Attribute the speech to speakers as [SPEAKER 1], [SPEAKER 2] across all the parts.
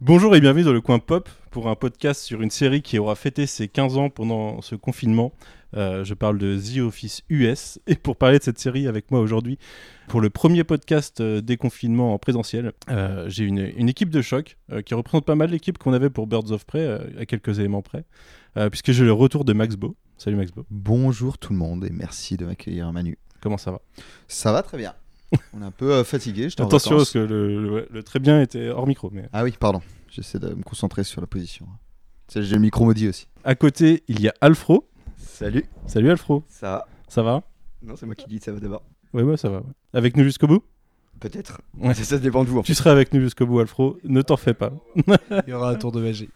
[SPEAKER 1] Bonjour et bienvenue dans le coin pop pour un podcast sur une série qui aura fêté ses 15 ans pendant ce confinement. Euh, je parle de The Office US et pour parler de cette série avec moi aujourd'hui pour le premier podcast euh, des confinements en présentiel, euh, j'ai une, une équipe de choc euh, qui représente pas mal l'équipe qu'on avait pour Birds of Prey euh, à quelques éléments près, euh, puisque j'ai le retour de Max Beau. Salut Max Beau,
[SPEAKER 2] Bonjour tout le monde et merci de m'accueillir Manu.
[SPEAKER 1] comment ça va
[SPEAKER 2] Ça va très bien. On est un peu euh, fatigué, je t'en
[SPEAKER 1] Attention parce que le, le- ouais, le très bien était hors micro. Mais...
[SPEAKER 2] Ah oui, pardon. J'essaie de me concentrer sur la position. Tu sais, J'ai le micro maudit aussi.
[SPEAKER 1] À côté, il y a Alfro.
[SPEAKER 3] Salut,
[SPEAKER 1] Salut Alfro,
[SPEAKER 3] ça va
[SPEAKER 1] ça va
[SPEAKER 3] Non, c'est moi qui dis ça va d'abord.
[SPEAKER 1] Ouais, ouais, ça va. ouais. Avec nous jusqu'au bout
[SPEAKER 3] Peut-être.
[SPEAKER 1] Ouais.
[SPEAKER 3] Ça, ça dépend de vous. en
[SPEAKER 1] Tu seras avec nous jusqu'au bout, Alfro. Ne t'en fais pas.
[SPEAKER 4] Il y aura un tour de magie.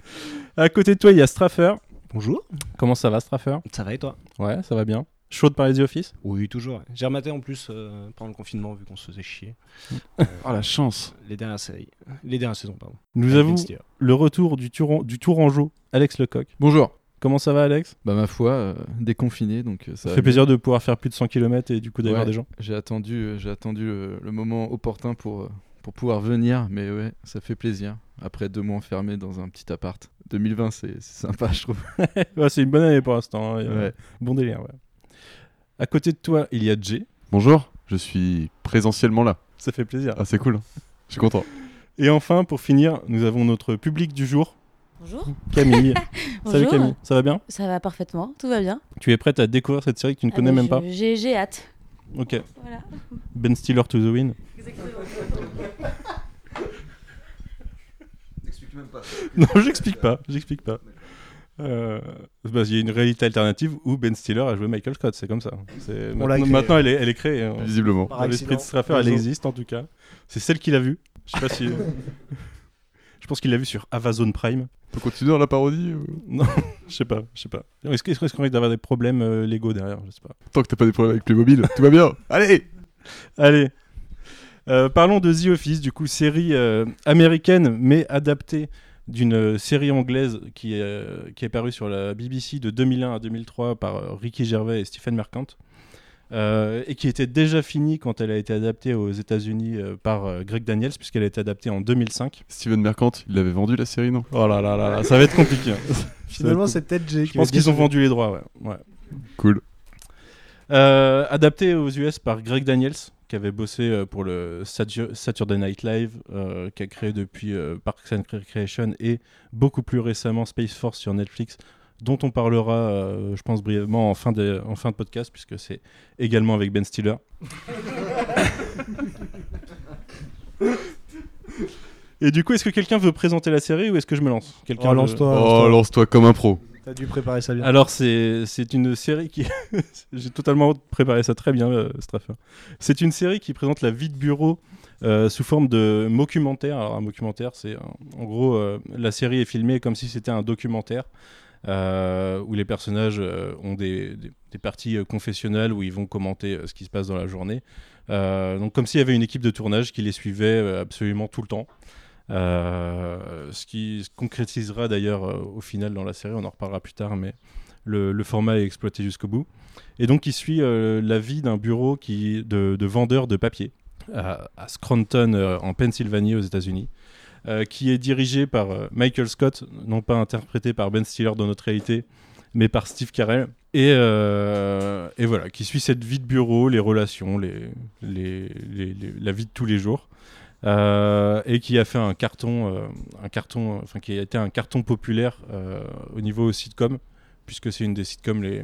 [SPEAKER 1] À côté de toi, il y a Straffer.
[SPEAKER 4] Bonjour.
[SPEAKER 1] Comment ça va, Straffer
[SPEAKER 4] Ça va et toi
[SPEAKER 1] Ouais, ça va bien. Chaud de parler The Office
[SPEAKER 4] Oui, toujours. J'ai rematé en plus euh, pendant le confinement, vu qu'on se faisait chier,
[SPEAKER 5] Ah,
[SPEAKER 3] Oh la chance.
[SPEAKER 4] les dernières séries. Les dernières saisons, pardon.
[SPEAKER 1] Nous
[SPEAKER 4] Avec
[SPEAKER 1] avons
[SPEAKER 4] Vince Stiller.
[SPEAKER 1] le retour du, Turan- du Tourangeau, Alex Lecoq.
[SPEAKER 3] Bonjour.
[SPEAKER 1] Comment ça va, Alex
[SPEAKER 3] Bah ma foi, euh, déconfiné, donc euh, ça.
[SPEAKER 1] Ça
[SPEAKER 3] va
[SPEAKER 1] fait
[SPEAKER 3] bien.
[SPEAKER 1] plaisir de pouvoir faire plus de 100 km et du coup d'avoir
[SPEAKER 3] Ouais.
[SPEAKER 1] des gens.
[SPEAKER 3] J'ai attendu, euh, j'ai attendu euh, le moment opportun pour euh, pour pouvoir venir, mais ouais, ça fait plaisir. Après deux mois enfermés dans un petit appart, 2020, c'est c'est sympa, je trouve.
[SPEAKER 1] Ouais, c'est une bonne année pour l'instant. hein, et, euh,
[SPEAKER 3] Ouais.
[SPEAKER 1] Bon délire, ouais. À côté de toi, il y a Jay.
[SPEAKER 5] Bonjour, je suis présentiellement là.
[SPEAKER 1] Ça fait plaisir.
[SPEAKER 5] Ah, c'est cool. Je suis content.
[SPEAKER 1] Et enfin, pour finir, nous avons notre public du jour,
[SPEAKER 6] Bonjour.
[SPEAKER 1] Camille. Salut
[SPEAKER 6] Bonjour.
[SPEAKER 1] Camille, ça va bien
[SPEAKER 6] Ça va parfaitement, tout va bien.
[SPEAKER 1] Tu es prête à découvrir cette série que tu ne connais
[SPEAKER 6] Ah bah,
[SPEAKER 1] même
[SPEAKER 6] je-
[SPEAKER 1] pas
[SPEAKER 6] J'ai j'ai hâte.
[SPEAKER 1] Ok.
[SPEAKER 6] Voilà.
[SPEAKER 1] Ben Stiller to the win. Non, j'explique pas. J'explique pas. Euh, bah, il y a une réalité alternative où Ben Stiller a joué Michael Scott, c'est comme ça. C'est-
[SPEAKER 4] On
[SPEAKER 1] Maintenant,
[SPEAKER 4] l'a créée.
[SPEAKER 1] maintenant, elle, est, elle est créée. hein.
[SPEAKER 5] Visiblement.
[SPEAKER 4] Par
[SPEAKER 1] Dans l'esprit
[SPEAKER 4] accident.
[SPEAKER 1] de Straffer, elle
[SPEAKER 4] Raison.
[SPEAKER 1] existe en tout cas. C'est celle qu'il a vue. Je sais pas si. Je pense qu'il l'a vue sur Amazon Prime.
[SPEAKER 5] On peut continuer dans la parodie euh,
[SPEAKER 1] Je sais pas, je sais pas. Est-ce que- est-ce qu'on risque d'avoir des problèmes euh, légaux derrière Je sais pas.
[SPEAKER 5] Tant que t'as pas des problèmes avec Playmobil, tout va bien. Allez
[SPEAKER 1] Allez. Euh, parlons de The Office, du coup, série euh, américaine, mais adaptée d'une euh, série anglaise qui, euh, qui est parue sur la BBC de 2001 à 2003 par euh, Ricky Gervais et Stephen Merchant, euh, et qui était déjà finie quand elle a été adaptée aux États-Unis euh, par euh, Greg Daniels, puisqu'elle a été adaptée en 2005.
[SPEAKER 5] Steven Mercant, il avait vendu la série, non
[SPEAKER 1] Oh là là là, là, ça va être compliqué. hein. Ça va être
[SPEAKER 4] Finalement,
[SPEAKER 1] compliqué.
[SPEAKER 4] c'est peut-être Jay.
[SPEAKER 1] Je pense qu'ils ont vendu les droits, ouais. ouais.
[SPEAKER 5] Cool.
[SPEAKER 1] Euh, adapté aux US par Greg Daniels, qui avait bossé euh, pour le Satu- Saturday Night Live, euh, qui a créé depuis euh, Parks and Recreation et beaucoup plus récemment Space Force sur Netflix, dont on parlera, euh, je pense, brièvement en fin de, en fin de podcast, puisque c'est également avec Ben Stiller. Et du coup, est-ce que quelqu'un veut présenter la série ou est-ce que je me lance Quelqu'un
[SPEAKER 4] Oh,
[SPEAKER 1] veut-
[SPEAKER 4] lance-toi.
[SPEAKER 5] Oh, lance-toi comme un pro.
[SPEAKER 4] T'as dû préparer ça bien.
[SPEAKER 1] alors, c'est c'est une série qui. J'ai totalement préparé ça très bien, euh, Straffer. C'est une série qui présente la vie de bureau euh, sous forme de mockumentaire. Alors, un mockumentaire, c'est un- en gros, euh, la série est filmée comme si c'était un documentaire euh, où les personnages euh, ont des, des- des parties euh, confessionnelles où ils vont commenter euh, ce qui se passe dans la journée. Euh, donc, comme s'il y avait une équipe de tournage qui les suivait euh, absolument tout le temps. Euh, ce qui se concrétisera d'ailleurs euh, au final dans la série, on en reparlera plus tard, mais le, le format est exploité jusqu'au bout. Et donc, il suit euh, la vie d'un bureau qui, de, de vendeur de papier à, à Scranton, euh, en Pennsylvanie, aux États-Unis, euh, qui est dirigé par euh, Michael Scott, non pas interprété par Ben Stiller dans notre réalité, mais par Steve Carell. Et, euh, et voilà, qui suit cette vie de bureau, les relations, les, les- les- les- la vie de tous les jours. Euh, et qui a fait un carton, euh, un carton, enfin qui a été un carton populaire euh, au niveau sitcom, puisque c'est une des sitcoms les,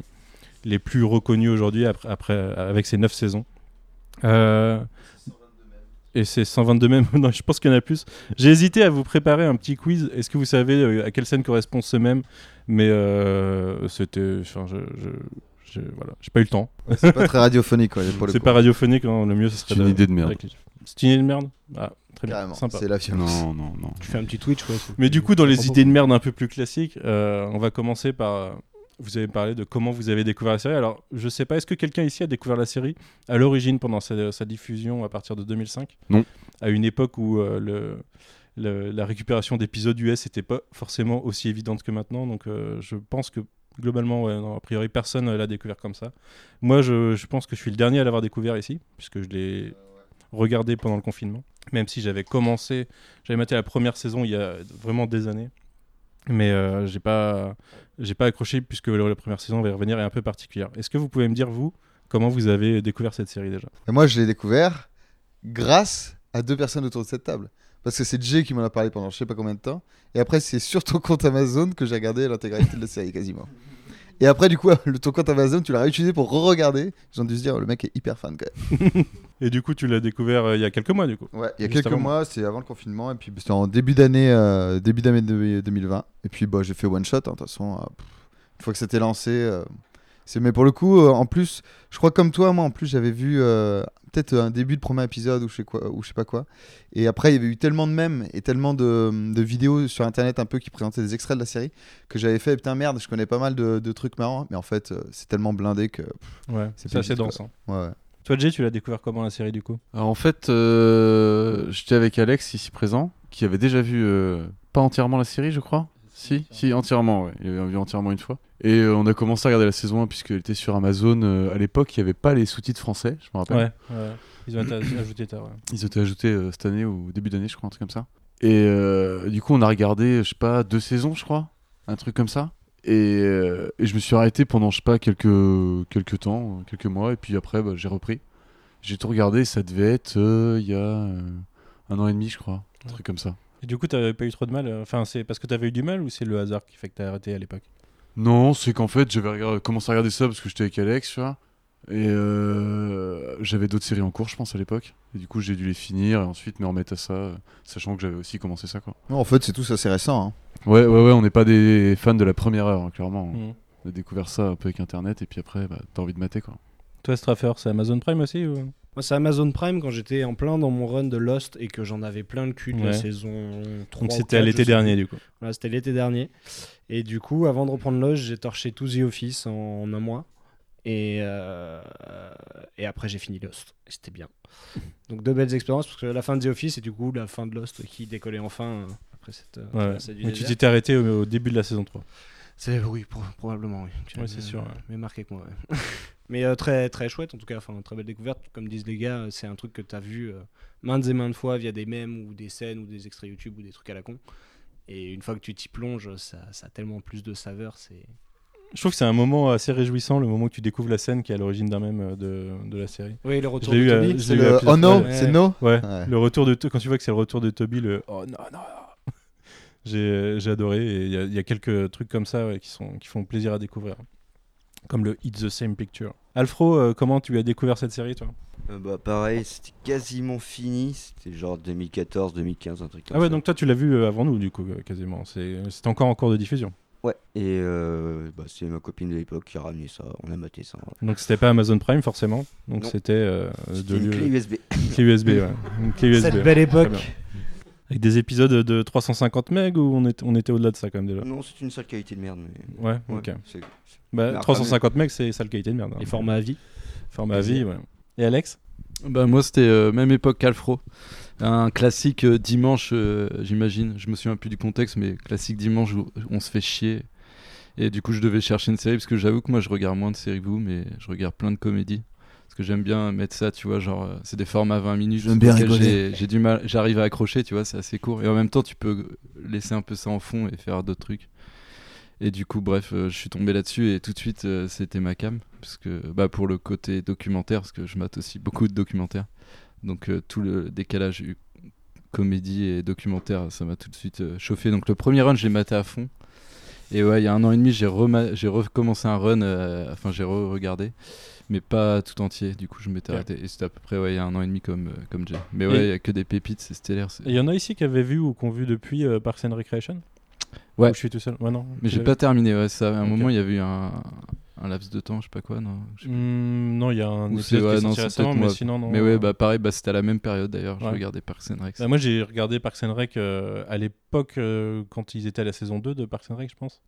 [SPEAKER 1] les plus reconnues aujourd'hui après, après- avec ses 9 saisons. Euh, et c'est 122 même. non, je pense qu'il y en a plus. J'ai hésité à vous préparer un petit quiz. Est-ce que vous savez euh, à quelle scène correspond ce même Mais euh, c'était. Enfin, je. je- je- voilà, j'ai pas eu le temps.
[SPEAKER 2] C'est pas très radiophonique, quoi, pour le
[SPEAKER 1] C'est
[SPEAKER 2] coup.
[SPEAKER 1] pas radiophonique, hein, le mieux ce serait
[SPEAKER 5] C'est une
[SPEAKER 1] de-
[SPEAKER 5] idée de merde.
[SPEAKER 1] avec les- C'est une idée de merde Ah, très bien.
[SPEAKER 2] Carrément,
[SPEAKER 1] Sympa.
[SPEAKER 2] c'est la violence.
[SPEAKER 5] Non, non, non.
[SPEAKER 4] Ah, Tu fais un petit Twitch, ouais. c'est-
[SPEAKER 1] Mais du coup, dans
[SPEAKER 4] c'est
[SPEAKER 1] les
[SPEAKER 4] propos.
[SPEAKER 1] idées de merde un peu plus classiques, euh, on va commencer par. euh, Vous avez parlé de comment vous avez découvert la série. Alors, je sais pas, est-ce que quelqu'un ici a découvert la série à l'origine pendant sa, sa diffusion à partir de 2005
[SPEAKER 5] Non.
[SPEAKER 1] À une époque où euh, le, le- la récupération d'épisodes US n'était pas forcément aussi évidente que maintenant. Donc, euh, je pense que globalement, ouais, non, a priori, personne euh, l'a découvert comme ça. Moi, je, je pense que je suis le dernier à l'avoir découvert ici, puisque je l'ai. regardé pendant le confinement. Même si j'avais commencé, j'avais maté la première saison il y a vraiment des années. Mais euh, j'ai pas, j'ai pas accroché puisque la la première saison, on va y revenir, est un peu particulière. Est-ce que vous pouvez me dire, vous, comment vous avez découvert cette série déjà
[SPEAKER 2] Et moi, je l'ai découvert grâce à deux personnes autour de cette table. Parce que c'est Jay qui m'en a parlé pendant je sais pas combien de temps. Et après, c'est sur ton compte Amazon que j'ai regardé l'intégralité de la série quasiment. Et après, du coup, le, ton compte Amazon, tu l'as réutilisé pour re-regarder. J'ai dû se dire, le mec est hyper fan quand même.
[SPEAKER 1] Et du coup, tu l'as découvert euh, il y a quelques mois, du coup.
[SPEAKER 2] Ouais, il y a
[SPEAKER 1] Juste
[SPEAKER 2] quelques
[SPEAKER 1] avant.
[SPEAKER 2] mois, c'était avant le confinement. Et puis, c'était en début d'année euh, début d'année de- 2020. Et puis, bah, j'ai fait one shot. hein, De toute façon, euh, pff, une fois que c'était lancé. euh, c'est- mais pour le coup, euh, en plus, je crois comme toi, moi, en plus, j'avais vu euh, peut-être un début de premier épisode ou je sais, quoi, ou je sais pas quoi. Et après, il y avait eu tellement de mèmes et tellement de, de vidéos sur internet un peu qui présentaient des extraits de la série que j'avais fait putain merde, je connais pas mal de, de trucs marrants. Mais en fait, euh, c'est tellement blindé que.
[SPEAKER 1] Ouais,
[SPEAKER 2] C'est
[SPEAKER 1] c'est assez
[SPEAKER 2] pénible,
[SPEAKER 1] dense. hein.
[SPEAKER 2] Ouais, ouais.
[SPEAKER 1] Toi, Jay, tu l'as découvert comment la série, du coup
[SPEAKER 5] Alors, en fait, euh, j'étais avec Alex ici présent, qui avait déjà vu euh, pas entièrement la série, je crois. Si, si, entièrement, ouais. Il avait vu entièrement une fois. Et euh, on a commencé à regarder la saison 1 puisqu'elle était sur Amazon. euh, à l'époque, il n'y avait pas les sous-titres français, je me rappelle.
[SPEAKER 1] Ouais. ouais. Ils ont été ajoutés tard. ouais.
[SPEAKER 5] Ils ont été ajoutés euh, cette année ou début d'année, je crois, un truc comme ça. Et euh, du coup, on a regardé, je sais pas, deux saisons, je crois, un truc comme ça. Et, euh, et je me suis arrêté pendant, je sais pas, quelques, quelques temps, quelques mois. Et puis après, bah, j'ai repris. J'ai tout regardé, ça devait être euh, il y a euh, un an et demi, je crois, un
[SPEAKER 1] Ouais.
[SPEAKER 5] truc comme ça.
[SPEAKER 1] Et du coup, t'avais pas eu trop de mal euh, Enfin, c'est parce que t'avais eu du mal ou c'est le hasard qui fait que t'as arrêté à l'époque
[SPEAKER 5] Non, c'est qu'en fait, j'avais regard- commencé à regarder ça parce que j'étais avec Alex, tu vois. Et euh, j'avais d'autres séries en cours, je pense, à l'époque. Et du coup, j'ai dû les finir et ensuite me remettre à ça, euh, sachant que j'avais aussi commencé ça, quoi.
[SPEAKER 2] Non, en fait, c'est tout assez récent. hein.
[SPEAKER 5] Ouais, ouais, ouais, on n'est pas des fans de la première heure, hein, clairement.
[SPEAKER 1] Mhm.
[SPEAKER 5] On a découvert ça un peu avec internet et puis après, bah, t'as envie de mater quoi.
[SPEAKER 1] Toi, Straffer, c'est Amazon Prime aussi ou...
[SPEAKER 4] Moi, c'est Amazon Prime quand j'étais en plein dans mon run de Lost et que j'en avais plein le cul de
[SPEAKER 1] Ouais.
[SPEAKER 4] la saison 3.
[SPEAKER 1] Donc,
[SPEAKER 4] ou
[SPEAKER 1] c'était à
[SPEAKER 4] 4, je
[SPEAKER 1] l'été
[SPEAKER 4] sais
[SPEAKER 1] dernier,
[SPEAKER 4] plus.
[SPEAKER 1] du coup.
[SPEAKER 4] Voilà, c'était l'été dernier. Et du coup, avant de reprendre Lost, j'ai torché To The Office en, en un mois. Et, euh, et après, j'ai fini Lost. Et C'était bien. Donc, deux belles expériences parce que la fin de The Office et du coup, la fin de Lost qui décollait enfin euh, après cette. euh,
[SPEAKER 1] Ouais.
[SPEAKER 4] traversée du
[SPEAKER 1] Mais tu
[SPEAKER 4] désert.
[SPEAKER 1] t'étais arrêté au, au début de la saison 3.
[SPEAKER 4] C'est oui, pro- probablement oui. Tu
[SPEAKER 1] Ouais,
[SPEAKER 4] as-
[SPEAKER 1] c'est sûr, ouais.
[SPEAKER 4] Mais marqué que moi. ouais. mais euh, très très chouette en tout cas, enfin très belle découverte. Comme disent les gars, euh, c'est un truc que t'as vu euh, maintes et maintes fois via des mèmes ou des scènes ou des extraits YouTube ou des trucs à la con. Et une fois que tu t'y plonges, ça, ça a tellement plus de saveur. C'est
[SPEAKER 1] Je trouve que c'est un moment assez réjouissant, le moment que tu découvres la scène qui est à l'origine d'un même euh, de, de la série.
[SPEAKER 4] oui le
[SPEAKER 1] Je
[SPEAKER 4] retour
[SPEAKER 1] l'ai
[SPEAKER 4] de
[SPEAKER 1] eu, à-
[SPEAKER 4] Toby.
[SPEAKER 1] je
[SPEAKER 2] C'est
[SPEAKER 1] l'ai eu à
[SPEAKER 2] le.
[SPEAKER 1] plusieurs
[SPEAKER 2] Oh non,
[SPEAKER 1] fois,
[SPEAKER 4] Ouais.
[SPEAKER 2] c'est no.
[SPEAKER 1] Ah, Ouais.
[SPEAKER 2] Ouais.
[SPEAKER 1] Le retour de To- quand tu vois que c'est le retour de Toby, le oh non non. non. J'ai j'ai adoré et il y, a- il y a quelques trucs comme ça ouais, qui sont qui font plaisir à découvrir, comme le It's the Same Picture. Alfro, euh, comment tu as découvert cette série toi
[SPEAKER 7] Euh, bah pareil, c'était quasiment fini, c'était genre 2014, 2015, un truc comme
[SPEAKER 1] Ah ouais,
[SPEAKER 7] ça.
[SPEAKER 1] donc toi tu l'as vu euh, avant nous du coup euh, quasiment. C'est c'était encore en cours de diffusion.
[SPEAKER 7] Ouais, et euh, bah, c'est ma copine de l'époque qui a ramené ça, on a maté ça. ouais.
[SPEAKER 1] Donc c'était pas Amazon Prime forcément. Donc
[SPEAKER 7] Non.
[SPEAKER 1] c'était euh, de
[SPEAKER 7] C'était une clé
[SPEAKER 1] lieu-
[SPEAKER 7] USB.
[SPEAKER 1] clé USB. ouais. Une clé USB.
[SPEAKER 4] Cette belle
[SPEAKER 1] Très bien.
[SPEAKER 4] époque.
[SPEAKER 1] Avec des épisodes de 350 megs ou on, est, on était au-delà de ça quand même déjà.
[SPEAKER 7] Non, c'est une sale qualité de merde. Mais...
[SPEAKER 1] Ouais,
[SPEAKER 7] ouais,
[SPEAKER 1] ok.
[SPEAKER 7] c'est-
[SPEAKER 1] Bah,
[SPEAKER 7] Mais
[SPEAKER 1] 350 megs c'est sale qualité de merde. hein.
[SPEAKER 4] Les formats à vie.
[SPEAKER 1] Format à vie, ouais. Et Alex
[SPEAKER 3] Bah moi c'était euh, même époque qu'Alfro. Un classique euh, dimanche, euh, j'imagine. Je me souviens plus du contexte, mais classique dimanche où on se fait chier. Et du coup, je devais chercher une série parce que j'avoue que moi, je regarde moins de séries que vous, mais je regarde plein de comédies. Parce que j'aime bien mettre ça, tu vois, genre, euh, c'est des formats 20 minutes.
[SPEAKER 2] J'aime bien
[SPEAKER 3] auxquels
[SPEAKER 2] rigoler.
[SPEAKER 3] j'ai- J'ai du mal, j'arrive à accrocher, tu vois, c'est assez court. Et en même temps, tu peux laisser un peu ça en fond et faire d'autres trucs. Et du coup, bref, euh, je suis tombé là-dessus et tout de suite, euh, c'était ma cam. Parce que, bah, pour le côté documentaire, parce que je mate aussi beaucoup de documentaires. Donc, euh, tout le décalage eu- comédie et documentaire, ça m'a tout de suite euh, chauffé. Donc, le premier run, j'ai maté à fond. Et ouais, il y a un an et demi, j'ai rema- j'ai recommencé un run, euh, enfin, j'ai re-regardé, mais pas tout entier. Du coup, je m'étais
[SPEAKER 1] Ouais.
[SPEAKER 3] arrêté. Et c'était à peu près, ouais, il y a un an et demi comme, euh, comme Jay. Mais
[SPEAKER 1] Et-
[SPEAKER 3] ouais, il y a que des pépites, c'est stellaire. c'est-
[SPEAKER 1] Il y en a ici qui avaient vu ou qui ont vu depuis euh, Parks and Recreation
[SPEAKER 3] Ouais.
[SPEAKER 1] Ou je suis tout seul Ouais, non.
[SPEAKER 3] Mais
[SPEAKER 1] tu
[SPEAKER 3] j'ai
[SPEAKER 1] l'as
[SPEAKER 3] pas terminé, ouais, ça. À un
[SPEAKER 1] euh, Ok.
[SPEAKER 3] moment, il y avait eu un, un laps de temps, je sais pas quoi, non. je sais
[SPEAKER 1] vu Hmm, Non, il y a un
[SPEAKER 3] Ou c'est-
[SPEAKER 1] épisode qui
[SPEAKER 3] ouais,
[SPEAKER 1] est
[SPEAKER 3] non,
[SPEAKER 1] sorti
[SPEAKER 3] c'est
[SPEAKER 1] récemment,
[SPEAKER 3] peut-être
[SPEAKER 1] mais
[SPEAKER 3] moi.
[SPEAKER 1] sinon, non.
[SPEAKER 3] Mais ouais, bah pareil, bah, c'était à la même période d'ailleurs. Je
[SPEAKER 1] Ouais.
[SPEAKER 3] regardais Parks and Rec.
[SPEAKER 1] Bah, moi, j'ai regardé Parks and Rec euh, à l'époque euh, quand ils étaient à la saison 2 de Parks and Rec, je pense.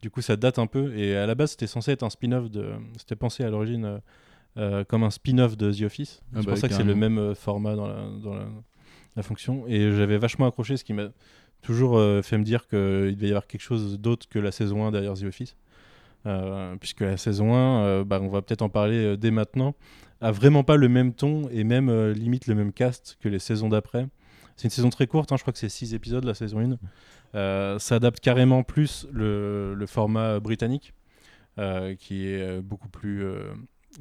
[SPEAKER 1] Du coup, ça date un peu. Et à la base, c'était censé être un spin-off de. C'était pensé à l'origine euh, euh, comme un spin-off de The Office.
[SPEAKER 3] Ah
[SPEAKER 1] c'est
[SPEAKER 3] bah,
[SPEAKER 1] pour ça que c'est
[SPEAKER 3] carrément.
[SPEAKER 1] le même euh, format dans la, dans la, la fonction. Et j'avais vachement accroché, ce qui m'a toujours euh, fait me dire qu'il devait y avoir quelque chose d'autre que la saison 1 derrière The Office. euh, puisque la saison 1, euh, bah, on va peut-être en parler euh, dès maintenant, a vraiment pas le même ton et même euh, limite le même cast que les saisons d'après. C'est une saison très courte, hein, je crois que c'est 6 épisodes la saison 1. Euh, ça adapte carrément plus le, le format britannique, euh, qui est euh, beaucoup plus, euh,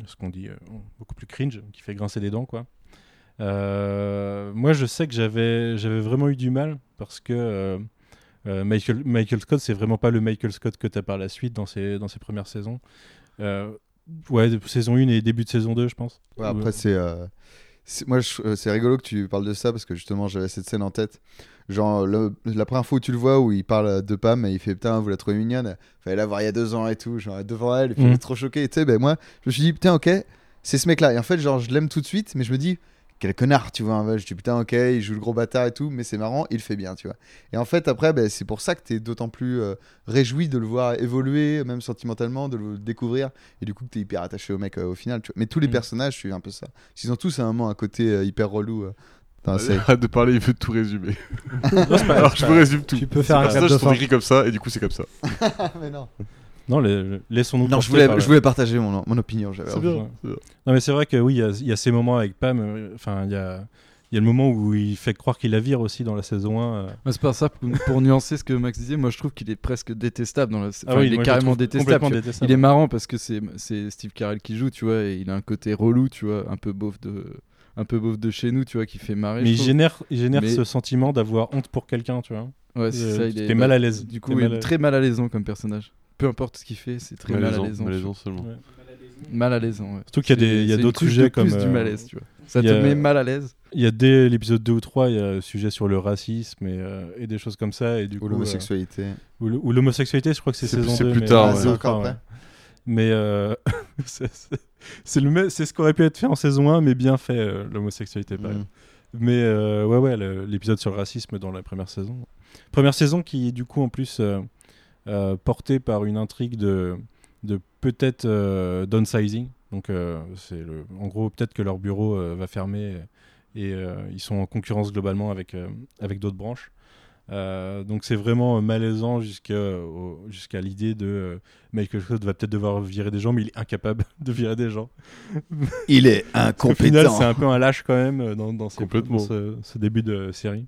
[SPEAKER 1] ce qu'on dit, euh, beaucoup plus cringe, qui fait grincer des dents, quoi. Euh, moi, je sais que j'avais, j'avais vraiment eu du mal parce que euh, euh, Michael, Michael Scott, c'est vraiment pas le Michael Scott que tu as par la suite dans ses, dans ses premières saisons. Euh, ouais, de- saison 1 et début de saison 2, je pense.
[SPEAKER 2] Ouais, après, c'est. euh, c'est- Moi, je- euh, c'est rigolo que tu parles de ça parce que justement, j'avais cette scène en tête. Genre, le- la première fois où tu le vois, où il parle de Pam et il fait Putain, vous la trouvez mignonne. Fallait la voir il y a deux ans et tout, genre devant elle, et puis
[SPEAKER 1] Mm.
[SPEAKER 2] il est trop choqué. Et Tu sais, ben moi, je me suis dit Putain, ok, c'est ce mec-là. Et en fait, genre, je l'aime tout de suite, mais je me dis Quel connard, tu vois. hein. Je dis Putain, ok, il joue le gros bâtard et tout, mais c'est marrant, il le fait bien, tu vois. Et en fait, après, ben, c'est pour ça que t'es d'autant plus euh, réjoui de le voir évoluer, même sentimentalement, de le découvrir. Et du coup, que t'es hyper attaché au mec euh, au final, tu vois. Mais tous les
[SPEAKER 1] Mm.
[SPEAKER 2] personnages, je suis un peu ça. Ils ont tous à un moment un côté euh, hyper relou euh, dans la série.
[SPEAKER 5] Ah, Arrête de parler, il veut tout résumer.
[SPEAKER 1] Non, c'est pas-
[SPEAKER 5] Alors je vous résume tout.
[SPEAKER 4] Tu peux faire un
[SPEAKER 5] Les
[SPEAKER 4] clap
[SPEAKER 5] personnages
[SPEAKER 4] de
[SPEAKER 5] sont
[SPEAKER 4] fin.
[SPEAKER 5] écrits comme ça et du coup c'est comme ça.
[SPEAKER 2] mais non.
[SPEAKER 1] non, le- le- laissons-nous.
[SPEAKER 2] Non,
[SPEAKER 1] porter
[SPEAKER 2] je voulais,
[SPEAKER 1] par-
[SPEAKER 2] je voulais partager mon, mon opinion. J'avais
[SPEAKER 5] C'est
[SPEAKER 2] envie.
[SPEAKER 5] bien.
[SPEAKER 1] Ouais. Non, mais c'est vrai que oui, il y a- il y, a ces moments avec Pam. euh, Enfin, il y a, il y a le moment où il fait croire qu'il la vire aussi dans la saison 1. euh.
[SPEAKER 3] Moi, c'est pas ça, pour, pour nuancer ce que Max disait, moi je trouve qu'il est presque détestable. Dans la... enfin, il
[SPEAKER 1] Ah moi, je
[SPEAKER 3] est
[SPEAKER 1] le
[SPEAKER 3] carrément
[SPEAKER 1] trouve
[SPEAKER 3] détestable.
[SPEAKER 1] complètement
[SPEAKER 3] tu vois.
[SPEAKER 1] détestable.
[SPEAKER 3] Il est marrant parce que c'est c'est Steve Carell qui joue, tu vois, et il a un côté relou, tu vois, un peu beauf de, un peu beauf de chez nous, tu vois, qui fait marrer.
[SPEAKER 1] Mais
[SPEAKER 3] je
[SPEAKER 1] il
[SPEAKER 3] trouve.
[SPEAKER 1] génère, il génère
[SPEAKER 3] Mais-
[SPEAKER 1] ce sentiment d'avoir honte pour quelqu'un, tu vois.
[SPEAKER 3] Ouais, c'est
[SPEAKER 1] Euh,
[SPEAKER 3] ça, il
[SPEAKER 1] t'es
[SPEAKER 3] est.
[SPEAKER 1] mal
[SPEAKER 3] bah,
[SPEAKER 1] à l'aise.
[SPEAKER 3] Du
[SPEAKER 1] T'es
[SPEAKER 3] coup, il
[SPEAKER 1] mal à-
[SPEAKER 3] est très mal à l'aise comme personnage. Peu importe ce qu'il fait, c'est très mal à l'aise.
[SPEAKER 5] Malaisant seulement.
[SPEAKER 3] Mal à l'aise, ouais.
[SPEAKER 1] Surtout qu'il y a des- il y a
[SPEAKER 3] C'est- c'est
[SPEAKER 1] d'autres
[SPEAKER 3] une couche
[SPEAKER 1] sujets
[SPEAKER 3] de plus
[SPEAKER 1] comme,
[SPEAKER 3] du
[SPEAKER 1] euh,
[SPEAKER 3] malaise, tu vois. Ça
[SPEAKER 1] il
[SPEAKER 3] te
[SPEAKER 1] y a-
[SPEAKER 3] met mal à l'aise.
[SPEAKER 1] Il y a dès l'épisode 2 ou 3, il y a un sujet sur le racisme et, euh, et des choses comme ça. Et du
[SPEAKER 2] Ou
[SPEAKER 1] coup,
[SPEAKER 2] l'homosexualité.
[SPEAKER 1] euh, ou le- ou l'homosexualité, je crois que c'est
[SPEAKER 5] C'est
[SPEAKER 1] saison
[SPEAKER 5] plus- c'est
[SPEAKER 1] 2.
[SPEAKER 5] plus
[SPEAKER 1] mais-
[SPEAKER 5] tard,
[SPEAKER 1] Ah,
[SPEAKER 5] ouais.
[SPEAKER 1] c'est
[SPEAKER 2] C'est
[SPEAKER 1] encore
[SPEAKER 2] encore
[SPEAKER 1] après. Mais euh, c'est- c'est c'est le me- c'est ce qu'aurait pu être fait en saison 1, mais bien fait, euh, l'homosexualité, par
[SPEAKER 2] Mm.
[SPEAKER 1] exemple. Mais euh, ouais, ouais, le- l'épisode sur le racisme dans la première saison. Première saison qui est du coup en plus euh, euh, portée par une intrigue de, de peut-être euh, downsizing. Donc euh, c'est le, en gros peut-être que leur bureau euh, va fermer et euh, ils sont en concurrence globalement avec, euh, avec d'autres branches. Euh, donc c'est vraiment euh, malaisant jusqu'à au- jusqu'à l'idée de euh, Michael Scott va peut-être devoir virer des gens, mais il est incapable de virer des gens.
[SPEAKER 2] Il est
[SPEAKER 1] Au final,
[SPEAKER 2] incompétent.
[SPEAKER 1] c'est un peu un lâche quand même euh, dans, dans ces-
[SPEAKER 5] Complètement.
[SPEAKER 1] dans ce, ce début de série.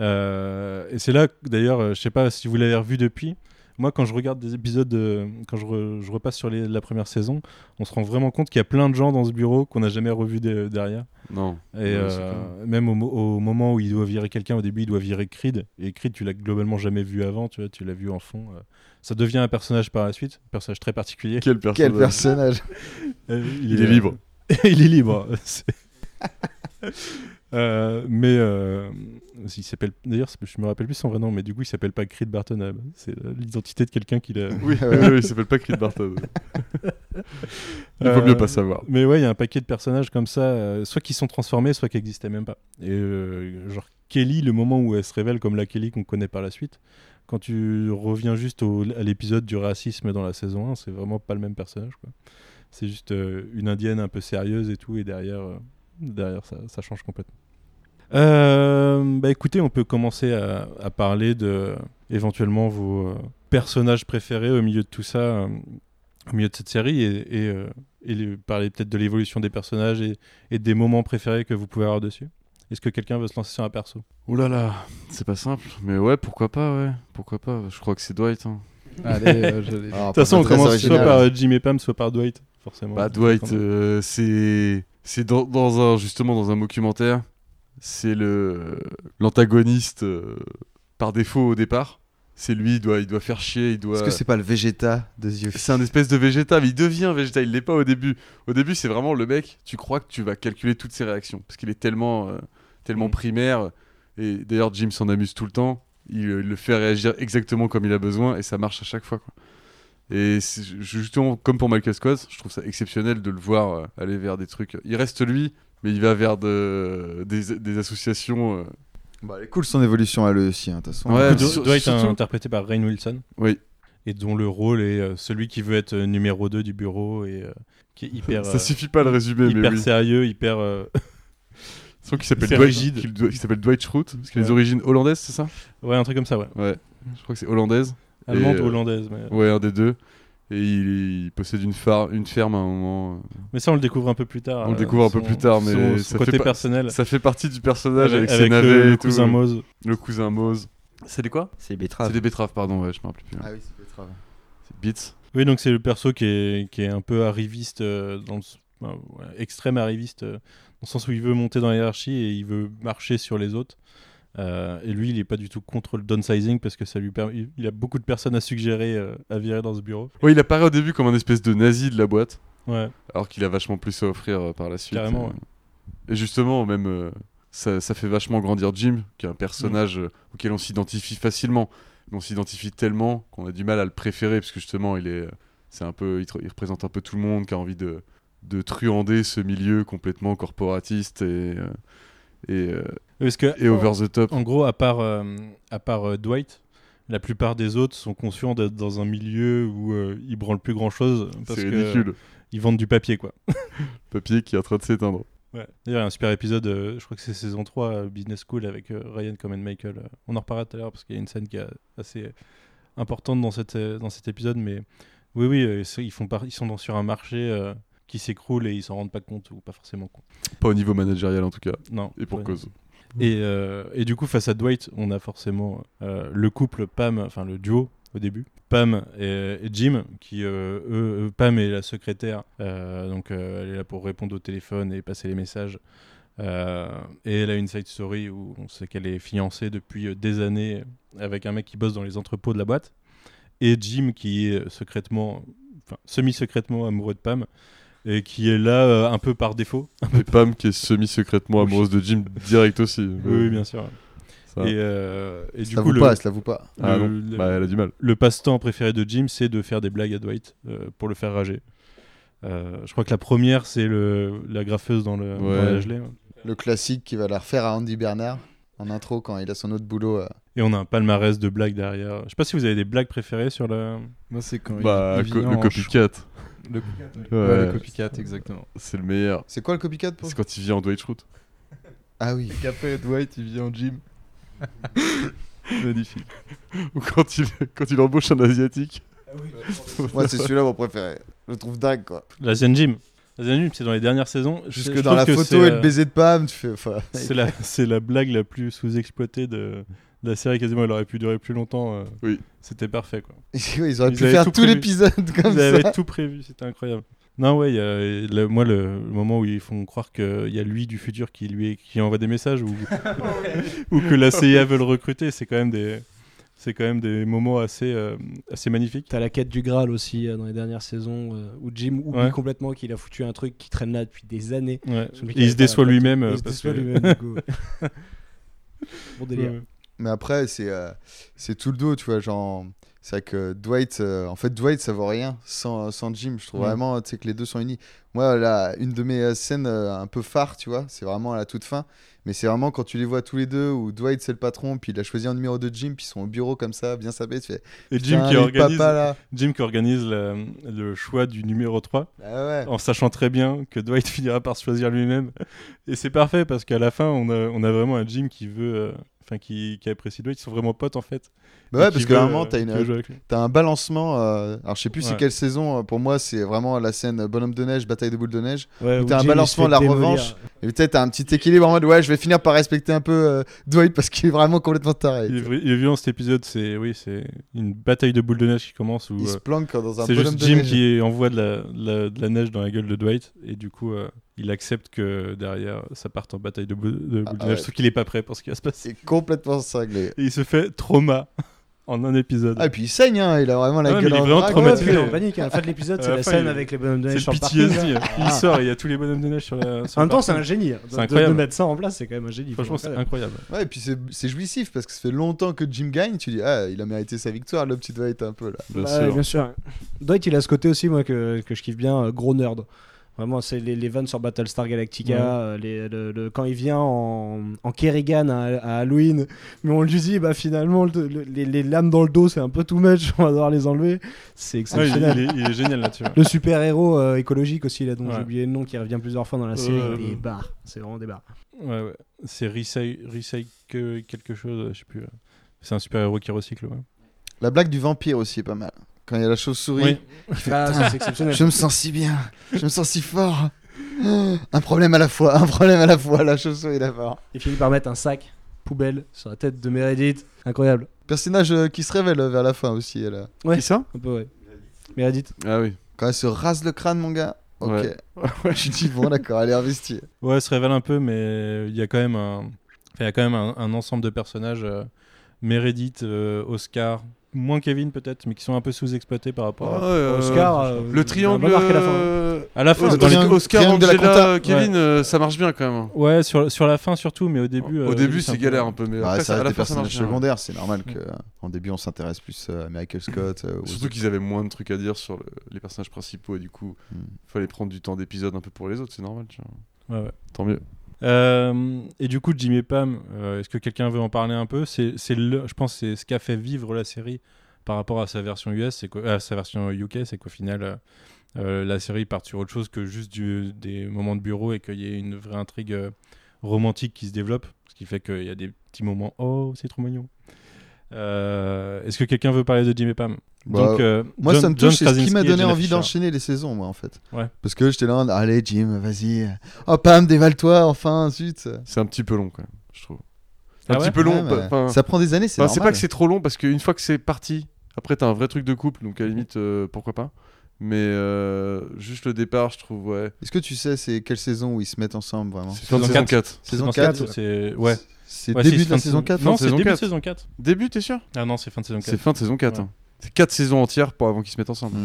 [SPEAKER 1] Euh, et c'est là, que, d'ailleurs, euh, je sais pas si vous l'avez revu depuis. Moi, quand je regarde des épisodes, de- quand je, re- je repasse sur les- la première saison, on se rend vraiment compte qu'il y a plein de gens dans ce bureau qu'on n'a jamais revu de- derrière.
[SPEAKER 5] Non.
[SPEAKER 1] Et
[SPEAKER 5] Ouais,
[SPEAKER 1] euh,
[SPEAKER 5] c'est clair.
[SPEAKER 1] même au, mo- au moment où il doit virer quelqu'un, au début, il doit virer Creed. Et Creed, tu l'as globalement jamais vu avant, tu vois, tu l'as vu en fond. euh. Ça devient un personnage par la suite, un personnage très particulier.
[SPEAKER 5] Quel personnage.
[SPEAKER 2] Quel personnage.
[SPEAKER 1] Euh,
[SPEAKER 5] Il est libre.
[SPEAKER 1] il est libre. c'est- Euh, mais euh, il s'appelle. D'ailleurs, c'est- je me rappelle plus son vrai nom, mais du coup, il s'appelle pas Creed Barton. euh, C'est euh, l'identité de quelqu'un qu'il a.
[SPEAKER 5] Oui,
[SPEAKER 2] Ouais.
[SPEAKER 5] oui, oui, il s'appelle pas Creed Barton. Il vaut
[SPEAKER 1] Euh,
[SPEAKER 5] mieux pas savoir.
[SPEAKER 1] Mais ouais, il y a un paquet de personnages comme ça, euh, soit qui sont transformés, soit qui n'existaient même pas. Et euh, genre Kelly, le moment où elle se révèle comme la Kelly qu'on connaît par la suite, quand tu reviens juste au- à l'épisode du racisme dans la saison 1, c'est vraiment pas le même personnage. quoi. C'est juste euh, une indienne un peu sérieuse et tout, et derrière, euh, derrière ça, ça change complètement. Euh, bah écoutez, on peut commencer à, à parler de éventuellement vos euh, personnages préférés au milieu de tout ça, euh, au milieu de cette série, et, et, euh, et les- parler peut-être de l'évolution des personnages et, et des moments préférés que vous pouvez avoir dessus. Est-ce que quelqu'un veut se lancer sur un perso
[SPEAKER 5] Oh là là, c'est pas simple. Mais ouais, pourquoi pas, ouais. Pourquoi pas. Je crois que c'est Dwight. hein.
[SPEAKER 3] Allez, euh, je
[SPEAKER 2] Ah,
[SPEAKER 3] l'ai.
[SPEAKER 1] De toute façon, on commence soit par euh, Jim et Pam, soit par Dwight, forcément.
[SPEAKER 5] Bah, Dwight, euh, c'est c'est dans, dans un justement dans un documentaire, c'est le l'antagoniste euh, par défaut au départ. C'est lui, il doit il doit faire chier, il doit.
[SPEAKER 2] Est-ce que c'est pas le Vegeta de The Office
[SPEAKER 5] C'est un espèce de Vegeta, mais il devient Vegeta, il l'est pas au début. Au début, c'est vraiment le mec, tu crois que tu vas calculer toutes ses réactions, parce qu'il est tellement, euh,
[SPEAKER 1] Mm.
[SPEAKER 5] tellement primaire, et d'ailleurs Jim s'en amuse tout le temps, il, euh, il le fait réagir exactement comme il a besoin, et ça marche à chaque fois. Quoi. Et c'est ju- justement, comme pour Michael Scott, je trouve ça exceptionnel de le voir euh, aller vers des trucs. Il reste lui, mais il va vers de- des, des associations. euh,
[SPEAKER 2] Bah, elle est cool son évolution à lui aussi, hein, de toute façon.
[SPEAKER 5] Ouais.
[SPEAKER 1] Du coup,
[SPEAKER 5] sur-
[SPEAKER 1] Dwight est
[SPEAKER 5] surtout-
[SPEAKER 1] interprété par Rain Wilson
[SPEAKER 5] Oui,
[SPEAKER 1] et dont le rôle est euh, celui qui veut être euh, numéro 2 du bureau et euh, qui est hyper,
[SPEAKER 5] ça
[SPEAKER 1] euh,
[SPEAKER 5] suffit pas à le résumer, mais
[SPEAKER 1] hyper
[SPEAKER 5] oui.
[SPEAKER 1] sérieux, hyper. euh,
[SPEAKER 5] Je trouve qu'il s'appelle
[SPEAKER 1] c'est
[SPEAKER 5] Dwight,
[SPEAKER 1] rigide.
[SPEAKER 5] qu'il doit- qu'il s'appelle Dwight Schrute, parce qu'il a des
[SPEAKER 1] Ouais.
[SPEAKER 5] origines hollandaises, c'est ça
[SPEAKER 1] ouais, un truc comme ça, ouais.
[SPEAKER 5] Ouais, je crois que c'est hollandaise.
[SPEAKER 1] Allemande
[SPEAKER 5] euh,
[SPEAKER 1] ou hollandaise. mais-
[SPEAKER 5] Ouais, un des deux. Et il, il possède une, far- une ferme à un moment.
[SPEAKER 1] Mais ça, on le découvre un peu plus tard. euh,
[SPEAKER 5] On le découvre un peu plus tard, mais
[SPEAKER 1] son- son
[SPEAKER 5] ça fait
[SPEAKER 1] côté
[SPEAKER 5] pas-
[SPEAKER 1] personnel.
[SPEAKER 5] Ça fait partie du personnage avec, ses
[SPEAKER 1] avec
[SPEAKER 5] navets
[SPEAKER 1] le,
[SPEAKER 5] et
[SPEAKER 1] le
[SPEAKER 5] tout.
[SPEAKER 1] cousin Mose.
[SPEAKER 5] Le cousin Mose. C'est des quoi
[SPEAKER 7] C'est les
[SPEAKER 5] C'est
[SPEAKER 7] betteraves.
[SPEAKER 5] des betteraves, pardon, ouais, je me rappelle plus. hein.
[SPEAKER 2] Ah oui, c'est Petra.
[SPEAKER 5] C'est Beats.
[SPEAKER 1] Oui, donc c'est le perso qui est, qui est un peu arriviste, euh, dans le s- ben, ouais, extrême arriviste, euh, dans le sens où il veut monter dans la hiérarchie et il veut marcher sur les autres. Euh, et lui, il est pas du tout contre le downsizing parce que ça lui permet. il- Il a beaucoup de personnes à suggérer, euh, à virer dans ce bureau.
[SPEAKER 5] Ouais, il apparaît au début comme un espèce de nazi de la boîte,
[SPEAKER 1] Ouais.
[SPEAKER 5] alors qu'il a vachement plus à offrir euh, par la suite.
[SPEAKER 1] Carrément,
[SPEAKER 5] Euh, Et justement, même, euh, ça, ça fait vachement grandir Jim, qui est un
[SPEAKER 1] Mm.
[SPEAKER 5] personnage euh, auquel on s'identifie facilement. Mais on s'identifie tellement qu'on a du mal à le préférer, parce que justement, il est, euh, c'est un peu, il, te- il représente un peu tout le monde qui a envie de, de truander ce milieu complètement corporatiste et, euh, et, euh,
[SPEAKER 1] Parce que,
[SPEAKER 5] et over the top.
[SPEAKER 1] En gros, à part, euh, à part euh, Dwight, la plupart des autres sont conscients d'être dans un milieu où euh, ils branlent plus grand chose parce
[SPEAKER 5] C'est
[SPEAKER 1] que
[SPEAKER 5] ridicule.
[SPEAKER 1] ils vendent du papier, quoi.
[SPEAKER 5] Papier qui est en train de s'éteindre.
[SPEAKER 1] Ouais. D'ailleurs, il y a un super épisode, euh, je crois que c'est saison 3, euh, Business School, avec euh, Ryan Coleman Michael. Euh, on en reparlera tout à l'heure parce qu'il y a une scène qui est assez euh, importante dans, cette, euh, dans cet épisode. Mais oui, oui, euh, c'est- ils, font par- ils sont dans- sur un marché euh, qui s'écroule et ils s'en rendent pas compte ou pas forcément compte.
[SPEAKER 5] Pas au niveau managérial en tout cas.
[SPEAKER 1] Non.
[SPEAKER 5] Et pour
[SPEAKER 1] Ouais.
[SPEAKER 5] cause.
[SPEAKER 1] Et, euh, et du coup, face à Dwight, on a forcément euh, le couple Pam, enfin le duo au début, Pam et, et Jim, qui euh, eux- eux- Pam est la secrétaire, euh, donc euh, elle est là pour répondre au téléphone et passer les messages. Euh, et elle a une side story où on sait qu'elle est fiancée depuis euh, des années avec un mec qui bosse dans les entrepôts de la boîte. Et Jim qui est secrètement, enfin semi-secrètement amoureux de Pam et qui est là euh, un peu par défaut.
[SPEAKER 5] Et Pam qui est semi-secrètement amoureuse de Jim direct aussi.
[SPEAKER 1] Oui, oui, bien sûr.
[SPEAKER 5] Ça.
[SPEAKER 1] Et, euh, et du
[SPEAKER 2] Ça
[SPEAKER 1] coup,
[SPEAKER 2] vous
[SPEAKER 1] le,
[SPEAKER 2] pas, ça vous pas.
[SPEAKER 5] Ah
[SPEAKER 1] le-
[SPEAKER 5] non,
[SPEAKER 1] le-
[SPEAKER 5] bah, elle a du mal.
[SPEAKER 1] le passe-temps préféré de Jim, c'est de faire des blagues à Dwight euh, pour le faire rager. Euh, je crois que la première, c'est le, la graffeuse dans le dans
[SPEAKER 5] Ouais.
[SPEAKER 1] la gelée.
[SPEAKER 2] Le classique qui va la refaire à Andy Bernard en intro quand il a son autre boulot. euh.
[SPEAKER 1] Et on a un palmarès de blagues derrière. Je sais pas si vous avez des blagues préférées sur le.
[SPEAKER 3] Moi, c'est quand
[SPEAKER 5] Bah, co- le copycat,
[SPEAKER 3] Le,
[SPEAKER 5] Ouais, le
[SPEAKER 3] copycat, exactement.
[SPEAKER 5] c'est le meilleur.
[SPEAKER 2] C'est quoi le copycat pour
[SPEAKER 5] C'est quand il vient en Dwight Schrute.
[SPEAKER 2] Ah oui.
[SPEAKER 3] Qu'après, Dwight, il vient en gym. Magnifique.
[SPEAKER 5] Ou quand il, quand il embauche un asiatique.
[SPEAKER 2] Moi, c'est celui-là mon préféré. Je le trouve dingue, quoi.
[SPEAKER 1] La Zen Jim. La Zen Jim, c'est dans les dernières saisons. Je-
[SPEAKER 2] Jusque
[SPEAKER 1] je
[SPEAKER 2] dans
[SPEAKER 1] trouve
[SPEAKER 2] la
[SPEAKER 1] que
[SPEAKER 2] photo
[SPEAKER 1] c'est,
[SPEAKER 2] et le
[SPEAKER 1] euh,
[SPEAKER 2] baiser de Pam, tu fais. enfin,
[SPEAKER 1] C'est la, c'est la blague la plus sous-exploitée de, de la série, quasiment. Elle aurait pu durer plus longtemps. euh,
[SPEAKER 5] Oui.
[SPEAKER 1] C'était parfait, quoi.
[SPEAKER 2] Ils auraient
[SPEAKER 1] Ils
[SPEAKER 2] pu
[SPEAKER 1] avaient
[SPEAKER 2] faire
[SPEAKER 1] tout
[SPEAKER 2] tout
[SPEAKER 1] prévu.
[SPEAKER 2] l'épisode comme
[SPEAKER 1] Ils
[SPEAKER 2] ça.
[SPEAKER 1] avaient tout prévu, c'était incroyable. Non, ouais, il y a- le- moi, le, le moment où ils font croire qu'il y a lui du futur qui lui qui envoie des messages ou, ou que la CIA veut le recruter, c'est quand même des. C'est quand même des moments assez, euh, assez magnifiques.
[SPEAKER 4] T'as la quête du Graal aussi euh, dans les dernières saisons euh, où Jim oublie
[SPEAKER 1] Ouais.
[SPEAKER 4] complètement qu'il a foutu un truc qui traîne là depuis des années.
[SPEAKER 1] Ouais.
[SPEAKER 4] Celui qui
[SPEAKER 1] Et il
[SPEAKER 4] avait
[SPEAKER 1] se
[SPEAKER 4] pas la
[SPEAKER 1] déçoit
[SPEAKER 4] boîte.
[SPEAKER 1] lui-même.
[SPEAKER 4] Il
[SPEAKER 1] euh,
[SPEAKER 4] se
[SPEAKER 1] parce
[SPEAKER 4] déçoit
[SPEAKER 1] que-
[SPEAKER 4] lui-même, du coup, ouais. Bon délire.
[SPEAKER 1] Ouais.
[SPEAKER 2] Mais après, c'est euh, c'est tout le dos, tu vois. Genre, c'est vrai que Dwight, euh, en fait, Dwight, ça vaut rien sans, sans Jim. Je trouve
[SPEAKER 1] Ouais.
[SPEAKER 2] vraiment, tu sais, que les deux sont unis. Moi, là, une de mes euh, scènes euh, un peu phares, tu vois, c'est vraiment à la toute fin. Mais c'est vraiment quand tu les vois tous les deux, où Dwight, c'est le patron, puis il a choisi un numéro de Jim, puis ils sont au bureau comme ça, bien sapés. Tu fais,
[SPEAKER 1] Et Jim
[SPEAKER 2] Putain,
[SPEAKER 1] qui,
[SPEAKER 2] les
[SPEAKER 1] organise,
[SPEAKER 2] papas, là.
[SPEAKER 1] Jim qui organise la- le choix du numéro 3
[SPEAKER 2] Ah ouais.
[SPEAKER 1] en sachant très bien que Dwight finira par se choisir lui-même. Et c'est parfait parce qu'à la fin, on a, on a vraiment un Jim qui veut. euh, Enfin, qui, qui apprécie Dwight. Ils sont vraiment potes en fait.
[SPEAKER 2] Bah ouais,
[SPEAKER 1] Et qui
[SPEAKER 2] parce que
[SPEAKER 1] veut,
[SPEAKER 2] à un moment,
[SPEAKER 1] euh,
[SPEAKER 2] t'as une,
[SPEAKER 1] qui veut jouer avec lui.
[SPEAKER 2] T'as un balancement. euh, alors, je sais plus
[SPEAKER 1] Ouais.
[SPEAKER 2] c'est quelle saison. euh, Pour moi, c'est vraiment la scène euh, bonhomme de neige, bataille de boules de neige.
[SPEAKER 4] Ouais,
[SPEAKER 2] Où
[SPEAKER 4] où
[SPEAKER 2] t'as un
[SPEAKER 4] Jim,
[SPEAKER 2] balancement
[SPEAKER 4] il se
[SPEAKER 2] de la
[SPEAKER 4] fait démolir. Ah,
[SPEAKER 2] revanche. Et peut-être t'as un petit équilibre en mode ouais, je vais finir par respecter un peu euh, Dwight parce qu'il est vraiment complètement taré.
[SPEAKER 1] Il est,
[SPEAKER 2] tu vois.
[SPEAKER 1] vri- il est violent cet épisode, c'est oui, c'est une bataille de boules de neige qui commence où
[SPEAKER 2] Il se
[SPEAKER 1] euh,
[SPEAKER 2] planque dans un
[SPEAKER 1] c'est
[SPEAKER 2] bonhomme
[SPEAKER 1] juste
[SPEAKER 2] de
[SPEAKER 1] Jim
[SPEAKER 2] neige.
[SPEAKER 1] qui est- envoie de la, de la- de la neige dans la gueule de Dwight et du coup euh, il accepte que derrière ça parte en bataille de, bou- de boules
[SPEAKER 2] Ah,
[SPEAKER 1] de
[SPEAKER 2] ah
[SPEAKER 1] neige,
[SPEAKER 2] ouais.
[SPEAKER 1] sauf qu'il est pas prêt pour ce qui va se passer.
[SPEAKER 2] C'est complètement cinglé.
[SPEAKER 1] Et il se fait trauma en un épisode.
[SPEAKER 2] Ah, et puis il saigne, hein, il a vraiment la
[SPEAKER 1] Ah, mais
[SPEAKER 2] gueule
[SPEAKER 1] il est
[SPEAKER 2] en
[SPEAKER 1] vraiment
[SPEAKER 2] vrac.
[SPEAKER 4] Ah ouais,
[SPEAKER 1] traumatisé.
[SPEAKER 4] puis il est en panique. À la fin de l'épisode,
[SPEAKER 1] À
[SPEAKER 4] c'est
[SPEAKER 1] la
[SPEAKER 4] la
[SPEAKER 1] fin,
[SPEAKER 4] scène
[SPEAKER 1] il-
[SPEAKER 4] avec les bonhommes de
[SPEAKER 1] c'est
[SPEAKER 4] neige sur
[SPEAKER 1] le
[SPEAKER 4] le parking. là.
[SPEAKER 1] PTSD. il sort, et il y a tous les bonhommes de neige sur la. sur
[SPEAKER 4] En
[SPEAKER 1] le
[SPEAKER 4] même temps, c'est
[SPEAKER 1] parking.
[SPEAKER 4] un génie. hein, de-
[SPEAKER 1] C'est
[SPEAKER 4] de-
[SPEAKER 1] incroyable.
[SPEAKER 4] De mettre ça en place, c'est quand même un génie.
[SPEAKER 1] Franchement, c'est incroyable.
[SPEAKER 2] Ouais, et puis c'est c'est jouissif parce que ça fait longtemps que Jim gagne. Tu dis ah, il a mérité sa victoire, le petit Dwight un peu là.
[SPEAKER 5] Bien
[SPEAKER 4] Bah ouais,
[SPEAKER 5] sûr.
[SPEAKER 4] bien sûr. Dwight, il a ce côté aussi, moi, que, que je kiffe bien, euh, gros nerd. Vraiment, c'est les, les vannes sur Battlestar Galactica,
[SPEAKER 1] Ouais.
[SPEAKER 4] euh, les- le- le- quand il vient en, en Kerrigan à, à Halloween, mais on lui dit, bah finalement, le- le- les, les lames dans le dos, c'est un peu too much, on va devoir les enlever.
[SPEAKER 1] Ouais,
[SPEAKER 4] C'est
[SPEAKER 1] il,
[SPEAKER 4] exceptionnel.
[SPEAKER 1] il est, il est génial là-dessus. ouais.
[SPEAKER 4] Le super-héros euh, écologique aussi, là, dont
[SPEAKER 1] Ouais.
[SPEAKER 4] j'ai oublié le nom, qui revient plusieurs fois dans la série.
[SPEAKER 1] Euh,
[SPEAKER 4] Des barres, c'est vraiment des barres.
[SPEAKER 1] Ouais, ouais. C'est Recy- Recycle quelque chose, je sais plus. euh. C'est un super héros qui recycle. ouais.
[SPEAKER 2] La blague du vampire aussi est pas mal. quand il y a la chauve-souris.
[SPEAKER 4] Ah, ça, c'est exceptionnel.
[SPEAKER 2] Je me sens si bien, je me sens si fort. Un problème à la fois, un problème à la fois, la chauve-souris d'abord.
[SPEAKER 4] Il finit par mettre un sac poubelle sur la tête de Meredith. Incroyable.
[SPEAKER 2] Personnage euh, qui se révèle euh, vers la fin aussi, elle. euh.
[SPEAKER 4] Ouais.
[SPEAKER 5] Qui ça
[SPEAKER 4] Un peu, ouais. Meredith.
[SPEAKER 5] Ah oui.
[SPEAKER 2] Quand elle se rase le crâne, mon gars. Ok.
[SPEAKER 5] Ouais.
[SPEAKER 2] Je dis bon, d'accord, elle est investie.
[SPEAKER 1] Ouais, elle se révèle un peu, mais il y a quand même un, enfin, il y a quand même un, un ensemble de personnages, euh, Meredith, euh, Oscar, moins Kevin peut-être, mais qui sont un peu sous-exploités par rapport à...
[SPEAKER 4] Oscar. euh, il a
[SPEAKER 5] Le triangle.
[SPEAKER 4] bien marqué la fin.
[SPEAKER 5] euh,
[SPEAKER 1] à la fin.
[SPEAKER 5] Oscar,
[SPEAKER 1] dans les-
[SPEAKER 2] triangle-
[SPEAKER 5] Oscar,
[SPEAKER 2] triangle de la compta.
[SPEAKER 5] Angela, euh, Kevin, euh, ça marche bien quand même.
[SPEAKER 1] Ouais, sur, sur la fin surtout, mais au début.
[SPEAKER 5] Au
[SPEAKER 1] euh,
[SPEAKER 5] début,
[SPEAKER 1] un
[SPEAKER 5] c'est
[SPEAKER 1] peu-
[SPEAKER 5] galère un peu, mais
[SPEAKER 2] Bah,
[SPEAKER 5] après,
[SPEAKER 2] ça
[SPEAKER 5] ça- à
[SPEAKER 2] reste
[SPEAKER 5] la
[SPEAKER 2] des
[SPEAKER 5] fin, ça
[SPEAKER 2] personnages
[SPEAKER 5] marche bien. Mm.
[SPEAKER 2] secondaires, c'est normal que euh, en début on s'intéresse plus euh, à Michael Scott. euh, aux
[SPEAKER 5] Surtout
[SPEAKER 2] autres.
[SPEAKER 5] qu'ils avaient moins de trucs à dire sur le- les personnages principaux et du coup,
[SPEAKER 2] Hmm.
[SPEAKER 5] fallait prendre du temps d'épisode un peu pour les autres, c'est normal. tu vois.
[SPEAKER 1] Ouais, ouais.
[SPEAKER 5] Tant mieux.
[SPEAKER 1] Euh, et du coup, Jimmy et Pam, euh, est-ce que quelqu'un veut en parler un peu C'est, c'est le- je pense, que c'est ce qu'a fait vivre la série par rapport à sa version US, c'est qu'au- à sa version UK, c'est qu'au final, euh, euh, la série part sur autre chose que juste du- des moments de bureau et qu'il y ait une vraie intrigue euh, romantique qui se développe, ce qui fait qu'il y a des petits moments. Oh, c'est trop mignon. Euh, est-ce que quelqu'un veut parler de Jimmy et Pam
[SPEAKER 2] Bah,
[SPEAKER 1] euh,
[SPEAKER 2] Moi,
[SPEAKER 1] John-
[SPEAKER 2] ça me
[SPEAKER 1] John
[SPEAKER 2] touche, c'est ce qui
[SPEAKER 1] Krasinski
[SPEAKER 2] m'a
[SPEAKER 1] et
[SPEAKER 2] donné
[SPEAKER 1] Jenna
[SPEAKER 2] envie
[SPEAKER 1] Fisher.
[SPEAKER 2] d'enchaîner les saisons, moi, en fait.
[SPEAKER 1] Ouais.
[SPEAKER 2] Parce que j'étais là, en- allez, Jim, vas-y. Oh, Pam, dévale-toi, enfin, zut.
[SPEAKER 5] C'est un petit peu long quand même, je trouve.
[SPEAKER 1] Ah
[SPEAKER 5] un
[SPEAKER 1] ouais
[SPEAKER 5] petit peu long.
[SPEAKER 2] Ouais,
[SPEAKER 5] pa-
[SPEAKER 2] mais
[SPEAKER 5] enfin,
[SPEAKER 2] Ça prend des années, c'est
[SPEAKER 5] enfin, c'est
[SPEAKER 2] normal.
[SPEAKER 5] pas que c'est trop long parce qu'une fois que c'est parti, après t'as un vrai truc de couple, donc à la limite euh, pourquoi pas. Mais euh, juste le départ, je trouve, ouais.
[SPEAKER 2] Est-ce que tu sais, c'est quelle saison où ils se mettent ensemble, vraiment
[SPEAKER 5] C'est fin de
[SPEAKER 1] Saison
[SPEAKER 5] saison 4.
[SPEAKER 2] Saison
[SPEAKER 1] Dans
[SPEAKER 2] 4
[SPEAKER 1] cette- c'est ouais.
[SPEAKER 2] C'est
[SPEAKER 1] Ouais,
[SPEAKER 2] début
[SPEAKER 1] si,
[SPEAKER 2] de
[SPEAKER 1] fin
[SPEAKER 2] la saison 4
[SPEAKER 1] Non,
[SPEAKER 5] fin de
[SPEAKER 1] c'est
[SPEAKER 5] saison
[SPEAKER 1] début de
[SPEAKER 5] 4.
[SPEAKER 1] saison 4.
[SPEAKER 5] Début, t'es sûr
[SPEAKER 1] Ah non, c'est fin de saison 4.
[SPEAKER 5] C'est fin de saison 4.
[SPEAKER 1] Ouais.
[SPEAKER 5] hein. C'est 4 saisons entières pour avant qu'ils se mettent ensemble.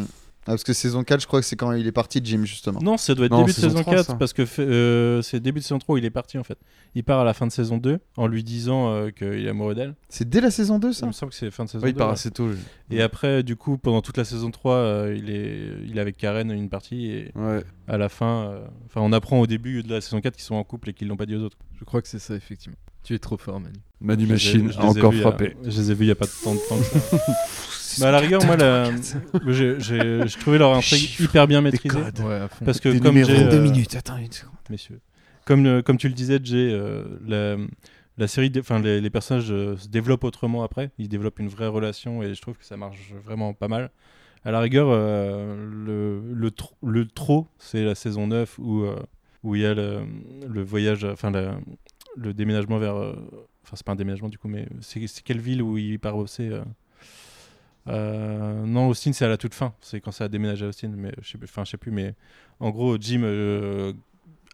[SPEAKER 2] Ah, parce que saison 4, je crois que c'est quand il est parti de gym, justement.
[SPEAKER 5] Mm.
[SPEAKER 1] Non, ça doit être
[SPEAKER 5] Non,
[SPEAKER 1] début de
[SPEAKER 5] saison
[SPEAKER 1] saison
[SPEAKER 5] 3,
[SPEAKER 1] 4
[SPEAKER 5] ça.
[SPEAKER 1] parce que fait- euh, c'est début de saison 3 où il est parti en fait. Il part à la fin de saison 2 en lui disant euh, qu'il est amoureux d'elle.
[SPEAKER 2] C'est dès la saison 2,
[SPEAKER 1] Il
[SPEAKER 2] ça
[SPEAKER 5] Mm.
[SPEAKER 1] me semble que c'est fin de saison
[SPEAKER 5] Ouais, il
[SPEAKER 1] 2.
[SPEAKER 5] part
[SPEAKER 1] ouais.
[SPEAKER 5] assez tôt. lui.
[SPEAKER 1] Et après, du coup, pendant toute la saison 3, euh, il, est, il est avec Karen une partie et
[SPEAKER 5] Ouais.
[SPEAKER 1] à la fin, euh, enfin, on apprend au début de la saison 4 qu'ils sont en couple et qu'ils l'ont pas dit aux autres.
[SPEAKER 3] Je crois que c'est ça, effectivement. Tu es trop fort, man.
[SPEAKER 1] Je
[SPEAKER 5] Manu
[SPEAKER 1] les ai-
[SPEAKER 5] Machine
[SPEAKER 1] je
[SPEAKER 5] a
[SPEAKER 1] les ai
[SPEAKER 5] encore
[SPEAKER 1] vus hein. il y a-
[SPEAKER 5] frappé.
[SPEAKER 1] je les ai vus il y a pas tant de temps que ça. Mais à la rigueur, moi, la- j'ai j'ai- j'ai trouvé leur intrigue hyper bien maîtrisée.
[SPEAKER 3] Ouais, à fond.
[SPEAKER 1] Parce que comme j'ai euh,
[SPEAKER 5] attends une seconde.
[SPEAKER 1] messieurs. Comme, euh, comme tu le disais, Jay, euh, la, la série, dé- enfin les, les personnages euh, se développent autrement après. Ils développent une vraie relation et je trouve que ça marche vraiment pas mal. À la rigueur, euh, le, le, tr- le trop, c'est la saison 9 où, euh, où il y a le, le voyage, euh, enfin la- le déménagement vers. euh, Enfin, c'est pas un déménagement du coup, mais c'est c'est quelle ville où il part bosser euh, euh, non, Austin, c'est à la toute fin. C'est quand ça a déménagé à Austin, mais je sais plus. Enfin, je sais plus. Mais en gros, Jim euh,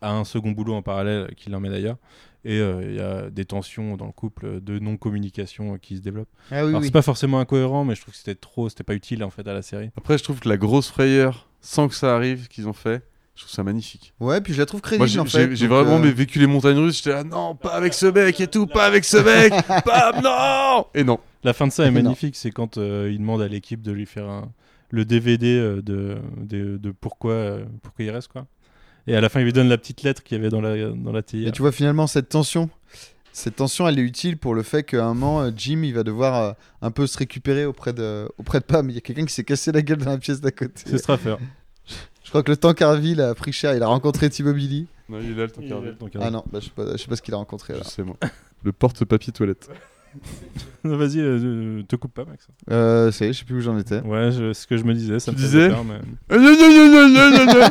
[SPEAKER 1] a un second boulot en parallèle qui l'emmène ailleurs. Et euh, il y a des tensions dans le couple, de non-communication euh, qui se développent.
[SPEAKER 2] Ah oui,
[SPEAKER 1] Alors,
[SPEAKER 2] oui.
[SPEAKER 1] c'est pas forcément incohérent, mais je trouve que c'était trop, c'était pas utile en fait à la série.
[SPEAKER 5] Après, je trouve que la grosse frayeur, sans que ça arrive, qu'ils ont fait, je trouve ça magnifique.
[SPEAKER 2] Ouais, puis je la trouve
[SPEAKER 5] Moi,
[SPEAKER 2] crédible,
[SPEAKER 5] j'ai
[SPEAKER 2] en fait.
[SPEAKER 5] j'ai- j'ai
[SPEAKER 2] donc,
[SPEAKER 5] vraiment
[SPEAKER 2] euh,
[SPEAKER 5] mais vécu les montagnes russes. J'étais là, non, pas avec ce mec et tout, pas avec ce mec, bam, non Et non.
[SPEAKER 1] La fin de ça est
[SPEAKER 2] Non.
[SPEAKER 1] magnifique, c'est quand euh, il demande à l'équipe de lui faire un- le DVD euh, de, de, de pourquoi, euh, pourquoi il reste, quoi. Et à la fin, il lui donne la petite lettre qu'il y avait dans la, dans la théière.
[SPEAKER 2] Et tu vois finalement cette tension, cette tension, elle est utile pour le fait qu'à un moment euh, Jim il va devoir euh, un peu se récupérer auprès de auprès de Pam. Il y a quelqu'un qui s'est cassé la gueule dans la pièce d'à côté.
[SPEAKER 1] C'est Straffer.
[SPEAKER 2] Je crois que le temps qu'Arville a pris cher, il a rencontré Tim Billy.
[SPEAKER 5] Non, il est là, le temps qu'il arrive.
[SPEAKER 1] Donc,
[SPEAKER 2] Ah non, bah, je sais pas, je sais pas ce qu'il a rencontré.
[SPEAKER 5] Je
[SPEAKER 2] Là.
[SPEAKER 5] sais, moi. Le porte-papier toilette.
[SPEAKER 1] Non, Vas-y, euh, te coupe pas, Max.
[SPEAKER 2] Euh, ça y est, je sais plus où j'en étais.
[SPEAKER 1] Ouais, je- ce que je me disais, ça
[SPEAKER 5] Tu
[SPEAKER 1] me faisait
[SPEAKER 5] disais
[SPEAKER 1] peur, mais-
[SPEAKER 5] Euh, non, non, non, non, non, non, non.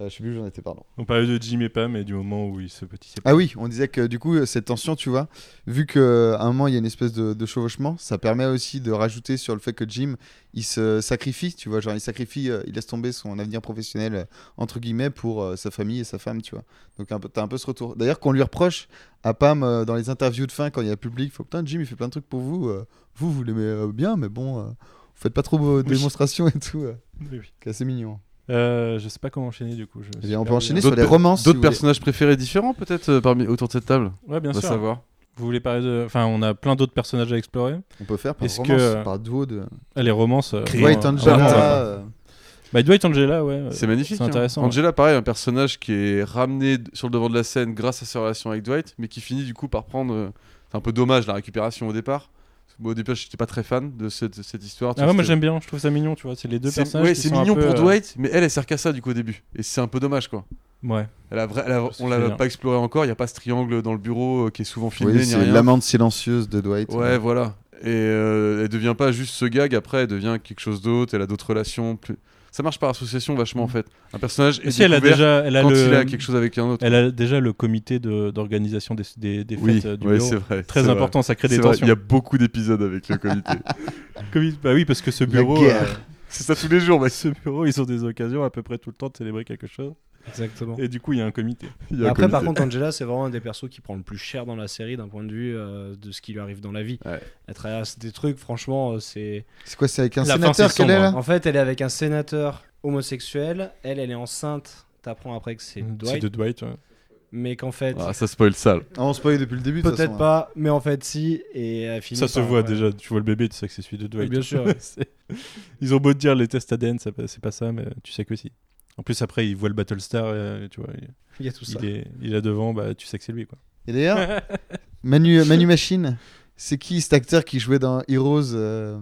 [SPEAKER 2] Euh, je sais plus où j'en étais, pardon.
[SPEAKER 1] On parlait de Jim et Pam et du moment où il se petit
[SPEAKER 2] Ah oui, on disait que du coup, euh, cette tension, tu vois, vu qu'à un moment, il y a une espèce de, de chevauchement, ça permet aussi de rajouter sur le fait que Jim, il se sacrifie, tu vois, genre il sacrifie, euh, il laisse tomber son avenir professionnel, euh, entre guillemets, pour euh, sa famille et sa femme, tu vois. Donc un peu- t'as un peu ce retour. D'ailleurs, qu'on lui reproche à Pam euh, dans les interviews de fin, quand il y a public, faut putain, Jim, il fait plein de trucs pour vous, euh, vous, vous l'aimez euh, bien, mais bon, euh, vous faites pas trop
[SPEAKER 1] Oui.
[SPEAKER 2] vos démonstrations et tout. euh.
[SPEAKER 1] Oui, oui.
[SPEAKER 2] C'est assez mignon.
[SPEAKER 1] Euh, je sais pas comment enchaîner du coup. je
[SPEAKER 2] Eh
[SPEAKER 1] suis
[SPEAKER 2] bien, on peut
[SPEAKER 1] perdu,
[SPEAKER 2] enchaîner
[SPEAKER 1] hein.
[SPEAKER 2] sur
[SPEAKER 5] D'autres
[SPEAKER 2] les
[SPEAKER 5] per-
[SPEAKER 2] romances. si
[SPEAKER 5] D'autres
[SPEAKER 2] vous voulez.
[SPEAKER 5] personnages préférés différents, peut-être, euh, parmi autour de cette table
[SPEAKER 1] Ouais, bien
[SPEAKER 5] On va
[SPEAKER 1] sûr.
[SPEAKER 5] savoir.
[SPEAKER 1] Vous voulez parler de. Enfin, on a plein d'autres personnages à explorer.
[SPEAKER 2] On peut faire par
[SPEAKER 1] Est-ce
[SPEAKER 2] romance,
[SPEAKER 1] que-
[SPEAKER 2] par duo de.
[SPEAKER 1] Ah, les romances. euh,
[SPEAKER 2] Dwight
[SPEAKER 1] vraiment,
[SPEAKER 2] Angela.
[SPEAKER 1] vraiment, ouais.
[SPEAKER 2] euh,
[SPEAKER 1] Bah, Dwight Angela, ouais. euh,
[SPEAKER 5] C'est magnifique.
[SPEAKER 1] c'est intéressant,
[SPEAKER 5] hein. Angela, pareil, un personnage qui est ramené d- sur le devant de la scène grâce à sa relation avec Dwight, mais qui finit du coup par prendre. euh, C'est un peu dommage la récupération au départ. Moi, au départ, j'étais pas très fan de cette, cette histoire. tu
[SPEAKER 1] Ah
[SPEAKER 5] vois,
[SPEAKER 1] ouais, moi
[SPEAKER 5] c'était-
[SPEAKER 1] j'aime bien, je trouve ça mignon, tu vois. C'est les deux
[SPEAKER 5] C'est
[SPEAKER 1] personnages.
[SPEAKER 5] ouais,
[SPEAKER 1] qui
[SPEAKER 5] c'est
[SPEAKER 1] sont un
[SPEAKER 5] mignon
[SPEAKER 1] peu,
[SPEAKER 5] pour
[SPEAKER 1] euh,
[SPEAKER 5] Dwight, mais elle, elle sert qu'à ça du coup au début. Et c'est un peu dommage quoi.
[SPEAKER 1] Ouais.
[SPEAKER 5] Elle a vra- elle a-
[SPEAKER 1] Je me
[SPEAKER 5] on l'a
[SPEAKER 1] souviens.
[SPEAKER 5] pas exploré encore, il n'y a pas ce triangle dans le bureau euh, qui est souvent filmé,
[SPEAKER 2] Oui,
[SPEAKER 5] ni
[SPEAKER 2] c'est
[SPEAKER 5] rien.
[SPEAKER 2] l'amante silencieuse de Dwight.
[SPEAKER 5] Ouais, voilà. Et euh, elle devient pas juste ce gag, après elle devient quelque chose d'autre, elle a d'autres relations. Plus... Ça marche par association vachement en fait. Un personnage est
[SPEAKER 1] Si elle a
[SPEAKER 5] découvert
[SPEAKER 1] déjà, elle a
[SPEAKER 5] quand
[SPEAKER 1] le,
[SPEAKER 5] il a quelque chose avec un autre.
[SPEAKER 1] elle a déjà le comité de- d'organisation des, des, des fêtes
[SPEAKER 5] Oui,
[SPEAKER 1] euh, du
[SPEAKER 5] ouais,
[SPEAKER 1] bureau.
[SPEAKER 5] c'est vrai.
[SPEAKER 1] Très
[SPEAKER 5] c'est
[SPEAKER 1] important, ça crée
[SPEAKER 5] vrai.
[SPEAKER 1] des
[SPEAKER 5] C'est vrai,
[SPEAKER 1] tensions.
[SPEAKER 5] Il y a beaucoup d'épisodes avec le comité.
[SPEAKER 1] Comi- Bah oui, parce que ce
[SPEAKER 2] La
[SPEAKER 1] bureau,
[SPEAKER 2] guerre.
[SPEAKER 1] euh,
[SPEAKER 5] c'est ça tous les jours, mec.
[SPEAKER 1] ce bureau, ils ont des occasions à peu près tout le temps de célébrer quelque chose.
[SPEAKER 4] Exactement.
[SPEAKER 1] Et du coup, il y a un comité.
[SPEAKER 5] Il y a un
[SPEAKER 4] Après, par
[SPEAKER 5] comité.
[SPEAKER 4] contre, Angela, c'est vraiment un des persos qui prend le plus cher dans la série d'un point de vue euh, de ce qui lui arrive dans la vie.
[SPEAKER 5] Ouais.
[SPEAKER 4] Elle traverse des trucs, franchement, euh, c'est.
[SPEAKER 2] C'est quoi, c'est avec un
[SPEAKER 1] La fin,
[SPEAKER 2] sénateur
[SPEAKER 1] c'est
[SPEAKER 2] qu'elle est
[SPEAKER 1] sombre,
[SPEAKER 2] là
[SPEAKER 4] En fait, elle est avec un sénateur homosexuel. Elle, elle est enceinte. T'apprends après que c'est
[SPEAKER 1] Mm. C'est
[SPEAKER 4] Dwight.
[SPEAKER 1] de Dwight. ouais.
[SPEAKER 4] Mais qu'en fait,
[SPEAKER 5] Ah, ça spoil sale.
[SPEAKER 2] Ah, On spoil depuis le début, de toute
[SPEAKER 4] peut-être
[SPEAKER 2] façon, hein.
[SPEAKER 4] pas, mais en fait, si. Et elle finit
[SPEAKER 1] Ça se
[SPEAKER 4] par-
[SPEAKER 1] voit
[SPEAKER 4] ouais.
[SPEAKER 1] déjà. Tu vois le bébé, tu sais que c'est celui de Dwight.
[SPEAKER 4] Oui, bien sûr, ouais.
[SPEAKER 1] C'est- ils ont beau te dire les tests ADN, ça- c'est pas ça, mais tu sais que si. En plus, après, ils voient le Battlestar, euh, tu vois, il,
[SPEAKER 4] Il y a tout ça.
[SPEAKER 1] il est, il est devant, bah, tu sais que c'est lui. Quoi.
[SPEAKER 2] Et d'ailleurs, Manu, Manu Machine, c'est qui cet acteur qui jouait dans Heroes, euh,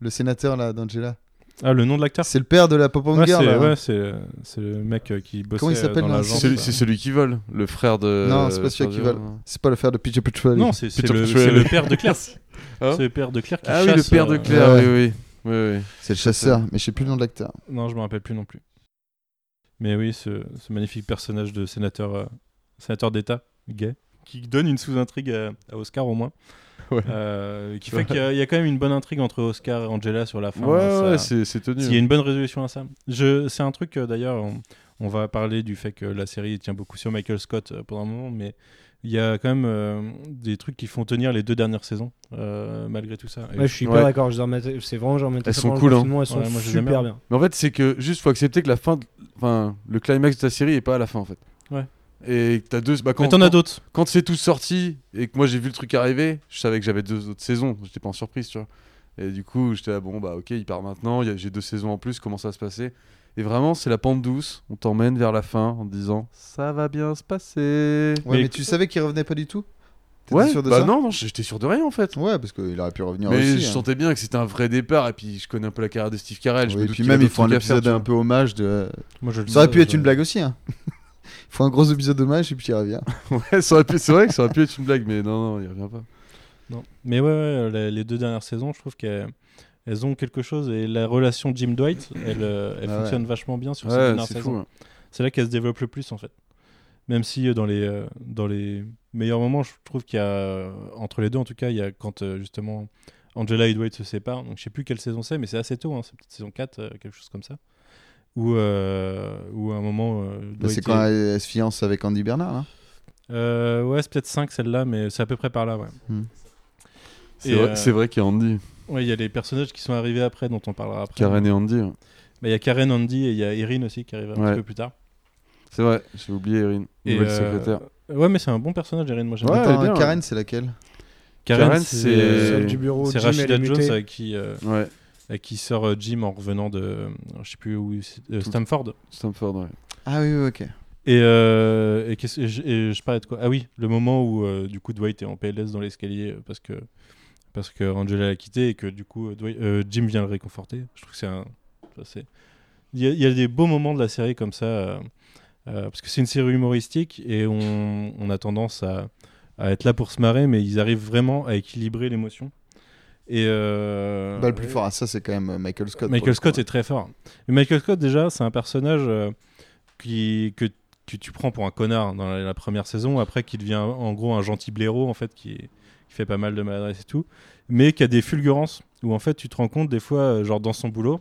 [SPEAKER 2] le sénateur là d'Angela
[SPEAKER 1] Ah, le nom de l'acteur
[SPEAKER 2] C'est le père de la pop
[SPEAKER 1] Ouais,
[SPEAKER 2] girl.
[SPEAKER 1] c'est
[SPEAKER 2] là.
[SPEAKER 1] ouais, c'est, euh, c'est le mec euh, qui bossait
[SPEAKER 2] Comment il
[SPEAKER 1] euh,
[SPEAKER 2] s'appelle,
[SPEAKER 1] dans
[SPEAKER 2] là
[SPEAKER 1] l'agence.
[SPEAKER 5] C'est
[SPEAKER 1] euh.
[SPEAKER 5] c'est celui qui vole, le frère de.
[SPEAKER 2] Non, c'est pas celui qui
[SPEAKER 5] Sergio.
[SPEAKER 2] vole. C'est pas le frère de Peter Petrelli.
[SPEAKER 1] Non, c'est c'est
[SPEAKER 5] Peter
[SPEAKER 1] le,
[SPEAKER 5] Petrelli.
[SPEAKER 1] c'est le père de Claire.
[SPEAKER 5] Hein
[SPEAKER 1] c'est le père de Claire qui
[SPEAKER 5] Ah oui,
[SPEAKER 1] chasse.
[SPEAKER 5] le père de
[SPEAKER 1] euh,
[SPEAKER 5] Claire,
[SPEAKER 2] ouais.
[SPEAKER 5] oui, oui. oui, oui.
[SPEAKER 2] C'est le chasseur, mais je sais plus le nom de l'acteur.
[SPEAKER 1] Non, je me rappelle plus non plus. Mais oui, ce, ce magnifique personnage de sénateur, euh, sénateur d'État gay, qui donne une sous-intrigue à, à Oscar au moins.
[SPEAKER 5] Ouais.
[SPEAKER 1] Euh, qui
[SPEAKER 5] Ouais.
[SPEAKER 1] fait qu'il y, a- il y a quand même une bonne intrigue entre Oscar et Angela sur la fin.
[SPEAKER 5] ouais,
[SPEAKER 1] hein, ça-
[SPEAKER 5] ouais, c'est- c'est tenu.
[SPEAKER 1] S'il y a une bonne résolution à ça. Je, c'est un truc, euh, d'ailleurs, on, on va parler du fait que la série tient beaucoup sur Michael Scott euh, pendant un moment, mais il y a quand même euh, des trucs qui font tenir les deux dernières saisons, euh, malgré tout ça. Et
[SPEAKER 4] Ouais, je
[SPEAKER 1] je-
[SPEAKER 4] suis
[SPEAKER 5] Ouais.
[SPEAKER 4] hyper d'accord. je les remettais- C'est vraiment, je remettais
[SPEAKER 5] Elles
[SPEAKER 4] ça
[SPEAKER 5] sont
[SPEAKER 4] pendant le
[SPEAKER 5] cool, hein.
[SPEAKER 4] confinement, Elles sont
[SPEAKER 1] Ouais, moi, je les aime
[SPEAKER 4] super
[SPEAKER 1] bien.
[SPEAKER 4] bien.
[SPEAKER 5] Mais en fait, c'est que juste faut accepter que la fin, de- enfin, le climax de ta série est pas à la fin en fait.
[SPEAKER 1] Ouais.
[SPEAKER 5] Et que t'as deux. Bah, quand
[SPEAKER 1] mais t'en as
[SPEAKER 5] quand-
[SPEAKER 1] d'autres.
[SPEAKER 5] Quand c'est tout sorti et que moi j'ai vu le truc arriver, je savais que j'avais deux autres saisons. J'étais pas en surprise, tu vois. Et du coup, j'étais là, bon bah ok, il part maintenant. il y a- J'ai deux saisons en plus. Comment ça va se passer Et vraiment, c'est la pente douce. On t'emmène vers la fin en te disant ça va bien se passer.
[SPEAKER 2] Ouais, mais,
[SPEAKER 1] Mais-
[SPEAKER 2] tu savais qu'il revenait pas du tout T'étais
[SPEAKER 5] Ouais.
[SPEAKER 2] sûr de
[SPEAKER 5] bah
[SPEAKER 2] ça
[SPEAKER 5] non, non, j'étais sûr de rien en fait.
[SPEAKER 2] Ouais, parce qu'il aurait pu revenir
[SPEAKER 5] Mais
[SPEAKER 2] aussi.
[SPEAKER 5] je
[SPEAKER 2] hein.
[SPEAKER 5] sentais bien que c'était un vrai départ, et puis je connais un peu la carrière de Steve Carell. je
[SPEAKER 2] Oui,
[SPEAKER 5] me
[SPEAKER 2] et
[SPEAKER 5] doute
[SPEAKER 2] puis
[SPEAKER 5] qu'il a
[SPEAKER 2] même, ils
[SPEAKER 5] d'autres
[SPEAKER 2] font un
[SPEAKER 5] trucs à faire,
[SPEAKER 2] épisode
[SPEAKER 5] tu vois.
[SPEAKER 2] un peu hommage de.
[SPEAKER 1] Moi, je le- euh,
[SPEAKER 2] Ça aurait pu
[SPEAKER 1] je-
[SPEAKER 2] être une blague aussi. Hein. Ils font un gros épisode hommage et puis il revient.
[SPEAKER 5] Ouais, ça aurait pu- c'est vrai que ça aurait pu être une blague, mais non, non, il revient pas.
[SPEAKER 1] Non. Mais ouais, ouais, les, les deux dernières saisons, je trouve qu'elles elles ont quelque chose. Et la relation Jim-Dwight, elle, euh, elle
[SPEAKER 2] Ah ouais.
[SPEAKER 1] fonctionne vachement bien sur ces
[SPEAKER 5] Ouais,
[SPEAKER 1] dernières
[SPEAKER 5] c'est
[SPEAKER 1] saisons.
[SPEAKER 5] fou. hein.
[SPEAKER 1] C'est là qu'elle se développe le plus en fait. Même si euh, dans les, euh, dans les meilleurs moments, je trouve qu'il y a, euh, entre les deux en tout cas, il y a quand euh, justement Angela et Dwight se séparent. Donc je sais plus quelle saison c'est, mais c'est assez tôt, hein, c'est peut-être saison 4, euh, quelque chose comme ça. Ou euh, ou à un moment. euh,
[SPEAKER 2] Bah,
[SPEAKER 1] Dwight
[SPEAKER 2] c'est
[SPEAKER 1] est-
[SPEAKER 2] quand elle, elle se fiance avec Andy Bernard. hein.
[SPEAKER 1] Euh, ouais, c'est peut-être 5 celle-là, mais c'est à peu près par là, ouais.
[SPEAKER 5] C'est
[SPEAKER 1] Et,
[SPEAKER 5] vrai,
[SPEAKER 1] euh,
[SPEAKER 5] c'est vrai qu'il y a Andy,
[SPEAKER 1] Ouais, il y a les personnages qui sont arrivés après, dont on parlera après.
[SPEAKER 5] Karen et Andy. hein.
[SPEAKER 1] Bah, il y a Karen, Andy et il y a Erin aussi qui arrive un
[SPEAKER 5] Ouais.
[SPEAKER 1] petit peu plus tard.
[SPEAKER 5] C'est vrai, j'ai oublié Erin,
[SPEAKER 1] Et,
[SPEAKER 5] nouvelle
[SPEAKER 1] euh,
[SPEAKER 5] secrétaire.
[SPEAKER 1] Ouais, mais c'est un bon personnage, Erin. Moi, j'aime
[SPEAKER 5] Ouais,
[SPEAKER 1] bien.
[SPEAKER 2] Attends,
[SPEAKER 5] elle est bien,
[SPEAKER 2] Karen, c'est laquelle
[SPEAKER 1] Karen, euh,
[SPEAKER 5] Karen, c'est-
[SPEAKER 4] Celle du bureau,
[SPEAKER 1] C'est
[SPEAKER 4] Jim, elle est
[SPEAKER 1] Rachida Jones
[SPEAKER 4] mutée.
[SPEAKER 1] euh, qui, euh,
[SPEAKER 5] Ouais,
[SPEAKER 1] euh, qui sort euh, Jim en revenant de, euh, je sais plus où, c'est- euh, Stamford.
[SPEAKER 5] Stamford, ouais.
[SPEAKER 2] Ah oui, oui, ok.
[SPEAKER 1] Et, euh, et, qu'est-ce- et je, et je parlais de quoi Ah oui, le moment où euh, du coup Dwight est en PLS dans l'escalier euh, parce que parce que Angela l'a quitté et que du coup euh, Dwight- euh, Jim vient le réconforter. Je trouve que c'est un, ça, c'est- il y, a- il y a des beaux moments de la série comme ça euh, euh, parce que c'est une série humoristique et on, on a tendance à, à être là pour se marrer, mais ils arrivent vraiment à équilibrer l'émotion. Et euh,
[SPEAKER 2] Bah, le plus fort à ça, c'est quand même euh, Michael Scott. pour le
[SPEAKER 1] Michael
[SPEAKER 2] coup,
[SPEAKER 1] Scott
[SPEAKER 2] hein.
[SPEAKER 1] est très fort. Mais Michael Scott, déjà, c'est un personnage euh, qui, que, que tu prends pour un connard dans la, la première saison, après qui devient en gros un gentil blaireau, en fait, qui, qui fait pas mal de maladresse et tout, mais qui a des fulgurances, où en fait tu te rends compte des fois, euh, genre dans son boulot,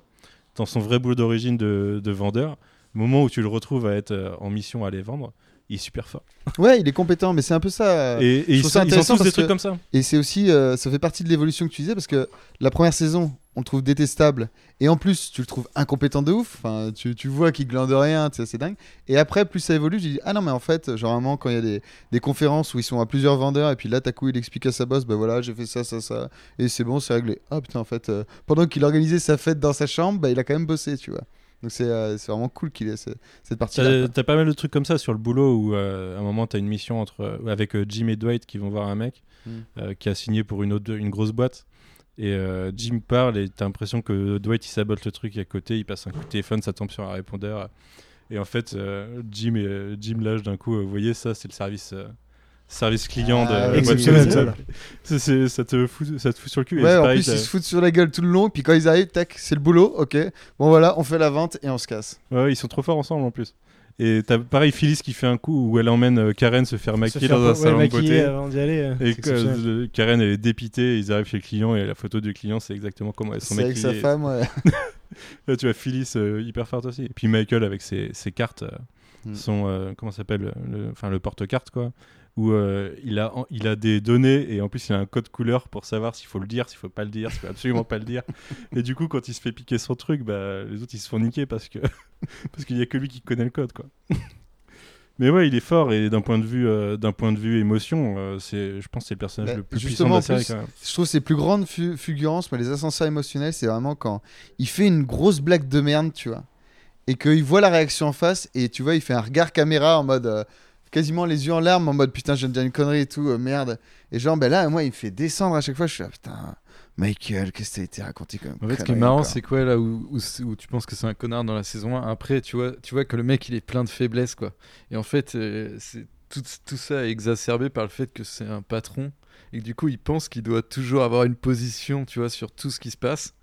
[SPEAKER 1] dans son vrai boulot d'origine de, de vendeur, au moment où tu le retrouves à être euh, en mission à les vendre, il est super fort.
[SPEAKER 2] hein. Ouais, il est compétent, mais c'est un peu ça.
[SPEAKER 1] Et,
[SPEAKER 2] Et,
[SPEAKER 1] et ils,
[SPEAKER 2] Euh, trouve ça
[SPEAKER 1] sont, ils ont
[SPEAKER 2] intéressant
[SPEAKER 1] tous des
[SPEAKER 2] parce
[SPEAKER 1] trucs
[SPEAKER 2] que-
[SPEAKER 1] comme ça.
[SPEAKER 2] c'est aussi. euh, ça fait partie de l'évolution que tu disais, parce que la première saison, on le trouve détestable. Et en plus, tu le trouves incompétent de ouf. Enfin, tu, tu vois qu'il glande rien, tu sais, c'est dingue. Et après, plus ça évolue, tu dis Ah non, mais en fait, généralement, quand il y a des, des conférences où ils sont à plusieurs vendeurs, et puis là, t'as coup, il explique à sa boss Bah voilà, j'ai fait ça, ça, ça. Et c'est bon, c'est réglé. Ah putain, en fait, euh, pendant qu'il organisait sa fête dans sa chambre, bah, il a quand même bossé, tu vois. Donc c'est euh, c'est vraiment cool qu'il ait ce- cette partie-là.
[SPEAKER 1] T'as
[SPEAKER 2] quoi.
[SPEAKER 1] t'as pas mal de trucs comme ça sur le boulot où euh, à un moment t'as une mission entre euh, avec euh, Jim et Dwight qui vont voir un mec
[SPEAKER 2] Mm.
[SPEAKER 1] euh, qui a signé pour une autre une grosse boîte et euh, Jim parle et t'as l'impression que Dwight il sabote le truc à côté, il passe un coup de téléphone, ça tombe sur un répondeur et en fait euh, Jim et Jim lâche d'un coup, euh, vous voyez ça c'est le service euh, service client
[SPEAKER 2] Ah,
[SPEAKER 1] de
[SPEAKER 2] oui,
[SPEAKER 1] Webshop.
[SPEAKER 2] oui,
[SPEAKER 1] ça,
[SPEAKER 2] oui.
[SPEAKER 1] c'est- c'est- ça te fout, ça te fout sur le cul. et
[SPEAKER 2] Ouais,
[SPEAKER 1] c'est
[SPEAKER 2] en
[SPEAKER 1] pareil,
[SPEAKER 2] plus,
[SPEAKER 1] t'as-
[SPEAKER 2] ils se foutent sur la gueule tout le long, puis quand ils arrivent, tac, c'est le boulot, ok. Bon, voilà, on fait la vente et on se casse.
[SPEAKER 1] Ouais, ouais, ils sont trop forts ensemble en plus. Et t'as pareil Phyllis qui fait un coup où elle emmène euh, Karen se faire maquiller dans un salon de beauté.
[SPEAKER 4] avant d'y aller. euh,
[SPEAKER 1] et
[SPEAKER 4] c'est
[SPEAKER 1] que,
[SPEAKER 4] exceptionnel.
[SPEAKER 1] euh, Karen elle est dépitée, ils arrivent chez le client et la photo du client c'est exactement comment elles sont
[SPEAKER 2] C'est avec
[SPEAKER 1] maquillées.
[SPEAKER 2] sa femme, ouais.
[SPEAKER 1] Là, tu vois Phyllis euh, hyper forte aussi. Et puis Michael avec ses, ses cartes, euh,
[SPEAKER 2] Mm.
[SPEAKER 1] son euh, comment ça s'appelle, le, enfin le porte-carte quoi, où euh, il a en- il a des données et en plus il a un code couleur pour savoir s'il faut le dire, s'il faut pas le dire, s'il faut absolument pas le dire. Et du coup quand il se fait piquer son truc, bah, les autres ils se font niquer parce que parce qu'il y a que lui qui connaît le code quoi. Mais ouais, il est fort et d'un point de vue euh, d'un point de vue émotion, euh, c'est je pense que c'est le personnage
[SPEAKER 2] Bah,
[SPEAKER 1] le plus puissant de
[SPEAKER 2] justement,
[SPEAKER 1] la
[SPEAKER 2] en
[SPEAKER 1] série
[SPEAKER 2] plus,
[SPEAKER 1] quand même.
[SPEAKER 2] Je trouve ses plus grandes fu- fulgurances, mais les ascenseurs émotionnels, c'est vraiment quand il fait une grosse blague de merde, tu vois. Et qu'il voit la réaction en face, et tu vois, il fait un regard caméra en mode. euh, quasiment les yeux en larmes, en mode putain, je viens de dire une connerie et tout, euh, merde. Et genre, ben là, moi, il me fait descendre à chaque fois, je suis là, putain, Michael, qu'est-ce que t'as été raconté comme
[SPEAKER 3] En fait, ce qui est
[SPEAKER 2] connerie,
[SPEAKER 3] marrant,
[SPEAKER 2] quoi.
[SPEAKER 3] c'est quoi là où, où c'est- où tu penses que c'est un connard dans la saison 1 Après, tu vois, tu vois que le mec il est plein de faiblesses quoi. Et en fait, euh, c'est tout, tout ça est exacerbé par le fait que c'est un patron et que du coup il pense qu'il doit toujours avoir une position, tu vois, sur tout ce qui se passe.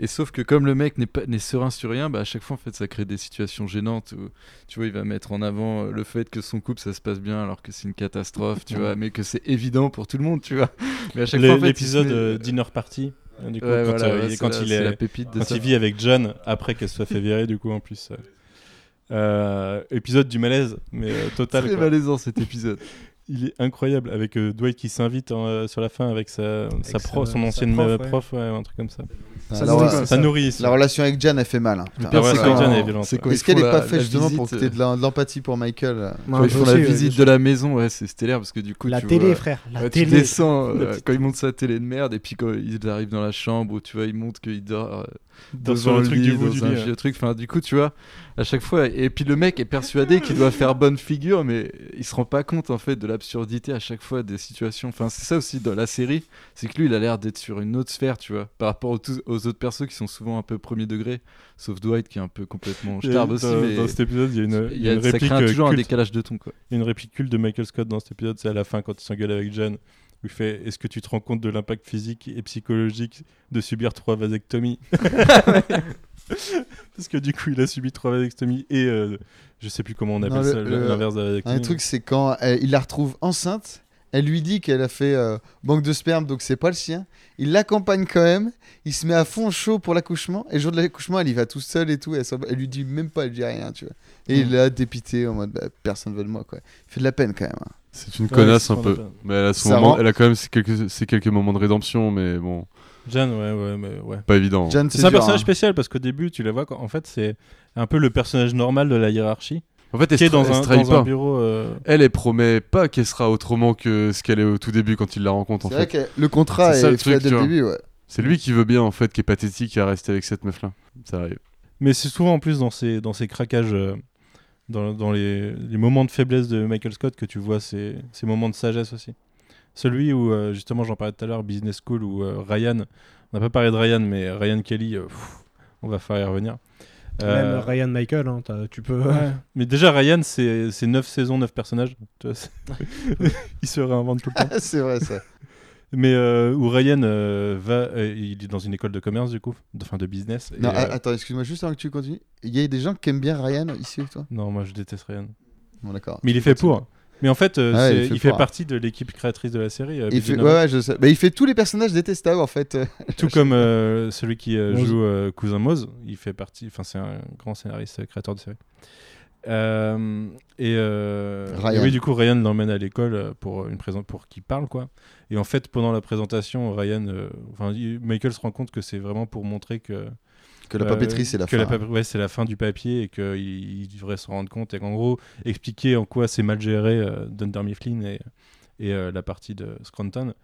[SPEAKER 3] Et sauf que comme le mec n'est pas n'est serein sur rien, bah à chaque fois en fait ça crée des situations gênantes où tu vois il va mettre en avant euh, le fait que son couple ça se passe bien alors que c'est une catastrophe, tu vois, mais que c'est évident pour tout le monde, tu vois. Mais à chaque fois,
[SPEAKER 1] Le-
[SPEAKER 3] en fait, il se
[SPEAKER 1] L'épisode
[SPEAKER 3] met-
[SPEAKER 1] euh, Dinner Party, euh, du coup,
[SPEAKER 3] Ouais,
[SPEAKER 1] quand,
[SPEAKER 3] voilà,
[SPEAKER 1] euh,
[SPEAKER 3] ouais,
[SPEAKER 1] il-
[SPEAKER 3] c'est
[SPEAKER 1] quand
[SPEAKER 3] la-
[SPEAKER 1] il
[SPEAKER 3] c'est
[SPEAKER 1] est
[SPEAKER 3] la pépite de
[SPEAKER 1] quand
[SPEAKER 3] ça.
[SPEAKER 1] il vit avec John après qu'elle se soit fait virer du coup en plus euh. Euh, épisode du malaise mais euh, total
[SPEAKER 3] Très
[SPEAKER 1] quoi. Ah,
[SPEAKER 3] malaisant cet épisode.
[SPEAKER 1] il est incroyable avec euh, Dwight qui s'invite en, euh, sur la fin avec sa, sa
[SPEAKER 4] sa-
[SPEAKER 1] pro- son
[SPEAKER 4] sa
[SPEAKER 1] ancienne
[SPEAKER 4] prof,
[SPEAKER 1] euh,
[SPEAKER 4] ouais.
[SPEAKER 1] prof ouais, un truc comme ça
[SPEAKER 4] Ça
[SPEAKER 2] Alors,
[SPEAKER 4] nourrit,
[SPEAKER 2] euh,
[SPEAKER 4] quoi.
[SPEAKER 1] ça,
[SPEAKER 4] ça.
[SPEAKER 1] nourrit ça.
[SPEAKER 2] La relation avec Jan, elle fait mal. hein, putain.
[SPEAKER 1] pire, c'est
[SPEAKER 2] Ouais,
[SPEAKER 1] que Jan,
[SPEAKER 2] vraiment.
[SPEAKER 1] elle est violente, ouais.
[SPEAKER 3] quand ils
[SPEAKER 2] Est-ce qu'elle
[SPEAKER 3] font
[SPEAKER 2] est pas
[SPEAKER 3] la-
[SPEAKER 2] faite
[SPEAKER 3] la
[SPEAKER 2] justement
[SPEAKER 3] visite,
[SPEAKER 2] pour que
[SPEAKER 1] euh,
[SPEAKER 2] t'aies de la- de l'empathie pour Michael euh,
[SPEAKER 4] Ouais,
[SPEAKER 3] Quand ils font la
[SPEAKER 4] aussi, euh,
[SPEAKER 3] visite de la maison, ouais, c'est stellaire parce que du coup,
[SPEAKER 4] La
[SPEAKER 3] tu
[SPEAKER 4] télé,
[SPEAKER 3] vois,
[SPEAKER 4] frère. La
[SPEAKER 3] ouais, tu
[SPEAKER 4] télé.
[SPEAKER 1] La
[SPEAKER 3] descends euh,
[SPEAKER 1] petite-
[SPEAKER 3] quand ils montent sa télé de merde et puis quand ils arrivent dans la chambre où tu vois, ils montrent qu'il dort euh,
[SPEAKER 1] Dans-
[SPEAKER 3] devant
[SPEAKER 1] sur le truc
[SPEAKER 3] lit,
[SPEAKER 1] du bout
[SPEAKER 3] dans
[SPEAKER 1] du
[SPEAKER 3] un
[SPEAKER 1] lit, hein.
[SPEAKER 3] vieux
[SPEAKER 1] ouais.
[SPEAKER 3] truc. Enfin, du coup, tu vois, à chaque fois. Et puis le mec est persuadé qu'il doit faire bonne figure, mais il se rend pas compte en fait de l'absurdité à chaque fois des situations. Enfin, c'est ça aussi dans la série, c'est que lui, il a l'air d'être sur une autre sphère, tu vois, par rapport aux, tous- aux autres persos qui sont souvent un peu premier degré, sauf Dwight qui est un peu complètement
[SPEAKER 1] hein. Et
[SPEAKER 3] starve aussi,
[SPEAKER 1] dans,
[SPEAKER 3] mais.
[SPEAKER 1] dans cet épisode, il y a une,
[SPEAKER 3] il y a-
[SPEAKER 1] une
[SPEAKER 3] ça
[SPEAKER 1] réplique
[SPEAKER 3] crée un-
[SPEAKER 1] euh,
[SPEAKER 3] toujours un
[SPEAKER 1] culte.
[SPEAKER 3] décalage de ton quoi.
[SPEAKER 1] Il y a une réplique culte de Michael Scott dans cet épisode, c'est à la fin quand il s'engueule avec John, où il fait Est-ce que tu te rends compte de l'impact physique et psychologique de subir trois vasectomies Parce que du coup, il a subi trois vasectomies et euh, je sais plus comment on appelle
[SPEAKER 2] Non, le-
[SPEAKER 1] ça,
[SPEAKER 2] le-
[SPEAKER 1] l'inverse de la vasectomie.
[SPEAKER 2] Un truc, c'est quand elle- il la retrouve enceinte, elle lui dit qu'elle a fait euh, banque de sperme, donc c'est pas le sien. Il l'accompagne quand même, il se met à fond chaud pour l'accouchement, et le jour de l'accouchement, elle y va tout seul et tout, elle, s'en- elle lui dit même pas, elle dit rien, tu vois. Et
[SPEAKER 1] Mm.
[SPEAKER 2] il l'a dépité en mode bah, personne veut de moi, quoi. Il fait de la peine quand même. hein.
[SPEAKER 5] C'est une
[SPEAKER 1] Ouais,
[SPEAKER 5] connasse
[SPEAKER 1] c'est
[SPEAKER 5] un
[SPEAKER 1] pas
[SPEAKER 5] peu.
[SPEAKER 1] mal.
[SPEAKER 5] Mais elle a, son
[SPEAKER 2] Ça
[SPEAKER 5] moment-
[SPEAKER 2] rend-
[SPEAKER 5] elle a quand même ses quelques, ses quelques moments de rédemption, mais bon,
[SPEAKER 1] John, ouais, ouais, mais ouais.
[SPEAKER 5] pas évident.
[SPEAKER 2] Jeanne,
[SPEAKER 1] C'est un
[SPEAKER 2] dur,
[SPEAKER 1] personnage
[SPEAKER 2] hein.
[SPEAKER 1] spécial parce qu'au début, tu la vois, quand- en fait, c'est un peu le personnage normal de la hiérarchie
[SPEAKER 5] En fait, elle,
[SPEAKER 1] qui est
[SPEAKER 5] se tra-
[SPEAKER 1] dans
[SPEAKER 5] elle se
[SPEAKER 1] un,
[SPEAKER 5] trahit
[SPEAKER 1] dans un
[SPEAKER 5] pas.
[SPEAKER 1] bureau. euh,
[SPEAKER 5] Elle, elle promet pas qu'elle sera autrement que ce qu'elle est au tout début quand il la rencontre. En
[SPEAKER 2] C'est vrai
[SPEAKER 5] fait,
[SPEAKER 2] que le contrat
[SPEAKER 5] C'est
[SPEAKER 2] est,
[SPEAKER 5] ça, le
[SPEAKER 2] fait
[SPEAKER 5] truc,
[SPEAKER 2] dès
[SPEAKER 5] tu
[SPEAKER 2] le
[SPEAKER 5] vois.
[SPEAKER 2] début, ouais.
[SPEAKER 5] c'est lui qui veut bien, en fait, qui est pathétique et à rester avec cette meuf-là. Ça arrive.
[SPEAKER 1] Mais c'est souvent en plus dans ces, dans ces craquages, euh, dans, dans les, les moments de faiblesse de Michael Scott que tu vois ces, ces moments de sagesse aussi. Celui où, euh, justement, j'en parlais tout à l'heure, Business School, où euh, Ryan, on n'a pas parlé de Ryan, mais Ryan Kelly, euh, pff, on va faire y revenir.
[SPEAKER 4] Même
[SPEAKER 1] Euh,
[SPEAKER 4] Ryan Michael, hein, t'as- tu peux.
[SPEAKER 1] mais déjà, Ryan, c'est 9 saisons, 9 personnages. Tu vois, c'est- Il se réinvente tout le temps.
[SPEAKER 5] Hein.
[SPEAKER 2] c'est vrai ça.
[SPEAKER 1] Mais euh, où Ryan euh, va, euh, il est dans une école de commerce, du coup, de- enfin de business. et,
[SPEAKER 2] Non,
[SPEAKER 4] ah,
[SPEAKER 1] euh,
[SPEAKER 2] a- attends, excuse-moi, juste avant que tu continues. Il y a des gens qui aiment bien Ryan ici, toi
[SPEAKER 1] non, moi je déteste Ryan.
[SPEAKER 2] Bon, d'accord.
[SPEAKER 1] Mais il est fait pour. Mais en fait, euh,
[SPEAKER 2] Ah ouais,
[SPEAKER 1] c'est-
[SPEAKER 2] il est
[SPEAKER 1] il
[SPEAKER 2] fait
[SPEAKER 1] fait,
[SPEAKER 2] pour, hein.
[SPEAKER 1] partie de l'équipe créatrice de la série, euh, Bill
[SPEAKER 2] Il fait, ouais,
[SPEAKER 1] Dunnam.
[SPEAKER 2] ouais, je sais. Mais il fait tous les personnages détestables en fait. euh.
[SPEAKER 1] tout comme euh, celui qui euh,
[SPEAKER 4] Moz.
[SPEAKER 1] joue euh, cousin Moz. Il fait partie. Enfin, c'est un grand scénariste euh, créateur de série. Euh, et, euh,
[SPEAKER 2] Ryan.
[SPEAKER 1] et oui, du coup, Ryan l'emmène à l'école euh, pour une présent pour qu'il parle quoi. Et en fait, pendant la présentation, Ryan, euh, enfin, il- Michael se rend compte que c'est vraiment pour montrer que
[SPEAKER 2] Que la
[SPEAKER 1] euh,
[SPEAKER 2] papeterie, c'est la
[SPEAKER 1] que
[SPEAKER 2] fin.
[SPEAKER 1] pape- ouais, c'est la fin du papier et qu'il il devrait se rendre compte et qu'en gros, expliquer en quoi c'est mal géré euh, Dunder Mifflin et, et euh, la partie de Scranton.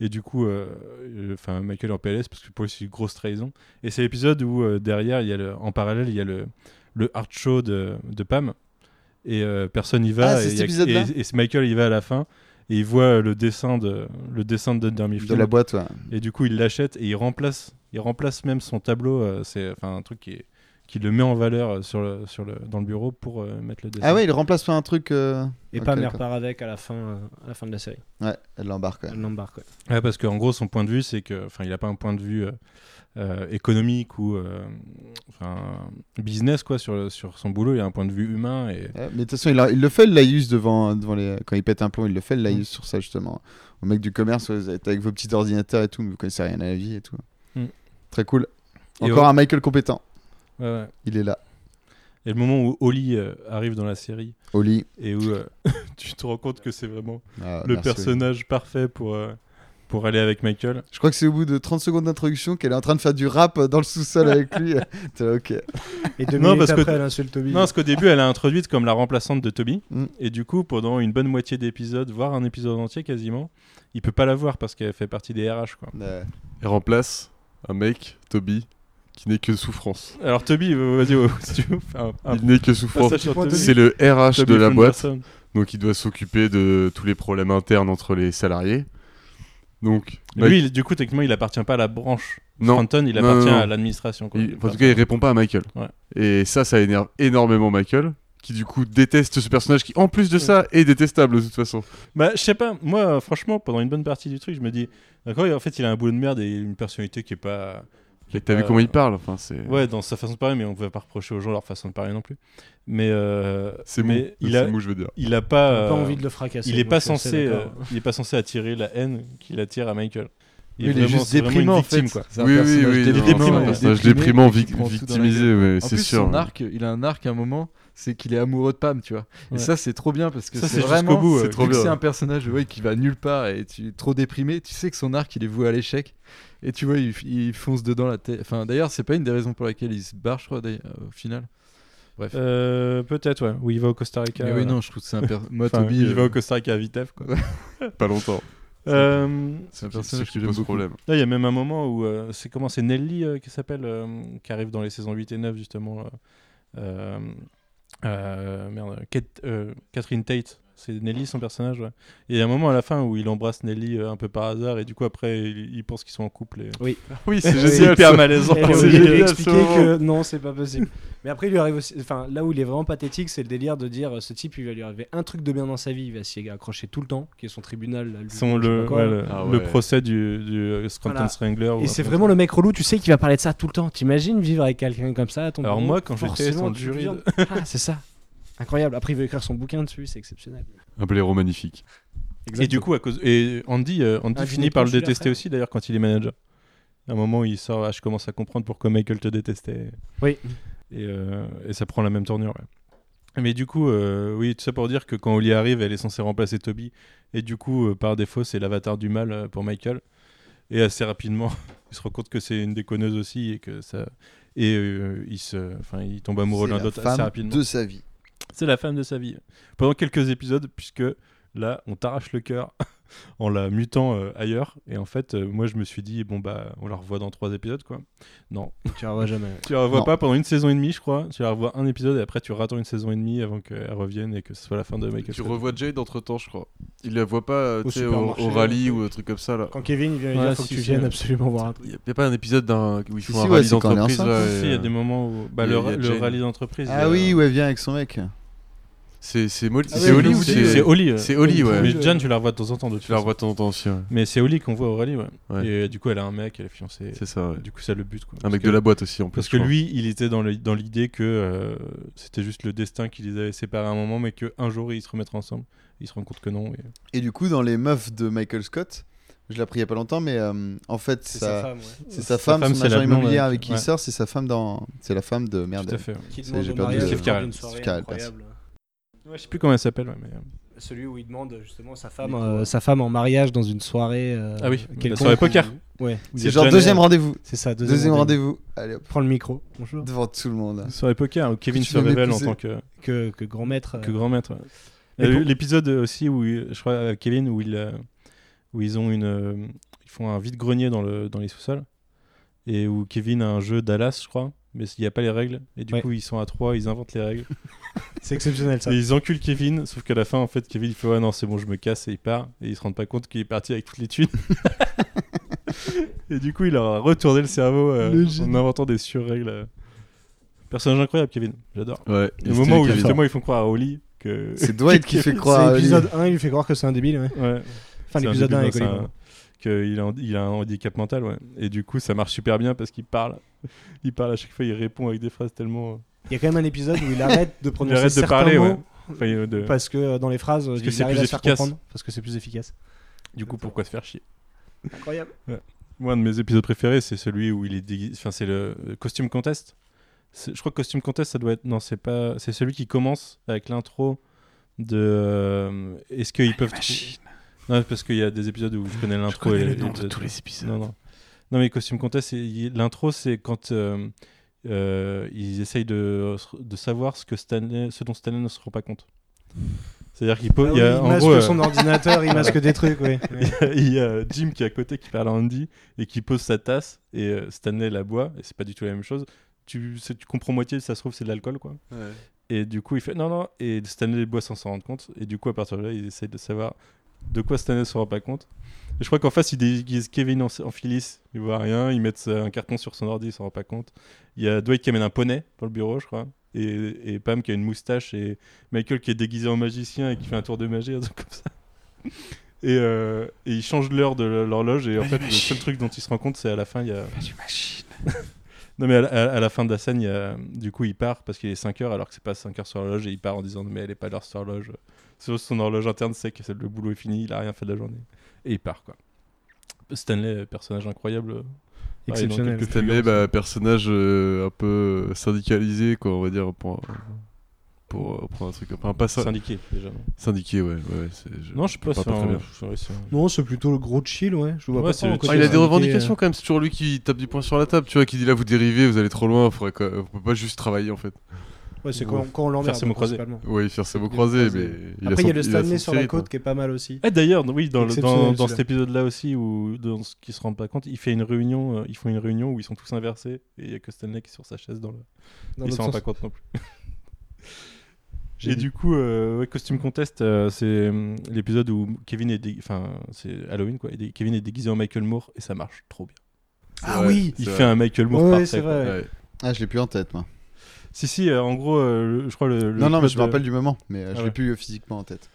[SPEAKER 1] Et du coup, euh, euh, enfin Michael est en PLS parce que pour lui c'est une grosse trahison. Et c'est l'épisode où euh, derrière, il y a le, en parallèle, il y a le, le art show de, de Pam et euh, personne y va.
[SPEAKER 2] Ah, c'est
[SPEAKER 1] et, il
[SPEAKER 2] cet
[SPEAKER 1] y a-
[SPEAKER 2] épisode-là
[SPEAKER 1] et, et c'est Michael y va à la fin et il voit euh, le dessin de le dessin de Dunder
[SPEAKER 2] de
[SPEAKER 1] Mifflin.
[SPEAKER 2] la boîte, ouais. Ah
[SPEAKER 1] Et du coup, il l'achète et il remplace, il remplace même son tableau. euh, c'est enfin un truc qui est, qui le met en valeur euh, sur le, sur le, dans le bureau pour euh, mettre le dessin.
[SPEAKER 2] Ah ouais, il remplace par un truc. euh,
[SPEAKER 4] Et
[SPEAKER 2] Ok,
[SPEAKER 4] pas Mère
[SPEAKER 2] d'accord.
[SPEAKER 4] Paradec à la fin, euh, à la fin de la série.
[SPEAKER 2] Ouais, elle l'embarque. ouais.
[SPEAKER 4] Elle l'embarque. ouais.
[SPEAKER 1] Ouais, parce qu'en gros, son point de vue, c'est que, enfin, il n'a pas un point de vue euh, euh, économique ou, euh, enfin, business quoi sur, le- sur son boulot. Il a un point de vue humain et
[SPEAKER 2] Ouais, mais de toute façon, il, a- il le fait le laïus devant, devant les. Quand il pète un plomb, il le fait
[SPEAKER 1] Mm.
[SPEAKER 2] le laïus sur ça, justement. Au mec du commerce, ouais, vous êtes avec vos petits ordinateurs et tout, mais vous connaissez rien à la vie et tout.
[SPEAKER 1] Mm.
[SPEAKER 2] Très cool.
[SPEAKER 1] Et
[SPEAKER 2] Encore
[SPEAKER 1] au-
[SPEAKER 2] un Michael compétent.
[SPEAKER 1] ouais, ouais.
[SPEAKER 2] Il est là.
[SPEAKER 1] Et le moment où Oli euh, arrive dans la série
[SPEAKER 2] Au lit.
[SPEAKER 1] et où euh, tu te rends compte que c'est vraiment
[SPEAKER 2] Ah,
[SPEAKER 1] le
[SPEAKER 2] merci, Oli.
[SPEAKER 1] personnage parfait pour, euh, pour aller avec Michael.
[SPEAKER 2] Je crois que c'est au bout de 30 secondes d'introduction qu'elle est en train de faire du rap euh, dans le sous-sol avec lui. T'es là, ok.
[SPEAKER 4] Et deux
[SPEAKER 1] Non,
[SPEAKER 4] minutes
[SPEAKER 1] parce que-
[SPEAKER 4] après, elle insulte Toby.
[SPEAKER 1] Non, parce qu'au début, elle est introduite comme la remplaçante de Toby.
[SPEAKER 2] Mm.
[SPEAKER 1] Et du coup, pendant une bonne moitié d'épisode, voire un épisode entier quasiment, il peut pas la voir parce qu'elle fait partie des RH. Quoi.
[SPEAKER 2] Ouais.
[SPEAKER 5] Et remplace un mec, Toby, qui n'est que souffrance.
[SPEAKER 1] Alors, Toby, euh, vas-y, ouais, si tu veux, fais un, un
[SPEAKER 5] Il n'est que souffrance.
[SPEAKER 1] passage sur Toby.
[SPEAKER 5] C'est le RH
[SPEAKER 1] Toby
[SPEAKER 5] de la boîte,
[SPEAKER 1] Flenderson.
[SPEAKER 5] donc il doit s'occuper de tous les problèmes internes entre les salariés. Donc,
[SPEAKER 1] Mais Lui, il- du coup, techniquement, il appartient pas à la branche.
[SPEAKER 5] Bah, non,
[SPEAKER 1] Fenton, il
[SPEAKER 5] Non, non,
[SPEAKER 1] appartient
[SPEAKER 5] non.
[SPEAKER 1] à l'administration. quoi.
[SPEAKER 5] Il- en tout cas, il répond pas à Michael.
[SPEAKER 1] Ouais.
[SPEAKER 5] Et ça, ça énerve énormément Michael, qui du coup déteste ce personnage qui, en plus de ça, est détestable de toute façon.
[SPEAKER 1] Bah, je sais pas, moi, euh, franchement, pendant une bonne partie du truc, je me dis, d'accord, en fait, il a un boulot de merde et une personnalité qui est pas. qui est
[SPEAKER 5] T'as vu
[SPEAKER 1] pas-
[SPEAKER 5] comment il parle Enfin, c'est.
[SPEAKER 1] Ouais, dans sa façon de parler, mais on ne peut pas reprocher aux gens leur façon de parler non plus. Mais, euh,
[SPEAKER 5] C'est mou.
[SPEAKER 1] mais il,
[SPEAKER 5] C'est
[SPEAKER 1] a,
[SPEAKER 5] mou, je veux dire.
[SPEAKER 1] il a pas.
[SPEAKER 4] Pas
[SPEAKER 1] euh,
[SPEAKER 4] envie de le fracasser.
[SPEAKER 1] il est
[SPEAKER 4] donc
[SPEAKER 1] pas
[SPEAKER 4] on sait,
[SPEAKER 1] censé, euh,
[SPEAKER 4] d'accord.
[SPEAKER 1] il est pas censé attirer la haine qu'il attire à Michael.
[SPEAKER 3] Il est
[SPEAKER 1] vraiment-
[SPEAKER 3] juste
[SPEAKER 1] c'est vraiment une
[SPEAKER 3] déprimant en
[SPEAKER 1] victime,
[SPEAKER 3] fait.
[SPEAKER 1] quoi.
[SPEAKER 3] C'est un
[SPEAKER 5] Oui, oui,
[SPEAKER 3] personnage
[SPEAKER 5] oui,
[SPEAKER 1] non, non,
[SPEAKER 3] déprimant.
[SPEAKER 1] non,
[SPEAKER 5] Un
[SPEAKER 1] non,
[SPEAKER 5] personnage
[SPEAKER 3] déprimé
[SPEAKER 5] déprimant,
[SPEAKER 3] qui
[SPEAKER 5] vic-
[SPEAKER 3] prend tout dans la
[SPEAKER 5] victimisé,
[SPEAKER 3] gueule.
[SPEAKER 5] ouais,
[SPEAKER 3] En
[SPEAKER 5] c'est
[SPEAKER 3] plus,
[SPEAKER 5] sûr.
[SPEAKER 3] son arc, il a un arc à un moment, c'est qu'il est amoureux de Pam, tu vois.
[SPEAKER 1] Ouais.
[SPEAKER 3] Et ça, c'est trop bien parce que
[SPEAKER 1] Ça,
[SPEAKER 3] c'est
[SPEAKER 1] c'est jusqu'au
[SPEAKER 3] vraiment.
[SPEAKER 1] bout, ouais.
[SPEAKER 3] c'est
[SPEAKER 1] C'est
[SPEAKER 5] trop
[SPEAKER 3] vu que
[SPEAKER 5] bien.
[SPEAKER 3] C'est un personnage ouais, qui va nulle part et tu es trop déprimé. Tu sais que son arc, il est voué à l'échec. Et tu vois, il, il fonce dedans la tête. Enfin, d'ailleurs, c'est pas une des raisons pour laquelle il se barre, je crois, d'ailleurs, euh, au final. Bref.
[SPEAKER 1] Euh, Peut-être, ouais. Ou il va au Costa Rica.
[SPEAKER 3] Mais oui,
[SPEAKER 1] euh,
[SPEAKER 3] non, je trouve que c'est un personnage. Moi,
[SPEAKER 1] enfin,
[SPEAKER 3] Toby,
[SPEAKER 1] il
[SPEAKER 3] euh,
[SPEAKER 1] va au Costa Rica à Vitef, quoi.
[SPEAKER 5] Pas longtemps.
[SPEAKER 1] Euh,
[SPEAKER 3] c'est un
[SPEAKER 5] qui- ce
[SPEAKER 3] personnage
[SPEAKER 5] qui
[SPEAKER 3] que j'aime
[SPEAKER 5] pose
[SPEAKER 3] beaucoup.
[SPEAKER 5] problème.
[SPEAKER 1] Là, il y a même un moment où euh, c'est comment c'est Nelly euh, qui s'appelle euh, qui arrive dans les saisons 8 et 9 justement. euh, euh, euh, merde, Kate- euh, Catherine Tate, c'est Nelly son personnage. ouais. Et il y a un moment à la fin où il embrasse Nelly euh, un peu par hasard et du coup après il, il pense qu'ils sont en couple. Et...
[SPEAKER 5] Ah Oui, c'est
[SPEAKER 4] Oui.
[SPEAKER 5] génial.
[SPEAKER 1] hyper
[SPEAKER 5] ça. Eh
[SPEAKER 1] malaisant.
[SPEAKER 4] Elle a
[SPEAKER 5] C'est
[SPEAKER 4] oublié de lui
[SPEAKER 5] génial,
[SPEAKER 4] expliquer
[SPEAKER 5] ce moment.
[SPEAKER 4] que non, c'est pas possible. Mais après, il lui arrive aussi. Enfin, là où il est vraiment pathétique, c'est le délire de dire euh, ce type, il va lui arriver un truc de bien dans sa vie, il va s'y accrocher tout le temps, qui est son tribunal. là, lui,
[SPEAKER 1] Sont
[SPEAKER 4] je sais
[SPEAKER 1] le,
[SPEAKER 4] pas quoi.
[SPEAKER 1] ouais, le,
[SPEAKER 5] Ah
[SPEAKER 1] le
[SPEAKER 5] ouais.
[SPEAKER 1] procès du, du euh, Scranton
[SPEAKER 4] Voilà.
[SPEAKER 1] Strangler. ou un
[SPEAKER 4] Et c'est
[SPEAKER 1] truc
[SPEAKER 4] vraiment
[SPEAKER 1] comme
[SPEAKER 4] le mec relou, tu sais, qui va parler de ça tout le temps. T'imagines vivre avec quelqu'un comme ça à ton
[SPEAKER 1] Alors
[SPEAKER 4] bureau,
[SPEAKER 1] moi, quand j'étais
[SPEAKER 4] forcément,
[SPEAKER 1] sans
[SPEAKER 4] tu
[SPEAKER 1] jury,
[SPEAKER 4] viens- Ah, c'est ça. Incroyable. Après, il veut écrire son bouquin dessus, c'est exceptionnel.
[SPEAKER 5] Un blaireau magnifique.
[SPEAKER 1] ça. Et du coup à cause et Andy, euh, Andy
[SPEAKER 4] Ah,
[SPEAKER 1] finit par le
[SPEAKER 4] Vinnie Paul,
[SPEAKER 1] détester
[SPEAKER 4] celui-là,
[SPEAKER 1] aussi d'ailleurs quand il est manager. À un moment il sort, ah, je commence à comprendre pourquoi Michael te détestait.
[SPEAKER 4] Oui.
[SPEAKER 1] Et, euh, et ça prend la même tournure. ouais. Mais du coup, euh, oui, tout ça pour dire que quand Oli arrive, elle est censée remplacer Toby. Et du coup, euh, par défaut, c'est l'avatar du mal euh, pour Michael. Et assez rapidement, il se rend compte que c'est une déconneuse aussi et que ça. Et euh, il se, enfin, il tombe amoureux
[SPEAKER 2] C'est
[SPEAKER 1] l'un
[SPEAKER 2] la
[SPEAKER 1] d'autre
[SPEAKER 2] femme
[SPEAKER 1] assez rapidement.
[SPEAKER 2] De sa vie.
[SPEAKER 1] C'est la femme de sa vie. Pendant quelques épisodes, puisque là, on t'arrache le cœur en la mutant euh, ailleurs. Et en fait, euh, moi, je me suis dit, bon, bah, on la revoit dans trois épisodes, quoi. Non.
[SPEAKER 4] tu la revois jamais.
[SPEAKER 1] Tu la revois
[SPEAKER 2] Non.
[SPEAKER 1] pas pendant une saison et demie, je crois. Tu la revois un épisode et après, tu rattends une saison et demie avant qu'elle revienne et que ce soit la fin de Michael.
[SPEAKER 5] Tu
[SPEAKER 1] Scott.
[SPEAKER 5] revois Jade entre temps, je crois. Il la voit pas euh,
[SPEAKER 4] Au
[SPEAKER 5] tu sais, au,
[SPEAKER 4] supermarché,
[SPEAKER 5] au rallye
[SPEAKER 4] ouais.
[SPEAKER 5] ou un truc comme ça. là.
[SPEAKER 4] Quand Kevin, il vient lui
[SPEAKER 1] Ouais,
[SPEAKER 4] dire faut
[SPEAKER 1] si,
[SPEAKER 4] que tu
[SPEAKER 1] si,
[SPEAKER 4] viennes
[SPEAKER 1] ouais.
[SPEAKER 4] absolument voir un truc.
[SPEAKER 5] Il n'y a pas un épisode d'un- où ils
[SPEAKER 2] Si,
[SPEAKER 5] font
[SPEAKER 2] si,
[SPEAKER 5] un
[SPEAKER 2] ouais,
[SPEAKER 5] rallye
[SPEAKER 2] c'est quand elle est
[SPEAKER 5] d'entreprise.
[SPEAKER 2] enceinte.
[SPEAKER 5] là,
[SPEAKER 1] Si,
[SPEAKER 5] et,
[SPEAKER 1] si, il y a
[SPEAKER 5] euh,
[SPEAKER 1] des moments où. Bah,
[SPEAKER 5] il y
[SPEAKER 1] le,
[SPEAKER 5] a- il y a
[SPEAKER 1] le
[SPEAKER 5] Jane.
[SPEAKER 1] rallye d'entreprise.
[SPEAKER 2] Ah
[SPEAKER 1] euh,
[SPEAKER 2] oui, ouais, vient avec son mec.
[SPEAKER 5] C'est c'est Molly-
[SPEAKER 4] Ah
[SPEAKER 5] c'est
[SPEAKER 4] oui,
[SPEAKER 5] Oli ou
[SPEAKER 4] c'est-
[SPEAKER 1] C'est Oli. euh.
[SPEAKER 5] C'est Oli, ouais.
[SPEAKER 1] Mais Jan, tu la revois de temps en temps. De toute
[SPEAKER 5] Tu la
[SPEAKER 1] façon.
[SPEAKER 5] revois de temps en temps aussi, ouais.
[SPEAKER 1] Mais c'est Oli qu'on voit au rallye, ouais.
[SPEAKER 5] Ouais.
[SPEAKER 1] Et euh, du coup, elle a un mec, elle est fiancée.
[SPEAKER 5] C'est ça, ouais.
[SPEAKER 1] Du coup, ça le but, quoi.
[SPEAKER 5] Un
[SPEAKER 1] Parce
[SPEAKER 5] mec
[SPEAKER 1] que-
[SPEAKER 5] de la boîte aussi, en plus.
[SPEAKER 1] Parce
[SPEAKER 5] je
[SPEAKER 1] que
[SPEAKER 5] crois.
[SPEAKER 1] lui, il était dans le- dans l'idée que euh, c'était juste le destin qui les avait séparés à un moment, mais qu'un jour ils se remettraient ensemble. Il se rend compte que non. et-
[SPEAKER 2] Et du coup, dans les meufs de Michael Scott, je l'ai appris il y a pas longtemps, mais euh, en fait,
[SPEAKER 4] C'est
[SPEAKER 2] ça-
[SPEAKER 4] sa femme, ouais.
[SPEAKER 2] c'est sa femme,
[SPEAKER 1] femme,
[SPEAKER 2] son
[SPEAKER 1] c'est la
[SPEAKER 2] agent
[SPEAKER 1] blonde
[SPEAKER 2] immobilier
[SPEAKER 1] avec-
[SPEAKER 2] avec qui
[SPEAKER 1] ouais.
[SPEAKER 2] il sort, c'est sa femme dans. C'est la femme de merde.
[SPEAKER 1] Tout à fait. ouais.
[SPEAKER 4] Qui
[SPEAKER 2] C'est-
[SPEAKER 4] demande
[SPEAKER 2] j'ai
[SPEAKER 4] au
[SPEAKER 2] perdu
[SPEAKER 1] le-
[SPEAKER 4] mariage lors d'une
[SPEAKER 1] Steve
[SPEAKER 4] soirée
[SPEAKER 2] Carell,
[SPEAKER 4] incroyable.
[SPEAKER 1] Ouais, je sais plus comment elle s'appelle. ouais, mais, euh,
[SPEAKER 4] Celui où il demande justement sa femme, euh, sa femme en mariage dans une soirée. euh,
[SPEAKER 1] Ah oui,
[SPEAKER 4] quelconque.
[SPEAKER 1] la soirée poker.
[SPEAKER 4] Ouais,
[SPEAKER 1] il y a
[SPEAKER 2] C'est genre
[SPEAKER 1] Jan-
[SPEAKER 2] deuxième rendez-vous.
[SPEAKER 4] c'est ça. Deuxième,
[SPEAKER 2] Deuxième
[SPEAKER 4] rendez-vous.
[SPEAKER 2] rendez-vous. Allez hop,
[SPEAKER 4] Prends le micro. Bonjour.
[SPEAKER 2] devant tout le monde.
[SPEAKER 1] Soirée poker hein, où Kevin
[SPEAKER 2] Bah, tu
[SPEAKER 1] se
[SPEAKER 2] viens
[SPEAKER 1] révèle en
[SPEAKER 2] d'épouser.
[SPEAKER 1] tant que,
[SPEAKER 4] Que, que grand maître. euh,
[SPEAKER 1] que grand maître. ouais.
[SPEAKER 4] Mais
[SPEAKER 1] Euh,
[SPEAKER 4] pour-
[SPEAKER 1] L'épisode aussi où il- je crois euh, Kevin où ils euh, où ils ont une euh, ils font un vide grenier dans le dans les sous-sols et où Kevin a un jeu d'Alas, je crois, mais il n'y a pas les règles et du
[SPEAKER 4] Ouais.
[SPEAKER 1] coup ils sont à trois, ils inventent les règles.
[SPEAKER 4] C'est exceptionnel ça.
[SPEAKER 1] Et ils enculent Kevin, sauf qu'à la fin, en fait, Kevin il fait Ouais, non, c'est bon, je me casse et il part. Et ils se rendent pas compte qu'il est parti avec toutes les thunes. et du coup, il leur a retourné le cerveau euh, en inventant des surrègles. euh. Personnage incroyable, Kevin. J'adore.
[SPEAKER 3] Ouais.
[SPEAKER 1] Le moment où
[SPEAKER 5] Kevin.
[SPEAKER 1] justement ils font croire à Oli que.
[SPEAKER 2] C'est Dwight qui fait croire.
[SPEAKER 4] C'est
[SPEAKER 2] à lui.
[SPEAKER 4] l'épisode 1, il lui fait croire que c'est un débile. Ouais.
[SPEAKER 1] Ouais.
[SPEAKER 4] Enfin,
[SPEAKER 1] C'est un
[SPEAKER 4] l'épisode 1
[SPEAKER 1] débile,
[SPEAKER 4] est
[SPEAKER 1] c'est
[SPEAKER 4] connu.
[SPEAKER 1] un- Qu'il a, un- il a un handicap mental, ouais. Et du coup, ça marche super bien parce qu'il parle. Il parle à chaque fois, il répond avec des phrases tellement. euh,
[SPEAKER 4] Il y a quand même un épisode où il arrête de prononcer
[SPEAKER 1] arrête de
[SPEAKER 4] certains
[SPEAKER 1] parler,
[SPEAKER 4] mots
[SPEAKER 1] ouais. enfin, euh, de-
[SPEAKER 4] parce que euh, dans les phrases,
[SPEAKER 1] que
[SPEAKER 4] il
[SPEAKER 1] c'est
[SPEAKER 4] arrive
[SPEAKER 1] plus
[SPEAKER 4] à se faire
[SPEAKER 1] efficace.
[SPEAKER 4] comprendre parce que c'est plus efficace.
[SPEAKER 1] Du coup, pourquoi se faire chier
[SPEAKER 4] Incroyable.
[SPEAKER 1] Moi, un de mes épisodes préférés, c'est celui où il est déguisé. Enfin, c'est le le costume contest. C'est- Je crois que costume contest, ça doit être. Non, c'est pas. C'est celui qui commence avec l'intro de. euh, Est-ce qu'ils peuvent. trou- Non, parce qu'il y a des épisodes où je connais l'intro. et- et l'épisode.
[SPEAKER 5] les épisodes.
[SPEAKER 1] Non, non. Non, mais costume contest, c'est- il- l'intro, c'est quand euh, euh, ils essayent de, de savoir ce que Stanley, ce dont Stanley ne se rend pas compte. C'est-à-dire qu'il peut.
[SPEAKER 4] Ah
[SPEAKER 1] il y
[SPEAKER 4] oui,
[SPEAKER 1] a,
[SPEAKER 4] il
[SPEAKER 1] en
[SPEAKER 4] masque
[SPEAKER 1] gros, euh, Ah,
[SPEAKER 4] son ordinateur, il masque des trucs. Ouais. Ouais.
[SPEAKER 1] il y a euh, Jim qui est à côté qui parle à Andy et qui pose sa tasse et euh, Stanley la boit et c'est pas du tout la même chose. Tu, c'est- tu comprends moitié, ça se trouve c'est de l'alcool quoi. Et du coup il fait non non et Stanley boit sans s'en rendre compte et du coup à partir de là ils essayent de savoir de quoi Stanley se rend pas compte. Et je crois qu'en face ils déguisent Kevin en, en Phyllis, il voit rien, ils mettent euh, un carton sur son ordi, il s'en rend pas compte. Il y a Dwight qui amène un poney dans le bureau je crois. Et, et Pam qui a une moustache et Michael qui est déguisé en magicien et qui fait un tour de magie, un truc comme ça. Et, euh, et ils changent l'heure de l'horloge et en fait le seul truc dont ils se rendent compte c'est à la fin il y a... Non mais à la, à- à la fin de la scène il y a- du coup il part parce qu'il est 5 heures alors que c'est pas 5 heures sur l'horloge et il part en disant mais elle est pas l'heure sur l'horloge. Sauf que son horloge interne sait que le boulot est fini, il a rien fait de la journée. Et il part quoi. Stanley, euh, personnage incroyable. Pareil,
[SPEAKER 4] Exceptionnel.
[SPEAKER 1] dans quelques
[SPEAKER 5] Stanley,
[SPEAKER 1] fulgurances.
[SPEAKER 5] bah, personnage euh, un peu syndicalisé, quoi, on va dire, pour, euh, pour, euh, pour un truc. Enfin, pas sy-
[SPEAKER 1] Syndiqué déjà. Non,
[SPEAKER 5] syndiqué, ouais. ouais c'est- je-
[SPEAKER 1] non je suis pas,
[SPEAKER 5] pas
[SPEAKER 1] sûr,
[SPEAKER 5] très
[SPEAKER 1] hein.
[SPEAKER 5] bien.
[SPEAKER 1] Je suis sûr, ils sont-
[SPEAKER 4] Non, c'est plutôt le gros chill, ouais. Je le vois
[SPEAKER 1] Ouais,
[SPEAKER 4] pas.
[SPEAKER 1] c'est-
[SPEAKER 4] trop en
[SPEAKER 1] Ah,
[SPEAKER 5] Ah,
[SPEAKER 4] côté
[SPEAKER 5] il a des
[SPEAKER 4] syndiqué, euh.
[SPEAKER 5] revendications quand même, c'est toujours lui qui tape du poing sur la table, tu vois, qui dit là vous dérivez, vous allez trop loin, faudrait quoi- on peut pas juste travailler en fait.
[SPEAKER 4] euh, Ouais, c'est quand, quand on l'emmerde.
[SPEAKER 1] Faire ses mots croisés.
[SPEAKER 4] principalement.
[SPEAKER 5] Oui, faire ses mots
[SPEAKER 4] Des
[SPEAKER 5] croisés,
[SPEAKER 4] croisés.
[SPEAKER 5] mais.
[SPEAKER 4] Après, il y a le
[SPEAKER 5] son-
[SPEAKER 4] Stanley
[SPEAKER 5] son
[SPEAKER 4] sur la
[SPEAKER 5] série, quoi.
[SPEAKER 4] côte qui est pas mal aussi.
[SPEAKER 1] Eh, d'ailleurs, oui, dans, le-
[SPEAKER 4] Exceptionnel,
[SPEAKER 1] dans, dans
[SPEAKER 4] celui-là.
[SPEAKER 1] cet épisode-là aussi, où dans ce qu'ils se rendent pas compte, il fait une réunion, euh, ils font une réunion où ils sont tous inversés et il y a que Stanley qui est sur sa chaise dans le.
[SPEAKER 4] Dans
[SPEAKER 1] il
[SPEAKER 4] l'autre
[SPEAKER 1] s'en rend
[SPEAKER 4] sens.
[SPEAKER 1] pas compte non plus.
[SPEAKER 4] J'ai
[SPEAKER 1] Et
[SPEAKER 4] vu.
[SPEAKER 1] du coup, euh, ouais, Costume Contest, euh, c'est hum, l'épisode où Kevin est, dé- enfin, c'est Halloween quoi. et dé- Kevin est déguisé en Michael Moore et ça marche trop bien.
[SPEAKER 4] Ah
[SPEAKER 5] Ouais,
[SPEAKER 4] oui
[SPEAKER 1] Il
[SPEAKER 5] c'est
[SPEAKER 1] fait
[SPEAKER 5] vrai.
[SPEAKER 1] un Michael Moore
[SPEAKER 4] Ouais,
[SPEAKER 1] parfait.
[SPEAKER 4] c'est
[SPEAKER 1] quoi.
[SPEAKER 4] vrai.
[SPEAKER 5] Ouais.
[SPEAKER 2] Ah, je l'ai plus en tête, moi.
[SPEAKER 1] Si si, euh, en gros, euh, le- je crois le. le
[SPEAKER 2] non, non, mais je me
[SPEAKER 1] plot de-
[SPEAKER 2] rappelle du moment, mais euh,
[SPEAKER 1] Ah
[SPEAKER 2] je
[SPEAKER 1] ouais.
[SPEAKER 2] l'ai plus euh, physiquement en tête.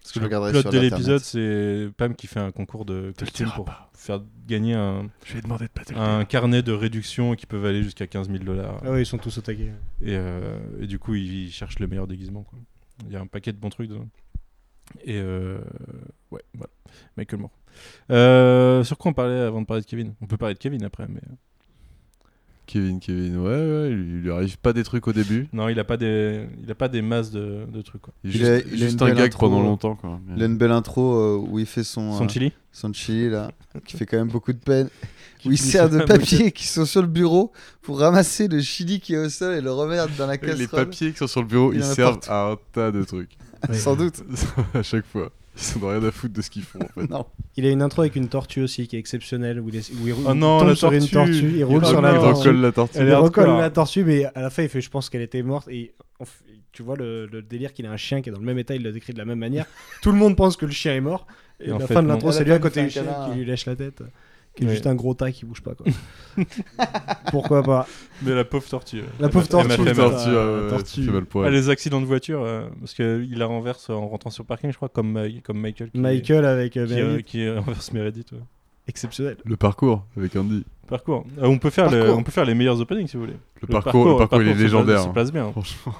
[SPEAKER 2] Parce que je
[SPEAKER 1] le
[SPEAKER 2] regarderai
[SPEAKER 1] plot
[SPEAKER 2] sur
[SPEAKER 1] de
[SPEAKER 2] l'internet.
[SPEAKER 1] l'épisode, c'est Pam qui fait un concours de costume pour faire gagner un,
[SPEAKER 5] Je vais demander de pas te le
[SPEAKER 1] un
[SPEAKER 5] dire.
[SPEAKER 1] carnet de réduction qui peut valer jusqu'à 15 000 dollars.
[SPEAKER 4] Ah ouais, ils sont tous au taquet.
[SPEAKER 1] Et, euh, et du coup, il cherche le meilleur déguisement. quoi. Il y a un paquet de bons trucs dedans. Et euh, ouais, voilà. Michael Moore. Euh, sur quoi on parlait avant de parler de Kevin On peut parler de Kevin après, mais euh,
[SPEAKER 5] Kevin, Kevin, ouais, ouais, il il lui arrive pas des trucs au début.
[SPEAKER 1] non, il a pas des, il a pas des masses de, de trucs. Quoi.
[SPEAKER 5] Il,
[SPEAKER 2] Il
[SPEAKER 5] est
[SPEAKER 2] a-
[SPEAKER 5] juste,
[SPEAKER 2] il a
[SPEAKER 5] juste
[SPEAKER 2] une
[SPEAKER 5] un
[SPEAKER 2] belle
[SPEAKER 5] gag
[SPEAKER 2] intro.
[SPEAKER 5] pendant longtemps, quoi. Mais-
[SPEAKER 2] Il a une belle intro euh, où il fait son,
[SPEAKER 1] Son
[SPEAKER 2] euh,
[SPEAKER 1] chili
[SPEAKER 2] son chili, là, qui fait quand même beaucoup de peine. Où
[SPEAKER 1] finit
[SPEAKER 2] il sert
[SPEAKER 1] sur
[SPEAKER 2] de
[SPEAKER 1] la moquette.
[SPEAKER 2] papiers qui sont sur le bureau pour ramasser le chili qui est au sol et le remettre dans la
[SPEAKER 5] Et
[SPEAKER 2] casserole.
[SPEAKER 5] Les papiers qui sont sur le bureau,
[SPEAKER 2] Il y
[SPEAKER 5] ils
[SPEAKER 2] en a
[SPEAKER 5] servent
[SPEAKER 2] partout.
[SPEAKER 5] à un tas de trucs.
[SPEAKER 2] Sans doute.
[SPEAKER 5] à chaque fois. Ils n'ont rien à foutre de ce qu'ils font en fait.
[SPEAKER 2] Non.
[SPEAKER 4] Il a une intro avec une tortue aussi qui est exceptionnelle où il, est- où il roule-
[SPEAKER 1] Oh non,
[SPEAKER 4] tombe
[SPEAKER 1] la
[SPEAKER 4] sur une
[SPEAKER 1] tortue.
[SPEAKER 4] tortue, il
[SPEAKER 1] Il
[SPEAKER 4] roule
[SPEAKER 1] Oh
[SPEAKER 4] sur la
[SPEAKER 1] non.
[SPEAKER 5] Il
[SPEAKER 4] tortue.
[SPEAKER 5] recolle la tortue.
[SPEAKER 1] Elle
[SPEAKER 4] Il
[SPEAKER 1] est
[SPEAKER 4] recolle
[SPEAKER 1] hardcore. hein.
[SPEAKER 4] la tortue, mais à la fin, il fait, je pense qu'elle était morte. Et on f- tu vois le, le délire qu'il a un chien qui est dans le même état, il le décrit de la même manière. Tout le monde pense que le chien est mort. Et,
[SPEAKER 1] Et en
[SPEAKER 4] à la
[SPEAKER 1] fait,
[SPEAKER 4] fin de
[SPEAKER 1] non.
[SPEAKER 4] l'intro,
[SPEAKER 2] À la
[SPEAKER 4] c'est lui
[SPEAKER 2] fin,
[SPEAKER 4] à
[SPEAKER 2] il
[SPEAKER 4] côté
[SPEAKER 2] fait
[SPEAKER 4] du
[SPEAKER 2] un
[SPEAKER 4] chien
[SPEAKER 2] câlin.
[SPEAKER 4] qui lui lèche la tête. Qui est
[SPEAKER 1] Ouais.
[SPEAKER 4] juste un gros tas qui bouge pas, quoi. Pourquoi pas
[SPEAKER 1] Mais la pauvre tortue.
[SPEAKER 4] La pauvre
[SPEAKER 1] Elle m'a
[SPEAKER 5] Tortue,
[SPEAKER 1] fait
[SPEAKER 5] tortue,
[SPEAKER 1] mal.
[SPEAKER 4] tortue,
[SPEAKER 5] euh,
[SPEAKER 4] la
[SPEAKER 5] ça
[SPEAKER 4] tortue.
[SPEAKER 5] fait mal pour
[SPEAKER 1] Ah,
[SPEAKER 5] elle.
[SPEAKER 1] les accidents de voiture, euh, parce qu'il la renverse en rentrant sur le parking, je crois, comme, Ma- comme Michael. qui-
[SPEAKER 4] Michael avec euh,
[SPEAKER 1] qui,
[SPEAKER 4] Meredith.
[SPEAKER 1] euh, qui, euh, renverse Meredith. ouais.
[SPEAKER 4] exceptionnel.
[SPEAKER 5] Le parcours avec Andy.
[SPEAKER 1] Parcours. Ah, on, peut faire le-
[SPEAKER 2] Parcours.
[SPEAKER 1] on peut faire les meilleurs openings si vous voulez.
[SPEAKER 5] Le, parcours, le parcours, il est
[SPEAKER 1] se place-
[SPEAKER 5] légendaire.
[SPEAKER 1] Se
[SPEAKER 5] hein.
[SPEAKER 1] place bien. hein.
[SPEAKER 5] Franchement.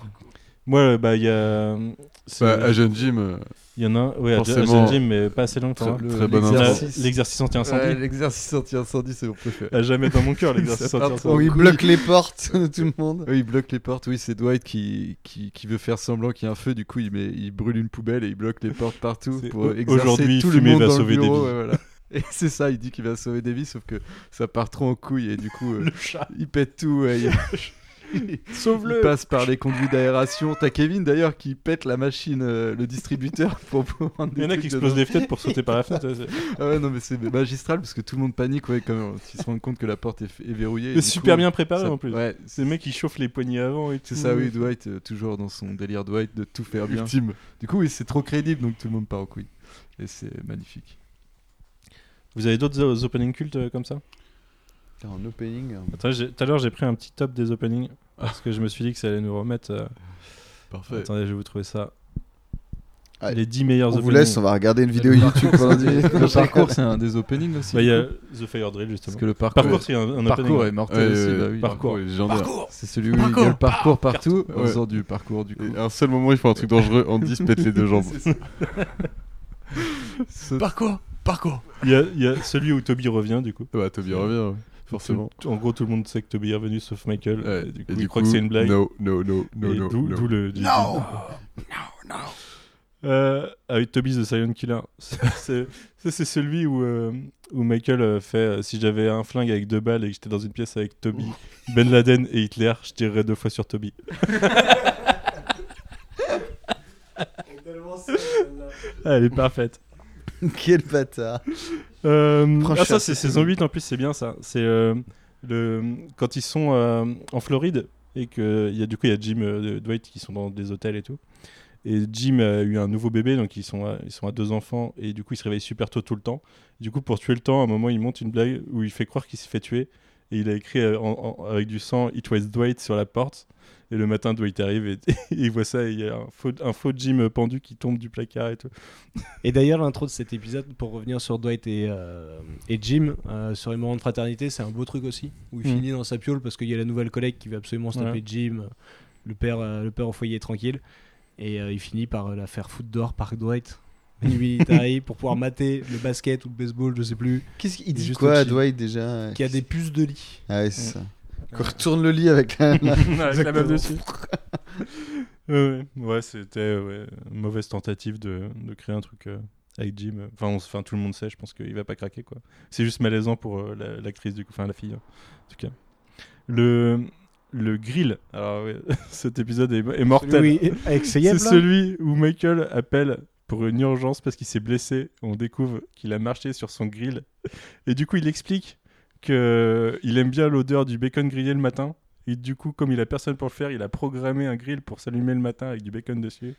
[SPEAKER 1] Moi, euh, bah, il y a. euh, c'est-
[SPEAKER 5] Bah, à Jeune Jim, euh,
[SPEAKER 1] Il y en a un, ouais, à Jean- à
[SPEAKER 5] Forcément.
[SPEAKER 1] Jean Jim, mais pas assez longtemps.
[SPEAKER 5] très,
[SPEAKER 1] hein.
[SPEAKER 5] très bonne
[SPEAKER 1] La-
[SPEAKER 5] intro.
[SPEAKER 2] l'exercice.
[SPEAKER 1] L'exercice anti-incendie.
[SPEAKER 5] L'exercice anti-incendie, c'est mon préféré.
[SPEAKER 1] À jamais dans mon cœur,
[SPEAKER 5] C'est
[SPEAKER 1] l'exercice
[SPEAKER 5] pas
[SPEAKER 1] anti-incendie.
[SPEAKER 5] trop.
[SPEAKER 2] Où il
[SPEAKER 5] couille.
[SPEAKER 2] bloque les portes de tout le monde.
[SPEAKER 3] Oui, il bloque les portes. Oui, c'est Dwight qui, qui, qui veut faire semblant qu'il y a un feu. Du coup, il, met, il brûle une poubelle et il bloque les portes partout
[SPEAKER 1] C'est au-
[SPEAKER 3] pour exercer
[SPEAKER 1] aujourd'hui,
[SPEAKER 3] tout le
[SPEAKER 1] fumer
[SPEAKER 3] monde
[SPEAKER 1] va
[SPEAKER 3] dans
[SPEAKER 1] sauver
[SPEAKER 3] le
[SPEAKER 1] des
[SPEAKER 3] bureau.
[SPEAKER 1] vies.
[SPEAKER 3] ouais, voilà. Et c'est ça, il dit qu'il va sauver des vies, sauf que ça part trop en couille et du coup, euh,
[SPEAKER 1] Le chat,
[SPEAKER 3] il pète tout. ouais, il... Il
[SPEAKER 1] sauve-le
[SPEAKER 3] passe par les conduits d'aération. T'as Kevin d'ailleurs qui pète la machine, euh, le distributeur pour prendre
[SPEAKER 1] Il
[SPEAKER 3] des
[SPEAKER 1] y en a
[SPEAKER 3] trucs
[SPEAKER 1] qui explosent
[SPEAKER 3] dedans.
[SPEAKER 1] des fenêtres pour sauter par la fenêtre. ouais, c'est-
[SPEAKER 3] Ah ouais, non mais c'est magistral parce que tout le monde panique ouais quand même. Ils se rendent compte que la porte est, f- est verrouillée. et
[SPEAKER 1] Mais
[SPEAKER 3] du
[SPEAKER 1] super
[SPEAKER 3] coup,
[SPEAKER 1] bien préparé
[SPEAKER 3] ça-
[SPEAKER 1] en plus.
[SPEAKER 3] Ouais,
[SPEAKER 1] Ces mecs, ils chauffent les poignées avant et tout.
[SPEAKER 3] c'est ça oui, Dwight euh, toujours dans son délire Dwight de tout faire bien.
[SPEAKER 5] Ultime.
[SPEAKER 3] Du coup oui c'est trop crédible donc tout le monde part en couille et c'est magnifique.
[SPEAKER 1] Vous avez d'autres euh, opening cultes euh, comme ça
[SPEAKER 2] En opening.
[SPEAKER 1] Attends, j'ai- tout à l'heure, j'ai pris un petit top des openings. Parce que je me suis dit que ça allait nous remettre. euh,
[SPEAKER 3] Parfait.
[SPEAKER 1] Attendez, je vais vous trouver ça.
[SPEAKER 2] Allez.
[SPEAKER 1] Les 10 meilleurs
[SPEAKER 2] On vous
[SPEAKER 1] openings.
[SPEAKER 2] laisse, on va regarder une vidéo YouTube pendant 10 minutes.
[SPEAKER 3] Le parcours, c'est un des openings aussi.
[SPEAKER 1] Bah, Il y a
[SPEAKER 3] du coup
[SPEAKER 1] The Fire Drill, justement.
[SPEAKER 3] Parce que le parcours,
[SPEAKER 1] Parcours, c'est un, un
[SPEAKER 3] parcours
[SPEAKER 1] opening. Euh,
[SPEAKER 3] est mortel
[SPEAKER 5] Ouais,
[SPEAKER 3] aussi.
[SPEAKER 5] ouais,
[SPEAKER 3] bah
[SPEAKER 5] ouais.
[SPEAKER 3] oui.
[SPEAKER 1] Parcours.
[SPEAKER 5] est légendaire.
[SPEAKER 3] C'est celui où il y a le parcours partout. On
[SPEAKER 5] Ouais.
[SPEAKER 3] sort du parcours du coup.
[SPEAKER 5] Et à un seul moment, il faut un truc dangereux. Andy se pète les deux jambes.
[SPEAKER 3] Parcours Parcours
[SPEAKER 1] Il y, a, il y a celui où Toby revient, du coup.
[SPEAKER 5] Bah, Toby revient, ouais. forcément.
[SPEAKER 1] Tout- en gros, tout le monde sait que Toby est revenu, sauf Michael.
[SPEAKER 5] Ouais,
[SPEAKER 1] Et du coup, il croit que c'est une blague.
[SPEAKER 5] No, no, no, no,
[SPEAKER 1] Et
[SPEAKER 5] no.
[SPEAKER 1] d'où
[SPEAKER 5] no.
[SPEAKER 1] d'où le. du- Euh, avec Toby's The Silent Killer. C'est- c'est ça, c'est celui où, euh, où Michael euh, fait euh, Si j'avais un flingue avec deux balles et que j'étais dans une pièce avec Toby, Ben Laden et Hitler, je tirerais deux fois sur Toby. Ah, Elle est parfaite.
[SPEAKER 2] Quel bâtard.
[SPEAKER 1] Euh,
[SPEAKER 2] Prochain,
[SPEAKER 1] ah, ça, c'est
[SPEAKER 2] c'est
[SPEAKER 1] saison 8 en plus, c'est bien ça. C'est euh, le quand ils sont euh, en Floride et que il y a, du coup, il y a Jim euh, Dwight qui sont dans des hôtels et tout. Et Jim a eu un nouveau bébé, donc ils sont, à, ils sont à deux enfants, et du coup, il se réveille super tôt tout le temps. Du coup, pour tuer le temps, à un moment, il monte une blague où il fait croire qu'il s'est fait tuer, et il a écrit euh, en- en- avec du sang It was Dwight sur la porte. Et le matin, Dwight arrive et, et il voit ça, et il y a un faux, un faux Jim pendu qui tombe du placard et tout.
[SPEAKER 4] Et d'ailleurs, l'intro de cet épisode, pour revenir sur Dwight et, euh, et Jim, euh, sur les moments de fraternité, c'est un beau truc aussi, où il
[SPEAKER 1] Mm.
[SPEAKER 4] finit dans sa piole parce qu'il y a la nouvelle collègue qui veut absolument se taper
[SPEAKER 1] Ouais.
[SPEAKER 4] Jim, le père, euh, le père au foyer est tranquille, et euh, il finit par euh, la faire foutre dehors par Dwight, Manu Militari, pour pouvoir mater le basket ou le baseball, je sais plus,
[SPEAKER 2] Qu'est-ce qu'il dit
[SPEAKER 4] juste
[SPEAKER 2] quoi à
[SPEAKER 4] au-dessus.
[SPEAKER 2] Dwight déjà
[SPEAKER 4] qui a des puces de lit.
[SPEAKER 2] Ah, ouais, c'est ça. Qu'on retourne le lit avec la.
[SPEAKER 1] Avec la meuf dessus. ouais, ouais. Ouais, c'était ouais, une mauvaise tentative de, de créer un truc euh, avec Jim. Enfin, on s- enfin, tout le monde sait, je pense qu'il va pas craquer. quoi. C'est juste malaisant pour euh, la- l'actrice, du coup, enfin la fille, hein, en tout cas. Le, le grill, alors ouais, cet épisode est, est mortel.
[SPEAKER 4] Oui, avec ses
[SPEAKER 1] C'est
[SPEAKER 4] yeux.
[SPEAKER 1] celui où Michael appelle pour une urgence parce qu'il s'est blessé. On découvre qu'il a marché sur son grill. Et du coup, il explique qu'il aime bien l'odeur du bacon grillé le matin. Et du coup, comme il a personne pour le faire, il a programmé un grill pour s'allumer le matin avec du bacon dessus.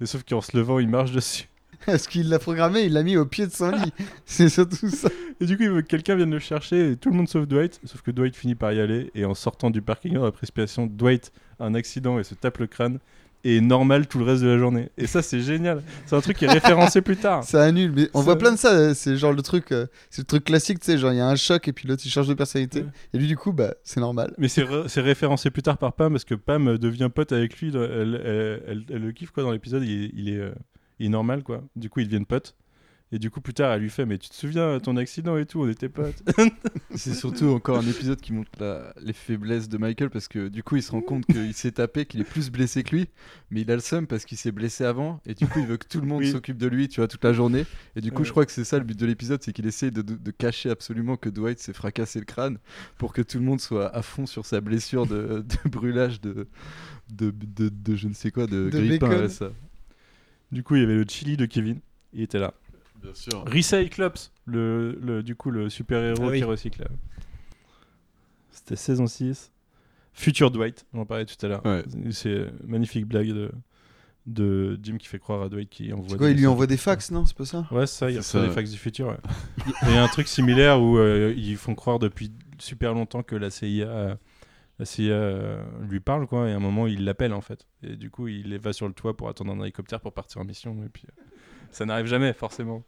[SPEAKER 1] Et sauf qu'en se levant, il marche dessus.
[SPEAKER 2] Est-ce qu'il l'a programmé Il l'a mis au pied de son lit. C'est surtout ça.
[SPEAKER 1] Et du coup, il veut que quelqu'un vienne le chercher. Et tout le monde sauf Dwight. Sauf que Dwight finit par y aller. Et en sortant du parking dans la précipitation, Dwight a un accident et se tape le crâne. Et est normal tout le reste de la journée. Et ça, c'est génial. C'est un truc qui est référencé plus tard.
[SPEAKER 2] Ça annule. Mais
[SPEAKER 1] Ah.
[SPEAKER 2] on
[SPEAKER 1] Ça-
[SPEAKER 2] voit plein de ça. euh, C'est genre le truc. euh, C'est le truc classique, tu sais. Genre, il y a un choc et puis l'autre, il change de personnalité.
[SPEAKER 1] Ouais.
[SPEAKER 2] Et lui, du coup, bah, c'est normal.
[SPEAKER 1] Mais c'est re- c'est référencé plus tard par Pam parce que Pam euh, devient pote avec lui. dans- Elle, elle- elle- elle le kiffe quoi dans l'épisode. Il, est- il est, euh, il est normal quoi. Du coup, ils deviennent potes. Et du coup, plus tard, elle lui fait Mais tu te souviens euh, ton accident et tout On était potes.
[SPEAKER 3] C'est surtout encore un épisode qui montre la- les faiblesses de Michael parce que du coup il se rend compte qu'il s'est tapé, qu'il est plus blessé que lui, mais il a le seum parce qu'il s'est blessé avant et du coup il veut que tout le monde
[SPEAKER 1] Oui.
[SPEAKER 3] s'occupe de lui, tu vois, toute la journée. Et du coup
[SPEAKER 1] Ouais.
[SPEAKER 3] je crois que c'est ça le but de l'épisode, c'est qu'il essaye de, de- de cacher absolument que Dwight s'est fracassé le crâne pour que tout le monde soit à fond sur sa blessure de, de brûlage de, de, de- de je ne sais quoi, de,
[SPEAKER 2] De
[SPEAKER 3] grippin.
[SPEAKER 2] bacon.
[SPEAKER 3] ouais, ça.
[SPEAKER 1] du coup, il y avait le chili de Kevin. Il était là.
[SPEAKER 5] Bien sûr.
[SPEAKER 1] Recyclops, le, le- du coup, le super héros
[SPEAKER 4] Ah oui.
[SPEAKER 1] qui recycle. C'était saison 6. Future Dwight, j'en parlais tout à l'heure.
[SPEAKER 5] Ouais.
[SPEAKER 1] C'est euh, magnifique blague de, de Jim qui fait croire à Dwight qu'il envoie.
[SPEAKER 2] C'est quoi
[SPEAKER 1] des
[SPEAKER 2] Il lui
[SPEAKER 1] messages.
[SPEAKER 2] envoie des fax, non C'est pas ça
[SPEAKER 1] Ouais, c'est ça, il y a ça,
[SPEAKER 5] C'est ça,
[SPEAKER 1] des
[SPEAKER 5] ouais.
[SPEAKER 1] fax du futur. ouais. Il y a un truc similaire où euh, ils font croire depuis super longtemps que la CIA, euh, la CIA euh, lui parle, quoi, et à un moment, il l'appelle, en fait. Et du coup, il va sur le toit pour attendre un hélicoptère pour partir en mission, et puis euh, ça n'arrive jamais, forcément.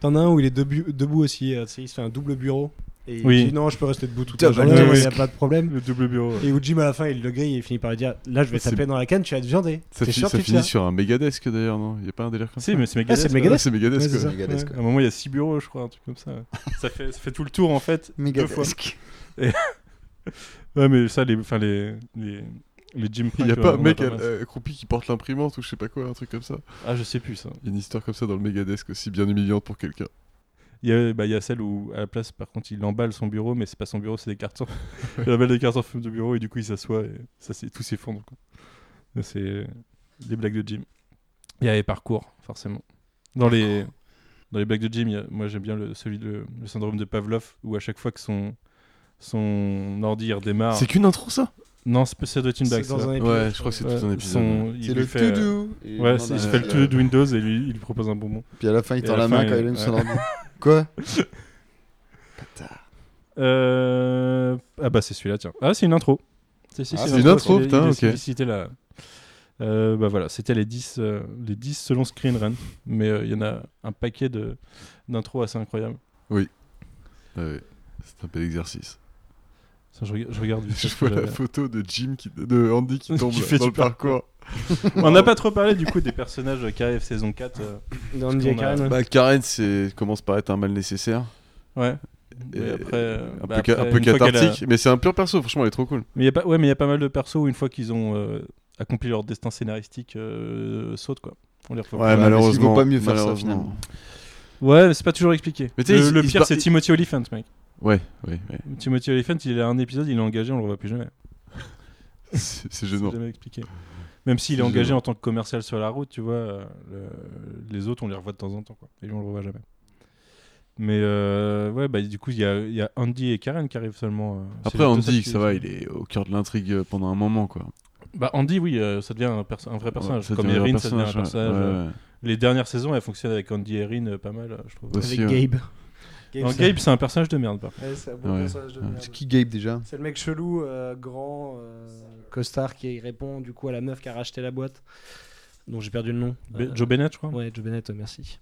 [SPEAKER 4] T'en as un où il est debu- debout aussi, euh, tu sais, il se fait un double bureau. Et il
[SPEAKER 1] Oui.
[SPEAKER 4] dit non, je peux rester debout toute la
[SPEAKER 2] Double
[SPEAKER 4] journée, il n'y a
[SPEAKER 2] desk.
[SPEAKER 4] pas de problème.
[SPEAKER 1] Le double bureau.
[SPEAKER 4] Et où Jim à la fin il le grille et il finit par lui dire Là je vais
[SPEAKER 5] C'est-
[SPEAKER 4] taper dans la canne, tu vas te viander.
[SPEAKER 5] Ça,
[SPEAKER 4] T'es
[SPEAKER 5] fi-
[SPEAKER 4] sûr
[SPEAKER 5] ça
[SPEAKER 4] que tu
[SPEAKER 5] finit
[SPEAKER 4] vas
[SPEAKER 5] sur un méga desk d'ailleurs, non Il y a pas un délire comme ça
[SPEAKER 1] Si, mais c'est
[SPEAKER 4] Ah,
[SPEAKER 1] Megadeth.
[SPEAKER 4] c'est
[SPEAKER 1] quoi.
[SPEAKER 4] Megadeth
[SPEAKER 5] C'est méga
[SPEAKER 4] Ouais,
[SPEAKER 5] desk.
[SPEAKER 4] c'est
[SPEAKER 5] quoi.
[SPEAKER 4] ça.
[SPEAKER 2] Megadeth,
[SPEAKER 1] À un moment, il y a six bureaux, je crois, un truc comme ça. ça, fait, ça fait tout le tour, en fait.
[SPEAKER 2] Méga
[SPEAKER 1] Deux fois.
[SPEAKER 2] desk.
[SPEAKER 1] Ouais, mais ça, les, enfin, les, les, les Jim
[SPEAKER 5] Il y a
[SPEAKER 1] Frank,
[SPEAKER 5] pas
[SPEAKER 1] euh,
[SPEAKER 5] un
[SPEAKER 1] on
[SPEAKER 5] mec
[SPEAKER 1] attend-
[SPEAKER 5] euh, accroupi qui porte l'imprimante ou je sais pas quoi, un truc comme ça.
[SPEAKER 1] Ah, je sais plus, ça.
[SPEAKER 5] Il y a une histoire comme ça dans le méga desk aussi bien humiliante pour quelqu'un.
[SPEAKER 1] Il y, a, bah, il y a celle où, à la place, par contre, il emballe son bureau, mais c'est pas son bureau, c'est des cartons. il emballe des cartons de bureau et du coup, il s'assoit et ça, c'est, tout s'effondre. quoi. Ça, C'est des blagues de Jim. Il y a les parcours, forcément. Dans les, dans les blagues de Jim, il y a- moi, j'aime bien le, celui de, le syndrome de Pavlov où, à chaque fois que son, son ordi il redémarre.
[SPEAKER 5] C'est qu'une intro ça
[SPEAKER 1] Non, c'est- ça doit être une blague.
[SPEAKER 4] C'est dans
[SPEAKER 1] ça.
[SPEAKER 4] un épisode.
[SPEAKER 5] Ouais, je crois que c'est
[SPEAKER 1] Ouais,
[SPEAKER 5] tout un épisode. ouais.
[SPEAKER 1] son- il
[SPEAKER 2] C'est
[SPEAKER 1] lui
[SPEAKER 2] le
[SPEAKER 1] fait, euh,
[SPEAKER 2] to-do. Et il
[SPEAKER 1] Ouais,
[SPEAKER 2] demande
[SPEAKER 1] c'est-
[SPEAKER 2] à-
[SPEAKER 1] il se fait le tout de Windows et lui, il lui propose un bonbon.
[SPEAKER 2] Puis à la fin, il
[SPEAKER 1] Et
[SPEAKER 2] tend
[SPEAKER 1] à la
[SPEAKER 2] la
[SPEAKER 1] fin,
[SPEAKER 2] main
[SPEAKER 1] il-
[SPEAKER 2] quand il allume son
[SPEAKER 1] ouais.
[SPEAKER 2] ordi. Quoi
[SPEAKER 1] Euh, Ah bah c'est celui-là, tiens. Ah c'est une intro. Si, si,
[SPEAKER 2] Ah,
[SPEAKER 5] c'est une
[SPEAKER 1] intro,
[SPEAKER 5] intro,
[SPEAKER 1] il est-
[SPEAKER 5] putain,
[SPEAKER 1] il est
[SPEAKER 5] ok.
[SPEAKER 1] sollicité, là. Euh, bah voilà, c'était les 10, euh, les 10 selon Screen Rant, mais euh, il y en a un paquet de- d'intros assez incroyables.
[SPEAKER 5] Ah ouais, c'est un bel exercice.
[SPEAKER 1] Ça, je, rega- je regarde vite
[SPEAKER 5] Je
[SPEAKER 1] fait ce que
[SPEAKER 5] vois la
[SPEAKER 1] j'avais.
[SPEAKER 5] photo de Jim, qui, de Andy qui
[SPEAKER 1] Qui
[SPEAKER 5] tombe
[SPEAKER 1] fait
[SPEAKER 5] dans
[SPEAKER 1] du
[SPEAKER 5] le parcours.
[SPEAKER 1] On n'a pas trop parlé du coup des personnages euh, KF saison 4. euh,
[SPEAKER 4] Dans Andy
[SPEAKER 1] qu'on
[SPEAKER 4] et Karen,
[SPEAKER 1] a-
[SPEAKER 4] ouais.
[SPEAKER 5] Bah, Karen, c'est commence par être un mal nécessaire.
[SPEAKER 1] ouais. Mais
[SPEAKER 5] Et
[SPEAKER 1] après, euh,
[SPEAKER 5] un,
[SPEAKER 1] bah
[SPEAKER 5] peu,
[SPEAKER 1] après,
[SPEAKER 5] ca- un peu
[SPEAKER 1] une fois qu'elle a-
[SPEAKER 5] cathartique, mais c'est un pur perso, franchement, elle est trop cool.
[SPEAKER 1] Mais il y a pas, ouais, mais il y a pas mal de persos où une fois qu'ils ont euh, accompli leur destin scénaristique, euh, sautent quoi. On les retrouve.
[SPEAKER 5] Ouais,
[SPEAKER 1] pas.
[SPEAKER 2] malheureusement,
[SPEAKER 5] malheureusement.
[SPEAKER 2] pas mieux faire ça,
[SPEAKER 5] malheureusement.
[SPEAKER 2] finalement.
[SPEAKER 1] Ouais, mais c'est pas toujours expliqué.
[SPEAKER 5] Mais tu sais,
[SPEAKER 1] le
[SPEAKER 5] ils-
[SPEAKER 1] le
[SPEAKER 5] ils se
[SPEAKER 1] pire,
[SPEAKER 5] bar-
[SPEAKER 1] c'est Timothy Oliphant, mec.
[SPEAKER 5] Ouais, ouais, ouais.
[SPEAKER 1] Timothy Oliphant, il a un épisode, il est engagé, on le revoit plus jamais.
[SPEAKER 5] C'est c'est
[SPEAKER 1] C'est
[SPEAKER 5] gênant.
[SPEAKER 1] jamais expliqué. Même s'il est
[SPEAKER 5] C'est
[SPEAKER 1] engagé
[SPEAKER 5] gênant.
[SPEAKER 1] en tant que commercial sur la route, tu vois, euh, le- les autres, on les revoit de temps en temps, quoi. Et lui, on le revoit jamais. Mais euh, ouais, bah, du coup, il y a, il y a Andy et Karen qui arrivent seulement. euh, c'est
[SPEAKER 5] Après,
[SPEAKER 1] les
[SPEAKER 5] on
[SPEAKER 1] deux
[SPEAKER 5] dit
[SPEAKER 1] seuls
[SPEAKER 5] que
[SPEAKER 1] qui-
[SPEAKER 5] ça va, il est au cœur de l'intrigue euh, pendant un moment, quoi.
[SPEAKER 1] Bah, Andy, oui, euh, ça devient un, perso- un vrai personnage.
[SPEAKER 5] Ouais, ça
[SPEAKER 1] Comme
[SPEAKER 5] devient un
[SPEAKER 1] Erin, ça devient un
[SPEAKER 5] personnage, ouais.
[SPEAKER 1] personnage. euh,
[SPEAKER 5] Ouais, ouais.
[SPEAKER 1] Les dernières saisons, elles fonctionnent avec Andy et Erin euh, pas mal, euh, je trouve.
[SPEAKER 5] Aussi,
[SPEAKER 4] avec
[SPEAKER 5] ouais.
[SPEAKER 4] Gabe.
[SPEAKER 1] Non, Gabe, c'est un personnage de merde, par contre.
[SPEAKER 4] Ouais, c'est un bon
[SPEAKER 5] Ouais.
[SPEAKER 4] personnage de
[SPEAKER 5] Ouais.
[SPEAKER 4] merde.
[SPEAKER 2] C'est qui Gabe déjà
[SPEAKER 4] C'est le mec chelou, euh, grand, euh, costard qui répond du coup à la meuf qui a racheté la boîte. Dont j'ai perdu le nom.
[SPEAKER 1] Be-
[SPEAKER 4] Euh,
[SPEAKER 1] Joe Bennett, je crois.
[SPEAKER 4] Ouais, Joe Bennett, euh, merci.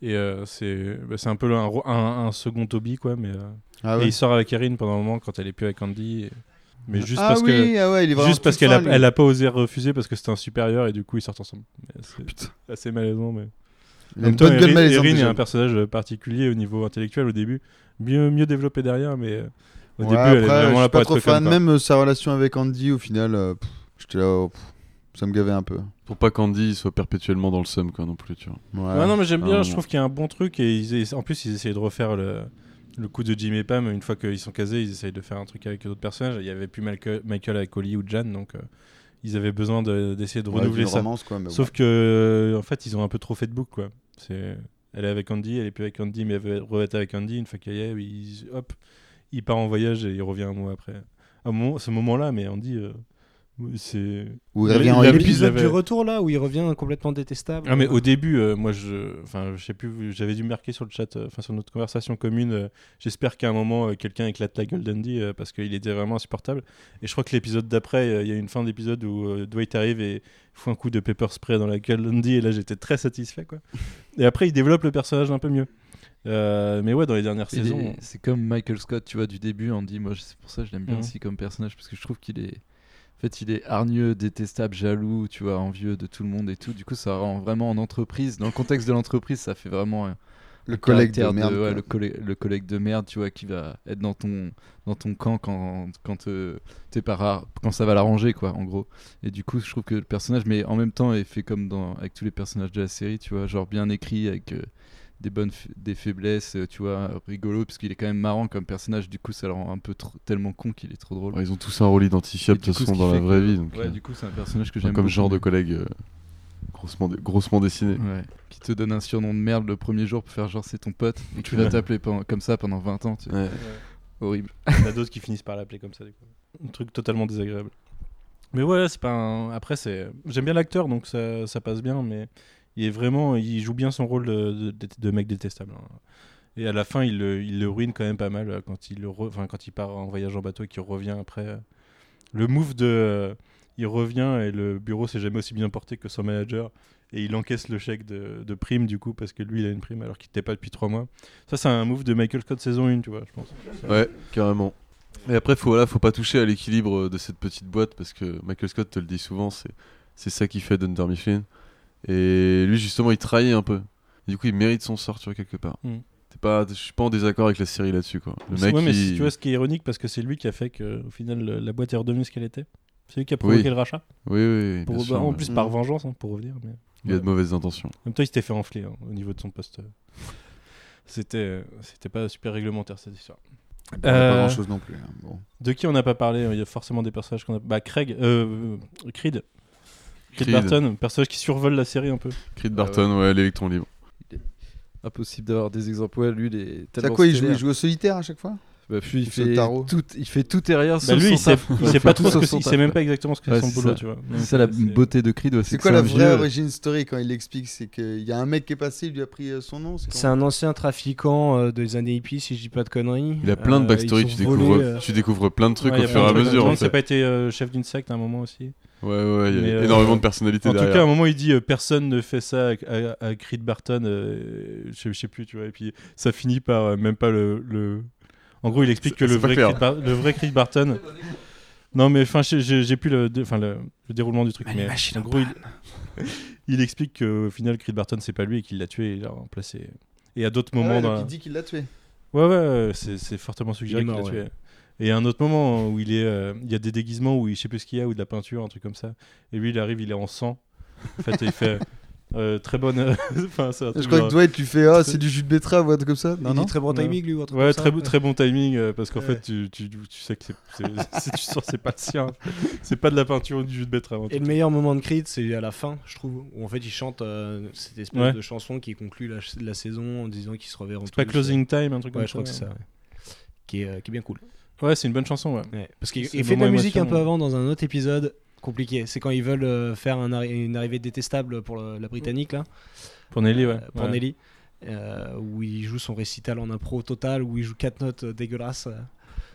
[SPEAKER 1] Et euh, c'est bah, c'est un peu un, ro- un- un second Toby, quoi. Mais, euh,
[SPEAKER 2] Ah
[SPEAKER 1] Et
[SPEAKER 2] ouais.
[SPEAKER 1] il sort avec Erin pendant un moment quand elle est plus avec Andy. et- Mais juste
[SPEAKER 2] ah
[SPEAKER 1] parce
[SPEAKER 2] oui, ah ouais, il est
[SPEAKER 1] que.
[SPEAKER 2] vraiment
[SPEAKER 1] Juste parce
[SPEAKER 2] tout
[SPEAKER 1] qu'elle
[SPEAKER 2] fin,
[SPEAKER 1] a,
[SPEAKER 2] lui.
[SPEAKER 1] elle a pas osé refuser parce que c'était un supérieur et du coup ils sortent ensemble. Mais C'est assez malaisant. Mais...
[SPEAKER 2] Oh, Il
[SPEAKER 1] En
[SPEAKER 2] a une
[SPEAKER 1] même
[SPEAKER 2] bonne
[SPEAKER 1] temps,
[SPEAKER 2] gueule
[SPEAKER 1] Erin-
[SPEAKER 2] malaisante,
[SPEAKER 1] Erin hein, est
[SPEAKER 2] déjà.
[SPEAKER 1] un personnage particulier au niveau intellectuel au début, mieux, mieux développé derrière, mais euh, au
[SPEAKER 2] Ouais,
[SPEAKER 1] début elle est vraiment
[SPEAKER 2] après, je
[SPEAKER 1] là
[SPEAKER 2] suis
[SPEAKER 1] pour
[SPEAKER 2] pas
[SPEAKER 1] être
[SPEAKER 2] trop
[SPEAKER 1] conne,
[SPEAKER 2] fan.
[SPEAKER 1] quoi.
[SPEAKER 2] Même euh, sa relation avec Andy, au final, euh, pff, j'étais là, oh, pff, ça me gavait un peu.
[SPEAKER 5] Pour pas qu'Andy soit perpétuellement dans le seum, quoi, non plus, tu vois.
[SPEAKER 2] Ouais.
[SPEAKER 1] Ouais, non, mais j'aime
[SPEAKER 5] Ah,
[SPEAKER 1] bien.
[SPEAKER 5] non.
[SPEAKER 1] Je trouve qu'il y a un bon truc. Et ils essa- en plus, ils essayaient de refaire le, le coup de Jim et Pam. Une fois qu'ils sont casés, ils essayent de faire un truc avec d'autres personnages. Il y avait plus Malco- Michael avec Holly ou Jan, donc euh, ils avaient besoin de- d'essayer de,
[SPEAKER 2] Ouais,
[SPEAKER 1] renouveler
[SPEAKER 2] une
[SPEAKER 1] ça.
[SPEAKER 2] romance, quoi, mais
[SPEAKER 1] Sauf que, euh, en fait, ils ont un peu trop fait de boucle, quoi. C'est, elle est avec Andy, elle est plus avec Andy, mais elle veut re-être avec Andy. Une fois qu'il y est, il- hop, il part en voyage et il revient un mois après. À un moment- ce moment-là, mais Andy, euh, c'est
[SPEAKER 2] bon. Ou
[SPEAKER 1] il
[SPEAKER 2] il revient
[SPEAKER 1] a-
[SPEAKER 2] en
[SPEAKER 1] il a-
[SPEAKER 2] Libye.
[SPEAKER 1] Ils
[SPEAKER 4] L'épisode
[SPEAKER 1] avaient-
[SPEAKER 4] du retour là où il revient complètement détestable.
[SPEAKER 1] Ah mais au début, euh, moi je, enfin je sais plus, j'avais dû marquer sur le chat, euh, enfin sur notre conversation commune, euh, j'espère qu'à un moment euh, quelqu'un éclate la gueule d'Andy euh, parce qu'il était vraiment insupportable. Et je crois que l'épisode d'après, euh, il y a une fin d'épisode où euh, Dwight arrive et fout un coup de pepper spray dans la gueule d'Andy et là j'étais très satisfait quoi. Et après il développe le personnage un peu mieux. Euh, mais ouais, dans les dernières
[SPEAKER 3] Il
[SPEAKER 1] saisons,
[SPEAKER 3] est- C'est comme Michael Scott, tu vois, du début, on dit, moi, je- c'est pour ça que je l'aime bien
[SPEAKER 1] Mhm.
[SPEAKER 3] aussi comme personnage, parce que je trouve qu'il est. En fait, il est hargneux, détestable, jaloux, tu vois, envieux de tout le monde et tout. Du coup, ça rend vraiment en entreprise, dans le contexte de l'entreprise, ça fait vraiment un
[SPEAKER 2] Le collègue de
[SPEAKER 3] caractère
[SPEAKER 2] merde.
[SPEAKER 3] ouais,
[SPEAKER 2] quoi.
[SPEAKER 3] le, collè- le collègue de merde, tu vois, qui va être dans ton, dans ton camp quand, quand, euh, t'es pas rare- quand ça va l'arranger, quoi, en gros. Et du coup, je trouve que le personnage, mais en même temps, est fait comme dans, avec tous les personnages de la série, tu vois, genre bien écrit, avec euh, des bonnes fa- des faiblesses, euh, tu vois, rigolo, parce qu'il est quand même marrant comme personnage, du coup, ça le rend un peu trop- tellement con qu'il est trop drôle.
[SPEAKER 5] Ouais, ils ont tous un rôle identifiable,
[SPEAKER 3] Et
[SPEAKER 5] de toute
[SPEAKER 3] du coup,
[SPEAKER 5] façon,
[SPEAKER 3] ce qui
[SPEAKER 5] dans la
[SPEAKER 3] fait
[SPEAKER 5] vraie
[SPEAKER 3] que-
[SPEAKER 5] vie. Donc,
[SPEAKER 3] ouais,
[SPEAKER 5] euh,
[SPEAKER 3] du coup, c'est un personnage que
[SPEAKER 5] enfin,
[SPEAKER 3] j'aime
[SPEAKER 5] comme
[SPEAKER 3] beaucoup.
[SPEAKER 5] genre de collègue euh, grossement, dé- grossement dessiné.
[SPEAKER 3] Ouais. Qui te donne un surnom de merde le premier jour pour faire genre c'est ton pote, et tu
[SPEAKER 1] Ouais.
[SPEAKER 3] vas t'appeler pendant- comme ça pendant 20 ans, tu-
[SPEAKER 5] Ouais.
[SPEAKER 1] euh,
[SPEAKER 3] horrible.
[SPEAKER 1] il y en a d'autres qui finissent par l'appeler comme ça. du coup. Un truc totalement désagréable. Mais ouais, c'est pas un... Après, c'est... J'aime bien l'acteur, donc ça, ça passe bien, mais il est vraiment... Il joue bien son rôle de, de- de- de mec détestable. hein. Et à la fin, il le, il le ruine quand même pas mal euh, quand il, le re- enfin, quand il part en voyage en bateau et qu'il revient après. euh. Le move de... euh, Il revient et le bureau s'est jamais aussi bien porté que son manager. Et il encaisse le chèque de, de prime, du coup, parce que lui, il a une prime alors qu'il n'était pas depuis trois mois. Ça, c'est un move de Michael Scott saison 1, tu vois, je pense.
[SPEAKER 5] Ouais, carrément. Et après, faut, voilà, faut pas toucher à l'équilibre euh, de cette petite boîte parce que Michael Scott te le dit souvent, c'est, c'est ça qui fait Dunder Mifflin. Et lui, justement, il trahit un peu. Et du coup, il mérite son sort, tu vois, quelque part.
[SPEAKER 1] Mm.
[SPEAKER 5] T'es pas, je suis pas en désaccord avec la série là-dessus, quoi. Le
[SPEAKER 1] C'est-
[SPEAKER 5] mec,
[SPEAKER 1] ouais, mais
[SPEAKER 5] il-
[SPEAKER 1] c'est- tu vois, ce qui est ironique, parce que c'est lui qui a fait que, au final, le- la boîte est redevenue ce qu'elle était. C'est lui qui a provoqué
[SPEAKER 5] Oui.
[SPEAKER 1] le rachat.
[SPEAKER 5] Oui, oui, oui,
[SPEAKER 1] Pour-
[SPEAKER 5] bien
[SPEAKER 1] bah,
[SPEAKER 5] sûr,
[SPEAKER 1] en
[SPEAKER 5] ouais.
[SPEAKER 1] plus, par
[SPEAKER 2] Mm.
[SPEAKER 1] vengeance, hein, pour revenir. Mais...
[SPEAKER 5] Il a de mauvaises intentions.
[SPEAKER 1] En même temps, il s'était fait enfler hein, au niveau de son poste. C'était, euh, c'était pas super réglementaire cette histoire.
[SPEAKER 5] Eh
[SPEAKER 2] Bon,
[SPEAKER 5] ben,
[SPEAKER 2] on a
[SPEAKER 1] Euh,
[SPEAKER 2] Pas grand chose non plus. hein, bon.
[SPEAKER 1] De qui on n'a pas parlé Il y a forcément des personnages qu'on a. Bah, Craig, euh, euh, Creed. Creed
[SPEAKER 5] Creed.
[SPEAKER 1] Barton, personnage qui survole la série un peu.
[SPEAKER 5] Creed
[SPEAKER 3] Ah ouais.
[SPEAKER 5] Barton, ouais, l'électron libre.
[SPEAKER 3] Impossible d'avoir des exemples. Ouais, lui, il est
[SPEAKER 2] C'est à
[SPEAKER 3] tellement.
[SPEAKER 2] quoi il joue
[SPEAKER 3] stellaire.
[SPEAKER 2] Il joue au solitaire à chaque fois
[SPEAKER 3] Bah, puis il
[SPEAKER 2] Ou ce
[SPEAKER 3] fait,
[SPEAKER 2] tarot.
[SPEAKER 3] tout, il fait tout et rien sauf
[SPEAKER 1] Bah, lui,
[SPEAKER 3] son
[SPEAKER 1] il sait,
[SPEAKER 3] taf.
[SPEAKER 1] il sait pas
[SPEAKER 2] Tout
[SPEAKER 1] trop, ce
[SPEAKER 2] sauf
[SPEAKER 1] que-
[SPEAKER 2] son
[SPEAKER 1] il sait
[SPEAKER 2] taf,
[SPEAKER 1] même
[SPEAKER 2] ouais.
[SPEAKER 1] pas exactement ce que
[SPEAKER 3] Ouais,
[SPEAKER 1] c'est son
[SPEAKER 3] c'est
[SPEAKER 1] boulot,
[SPEAKER 3] ça.
[SPEAKER 1] tu vois. Donc,
[SPEAKER 3] C'est ça la
[SPEAKER 1] euh,
[SPEAKER 3] beauté de Creed, ouais,
[SPEAKER 2] C'est
[SPEAKER 3] que
[SPEAKER 2] quoi
[SPEAKER 3] un
[SPEAKER 2] la vraie
[SPEAKER 3] vieux-
[SPEAKER 2] origin story quand il explique C'est qu'il y a un mec qui est passé, il lui a pris euh, son nom. c'est
[SPEAKER 4] C'est un ancien trafiquant euh, des années hippies, si je dis pas de conneries.
[SPEAKER 1] Ah,
[SPEAKER 5] Il a plein de
[SPEAKER 4] Euh,
[SPEAKER 5] backstory,
[SPEAKER 4] ils
[SPEAKER 5] tu,
[SPEAKER 4] ont volé,
[SPEAKER 5] découvres,
[SPEAKER 4] euh,
[SPEAKER 5] tu découvres plein de trucs
[SPEAKER 1] ouais, il y
[SPEAKER 5] au
[SPEAKER 1] a
[SPEAKER 5] fur et
[SPEAKER 1] plein
[SPEAKER 5] à
[SPEAKER 1] de trucs.
[SPEAKER 5] mesure.
[SPEAKER 1] Tout le
[SPEAKER 5] en
[SPEAKER 1] monde s'est
[SPEAKER 5] fait.
[SPEAKER 1] pas été euh, chef d'une secte à un moment aussi.
[SPEAKER 5] Ouais, ouais, il y
[SPEAKER 1] Mais,
[SPEAKER 5] a
[SPEAKER 1] euh,
[SPEAKER 5] énormément de personnalités
[SPEAKER 1] En tout
[SPEAKER 5] derrière.
[SPEAKER 1] cas, à un moment, il dit euh, personne ne fait ça à, à- à Creed Barton. euh, je, sais- je sais plus, tu vois. Et puis ça finit par euh, même pas le. le- En gros, il explique
[SPEAKER 5] C'est-
[SPEAKER 1] que le
[SPEAKER 5] c'est pas
[SPEAKER 1] vrai,
[SPEAKER 5] clair.
[SPEAKER 1] Creed Bar- le vrai Creed Barton. Non, mais enfin, j'ai- j'ai j'ai plus le, dé- enfin, le, le déroulement du truc. Mais, en gros, il, il explique qu'au final, Creed Barton, c'est pas lui et qu'il l'a tué et il l'a remplacé. Et à d'autres
[SPEAKER 2] Ah ouais,
[SPEAKER 1] moments.
[SPEAKER 2] donc
[SPEAKER 1] dans-
[SPEAKER 2] Il dit qu'il l'a tué.
[SPEAKER 1] Ouais, ouais, ouais, c'est c'est fortement suggéré
[SPEAKER 4] Il
[SPEAKER 1] qu'il
[SPEAKER 4] est
[SPEAKER 1] l'a
[SPEAKER 4] mort,
[SPEAKER 1] tué. Et à un autre moment où il est, euh, il y a des déguisements où il, je sais plus ce qu'il y a, ou de la peinture, un truc comme ça. Et lui, il arrive, il est en sang. En fait, et il fait euh, très bonne. euh, enfin, c'est un
[SPEAKER 2] Je
[SPEAKER 1] truc
[SPEAKER 2] crois
[SPEAKER 1] genre-
[SPEAKER 2] que Dwight lui fait Ah, c'est du jus de betterave ou un truc comme ça. Non,
[SPEAKER 4] Il
[SPEAKER 2] non.
[SPEAKER 4] dit très bon
[SPEAKER 1] Non.
[SPEAKER 4] timing, lui, ou un truc
[SPEAKER 1] Ouais,
[SPEAKER 4] comme
[SPEAKER 1] très,
[SPEAKER 4] ça.
[SPEAKER 1] bon- très bon timing euh, parce qu'en
[SPEAKER 4] Ouais.
[SPEAKER 1] fait, tu, tu, tu sais que c'est, c'est- si tu sens, c'est pas le sien. C'est pas de la peinture ou du jus de betterave. en
[SPEAKER 4] Et
[SPEAKER 1] tout
[SPEAKER 4] le meilleur moment de Creed, c'est à la fin, je trouve, où en fait il chante euh, cette espèce
[SPEAKER 1] Ouais.
[SPEAKER 4] de chanson qui conclut la, ch- la saison en disant qu'ils se reverront
[SPEAKER 1] C'est pas
[SPEAKER 4] tous.
[SPEAKER 1] Closing Time, un truc
[SPEAKER 4] Ouais,
[SPEAKER 1] comme
[SPEAKER 4] je crois que c'est
[SPEAKER 1] ça.
[SPEAKER 4] ça. ouais. Qui, est, euh, qui est bien cool.
[SPEAKER 1] Ouais, c'est une bonne chanson, ouais.
[SPEAKER 4] Parce qu'il
[SPEAKER 1] C'est
[SPEAKER 4] il
[SPEAKER 1] le
[SPEAKER 4] fait de
[SPEAKER 1] moment
[SPEAKER 4] la musique un
[SPEAKER 1] émotion,
[SPEAKER 4] peu
[SPEAKER 1] ouais.
[SPEAKER 4] avant dans un autre épisode compliqué. C'est quand ils veulent euh, faire un arri- une arrivée détestable pour le- la Britannique, là.
[SPEAKER 1] Pour Nelly, ouais.
[SPEAKER 4] Euh, Pour
[SPEAKER 1] Ouais.
[SPEAKER 4] Nelly. euh, où il joue son récital en impro total, où il joue quatre notes euh, dégueulasses. euh,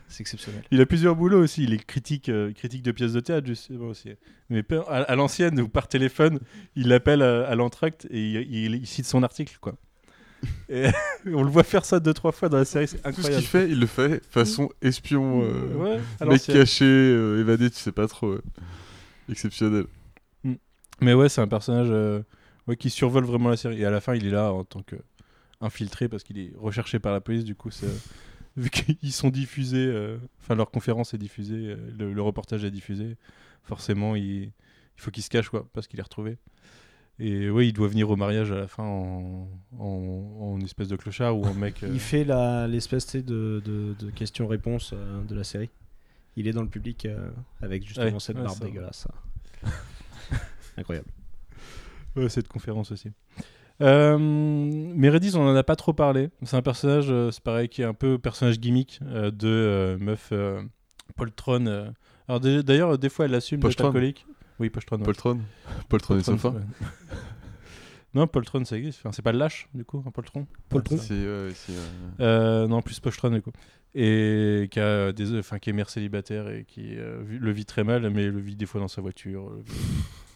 [SPEAKER 4] c'est exceptionnel.
[SPEAKER 1] Il a plusieurs boulots aussi. Il est critique, euh, critique de pièces de théâtre, justement aussi. Mais peu- à, à l'ancienne ou par téléphone, il appelle à, à l'entracte et il, il- il cite son article, quoi. Et on le voit faire ça deux trois fois dans la série, c'est
[SPEAKER 5] Tout ce qu'il
[SPEAKER 1] incroyable. Mmh.
[SPEAKER 5] fait, il le fait façon espion, euh,
[SPEAKER 1] Ouais, à
[SPEAKER 5] mec
[SPEAKER 1] l'ancienne.
[SPEAKER 5] caché, euh, évadé, tu sais pas trop. ouais. Exceptionnel.
[SPEAKER 1] Mais ouais, c'est un personnage euh, ouais, qui survole vraiment la série. Et à la fin, il est là en tant que infiltré parce qu'il est recherché par la police. Du coup, c'est- vu qu'ils sont diffusés, euh, enfin leur conférence est diffusée, euh, le, le reportage est diffusé, forcément, il, il faut qu'il se cache quoi, parce qu'il est retrouvé. Et ouais, il doit venir au mariage à la fin en, en- en espèce de clochard ou en mec. euh,
[SPEAKER 4] Il fait la- l'espèce tu sais, de, de, de questions-réponses euh, de la série. Il est dans le public euh, avec justement
[SPEAKER 1] Ouais,
[SPEAKER 4] cette
[SPEAKER 1] ouais,
[SPEAKER 4] barbe
[SPEAKER 1] ça.
[SPEAKER 4] dégueulasse. hein. Incroyable.
[SPEAKER 1] Ouais, cette conférence aussi. Euh, Meredith, on en a pas trop parlé. C'est un personnage, euh, c'est pareil, qui est un peu personnage gimmick euh, de euh, meuf euh, poltronne. euh. Alors dé- d'ailleurs, euh, des fois, elle l'assume d'être
[SPEAKER 5] Poltronne.
[SPEAKER 1] alcoolique. Oui, poltronne. ouais.
[SPEAKER 5] Poltron. Poltron et Sofa.
[SPEAKER 1] Poltronne, ouais. non, poltronne, ça existe. Enfin, c'est pas le lâche, du coup, hein, un poltron.
[SPEAKER 4] Poltron.
[SPEAKER 1] Ouais,
[SPEAKER 5] C'est, ouais, c'est, euh,
[SPEAKER 1] euh, non, plus Postron du coup. Et qui, a des, enfin, qui est mère célibataire et qui euh, vit- le vit très mal, mais le vit des fois dans sa voiture, le vit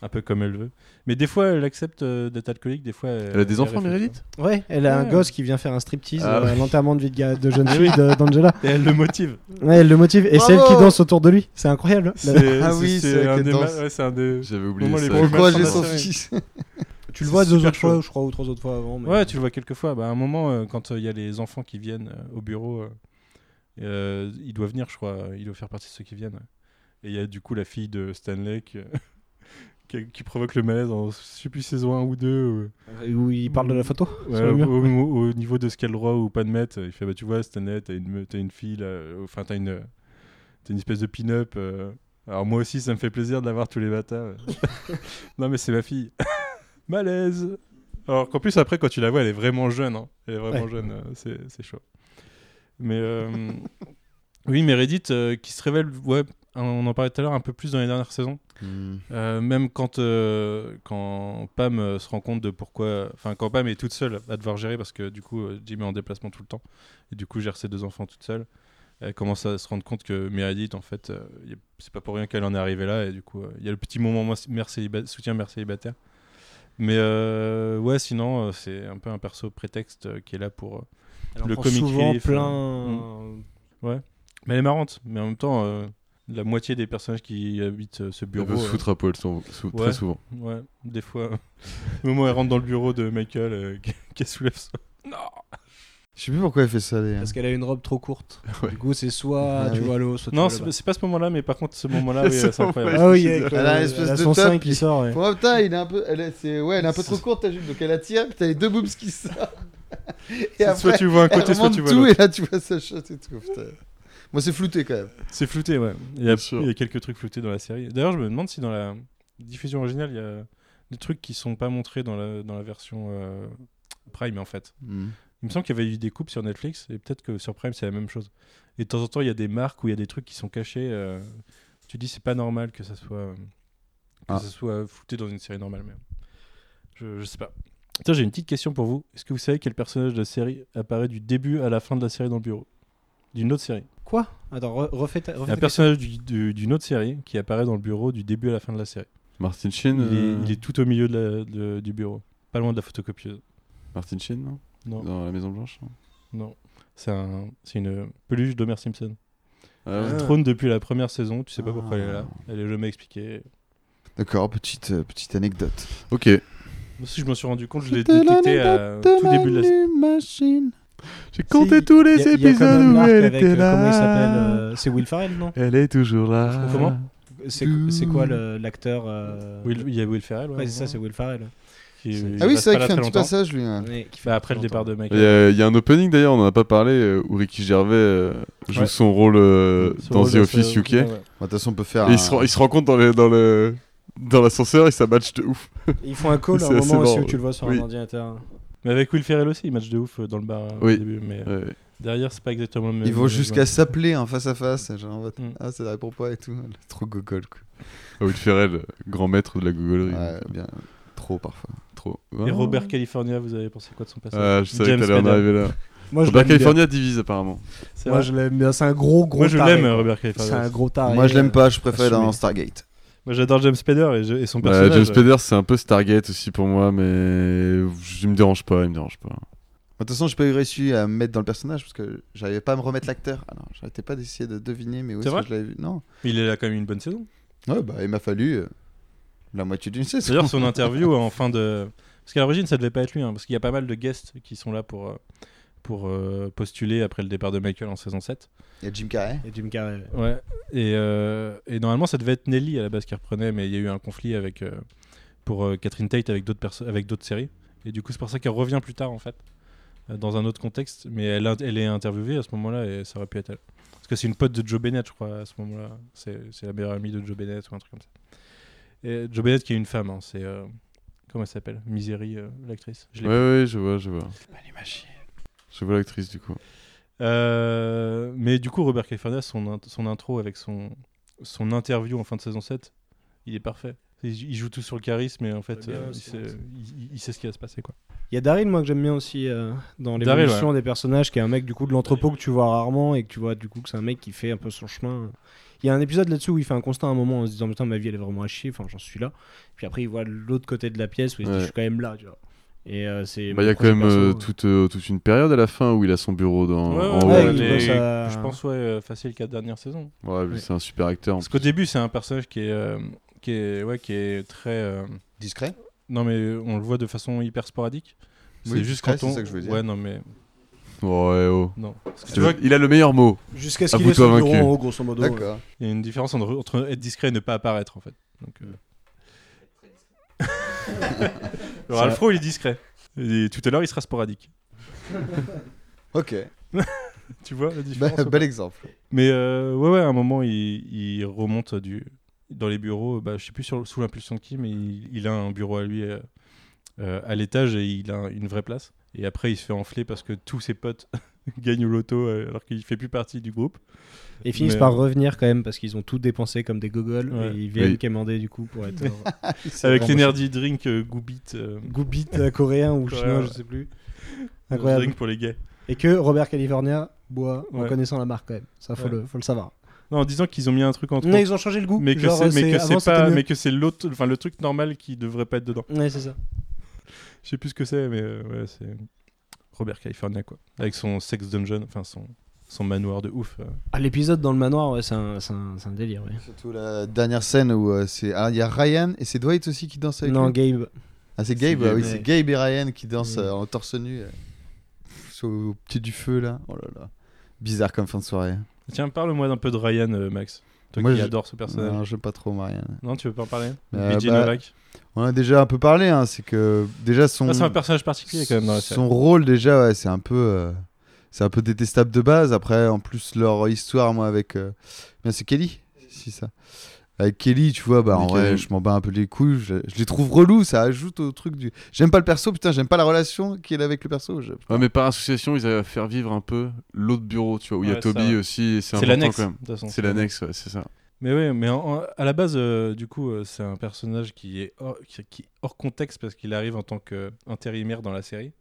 [SPEAKER 1] un peu comme elle veut. Mais des fois, elle accepte euh, d'être alcoolique, des fois.
[SPEAKER 5] Elle a des enfants,
[SPEAKER 1] réfléchit,
[SPEAKER 5] Meredith
[SPEAKER 4] Ouais, elle a un
[SPEAKER 1] Ouais.
[SPEAKER 4] gosse qui vient faire un striptease
[SPEAKER 5] Ah
[SPEAKER 4] euh,
[SPEAKER 5] ouais.
[SPEAKER 4] à l'enterrement de vie de, ga- de
[SPEAKER 1] Eh
[SPEAKER 4] jeune fille de- d'Angela.
[SPEAKER 1] quoi. Et elle le motive.
[SPEAKER 4] Ouais, elle le motive et c'est elle
[SPEAKER 2] Bravo
[SPEAKER 4] qui danse autour de lui. C'est incroyable. La-
[SPEAKER 1] C'est-
[SPEAKER 2] Ah
[SPEAKER 1] c'est-
[SPEAKER 2] oui, c'est
[SPEAKER 1] un
[SPEAKER 2] qu'elle
[SPEAKER 1] des.
[SPEAKER 2] danse.
[SPEAKER 1] ma- ouais, c'est un des-
[SPEAKER 5] J'avais oublié
[SPEAKER 1] Moment
[SPEAKER 5] ça.
[SPEAKER 1] les
[SPEAKER 2] Pour
[SPEAKER 1] Ouais,
[SPEAKER 2] encourager
[SPEAKER 1] Vincent
[SPEAKER 2] son
[SPEAKER 1] Lafayette.
[SPEAKER 2] fils.
[SPEAKER 4] Tu le vois
[SPEAKER 1] c'est
[SPEAKER 4] deux
[SPEAKER 1] super
[SPEAKER 4] autres fois,
[SPEAKER 1] chaud.
[SPEAKER 4] je crois, ou trois autres fois avant. mais-
[SPEAKER 1] Ouais, tu le vois quelquefois. Bah, à un moment, euh, quand euh, il y a les enfants qui viennent euh, au bureau, euh, euh, il doit venir, je crois. euh, Il doit faire partie de ceux qui viennent. ouais. Et il y a du coup la fille de Stanley qui, qui- qui provoque le malaise en je sais plus saison 1 ou 2. euh,
[SPEAKER 4] Et Où il parle de la photo
[SPEAKER 1] Ouais,
[SPEAKER 4] sur le
[SPEAKER 1] au,
[SPEAKER 4] mur.
[SPEAKER 1] au- au niveau de ce qu'elle droit ou pas de mettre, il fait bah tu vois Stanley, t'as une, me- t'as une fille, là, euh, enfin t'as une, t'as une espèce de pin-up. euh. Alors moi aussi ça me fait plaisir de la voir tous les matins. euh. non mais c'est ma fille. Malaise. Alors qu'en plus après quand tu la vois elle est vraiment jeune, hein. elle est vraiment
[SPEAKER 4] Ouais.
[SPEAKER 1] jeune, euh, c'est, c'est chaud. Mais euh, oui Meredith euh, qui se révèle, ouais, on en parlait tout à l'heure un peu plus dans les dernières saisons. Euh, même quand, euh, quand Pam euh, se rend compte de pourquoi. Enfin, quand Pam est toute seule à devoir gérer, parce que du coup, euh, Jim est en déplacement tout le temps, et du coup, gère ses deux enfants toute seule, elle commence à se rendre compte que Meredith, en fait, euh, y a- c'est pas pour rien qu'elle en est arrivée là, et du coup, il y a le petit moment moi, mère céliba- soutien mère célibataire. Mais euh, ouais, sinon, euh, c'est un peu un perso prétexte euh, qui est là pour. euh,
[SPEAKER 4] Elle en
[SPEAKER 1] Le
[SPEAKER 4] prend
[SPEAKER 1] comic
[SPEAKER 4] souvent
[SPEAKER 1] relief, hein.
[SPEAKER 4] plein. euh,
[SPEAKER 1] Mais elle est marrante, mais en même temps, euh, la moitié des personnages qui habitent euh, ce
[SPEAKER 5] Elle
[SPEAKER 1] bureau.
[SPEAKER 5] peut se
[SPEAKER 1] euh,
[SPEAKER 5] foutre à poil sou- sou-
[SPEAKER 1] Ouais.
[SPEAKER 5] très souvent.
[SPEAKER 1] Ouais, des fois. Au moment où elle rentre dans le bureau de Michael, euh, qui- qui soulève ça. Non
[SPEAKER 2] Je sais plus pourquoi elle fait ça, les.
[SPEAKER 1] Mm.
[SPEAKER 4] Parce qu'elle a une robe trop courte.
[SPEAKER 5] Ouais.
[SPEAKER 4] Du coup, c'est soit
[SPEAKER 2] Ah
[SPEAKER 4] tu
[SPEAKER 2] oui.
[SPEAKER 4] vois l'eau, soit
[SPEAKER 1] Non,
[SPEAKER 4] tu
[SPEAKER 1] c'est
[SPEAKER 4] vois
[SPEAKER 1] pas- c'est pas ce moment-là, mais par contre, ce moment-là, oui,
[SPEAKER 5] Ce
[SPEAKER 1] c'est incroyable.
[SPEAKER 5] moment-là,
[SPEAKER 4] Ah oui, avec
[SPEAKER 2] Elle
[SPEAKER 4] le-
[SPEAKER 2] a un espèce
[SPEAKER 4] elle a
[SPEAKER 2] de
[SPEAKER 4] son
[SPEAKER 2] top
[SPEAKER 4] sein
[SPEAKER 2] qui-
[SPEAKER 4] qui sort. ouais.
[SPEAKER 2] Oh putain, il est un peu, elle est, c'est- ouais, elle est un peu trop courte ta jupe, donc elle attire, puis t'as les deux boobs qui sortent. Et
[SPEAKER 1] Soit
[SPEAKER 2] après,
[SPEAKER 1] tu vois un
[SPEAKER 2] elle
[SPEAKER 1] côté, soit
[SPEAKER 2] remonte
[SPEAKER 1] tu vois
[SPEAKER 2] tout,
[SPEAKER 1] l'autre.
[SPEAKER 2] et là tu vois sa chatte et tout. Putain. Moi c'est flouté quand même.
[SPEAKER 1] C'est flouté, ouais. Il y, a,
[SPEAKER 5] Bien sûr.
[SPEAKER 1] il y a quelques trucs floutés dans la série. D'ailleurs, je me demande si dans la diffusion originale, il
[SPEAKER 5] Hmm.
[SPEAKER 1] y a des trucs qui sont pas montrés dans la, dans la version euh, Prime, en fait. Il me semble qu'il y avait eu des coupes sur Netflix et peut-être que sur Prime c'est la même chose. Et de temps en temps il y a des marques où il y a des trucs qui sont cachés. euh, tu dis c'est pas normal que ça soit euh, que
[SPEAKER 2] Ah.
[SPEAKER 1] ça soit fouté dans une série normale, mais je, je sais pas. Tiens, j'ai une petite question pour vous. Est-ce que vous savez quel personnage de la série apparaît du début à la fin de la série dans le bureau D'une autre série.
[SPEAKER 4] Quoi Attends, re- refais ta. refais
[SPEAKER 1] Un
[SPEAKER 4] ta
[SPEAKER 1] personnage du- du- d'une autre série qui apparaît dans le bureau du début à la fin de la série.
[SPEAKER 5] Martin Sheen
[SPEAKER 1] Il, est,
[SPEAKER 5] euh,
[SPEAKER 1] il est tout au milieu de la- de- du bureau, pas loin de la photocopieuse.
[SPEAKER 5] euh, Martin Sheen, non
[SPEAKER 1] Non,
[SPEAKER 5] Dans la Maison Blanche non
[SPEAKER 1] non. C'est un, c'est une peluche d'Homer Simpson.
[SPEAKER 5] Ah ouais. Ah.
[SPEAKER 1] Elle Euh, trône depuis la première saison, tu sais pas pourquoi elle est là. Elle est jamais expliquée.
[SPEAKER 2] D'accord, petite, euh, petite anecdote.
[SPEAKER 5] Ok.
[SPEAKER 1] Moi aussi, je m'en suis rendu compte, je l'ai détecté à tout début de la série.
[SPEAKER 5] machine. J'ai
[SPEAKER 4] compté
[SPEAKER 5] compté tous
[SPEAKER 4] question.
[SPEAKER 5] les
[SPEAKER 4] Il y a- il y a quand
[SPEAKER 5] épisodes
[SPEAKER 4] même
[SPEAKER 5] où
[SPEAKER 4] l'arc
[SPEAKER 5] elle
[SPEAKER 4] avec,
[SPEAKER 5] était
[SPEAKER 4] euh,
[SPEAKER 5] là.
[SPEAKER 4] Comment il s'appelle euh, C'est Will Farrell, non
[SPEAKER 5] Elle est toujours là.
[SPEAKER 1] Je trouve comment
[SPEAKER 4] C'est c'est quoi le- l'acteur euh,
[SPEAKER 1] Will- il y a Will Ferrell. euh,
[SPEAKER 4] Ouais, c'est ça, c'est Will Farrell.
[SPEAKER 2] Ah oui, c'est vrai qu'il fait un petit passage, lui. hein.
[SPEAKER 4] Ouais, qui fait
[SPEAKER 1] Bah, après le départ de
[SPEAKER 5] Il
[SPEAKER 1] Michael.
[SPEAKER 5] y, a, il y a un opening d'ailleurs, on en a pas parlé, euh, où Ricky Gervais euh, joue
[SPEAKER 1] Ouais.
[SPEAKER 5] son rôle euh,
[SPEAKER 1] Son
[SPEAKER 5] dans
[SPEAKER 1] rôle
[SPEAKER 5] The
[SPEAKER 1] de-
[SPEAKER 5] Office UK.
[SPEAKER 1] ouais, ouais.
[SPEAKER 2] Bon, De toute façon, on peut faire. un-
[SPEAKER 5] Et il se, rend- il se rencontre dans, le- dans le dans l'ascenseur et ça match de ouf.
[SPEAKER 4] Ils font un call à un
[SPEAKER 5] C'est assez
[SPEAKER 4] moment aussi
[SPEAKER 5] marrant,
[SPEAKER 4] où tu le vois sur un
[SPEAKER 5] oui.
[SPEAKER 4] ordinateur. hein.
[SPEAKER 1] Mais avec Will Ferrell aussi, il match de ouf euh, dans le bar euh, au
[SPEAKER 5] Oui.
[SPEAKER 1] début. Mais euh,
[SPEAKER 5] Ouais.
[SPEAKER 1] derrière, c'est pas exactement le même.
[SPEAKER 2] Ils vont
[SPEAKER 1] le
[SPEAKER 2] jusqu'à
[SPEAKER 1] même.
[SPEAKER 2] s'appeler en face à face. Genre, en mode,
[SPEAKER 1] Mm.
[SPEAKER 2] Ah, ça répond pas et tout. Trop gogol. Quoi.
[SPEAKER 5] Ah, Will Ferrell, grand maître de la googlerie.
[SPEAKER 2] Ouais, bien. Trop parfois.
[SPEAKER 5] Trop.
[SPEAKER 1] Et
[SPEAKER 5] Ah.
[SPEAKER 1] Robert California, vous avez pensé quoi de son passage
[SPEAKER 5] Ah, je savais que
[SPEAKER 1] James
[SPEAKER 5] t'allais en
[SPEAKER 1] Spader.
[SPEAKER 5] arriver là.
[SPEAKER 4] Moi,
[SPEAKER 5] Robert California divise apparemment.
[SPEAKER 1] C'est
[SPEAKER 4] Moi,
[SPEAKER 1] vrai.
[SPEAKER 4] je l'aime bien. C'est un gros, gros.
[SPEAKER 1] Moi, je
[SPEAKER 4] taré,
[SPEAKER 1] l'aime,
[SPEAKER 4] quoi.
[SPEAKER 1] Robert
[SPEAKER 4] C'est
[SPEAKER 1] California.
[SPEAKER 4] un gros
[SPEAKER 3] Ah,
[SPEAKER 4] taré.
[SPEAKER 2] Moi, je l'aime pas, je préfère
[SPEAKER 4] assumer.
[SPEAKER 2] dans Stargate.
[SPEAKER 1] Moi, j'adore James Spader et, je- et son
[SPEAKER 5] Ouais,
[SPEAKER 1] personnage.
[SPEAKER 5] Bah, James Spader c'est un peu Stargate aussi pour moi, mais je il me dérange pas, il me dérange pas.
[SPEAKER 2] De toute façon, j'ai pas eu réussi à me mettre dans le personnage parce que j'arrivais pas à me remettre l'acteur. Alors, j'arrêtais pas d'essayer de deviner, mais où
[SPEAKER 1] C'est
[SPEAKER 2] est-ce
[SPEAKER 1] vrai
[SPEAKER 2] que je l'avais vu Non.
[SPEAKER 1] euh, Il est là quand même une bonne saison.
[SPEAKER 2] Ouais, bah, il m'a fallu euh, la moitié d'une saison.
[SPEAKER 1] D'ailleurs, son interview en fin de. Parce qu'à l'origine, ça devait pas être lui, hein, parce qu'il y a pas mal de guests qui sont là pour, euh, pour euh, postuler après le départ de Michael en saison 7.
[SPEAKER 2] Il y a Jim Carrey.
[SPEAKER 4] Et Jim Carrey. ouais.
[SPEAKER 1] Ouais. Et, euh, et normalement, ça devait être Nelly à la base qui reprenait, mais il y a eu un conflit avec, euh, pour euh, Catherine Tate avec d'autres perso- avec d'autres séries. Et du coup, c'est pour ça qu'elle revient plus tard, en fait, euh, dans un autre contexte. Mais elle, a- elle est interviewée à ce moment-là et ça aurait pu être elle. Parce que c'est une pote de Joe Bennett, je crois, à ce moment-là. C'est c'est la meilleure amie de Joe Bennett ou un truc comme ça. Et Joe Bennett qui est une femme, hein, c'est. euh, comment elle s'appelle Misery, euh, l'actrice. Je l'ai
[SPEAKER 5] Ouais, ouais, je vois, je vois.
[SPEAKER 4] Elle est machine.
[SPEAKER 5] Je vois l'actrice du coup.
[SPEAKER 1] Euh, mais du coup, Robert California, son, int- son intro avec son, son interview en fin de saison 7, il est parfait. Il il joue tout sur le charisme et en fait,
[SPEAKER 4] Très bien,
[SPEAKER 1] euh, il,
[SPEAKER 4] c'est
[SPEAKER 1] sait,
[SPEAKER 4] vrai, ça.
[SPEAKER 1] il- il sait ce qui va se passer. Quoi.
[SPEAKER 4] Il y a Daryl, moi, que j'aime bien aussi euh, dans
[SPEAKER 1] Daryl,
[SPEAKER 4] l'évolution des personnages, qui est un mec du coup de l'entrepôt que tu vois rarement et que tu vois du coup que c'est un mec qui fait un peu son chemin. Il y a un épisode là-dessus où il fait un constat à un moment en se disant putain ma vie elle est vraiment à chier, enfin j'en suis là. Puis après il voit l'autre côté de la pièce où il se dit
[SPEAKER 5] Ouais.
[SPEAKER 4] je suis quand même là, tu vois. Et euh, c'est.
[SPEAKER 5] Bah,
[SPEAKER 4] mon
[SPEAKER 5] Il y a quand
[SPEAKER 4] prochain
[SPEAKER 5] même
[SPEAKER 4] perso,
[SPEAKER 5] euh,
[SPEAKER 4] euh.
[SPEAKER 5] toute, euh, toute une période à la fin où il a son bureau dans, en
[SPEAKER 4] ouais,
[SPEAKER 5] haut.
[SPEAKER 4] il
[SPEAKER 1] mais
[SPEAKER 4] bosse à-
[SPEAKER 1] Je pense ouais, euh, facile qu'à la dernière saison.
[SPEAKER 5] Ouais, mais c'est un super acteur. en
[SPEAKER 1] Parce qu'au début, c'est un personnage qui est, euh, qui est, ouais, qui est très. euh,
[SPEAKER 2] Discret.
[SPEAKER 1] Non, mais on le voit de façon hyper sporadique. C'est
[SPEAKER 2] Oui,
[SPEAKER 1] juste
[SPEAKER 2] discret,
[SPEAKER 1] quand
[SPEAKER 2] c'est
[SPEAKER 1] on.
[SPEAKER 2] ça que je veux dire.
[SPEAKER 1] Ouais, non, mais.
[SPEAKER 5] plus. Ouais, oh.
[SPEAKER 1] Non. Parce que
[SPEAKER 5] Je
[SPEAKER 1] tu
[SPEAKER 5] te-
[SPEAKER 1] vois,
[SPEAKER 5] Il a le meilleur mot.
[SPEAKER 4] Jusqu'à ce qu'il ait
[SPEAKER 5] Avoue-toi
[SPEAKER 4] son bureau
[SPEAKER 5] vaincu.
[SPEAKER 4] en haut, grosso modo. ouais.
[SPEAKER 2] D'accord.
[SPEAKER 1] il y a une différence entre, entre être discret et ne pas apparaître, en fait. Donc, euh, Alors,
[SPEAKER 4] Ça-
[SPEAKER 1] Alfro, il est discret. Et tout à l'heure, il sera sporadique.
[SPEAKER 2] Ok.
[SPEAKER 1] Tu vois la
[SPEAKER 2] Bah,
[SPEAKER 1] différence ou pas
[SPEAKER 2] bel exemple.
[SPEAKER 1] Mais euh, ouais, ouais, à un moment, il, il remonte du, dans les bureaux. Bah, je sais plus sur- sous l'impulsion de qui, mais il, il a un bureau à lui euh, euh, à l'étage et il a une vraie place. Et après, il se fait enfler parce que tous ses potes gagnent au loto euh, alors qu'il fait plus partie du groupe.
[SPEAKER 4] Et finissent
[SPEAKER 1] Mais- euh,
[SPEAKER 4] par revenir quand même parce qu'ils ont tout dépensé comme des gogoles
[SPEAKER 1] Ouais.
[SPEAKER 4] et ils viennent
[SPEAKER 5] Oui.
[SPEAKER 4] commander du coup pour être euh,
[SPEAKER 1] Avec
[SPEAKER 4] vraiment
[SPEAKER 1] l'énergie drink euh, Goobit. euh,
[SPEAKER 4] goubit euh, coréen ou
[SPEAKER 1] Coréen,
[SPEAKER 4] chinois,
[SPEAKER 1] ouais.
[SPEAKER 4] je sais plus. Incroyable.
[SPEAKER 1] Drink pour les gays.
[SPEAKER 4] Et que Robert California boit en
[SPEAKER 1] Ouais.
[SPEAKER 4] connaissant la marque quand même. Ça, faut,
[SPEAKER 1] Ouais.
[SPEAKER 4] le, faut le savoir.
[SPEAKER 1] Non, en disant qu'ils ont mis un truc entre
[SPEAKER 4] Mais
[SPEAKER 1] eux,
[SPEAKER 4] ils ont changé le goût.
[SPEAKER 1] mais que
[SPEAKER 4] Genre,
[SPEAKER 1] c'est mais que c'est
[SPEAKER 4] avant, c'était
[SPEAKER 1] pas
[SPEAKER 4] mieux.
[SPEAKER 1] mais que c'est l'autre enfin le truc normal qui devrait pas être dedans
[SPEAKER 4] Ouais, c'est ça.
[SPEAKER 1] je sais plus ce que c'est mais euh, ouais c'est Robert California quoi avec son sex dungeon enfin son son manoir de ouf euh.
[SPEAKER 4] Ah, L'épisode dans le manoir, ouais, c'est un, c'est un- c'est un délire. ouais.
[SPEAKER 2] Surtout la dernière scène où euh, c'est. Ah, il y a Ryan et c'est Dwight aussi qui danse avec
[SPEAKER 4] Non,
[SPEAKER 2] lui.
[SPEAKER 4] Gabe.
[SPEAKER 2] Ah, c'est Gabe,
[SPEAKER 5] Gabe,
[SPEAKER 2] ah oui,
[SPEAKER 4] ouais.
[SPEAKER 2] c'est Gabe et Ryan qui dansent
[SPEAKER 1] Mm.
[SPEAKER 4] Ouais.
[SPEAKER 2] euh, en torse nu. euh, sous- au pied du feu, là. Oh là là. Bizarre comme fin de soirée.
[SPEAKER 1] tiens parle-moi d'un peu de Ryan euh, Max toi
[SPEAKER 2] Moi,
[SPEAKER 1] qui
[SPEAKER 2] je-
[SPEAKER 1] adore ce personnage
[SPEAKER 2] Non, j'aime pas trop Ryan.
[SPEAKER 1] non tu veux pas en parler
[SPEAKER 2] Euh,
[SPEAKER 1] BJ
[SPEAKER 2] bah,
[SPEAKER 1] Novak
[SPEAKER 2] On en a déjà un peu parlé, hein, c'est que déjà son,
[SPEAKER 1] Ah, c'est un personnage particulier quand même dans la série
[SPEAKER 2] son rôle déjà, ouais, c'est un peu, euh, c'est un peu détestable de base. Après, en plus leur histoire, moi avec, euh, bien c'est Kelly, si ça. Avec Kelly, tu vois, bah en
[SPEAKER 5] Avec
[SPEAKER 2] vrai,
[SPEAKER 5] Kelly.
[SPEAKER 2] je m'en bats un peu les couilles. Je, je les trouve relous, ça ajoute au truc du. J'aime pas le perso, putain, j'aime pas la relation qu'il a avec le perso. je-
[SPEAKER 5] Ouais, mais par association, ils arrivent à faire vivre un peu l'autre bureau, tu vois, où il y a
[SPEAKER 1] Ouais, ça,
[SPEAKER 5] Toby
[SPEAKER 1] ouais.
[SPEAKER 5] aussi, et c'est
[SPEAKER 1] C'est
[SPEAKER 5] important
[SPEAKER 1] l'annexe. euh,
[SPEAKER 5] quand même.
[SPEAKER 1] de toute façon.
[SPEAKER 5] C'est l'annexe, ouais, c'est ça.
[SPEAKER 1] Mais oui, mais en- en- à la base, euh, du coup, euh, c'est un personnage qui est hors, qui, qui est hors contexte parce qu'il arrive en tant qu'intérimaire dans la série.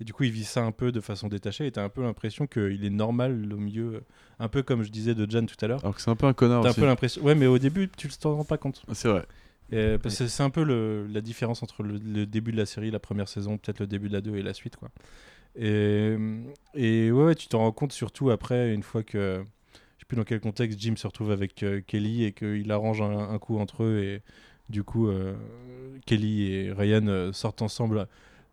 [SPEAKER 1] Et du coup, il vit ça un peu de façon détachée. Et t'as un peu l'impression qu'il est normal au milieu, euh, un peu comme je disais de Jan tout à l'heure.
[SPEAKER 5] Alors que c'est un peu un connard
[SPEAKER 1] T'as un
[SPEAKER 5] Ah, aussi.
[SPEAKER 1] peu l'impression. Ouais, mais au début, tu ne t'en rends pas compte.
[SPEAKER 5] C'est vrai.
[SPEAKER 1] Et, Euh, parce que c'est un peu le- la différence entre le, le début de la série, la première saison, peut-être le début de la 2 et la suite. Quoi. Et, et ouais, ouais, tu t'en rends compte surtout après, une fois que. Je sais plus dans quel contexte Jim se retrouve avec euh, Kelly et qu'il arrange un, un coup entre eux. Et du coup, euh, Kelly et Ryan euh, sortent ensemble.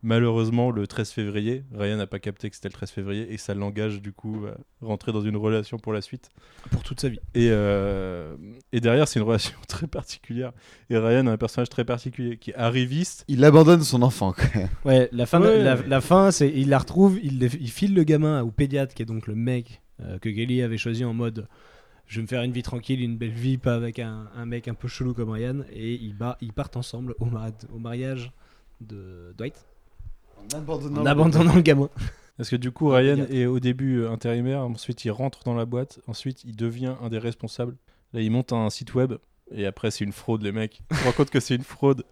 [SPEAKER 1] Malheureusement, le 13 février, Ryan n'a pas capté que c'était le 13 février et ça l'engage du coup à rentrer dans une relation pour la suite.
[SPEAKER 4] Pour toute sa vie.
[SPEAKER 1] Et, euh, et derrière, c'est une relation très particulière. Et Ryan a un personnage très particulier qui est arriviste.
[SPEAKER 2] Il abandonne son enfant, quand même.
[SPEAKER 4] Ouais, la fin, de-
[SPEAKER 1] Ouais.
[SPEAKER 4] la, la fin, c'est il la retrouve, il, le- il file le gamin au pédiatre qui est donc le mec euh, que Kelly avait choisi en mode je vais me faire une vie tranquille, une belle vie, pas avec un, un mec un peu chelou comme Ryan, et ils, ba- ils partent ensemble au, ma- au mariage de Dwight
[SPEAKER 2] En abandonnant.
[SPEAKER 4] en abandonnant le gamin.
[SPEAKER 1] Parce que du coup,
[SPEAKER 4] Un
[SPEAKER 1] Ryan
[SPEAKER 4] pédiatre.
[SPEAKER 1] est au début euh, intérimaire, ensuite il rentre dans la boîte, ensuite il devient un des responsables. Là, il monte un site web et après, c'est une fraude, les mecs. On se rend compte que c'est une fraude.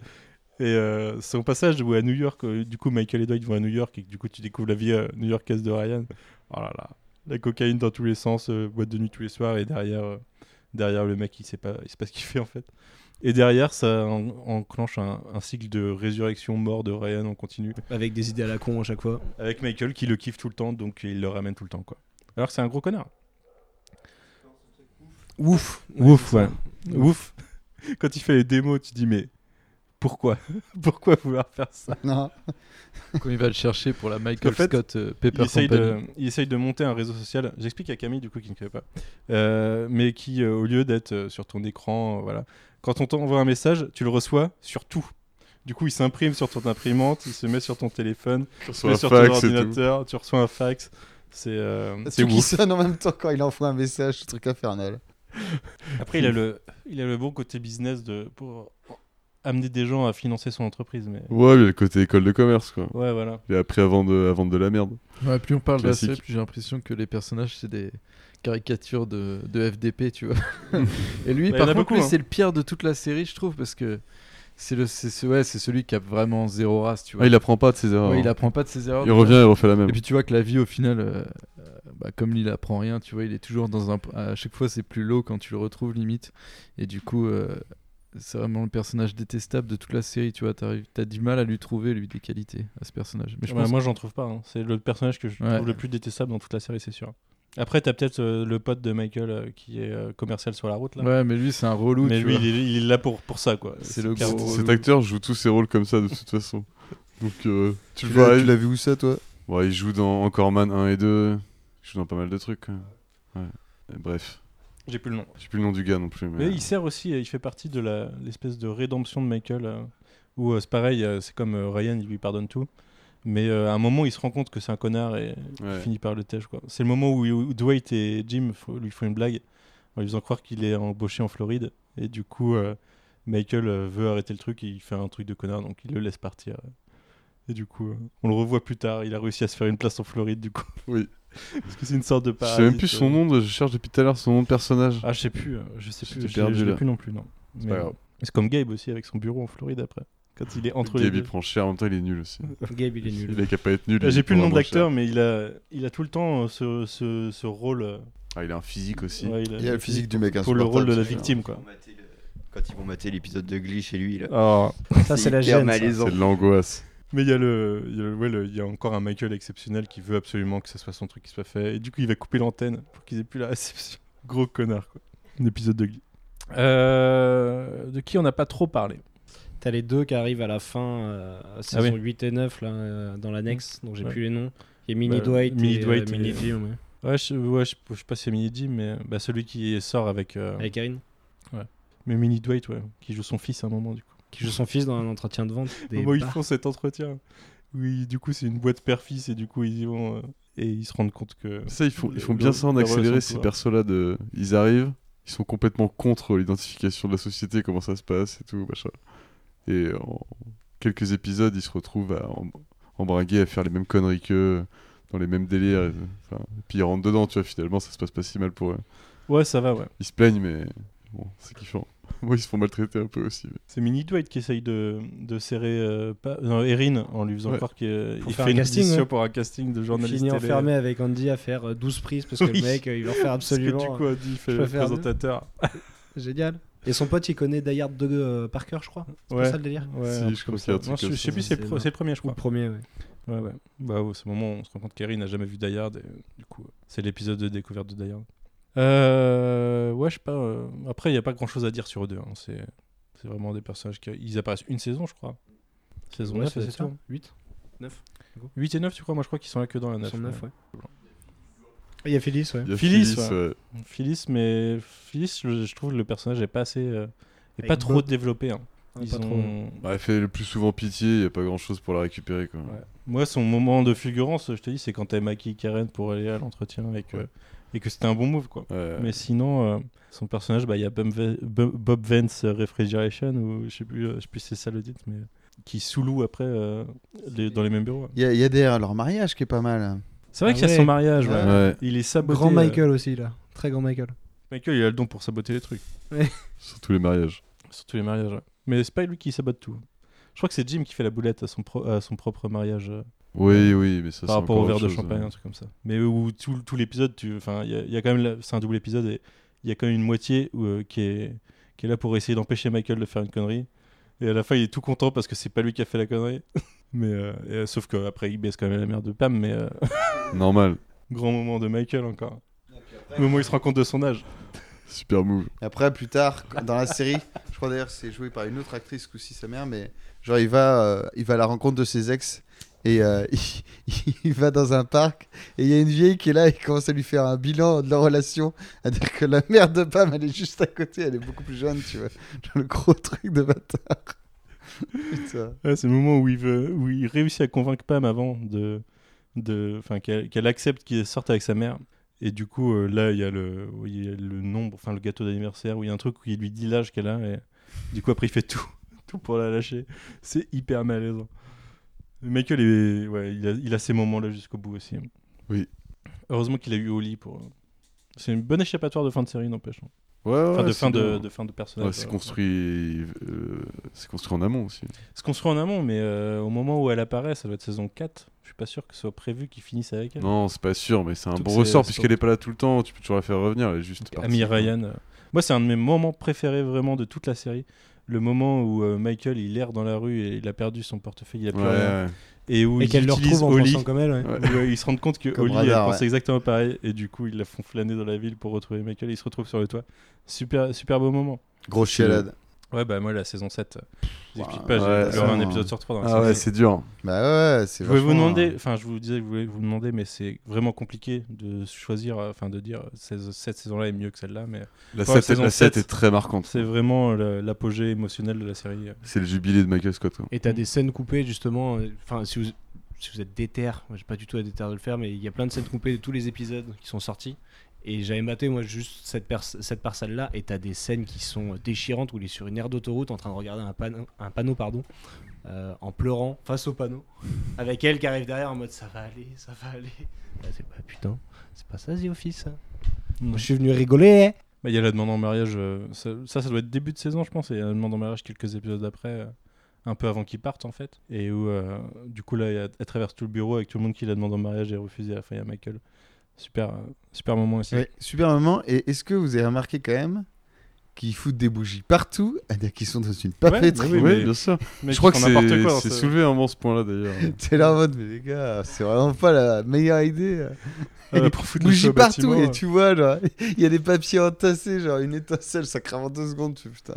[SPEAKER 1] Et euh, son passage où à New York, euh, du coup, Michael et Dwight vont à New York et que, du coup, tu découvres la vie euh, new-yorkaise de Ryan. Oh là là, la cocaïne dans tous les sens, euh, boîte de nuit tous les soirs et derrière, euh, derrière le mec, il sait pas, il sait pas ce qu'il fait en fait. Et derrière, ça en- enclenche un, un cycle de résurrection, mort de Ryan en continu
[SPEAKER 4] Avec des idées à la con à chaque fois.
[SPEAKER 1] avec Michael qui le kiffe tout le temps, donc il le ramène tout le temps, quoi. Alors que c'est un gros connard.
[SPEAKER 4] Ouf.
[SPEAKER 1] Ouf, ouais. Ouf. Quand il fait les démos, tu dis mais pourquoi Pourquoi vouloir faire ça
[SPEAKER 2] Non.
[SPEAKER 3] Quand il va le chercher pour la Michael
[SPEAKER 1] En fait,
[SPEAKER 3] Scott euh, Pepper
[SPEAKER 1] il essaye,
[SPEAKER 3] Company.
[SPEAKER 1] de, il essaye de monter un réseau social. J'explique à Camille, du coup, qui ne connaît pas. Euh, mais qui, euh, au lieu d'être euh, sur ton écran, euh, voilà. Quand on t'envoie un message, tu le reçois sur tout. Du coup, il s'imprime sur ton imprimante, il se met sur ton téléphone, il se met sur ton ordinateur, tu reçois un fax. C'est euh, c'est
[SPEAKER 2] C'est qui
[SPEAKER 1] ouf.
[SPEAKER 2] sonne en même temps quand il envoie un message, ce truc infernal.
[SPEAKER 1] Après, il a le, il a le bon côté business de, pour amener des gens à financer son entreprise. Mais...
[SPEAKER 5] Ouais, mais le côté école de commerce, quoi.
[SPEAKER 1] Ouais, voilà.
[SPEAKER 5] Et après, à vendre, à vendre de la merde.
[SPEAKER 3] Ouais, plus on parle de la
[SPEAKER 5] Classique.
[SPEAKER 3] série, plus j'ai l'impression que les personnages, c'est des caricatures de, de FDP, tu vois. et lui,
[SPEAKER 1] Bah, il y en
[SPEAKER 3] par
[SPEAKER 1] a
[SPEAKER 3] contre,
[SPEAKER 1] beaucoup,
[SPEAKER 3] lui,
[SPEAKER 1] hein.
[SPEAKER 3] c'est le pire de toute la série, je trouve, parce que c'est le, c'est ce- ouais, c'est celui qui a vraiment zéro race, tu vois.
[SPEAKER 5] Ah, il apprend pas de ses erreurs.
[SPEAKER 3] Ouais, il
[SPEAKER 5] hein.
[SPEAKER 3] apprend pas de ses erreurs.
[SPEAKER 5] Il
[SPEAKER 3] déjà.
[SPEAKER 5] revient et refait la même.
[SPEAKER 3] Et puis tu vois que la vie, au final, euh, euh, bah, comme il apprend rien, tu vois, il est toujours dans un. À chaque fois, c'est plus low quand tu le retrouves, limite. Et du coup, euh, c'est vraiment le personnage détestable de toute la série, tu vois. T'arrives- T'as du mal à lui trouver, lui, des qualités à ce personnage. Mais je
[SPEAKER 1] Ouais,
[SPEAKER 3] pense
[SPEAKER 1] Moi, j'en trouve pas. hein. C'est le personnage que je
[SPEAKER 3] Ouais.
[SPEAKER 1] trouve le plus détestable dans toute la série, c'est sûr. Après, t'as peut-être euh, le pote de Michael euh, qui est euh, commercial sur la route, là.
[SPEAKER 3] Ouais, mais lui, c'est un relou.
[SPEAKER 1] mais
[SPEAKER 3] tu
[SPEAKER 1] lui,
[SPEAKER 3] vois.
[SPEAKER 1] il est, il est là pour, pour ça, quoi.
[SPEAKER 3] C'est le
[SPEAKER 1] clair.
[SPEAKER 3] gros-
[SPEAKER 5] Cet acteur joue tous ses rôles comme ça, de toute façon. Donc, euh, tu
[SPEAKER 2] Tu
[SPEAKER 5] le
[SPEAKER 2] l'as
[SPEAKER 5] vois.
[SPEAKER 2] tu l'as vu où ça, toi
[SPEAKER 1] Euh,
[SPEAKER 5] Ouais, il joue dans Encore Man 1 et 2. Il joue dans pas mal de trucs. quoi. Ouais. Et Bref.
[SPEAKER 1] J'ai plus le nom.
[SPEAKER 5] J'ai plus le nom du gars non plus. Mais,
[SPEAKER 1] Mais il sert aussi, euh, il fait partie de la- l'espèce de rédemption de Michael, euh, où euh, c'est pareil, euh, c'est comme euh, Ryan, il lui pardonne tout. Mais euh, à un moment, il se rend compte que c'est un connard et
[SPEAKER 5] Ouais.
[SPEAKER 1] il finit par le tèche. quoi. C'est le moment où, où Dwight et Jim fo- lui font une blague en lui faisant croire qu'il est embauché en Floride. Et du coup, euh, Michael euh, veut arrêter le truc et il fait un truc de connard, donc il le laisse partir. Et du coup, euh, on le revoit plus tard. Il a réussi à se faire une place en Floride, du coup.
[SPEAKER 5] Oui.
[SPEAKER 1] Parce que c'est une sorte de
[SPEAKER 5] Je
[SPEAKER 1] parasite.
[SPEAKER 5] sais même plus son
[SPEAKER 1] euh.
[SPEAKER 5] nom, de- je cherche depuis tout à l'heure son nom de personnage.
[SPEAKER 1] Ah, je sais plus, euh, je sais plus,
[SPEAKER 5] J'étais
[SPEAKER 1] je
[SPEAKER 5] perdu,
[SPEAKER 1] je l'ai
[SPEAKER 5] là.
[SPEAKER 1] plus non plus, non. Mais,
[SPEAKER 5] pas grave.
[SPEAKER 1] euh, C'est comme Gabe aussi avec son bureau en Floride après, quand il est entre
[SPEAKER 5] Gabe,
[SPEAKER 1] les
[SPEAKER 5] il
[SPEAKER 1] deux.
[SPEAKER 5] prend cher, en même temps il est nul aussi.
[SPEAKER 4] Gabe, il est nul.
[SPEAKER 5] Il a qu'à pas être nul.
[SPEAKER 1] Ah,
[SPEAKER 5] il
[SPEAKER 1] J'ai plus le nom
[SPEAKER 5] prendra
[SPEAKER 1] de
[SPEAKER 5] moins cher.
[SPEAKER 1] l'acteur, mais il a, il a tout le temps euh, ce, ce, ce rôle. euh,
[SPEAKER 5] Ah, il a un physique aussi.
[SPEAKER 1] ouais,
[SPEAKER 2] Il y a le physique du
[SPEAKER 1] pour-
[SPEAKER 2] mec
[SPEAKER 1] Pour le rôle de la
[SPEAKER 2] insupportable, c'est
[SPEAKER 1] victime, quoi.
[SPEAKER 7] Quand ils vont mater l'épisode de Glee chez lui, là.
[SPEAKER 1] Ah,
[SPEAKER 4] Ça, c'est la gêne.
[SPEAKER 7] hyper
[SPEAKER 4] ça.
[SPEAKER 7] malaisant.
[SPEAKER 5] C'est de l'angoisse.
[SPEAKER 1] Mais il y, a le, il, y a le- ouais, le- il y a encore un Michael exceptionnel qui veut absolument que ce soit son truc qui soit fait. Et du coup, il va couper l'antenne pour qu'ils aient plus la réception. Gros connard, quoi. Un épisode de Glee. Euh, de qui on n'a pas trop parlé.
[SPEAKER 4] T'as les deux qui arrivent à la fin, euh, saison 8 et 9, là, euh, dans l'annexe, donc
[SPEAKER 1] Ah
[SPEAKER 4] j'ai
[SPEAKER 1] Mmh. Ouais.
[SPEAKER 4] plus les noms. Il y a Mini
[SPEAKER 1] Bah,
[SPEAKER 4] Dwight,
[SPEAKER 1] Mini
[SPEAKER 4] et, euh,
[SPEAKER 1] Dwight et-
[SPEAKER 4] Mini Jim, ouais.
[SPEAKER 1] Ouais, je, ouais, je, je sais pas si c'est Mini Jim, mais euh, bah, celui qui sort avec. euh,
[SPEAKER 4] avec Karine,
[SPEAKER 1] Mais Mini Dwight, ouais, qui joue son fils à un moment, du coup.
[SPEAKER 4] qui joue son fils dans un entretien de vente.
[SPEAKER 1] Au
[SPEAKER 4] Des
[SPEAKER 1] moment où ils
[SPEAKER 4] barres.
[SPEAKER 1] font cet entretien. Oui, du coup, c'est une boîte père-fils, et du coup, ils y vont. euh, et ils se rendent compte que.
[SPEAKER 5] Ça, ils font, ils font
[SPEAKER 1] Le-
[SPEAKER 5] bien
[SPEAKER 1] le-
[SPEAKER 5] ça en
[SPEAKER 1] la relation
[SPEAKER 5] accéléré,
[SPEAKER 1] de
[SPEAKER 5] ces
[SPEAKER 1] pouvoir.
[SPEAKER 5] persos-là. De... Ils arrivent, ils sont complètement contre l'identification de la société, comment ça se passe et tout, machin. Et en quelques épisodes, ils se retrouvent à em- embringuer, à faire les mêmes conneries qu'eux, dans les mêmes délires. et- enfin, et puis ils rentrent dedans, tu vois, finalement, ça se passe pas si mal pour eux.
[SPEAKER 1] Ouais, ça va, ouais.
[SPEAKER 5] Ils se plaignent, mais bon, c'est kiffant. Moi, ils se font maltraiter un peu aussi. mais-
[SPEAKER 1] C'est Mini Dwight qui essaye de, de serrer euh, pa- non, Erin en lui faisant
[SPEAKER 5] Ouais.
[SPEAKER 1] croire qu'il euh,
[SPEAKER 4] Pour
[SPEAKER 1] il
[SPEAKER 4] faire
[SPEAKER 1] fait
[SPEAKER 4] un
[SPEAKER 1] une
[SPEAKER 4] casting,
[SPEAKER 1] audition
[SPEAKER 4] ouais.
[SPEAKER 1] pour un casting de journaliste.
[SPEAKER 4] Fini
[SPEAKER 1] télé.
[SPEAKER 4] enfermé avec Andy à faire euh, 12 prises parce que
[SPEAKER 1] Oui.
[SPEAKER 4] le mec euh, il veut faire
[SPEAKER 1] Parce que
[SPEAKER 4] absolument.
[SPEAKER 1] du coup, Andy il fait
[SPEAKER 4] je
[SPEAKER 1] le
[SPEAKER 4] préfère mieux.
[SPEAKER 1] présentateur.
[SPEAKER 4] Génial. Et son pote il connaît Die Hard 2 euh, par cœur, je crois. C'est pas
[SPEAKER 1] Ouais.
[SPEAKER 4] ça le délire
[SPEAKER 1] Ouais,
[SPEAKER 5] Si,
[SPEAKER 1] un
[SPEAKER 5] je
[SPEAKER 1] truc
[SPEAKER 5] crois
[SPEAKER 1] comme
[SPEAKER 5] qu'il y a un
[SPEAKER 1] ça.
[SPEAKER 5] truc
[SPEAKER 1] Non, je-
[SPEAKER 5] comme
[SPEAKER 1] je sais
[SPEAKER 5] ça,
[SPEAKER 1] plus, c'est
[SPEAKER 4] c'est
[SPEAKER 1] le pro- c'est le premier, je
[SPEAKER 4] Ou le
[SPEAKER 1] crois.
[SPEAKER 4] premier, ouais.
[SPEAKER 1] Ouais, ouais. Bah, au ce moment, on se rend compte qu'Erin n'a jamais vu Die Hard, et, euh, du coup, euh, c'est l'épisode de découverte de Die Hard. Euh, ouais, je sais pas. euh, Après, il n'y a pas grand chose à dire sur eux deux. hein, C'est c'est vraiment des personnages qui. Ils apparaissent une saison, je crois. Saison 9, c'est tout.
[SPEAKER 4] 8
[SPEAKER 1] 8 et 9, tu crois Moi, je crois qu'ils sont là que dans la 9.
[SPEAKER 4] Ils sont 9, ouais. Et Il y a Félix, ouais.
[SPEAKER 5] Il y a
[SPEAKER 1] Phyllis,
[SPEAKER 5] Phyllis,
[SPEAKER 1] ouais.
[SPEAKER 5] ouais.
[SPEAKER 1] Phyllis, mais Phyllis, je, je trouve que le personnage est pas assez. euh, est
[SPEAKER 4] Avec
[SPEAKER 1] pas trop
[SPEAKER 4] Bob.
[SPEAKER 1] développé. hein.
[SPEAKER 4] Ah,
[SPEAKER 1] Ils
[SPEAKER 4] pas trop.
[SPEAKER 1] ont-
[SPEAKER 5] Bah, elle fait le plus souvent pitié, il n'y a pas grand chose pour la récupérer. Quoi.
[SPEAKER 1] Ouais. Moi, son moment de fulgurance, je te dis, c'est quand elle maquille Karen pour aller à l'entretien et que,
[SPEAKER 5] Ouais.
[SPEAKER 1] et que c'était un bon move, quoi.
[SPEAKER 5] Ouais.
[SPEAKER 1] Mais sinon, euh, son personnage, bah, il y a Bum- Ve- Bu- Bob Vance euh, Refrigeration, ou je sais plus, euh, je sais plus si c'est ça le titre, mais qui sous-loue après euh, les- dans les mêmes bureaux. hein. ouais.
[SPEAKER 2] Il y, a- il y a derrière leur mariage qui est pas mal.
[SPEAKER 1] C'est vrai
[SPEAKER 4] Ah
[SPEAKER 1] qu'il y a
[SPEAKER 4] ouais.
[SPEAKER 1] son mariage, ouais.
[SPEAKER 2] Ouais.
[SPEAKER 5] Ouais.
[SPEAKER 1] Il est saboté.
[SPEAKER 4] Grand
[SPEAKER 1] euh,
[SPEAKER 4] Michael aussi, là. Très grand Michael.
[SPEAKER 1] Michael, il a le don pour saboter les trucs,
[SPEAKER 5] Surtout les mariages.
[SPEAKER 1] surtout les mariages. ouais. Mais c'est pas lui qui sabote tout. Je crois que c'est Jim qui fait la boulette à son, pro- à son propre mariage. euh,
[SPEAKER 5] Oui, oui, mais ça
[SPEAKER 1] par
[SPEAKER 5] c'est
[SPEAKER 1] rapport au
[SPEAKER 5] encore
[SPEAKER 1] verre
[SPEAKER 5] autre
[SPEAKER 1] de
[SPEAKER 5] chose,
[SPEAKER 1] champagne,
[SPEAKER 5] hein.
[SPEAKER 1] un truc comme ça. Mais où tout, tout l'épisode, tu, enfin, il y, a- il y a quand même, la- c'est un double épisode et il y a quand même une moitié où, euh, qui est qui est là pour essayer d'empêcher Michael de faire une connerie. Et à la fin, il est tout content parce que c'est pas lui qui a fait la connerie. mais euh, et, euh, sauf qu'après, il baisse quand même la mère de Pam. Mais euh,
[SPEAKER 5] Normal.
[SPEAKER 1] grand moment de Michael encore. Le moment où il se rend compte de son âge.
[SPEAKER 5] Super move.
[SPEAKER 2] Après, plus tard, dans la série, je crois d'ailleurs que c'est joué par une autre actrice que aussi sa mère, mais genre il va, euh, il va à la rencontre de ses ex et euh, il, il va dans un parc et il y a une vieille qui est là et commence à lui faire un bilan de leur relation, à dire que la mère de Pam, elle est juste à côté, elle est beaucoup plus jeune, tu vois. Genre le gros truc de bâtard. Putain.
[SPEAKER 1] Ouais, c'est le moment où il veut, où il réussit à convaincre Pam avant de, de, enfin qu'elle qu'elle accepte qu'il sorte avec sa mère. Et du coup, euh, là, il y a le, où il y a le nombre, enfin le gâteau d'anniversaire, où il y a un truc où il lui dit l'âge qu'elle a. Et du coup, après, il fait tout, tout pour la lâcher. C'est hyper malaisant. Michael, est, ouais, il, a, il a ces moments-là jusqu'au bout aussi.
[SPEAKER 5] Oui.
[SPEAKER 1] Heureusement qu'il a eu Oli pour. euh, C'est une bonne échappatoire de fin de série, n'empêche.
[SPEAKER 5] Ouais, ouais,
[SPEAKER 1] Enfin, de,
[SPEAKER 5] c'est
[SPEAKER 1] fin de,
[SPEAKER 5] bien.
[SPEAKER 1] de fin de personnage.
[SPEAKER 5] Ouais, c'est
[SPEAKER 1] quoi.
[SPEAKER 5] construit, euh, c'est construit en amont aussi.
[SPEAKER 1] se construit en amont, mais euh, au moment où elle apparaît, ça doit être saison 4. Je suis pas sûr que ce soit prévu qu'ils finissent avec elle.
[SPEAKER 5] Non, c'est pas sûr, mais c'est un
[SPEAKER 1] Toutes
[SPEAKER 5] bon
[SPEAKER 1] ces-
[SPEAKER 5] ressort
[SPEAKER 1] ces-
[SPEAKER 5] puisqu'elle est pas là tout le temps. Tu peux toujours la faire revenir. Elle est juste. partie,
[SPEAKER 1] Ami
[SPEAKER 5] quoi.
[SPEAKER 1] Ryan. euh, Moi, c'est un de mes moments préférés vraiment de toute la série. Le moment où euh, Michael il erre dans la rue et il a perdu son portefeuille, il a
[SPEAKER 5] Ouais,
[SPEAKER 1] plus rien.
[SPEAKER 5] ouais.
[SPEAKER 1] Et où
[SPEAKER 4] Et
[SPEAKER 1] il
[SPEAKER 4] qu'elle le
[SPEAKER 1] utilise
[SPEAKER 4] retrouve en
[SPEAKER 1] Oli.
[SPEAKER 4] pensant comme elle, ouais.
[SPEAKER 5] Ouais.
[SPEAKER 1] où, euh, ils se rendent compte que
[SPEAKER 2] Comme
[SPEAKER 1] Oli elle
[SPEAKER 2] radar,
[SPEAKER 1] pense
[SPEAKER 2] ouais.
[SPEAKER 1] exactement pareil. Et du coup, ils la font flâner dans la ville pour retrouver Michael. Et ils se retrouvent sur le toit. Super, super beau moment.
[SPEAKER 2] Gros chialade.
[SPEAKER 1] Ouais, bah moi, la saison 7, euh, je vous
[SPEAKER 2] Ouah,
[SPEAKER 1] explique pas, j'ai
[SPEAKER 5] ouais,
[SPEAKER 1] pleuré
[SPEAKER 5] ça,
[SPEAKER 1] un
[SPEAKER 5] hein.
[SPEAKER 1] épisode sur trois dans la
[SPEAKER 5] Ah ouais,
[SPEAKER 1] série.
[SPEAKER 5] c'est dur.
[SPEAKER 2] Bah ouais, c'est
[SPEAKER 1] Je voulais vous
[SPEAKER 2] vachement-
[SPEAKER 1] demander, enfin je vous disais que je voulais vous demander, mais c'est vraiment compliqué de choisir, euh, enfin de dire euh, ces- cette saison-là est mieux que celle-là, mais
[SPEAKER 5] La,
[SPEAKER 1] Pour la
[SPEAKER 5] 7,
[SPEAKER 1] saison
[SPEAKER 5] la 7
[SPEAKER 1] sept.
[SPEAKER 5] est très marquante.
[SPEAKER 1] c'est vraiment le- l'apogée émotionnelle de la série. euh.
[SPEAKER 5] C'est le jubilé de Michael Scott. quoi.
[SPEAKER 4] Et t'as des scènes coupées justement. euh, Enfin, si vous, si vous êtes déter, moi j'ai pas du tout à déter de le faire, mais il y a plein de scènes coupées de tous les épisodes qui sont sortis. Et j'avais maté moi juste cette, pers- cette parcelle là. Et t'as des scènes qui sont déchirantes où il est sur une aire d'autoroute en train de regarder un panneau, un panneau pardon, euh, en pleurant face au panneau, avec elle qui arrive derrière en mode ça va aller, ça va aller. Bah, c'est pas putain, c'est pas ça The Office. hein. ça. Moi, je suis venu rigoler. hein.
[SPEAKER 1] Bah, Il y a la demande en mariage, euh, ça, ça ça doit être début de saison je pense, et il y a la demande en mariage quelques épisodes après, euh, un peu avant qu'ils partent en fait, et où euh, du coup là il y a- elle traverse tout le bureau avec tout le monde qui la demande en mariage et refusé à la fin il y a Michael. Super, euh, super moment aussi.
[SPEAKER 2] Ouais, super moment. Et est-ce que vous avez remarqué quand même qu'ils foutent des bougies partout, c'est-à-dire qu'ils sont dans une papeterie
[SPEAKER 1] bah Oui,
[SPEAKER 5] Oui,
[SPEAKER 1] mais-
[SPEAKER 5] bien sûr.
[SPEAKER 1] Mais
[SPEAKER 5] Je crois que
[SPEAKER 1] ils font
[SPEAKER 5] c'est
[SPEAKER 1] n'importe quoi,
[SPEAKER 5] c'est
[SPEAKER 1] ça.
[SPEAKER 5] soulevé un bon ce point-là d'ailleurs.
[SPEAKER 2] T'es là en mode, mais les gars, c'est vraiment pas la meilleure idée.
[SPEAKER 1] Euh, pour foutre le feu
[SPEAKER 2] Bougie
[SPEAKER 1] au
[SPEAKER 2] partout,
[SPEAKER 1] bâtiment, euh,
[SPEAKER 2] et tu vois, genre, il y a des papiers entassés, genre une étincelle, ça crame en deux secondes, tu putain.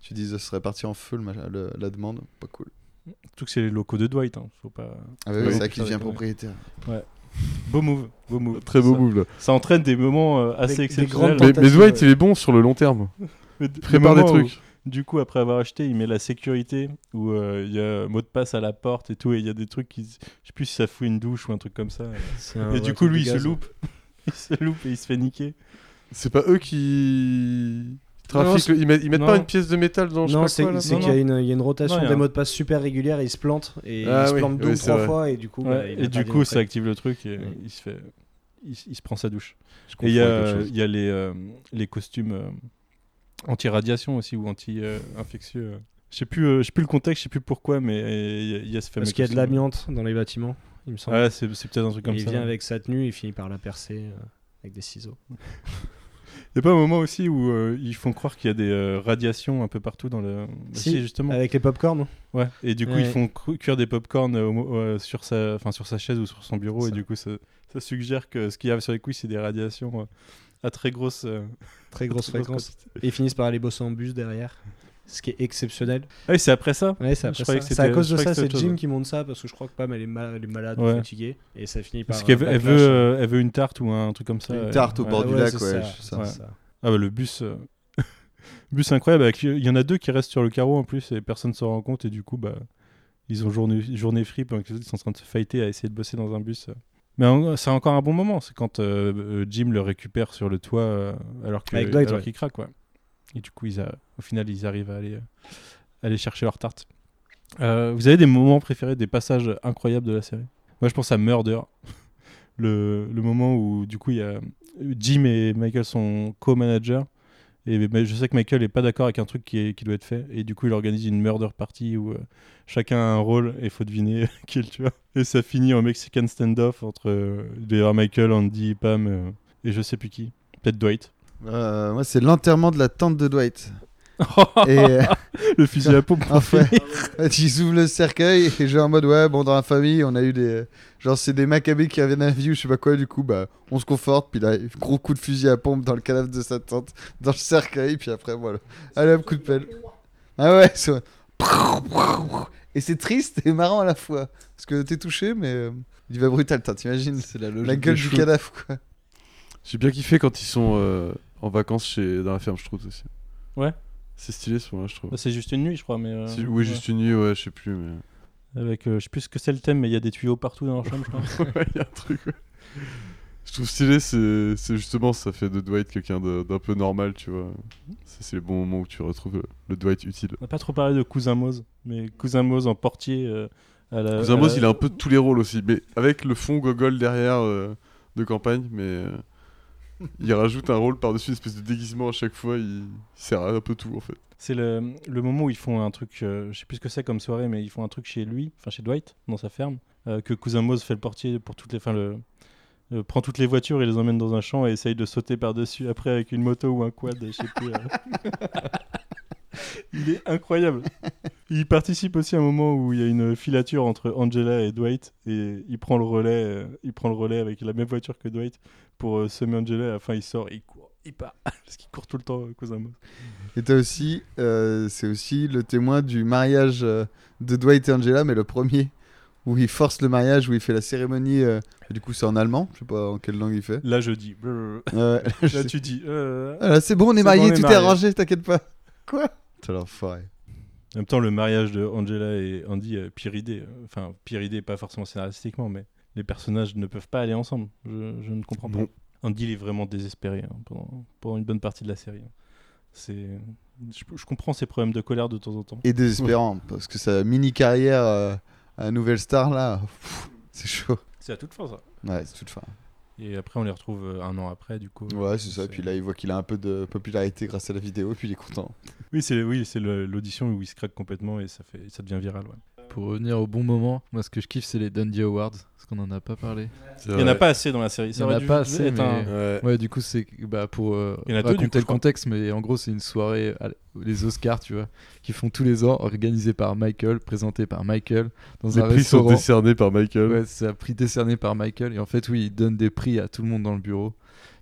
[SPEAKER 2] Tu dis, ça serait parti en feu le machin- le- la demande, pas cool.
[SPEAKER 1] Surtout que c'est les locaux de Dwight, hein, faut pas...
[SPEAKER 2] Ah
[SPEAKER 1] oui,
[SPEAKER 2] oui, c'est
[SPEAKER 1] putain,
[SPEAKER 2] ça qui devient
[SPEAKER 1] d'accord.
[SPEAKER 2] propriétaire.
[SPEAKER 1] Beau move, beau move.
[SPEAKER 5] Très beau
[SPEAKER 1] Ça-
[SPEAKER 5] move là.
[SPEAKER 1] Ça entraîne des moments euh,
[SPEAKER 4] Des-
[SPEAKER 1] assez
[SPEAKER 4] des
[SPEAKER 1] exceptionnels.
[SPEAKER 4] grandes
[SPEAKER 5] Mais, mais
[SPEAKER 4] Tentative,
[SPEAKER 5] Dwight,
[SPEAKER 4] ouais.
[SPEAKER 5] il est bon sur le long terme.
[SPEAKER 1] Mais d-
[SPEAKER 5] Prépare
[SPEAKER 1] le
[SPEAKER 5] des
[SPEAKER 1] moment où,
[SPEAKER 5] trucs.
[SPEAKER 1] du coup, après avoir acheté, il met la sécurité où euh, il y a mot de passe à la porte et tout, et il y a des trucs qui. Je sais plus si ça
[SPEAKER 4] Ah,
[SPEAKER 1] fout une douche ou un truc comme ça. Et du coup, lui, il se loupe. Il se loupe et il se fait niquer.
[SPEAKER 8] C'est pas eux qui
[SPEAKER 1] Non,
[SPEAKER 8] trafiquent.
[SPEAKER 1] c'est-
[SPEAKER 8] le- Ils mettent, ils mettent
[SPEAKER 1] non.
[SPEAKER 8] pas une pièce de métal dans. je sais
[SPEAKER 4] non,
[SPEAKER 8] pas
[SPEAKER 4] c'est
[SPEAKER 8] quoi, là.
[SPEAKER 4] c'est
[SPEAKER 1] Non,
[SPEAKER 4] qu'il y, a une- il y a une rotation
[SPEAKER 1] Non, il y a
[SPEAKER 4] des
[SPEAKER 1] un-
[SPEAKER 4] mots de passe super régulière et il se plante. Et
[SPEAKER 8] Ah
[SPEAKER 4] il se
[SPEAKER 8] oui,
[SPEAKER 4] plante deux
[SPEAKER 8] oui,
[SPEAKER 4] ou
[SPEAKER 8] c'est
[SPEAKER 4] trois
[SPEAKER 8] vrai.
[SPEAKER 4] fois et du coup. bah,
[SPEAKER 1] Ouais,
[SPEAKER 4] il
[SPEAKER 1] et du
[SPEAKER 4] intervient
[SPEAKER 1] coup,
[SPEAKER 4] après.
[SPEAKER 1] ça active le truc et
[SPEAKER 4] Ouais.
[SPEAKER 1] il se fait, il, il se prend sa douche.
[SPEAKER 3] Je
[SPEAKER 1] Et il y
[SPEAKER 3] confonds
[SPEAKER 1] a,
[SPEAKER 3] avec autre
[SPEAKER 1] euh,
[SPEAKER 3] chose.
[SPEAKER 1] il y a les, euh, les costumes euh, anti-radiation aussi ou anti-infectieux. Je sais plus, euh, je sais plus le contexte, je sais plus pourquoi, mais euh, il y a- il y, a ce fameux.
[SPEAKER 4] Parce qu'il y a de
[SPEAKER 1] costume. euh,
[SPEAKER 4] l'amiante dans les bâtiments, il me semble.
[SPEAKER 1] Ouais, c'est c'est peut-être un truc
[SPEAKER 4] Et
[SPEAKER 1] comme
[SPEAKER 4] il
[SPEAKER 1] ça.
[SPEAKER 4] vient avec sa tenue, il finit par la percer euh, avec des ciseaux.
[SPEAKER 1] Il y a pas un moment aussi où euh, ils font croire qu'il y a des euh, radiations un peu partout dans le. Bah,
[SPEAKER 4] Si,
[SPEAKER 1] justement.
[SPEAKER 4] Avec les hein. popcorn
[SPEAKER 1] Ouais. Et du coup,
[SPEAKER 4] Ouais.
[SPEAKER 1] ils font cu- cuire des popcorn euh, au mo- euh, sur sa, enfin sur sa chaise ou sur son bureau,
[SPEAKER 4] Ça.
[SPEAKER 1] et du coup, ça, ça suggère que ce qu'il y a sur les couilles, c'est des radiations euh, à très grosse. euh,
[SPEAKER 4] très grosse
[SPEAKER 1] très grosse
[SPEAKER 4] fréquence. Et ils finissent par aller bosser en bus derrière, ce qui est exceptionnel.
[SPEAKER 1] Ah, oui, c'est après ça.
[SPEAKER 4] Ouais, c'est après
[SPEAKER 1] Je croyais
[SPEAKER 4] ça.
[SPEAKER 1] que
[SPEAKER 4] C'est à
[SPEAKER 1] c'était-
[SPEAKER 4] cause
[SPEAKER 1] je
[SPEAKER 4] de
[SPEAKER 1] croyais
[SPEAKER 4] ça,
[SPEAKER 1] que c'était
[SPEAKER 4] c'est
[SPEAKER 1] autre
[SPEAKER 4] Jim
[SPEAKER 1] chose.
[SPEAKER 4] qui monte ça parce que je crois que Pam elle est, mal- elle est malade,
[SPEAKER 1] Ouais.
[SPEAKER 4] fatiguée et ça finit par.
[SPEAKER 1] Parce qu'elle
[SPEAKER 4] un
[SPEAKER 1] veut, elle veut,
[SPEAKER 4] backlash.
[SPEAKER 1] euh, elle veut une tarte ou un truc comme ça.
[SPEAKER 4] Une
[SPEAKER 1] ouais.
[SPEAKER 2] Tarte au
[SPEAKER 1] Ouais.
[SPEAKER 2] bord du
[SPEAKER 4] ouais,
[SPEAKER 2] lac,
[SPEAKER 4] c'est
[SPEAKER 2] ouais.
[SPEAKER 4] ça.
[SPEAKER 2] je- ça.
[SPEAKER 1] Ouais.
[SPEAKER 4] C'est ça.
[SPEAKER 1] Ah bah le bus, euh, bus incroyable. avec- Il y en a deux qui restent sur le carreau en plus et personne s'en rend compte et du coup bah ils ont journée, journée free pendant que les autres ils sont en train de se fighter à essayer de bosser dans un bus. euh. Mais en- c'est encore un bon moment. C'est quand euh, euh, Jim le récupère sur le toit euh, alors que-
[SPEAKER 4] Avec Dwight,
[SPEAKER 1] alors
[SPEAKER 4] ouais.
[SPEAKER 1] qu'il craque quoi. Et du coup ils a- au final ils arrivent à aller euh, aller chercher leur tarte. Euh, vous avez des moments préférés, des passages incroyables de la série Moi je pense à Murder. Le, le moment où du coup il y a Jim et Michael sont co-managers et mais je sais que Michael est pas d'accord avec un truc qui, est- qui doit être fait. Et du coup, il organise une murder party où euh, chacun a un rôle et faut deviner qui est le tueur. Et ça finit en Mexican standoff entre euh, il doit y avoir Michael, Andy, Pam euh, et je sais plus qui. Peut-être Dwight.
[SPEAKER 2] Euh, moi, c'est l'enterrement de la tante de Dwight. Et euh,
[SPEAKER 1] le fusil à pompe.
[SPEAKER 2] en fait, ils ouvrent le cercueil et j'ai en mode ouais, bon, dans la famille, on a eu des. Genre, c'est des macabées qui reviennent à la vie ou je sais pas quoi, du coup, bah, on se conforte, puis là, gros coup de fusil à pompe dans le cadavre de sa tante, dans le cercueil, puis après, voilà. Allez hop, coup de pelle. Ah ouais, c'est. Et c'est triste et marrant à la fois. Parce que t'es touché, mais. euh, Il va brutal, t'as, t'imagines
[SPEAKER 3] C'est la
[SPEAKER 2] La
[SPEAKER 3] logique.
[SPEAKER 2] gueule
[SPEAKER 3] des
[SPEAKER 2] du
[SPEAKER 3] choses.
[SPEAKER 2] cadavre, quoi.
[SPEAKER 8] J'ai bien kiffé quand ils sont euh, en vacances chez dans la ferme Schtroumpf aussi.
[SPEAKER 1] Ouais.
[SPEAKER 8] C'est stylé ce moment-là, je trouve.
[SPEAKER 1] Bah, c'est juste une nuit, je crois. Mais, euh,
[SPEAKER 8] C'est-
[SPEAKER 1] ouais.
[SPEAKER 8] oui, juste une nuit, ouais, je sais plus, mais
[SPEAKER 1] Avec, euh, je sais plus ce que c'est le thème, mais il y a des tuyaux partout dans leur chambre, je crois.
[SPEAKER 8] Ouais, y a un truc. ouais. Je trouve stylé, c'est c'est justement ça fait de Dwight quelqu'un de- d'un peu normal, tu vois. Ça, C'est les bons moments où tu retrouves le, le Dwight utile.
[SPEAKER 1] On n'a pas trop parlé de Cousin Mose, mais Cousin Mose en portier. euh, à la,
[SPEAKER 8] Cousin
[SPEAKER 1] à
[SPEAKER 8] Moss,
[SPEAKER 1] la-
[SPEAKER 8] il a un peu tous les rôles aussi, mais avec le fond gogol derrière euh, de campagne, mais euh, il rajoute un rôle par-dessus une espèce de déguisement à chaque fois, il, il sert à un peu tout en fait.
[SPEAKER 1] C'est le, le moment où ils font un truc, euh, je sais plus ce que c'est comme soirée, mais ils font un truc chez lui, enfin chez Dwight, dans sa ferme, euh, que Cousin Mose fait le portier pour toutes les. Enfin, le, euh, prend toutes les voitures et les emmène dans un champ et essaye de sauter par-dessus après avec une moto ou un quad, je sais plus. euh. il est incroyable. Il participe aussi à un moment où il y a une filature entre Angela et Dwight et il prend le relais, euh, il prend le relais avec la même voiture que Dwight pour euh, semer Angela. Enfin, il sort et il court, il part parce qu'il court tout le temps, euh, Cousin Mose.
[SPEAKER 2] Et t'as aussi, euh, c'est aussi le témoin du mariage euh, de Dwight et Angela, mais le premier, où il force le mariage, où il fait la cérémonie. euh, et du coup, c'est en allemand, je sais pas en quelle langue il fait.
[SPEAKER 1] Là, je dis. brrr.
[SPEAKER 2] Euh, je
[SPEAKER 1] Là,
[SPEAKER 2] sais-
[SPEAKER 1] tu dis. euh,
[SPEAKER 2] Ah, là, c'est bon, on
[SPEAKER 1] C'est bon,
[SPEAKER 2] est
[SPEAKER 1] on
[SPEAKER 2] mariés,
[SPEAKER 1] est
[SPEAKER 2] tout est
[SPEAKER 1] mariés.
[SPEAKER 2] arrangé, t'inquiète pas. Quoi T'as l'enfoiré.
[SPEAKER 1] En même temps, le mariage de Angela et Andy, euh, pire idée. Enfin, pire idée, pas forcément scénaristiquement, mais les personnages ne peuvent pas aller ensemble. Je, je ne comprends pas.
[SPEAKER 8] Non.
[SPEAKER 1] Andy, il est vraiment désespéré hein, pendant, pendant une bonne partie de la série. hein. C'est, je, je comprends ses problèmes de colère de temps en temps.
[SPEAKER 2] Et désespérant, parce que sa mini carrière euh, à Nouvelle Star, là, pff, c'est chaud.
[SPEAKER 1] C'est à toute fin, ça.
[SPEAKER 2] Ouais, c'est toute fin.
[SPEAKER 1] Et après, on les retrouve euh, un an après, du coup.
[SPEAKER 2] Ouais, c'est ça. Puis là, il voit qu'il a un peu de popularité grâce à la vidéo, puis il est content.
[SPEAKER 1] Oui, c'est oui, c'est le- l'audition où il se craque complètement et ça, fait, ça devient viral. ouais.
[SPEAKER 3] Pour revenir au bon moment, moi ce que je kiffe c'est les Dundee Awards, parce qu'on en a pas parlé.
[SPEAKER 1] Il n'y en a pas assez dans la série.
[SPEAKER 3] Il y
[SPEAKER 1] Ça
[SPEAKER 3] en
[SPEAKER 1] aurait
[SPEAKER 3] a
[SPEAKER 1] dû
[SPEAKER 3] pas assez,
[SPEAKER 1] être un-
[SPEAKER 3] mais-
[SPEAKER 8] Ouais.
[SPEAKER 3] Ouais, du coup, c'est bah, pour euh,
[SPEAKER 1] Il y en a deux, du coup,
[SPEAKER 3] raconter
[SPEAKER 1] je
[SPEAKER 3] le
[SPEAKER 1] crois.
[SPEAKER 3] contexte, mais en gros, c'est une soirée, à l- les Oscars, tu vois, qui font tous les ans, organisée par Michael, présentée par Michael, dans
[SPEAKER 8] Les
[SPEAKER 3] un
[SPEAKER 8] prix sont
[SPEAKER 3] restaurant.
[SPEAKER 8] décernés par Michael.
[SPEAKER 3] Ouais, c'est un prix décerné par Michael, et en fait, oui, il donne des prix à tout le monde dans le bureau.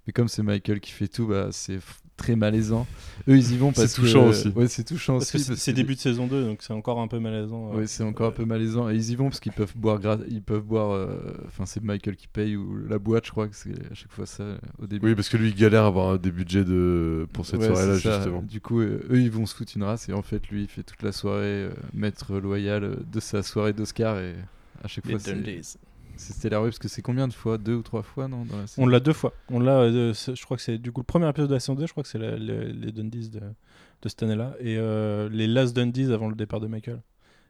[SPEAKER 3] Mais comme c'est Michael qui fait tout, bah, c'est f- très malaisant. Eux, ils y vont
[SPEAKER 8] C'est
[SPEAKER 3] parce que.
[SPEAKER 8] touchant aussi.
[SPEAKER 3] Ouais, c'est touchant
[SPEAKER 1] Parce que
[SPEAKER 3] aussi.
[SPEAKER 1] c'est
[SPEAKER 3] parce
[SPEAKER 1] c'est
[SPEAKER 3] que-
[SPEAKER 1] début de saison 2, donc c'est encore un peu malaisant. euh.
[SPEAKER 3] Ouais, c'est encore un peu malaisant. Et ils y vont parce qu'ils peuvent boire. gra- Ils peuvent boire. euh, Enfin, c'est Michael qui paye ou la boîte, je crois que c'est à chaque fois ça euh, au début.
[SPEAKER 8] Oui, parce que lui, il galère à avoir un- des budgets de... pour cette
[SPEAKER 3] Ouais,
[SPEAKER 8] soirée-là,
[SPEAKER 3] c'est ça.
[SPEAKER 8] justement.
[SPEAKER 3] Du coup, euh, eux, ils vont se foutre une race et en fait, lui, il fait toute la soirée euh, maître loyal euh, de sa soirée d'Oscar et à chaque fois, c'est C'était la rue parce que c'est combien de fois Deux ou trois fois non dans la saison
[SPEAKER 1] On l'a deux fois. On l'a, euh, c'est- je crois que c'est du coup le premier épisode de la saison 2, je crois que c'est la- le- les Dundies de, de cette année-là. Et euh, les Last Dundies avant le départ de Michael.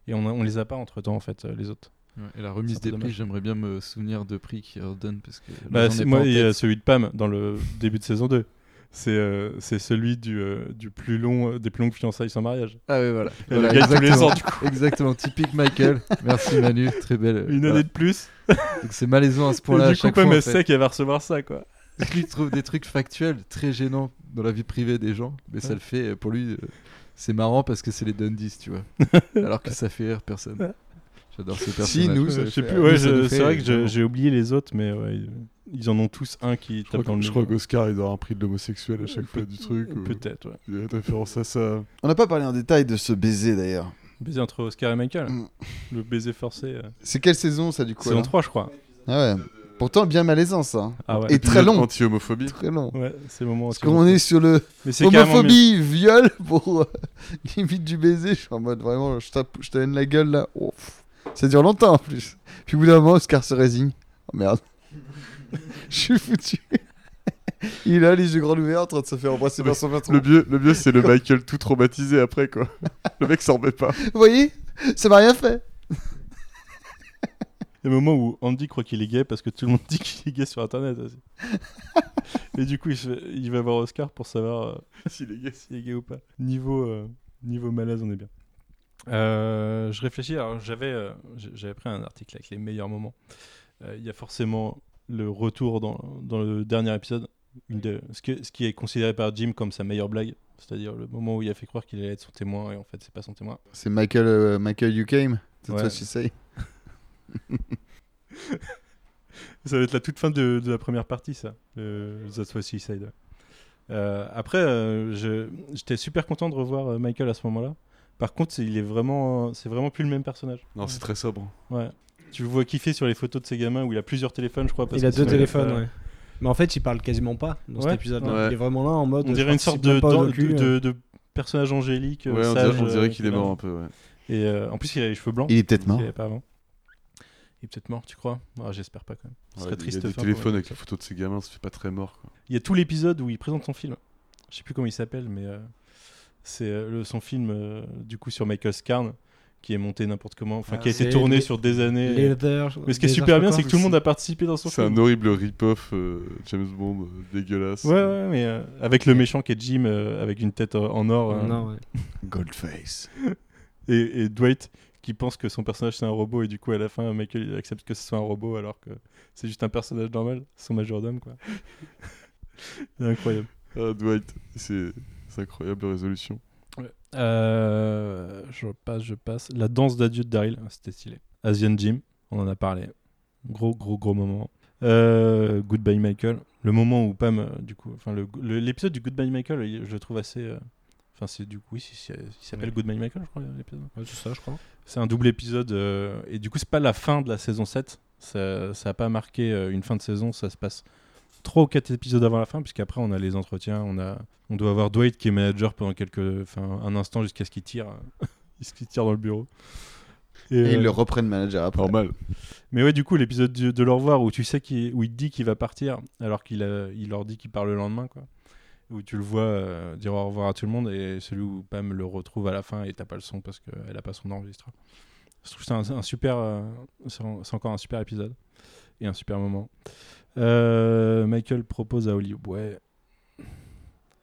[SPEAKER 1] Et on, a- on les a pas entre temps, en fait, euh, les autres.
[SPEAKER 3] Ouais, et la remise
[SPEAKER 1] C'est un peu
[SPEAKER 3] des prix,
[SPEAKER 1] dommage.
[SPEAKER 3] j'aimerais bien me souvenir de prix qui redonne parce que. là,
[SPEAKER 1] Bah,
[SPEAKER 3] j'en ai
[SPEAKER 1] c'est-
[SPEAKER 3] pas
[SPEAKER 1] moi,
[SPEAKER 3] en
[SPEAKER 1] il y a
[SPEAKER 3] tête.
[SPEAKER 1] celui de Pam dans le début de saison 2. C'est euh, c'est celui du, euh, du plus long, euh, des plus longues fiançailles sans mariage.
[SPEAKER 3] Ah ouais, voilà.
[SPEAKER 1] Et
[SPEAKER 3] Voilà,
[SPEAKER 1] le gars, il tous les
[SPEAKER 3] exactement.
[SPEAKER 1] ans, du coup.
[SPEAKER 3] Exactement, typique Michael. Merci Manu, très belle.
[SPEAKER 1] Une
[SPEAKER 3] voilà.
[SPEAKER 1] année de plus.
[SPEAKER 3] Donc c'est malaisant à ce
[SPEAKER 1] et
[SPEAKER 3] point-là. à
[SPEAKER 1] du coup,
[SPEAKER 3] chaque
[SPEAKER 1] Pam,
[SPEAKER 3] fois, en
[SPEAKER 1] elle
[SPEAKER 3] fait.
[SPEAKER 1] sait qu'elle va recevoir ça, quoi.
[SPEAKER 3] lui il trouve des trucs factuels très gênants dans la vie privée des gens, mais ça
[SPEAKER 1] Ouais.
[SPEAKER 3] le fait euh, pour lui. euh, c'est marrant parce que c'est les Dundies, tu vois. Alors que ça fait rire personne. J'adore ce personnage.
[SPEAKER 2] Si, nous,
[SPEAKER 1] Euh,
[SPEAKER 2] ça
[SPEAKER 1] je sais
[SPEAKER 2] fait-
[SPEAKER 1] plus, ouais,
[SPEAKER 3] Nous, ça
[SPEAKER 1] je-
[SPEAKER 3] nous
[SPEAKER 1] c'est
[SPEAKER 3] fait,
[SPEAKER 1] vrai que je-
[SPEAKER 3] évidemment.
[SPEAKER 1] j'ai oublié les autres, mais ouais, ils- ils en ont tous un qui
[SPEAKER 8] Je
[SPEAKER 1] tape dans
[SPEAKER 8] crois,
[SPEAKER 1] le
[SPEAKER 8] que- je
[SPEAKER 1] mur.
[SPEAKER 8] crois qu'Oscar il doit avoir un prix de l'homosexuel à chaque fois du truc. ou-
[SPEAKER 1] Peut-être, ouais.
[SPEAKER 8] Il y a une référence à ça.
[SPEAKER 2] On n'a pas parlé en détail de ce baiser d'ailleurs.
[SPEAKER 1] Baiser entre Oscar et Michael.
[SPEAKER 2] Mm.
[SPEAKER 1] Le baiser forcé. euh.
[SPEAKER 2] C'est quelle saison ça du coup
[SPEAKER 1] Saison
[SPEAKER 2] alors
[SPEAKER 1] 3, je crois.
[SPEAKER 2] Ah ouais. Pourtant bien malaisant ça.
[SPEAKER 1] Ah ouais.
[SPEAKER 2] Et très
[SPEAKER 8] Épisode
[SPEAKER 2] long.
[SPEAKER 8] Anti-homophobie.
[SPEAKER 2] Très long.
[SPEAKER 1] Ouais, c'est le moment.
[SPEAKER 2] Parce
[SPEAKER 1] aussi.
[SPEAKER 2] qu'on est sur le
[SPEAKER 1] Mais c'est carrément mieux.
[SPEAKER 2] homophobie, viol pour euh, limite du baiser. Je suis en mode vraiment, je tape, je te donne la gueule là. Oh, pff. ça dure longtemps en plus. Puis au bout d'un moment, Oscar se résigne. Oh merde. je suis foutu. Il a les yeux grands ouverts en train de se faire embrasser par son patron.
[SPEAKER 8] Le mieux, le mieux c'est le Michael tout traumatisé après, quoi. Le mec s'en remet pas.
[SPEAKER 2] Vous voyez Ça m'a rien fait.
[SPEAKER 1] Le moment où Andy croit qu'il est gay parce que tout le monde dit qu'il est gay sur internet aussi. et du coup, il, se fait- il va voir Oscar pour savoir euh,
[SPEAKER 8] S'il est gay.
[SPEAKER 1] s'il est gay ou pas. Niveau, euh, niveau malaise, on est bien. Euh, je réfléchis, alors j'avais euh, j- j'avais pris un article avec les meilleurs moments. Euh, Il y a forcément le retour dans, dans le dernier épisode, une de, ce, que- ce qui est considéré par Jim comme sa meilleure blague, c'est-à-dire le moment où il a fait croire qu'il allait être son témoin et en fait c'est pas son témoin.
[SPEAKER 2] C'est Michael, euh, Michael, you came. That's
[SPEAKER 1] Ouais.
[SPEAKER 2] what she say.
[SPEAKER 1] Ça va être la toute fin de, de la première partie, ça. Euh, That's Why Suicide. Euh, après, euh, je- j'étais super content de revoir euh, Michael à ce moment-là. Par contre, c'est- il est vraiment, c'est vraiment plus le même personnage.
[SPEAKER 8] Non, c'est très sobre.
[SPEAKER 1] Ouais. Tu le vois kiffer sur les photos de ses gamins où il a plusieurs téléphones, je crois. parce
[SPEAKER 4] Il a
[SPEAKER 1] que
[SPEAKER 4] deux
[SPEAKER 1] sinon,
[SPEAKER 4] téléphones,
[SPEAKER 1] pas-
[SPEAKER 4] ouais. Mais en fait, il parle quasiment pas dans
[SPEAKER 1] Ouais.
[SPEAKER 4] cet épisode-là.
[SPEAKER 8] Ouais.
[SPEAKER 4] Il est vraiment là en mode.
[SPEAKER 1] On
[SPEAKER 4] je
[SPEAKER 1] dirait une
[SPEAKER 4] participe
[SPEAKER 1] sorte de,
[SPEAKER 4] même pas au
[SPEAKER 1] de,
[SPEAKER 4] docu, euh.
[SPEAKER 1] de- de personnage angélique. euh,
[SPEAKER 8] Ouais, on
[SPEAKER 1] sage,
[SPEAKER 8] dirait, on
[SPEAKER 1] euh,
[SPEAKER 8] dirait qu'il est
[SPEAKER 1] qui va-
[SPEAKER 8] mort un peu, ouais.
[SPEAKER 1] Et euh, en plus, il a les cheveux blancs.
[SPEAKER 2] Il est peut-être mort.
[SPEAKER 1] qu'il avait pas avant. Il est peut-être mort, tu crois Ah, J'espère pas quand même. Ce serait
[SPEAKER 8] Ouais, il y
[SPEAKER 1] triste.
[SPEAKER 8] a des
[SPEAKER 1] fin pour
[SPEAKER 8] téléphones
[SPEAKER 1] lui.
[SPEAKER 8] avec les photos de ses gamins, ça fait pas très mort. Quoi.
[SPEAKER 1] Il y a tout l'épisode où il présente son film. Je sais plus comment il s'appelle, mais euh, c'est euh, le- son film euh, du coup sur Michael Scarn qui est monté n'importe comment, enfin
[SPEAKER 4] Ah,
[SPEAKER 1] qui a été
[SPEAKER 4] c'est
[SPEAKER 1] tourné
[SPEAKER 4] les-
[SPEAKER 1] sur des années. euh.
[SPEAKER 4] Les Leathers-
[SPEAKER 1] Mais ce qui est
[SPEAKER 4] Leathers,
[SPEAKER 1] super bien,
[SPEAKER 4] quoi.
[SPEAKER 1] c'est que tout le monde a participé dans son
[SPEAKER 8] C'est un
[SPEAKER 1] film.
[SPEAKER 8] horrible rip-off euh, James Bond euh, dégueulasse.
[SPEAKER 1] Ouais, ouais, mais euh, avec le méchant qui est Jim euh, avec une tête euh, en or euh,
[SPEAKER 4] Non, ouais.
[SPEAKER 2] Goldface.
[SPEAKER 1] et, et Dwight qui pense que son personnage c'est un robot et du coup à la fin Michael il accepte que ce soit un robot alors que c'est juste un personnage normal, son majordome quoi. C'est incroyable.
[SPEAKER 8] Ah, Dwight, c'est c'est incroyable la résolution.
[SPEAKER 1] Euh, je passe, je passe. La danse d'adieu de Daryl, ah, c'était stylé. Asian Gym, on en a parlé. Gros, gros, gros moment. Euh, Goodbye Michael, le moment où Pam, euh, du coup, enfin le- le- l'épisode du Goodbye Michael, il- je le trouve assez. euh, Enfin, c'est du coup, oui, c'est- c'est- il s'appelle
[SPEAKER 4] Ouais.
[SPEAKER 1] Goodbye Michael, je crois, l'épisode.
[SPEAKER 4] Ouais, c'est ça, je crois.
[SPEAKER 1] C'est un double épisode, euh, et du coup, c'est pas la fin de la saison 7. Ça n'a pas marqué euh, une fin de saison, ça se passe trois ou quatre épisodes avant la fin, puisqu'après, on a les entretiens, on, a, on doit avoir Dwight qui est manager pendant quelques, enfin, un instant jusqu'à ce qu'il tire, il se- qu'il tire dans le bureau. Et,
[SPEAKER 2] Et
[SPEAKER 1] euh,
[SPEAKER 2] ils le reprennent manager après.
[SPEAKER 8] Normal.
[SPEAKER 1] mais ouais, du coup, l'épisode du- de, l'au revoir où tu sais qu'il, où il te dit qu'il va partir, alors qu'il a- il leur dit qu'il part le lendemain, quoi. Où tu le vois euh, dire au revoir à tout le monde et celui où Pam le retrouve à la fin et t'as pas le son parce qu'elle a pas son enregistreur. Je trouve que c'est un, un super, euh, c'est en- c'est encore un super épisode et un super moment. Euh, Michael propose à Hollywood, ouais.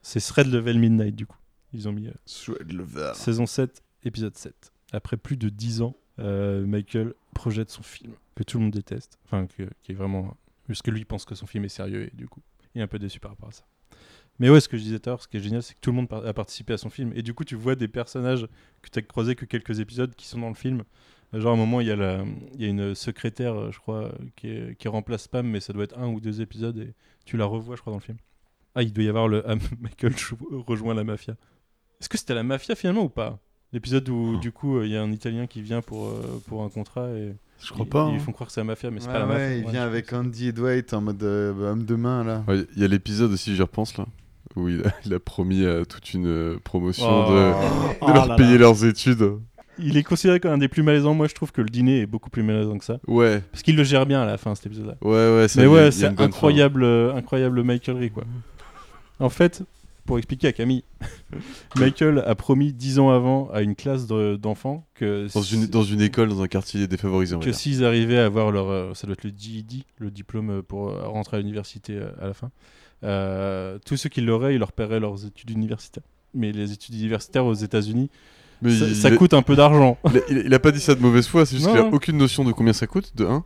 [SPEAKER 1] C'est Thread Level Midnight du coup. Ils ont mis euh, Saison 7, épisode 7. Après plus de 10 ans, euh, Michael projette son film que tout le monde déteste. Enfin, que- qui est vraiment. Parce que lui pense que son film est sérieux et du coup, il est un peu déçu par rapport à ça. Mais ouais, ce que je disais tout à l'heure, ce qui est génial, c'est que tout le monde par- a participé à son film. Et du coup, tu vois des personnages que tu as croisés que quelques épisodes qui sont dans le film. Euh, Genre, à un moment, il y a, la, il y a une secrétaire, euh, je crois, euh, qui, est- qui remplace Pam, mais ça doit être un ou deux épisodes et tu la revois, je crois, dans le film. Ah, il doit y avoir le ah, Michael chou- rejoint la mafia. Est-ce que c'était la mafia finalement ou pas L'épisode
[SPEAKER 8] Oh.
[SPEAKER 1] où du coup euh, il y a un Italien qui vient pour, euh, pour un contrat et
[SPEAKER 8] Je crois
[SPEAKER 1] ils-
[SPEAKER 8] pas.
[SPEAKER 1] ils
[SPEAKER 8] hein.
[SPEAKER 1] font croire que c'est la mafia mais c'est
[SPEAKER 2] Ouais,
[SPEAKER 1] pas la mafia.
[SPEAKER 2] ouais, il
[SPEAKER 1] Ouais,
[SPEAKER 2] vient
[SPEAKER 1] je
[SPEAKER 2] avec
[SPEAKER 1] pense.
[SPEAKER 2] Andy et Dwight en mode euh, bah, homme de main là.
[SPEAKER 8] Ouais, Il y a l'épisode aussi, j'y repense là, où il a, il a promis à toute une euh, promotion
[SPEAKER 1] Oh.
[SPEAKER 8] de, de
[SPEAKER 4] Oh
[SPEAKER 8] leur
[SPEAKER 4] là
[SPEAKER 8] payer
[SPEAKER 4] là.
[SPEAKER 8] leurs études.
[SPEAKER 1] il est considéré comme un des plus malaisants. Moi, je trouve que le dîner est beaucoup plus malaisant que ça.
[SPEAKER 8] Ouais,
[SPEAKER 1] Parce qu'il le gère bien à la fin, cet épisode-là.
[SPEAKER 8] ouais, ouais. ça,
[SPEAKER 1] Mais
[SPEAKER 8] il y a- il y a
[SPEAKER 1] ouais,
[SPEAKER 8] une
[SPEAKER 1] c'est
[SPEAKER 8] bonne fin.
[SPEAKER 1] incroyable, euh, incroyable Michael Ray, quoi. En fait, pour expliquer à Camille, Michael a promis 10 ans avant à une classe de- d'enfants que
[SPEAKER 8] Dans une,
[SPEAKER 1] si-
[SPEAKER 8] dans une école, dans un quartier défavorisé. on va
[SPEAKER 1] que
[SPEAKER 8] dire.
[SPEAKER 1] s'ils arrivaient à avoir leur, euh, ça doit être le GED, le diplôme euh, pour euh, rentrer à l'université euh, à la fin, euh, tous ceux qui l'auraient, ils leur paieraient leurs études universitaires. Mais les études universitaires aux États-Unis,
[SPEAKER 8] Mais
[SPEAKER 1] ça,
[SPEAKER 8] il-
[SPEAKER 1] ça
[SPEAKER 8] il a-
[SPEAKER 1] coûte un peu d'argent.
[SPEAKER 8] Il a, il- il a pas dit ça de mauvaise foi, c'est juste
[SPEAKER 1] Non,
[SPEAKER 8] qu'il a
[SPEAKER 1] non.
[SPEAKER 8] aucune notion de combien ça coûte, de 1.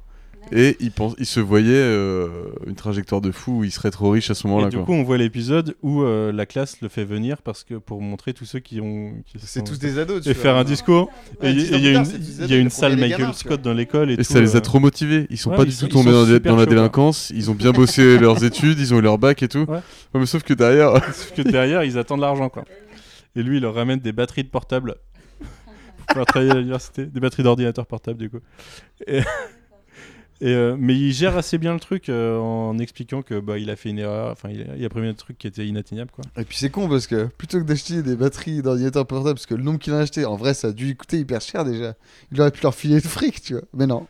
[SPEAKER 8] Et il, pense, il se voyait euh, une trajectoire de fou où il serait trop riche à ce moment-là.
[SPEAKER 1] Et du
[SPEAKER 8] quoi.
[SPEAKER 1] coup, on voit l'épisode où euh, la classe le fait venir parce que pour montrer tous ceux qui ont. qui
[SPEAKER 2] C'est
[SPEAKER 1] sont-
[SPEAKER 2] tous des ados. tu
[SPEAKER 1] Et
[SPEAKER 2] vois.
[SPEAKER 1] faire un discours.
[SPEAKER 2] Ouais,
[SPEAKER 1] et il y-
[SPEAKER 2] dix ans
[SPEAKER 1] et il y a
[SPEAKER 2] plus tard,
[SPEAKER 1] une,
[SPEAKER 2] c'est tous des
[SPEAKER 1] il y
[SPEAKER 2] ados,
[SPEAKER 1] a
[SPEAKER 2] ils
[SPEAKER 1] une
[SPEAKER 2] ont
[SPEAKER 1] salle
[SPEAKER 2] des
[SPEAKER 1] Michael
[SPEAKER 2] gamins, tu vois.
[SPEAKER 1] Scott dans l'école. Et,
[SPEAKER 8] Et
[SPEAKER 1] tout,
[SPEAKER 8] ça les
[SPEAKER 1] euh,
[SPEAKER 8] a trop motivés. Ils sont
[SPEAKER 1] ouais,
[SPEAKER 8] pas
[SPEAKER 1] ils
[SPEAKER 8] du
[SPEAKER 1] sont-
[SPEAKER 8] tout tombés
[SPEAKER 1] ils sont
[SPEAKER 8] dans, des-
[SPEAKER 1] super
[SPEAKER 8] dans la
[SPEAKER 1] chauds, quoi.
[SPEAKER 8] délinquance. Ils ont bien bossé leurs études, ils ont eu leur bac et tout.
[SPEAKER 1] Ouais.
[SPEAKER 8] Ouais, mais sauf que derrière,
[SPEAKER 1] Sauf que derrière, ils attendent l'argent, quoi. Et lui, il leur ramène des batteries de portables pour pouvoir travailler à l'université, des batteries d'ordinateur portable, du coup. Et- et, euh, mais il gère assez bien le truc euh, en expliquant que bah, il a fait une erreur, enfin il a, il a prévu un truc qui était inatteignable quoi.
[SPEAKER 2] Et puis c'est con parce que plutôt que d'acheter des batteries d'ordinateur portable, parce que le nombre qu'il a acheté, en vrai, ça a dû lui coûter hyper cher déjà. Il aurait pu leur filer le fric, tu vois. Mais non.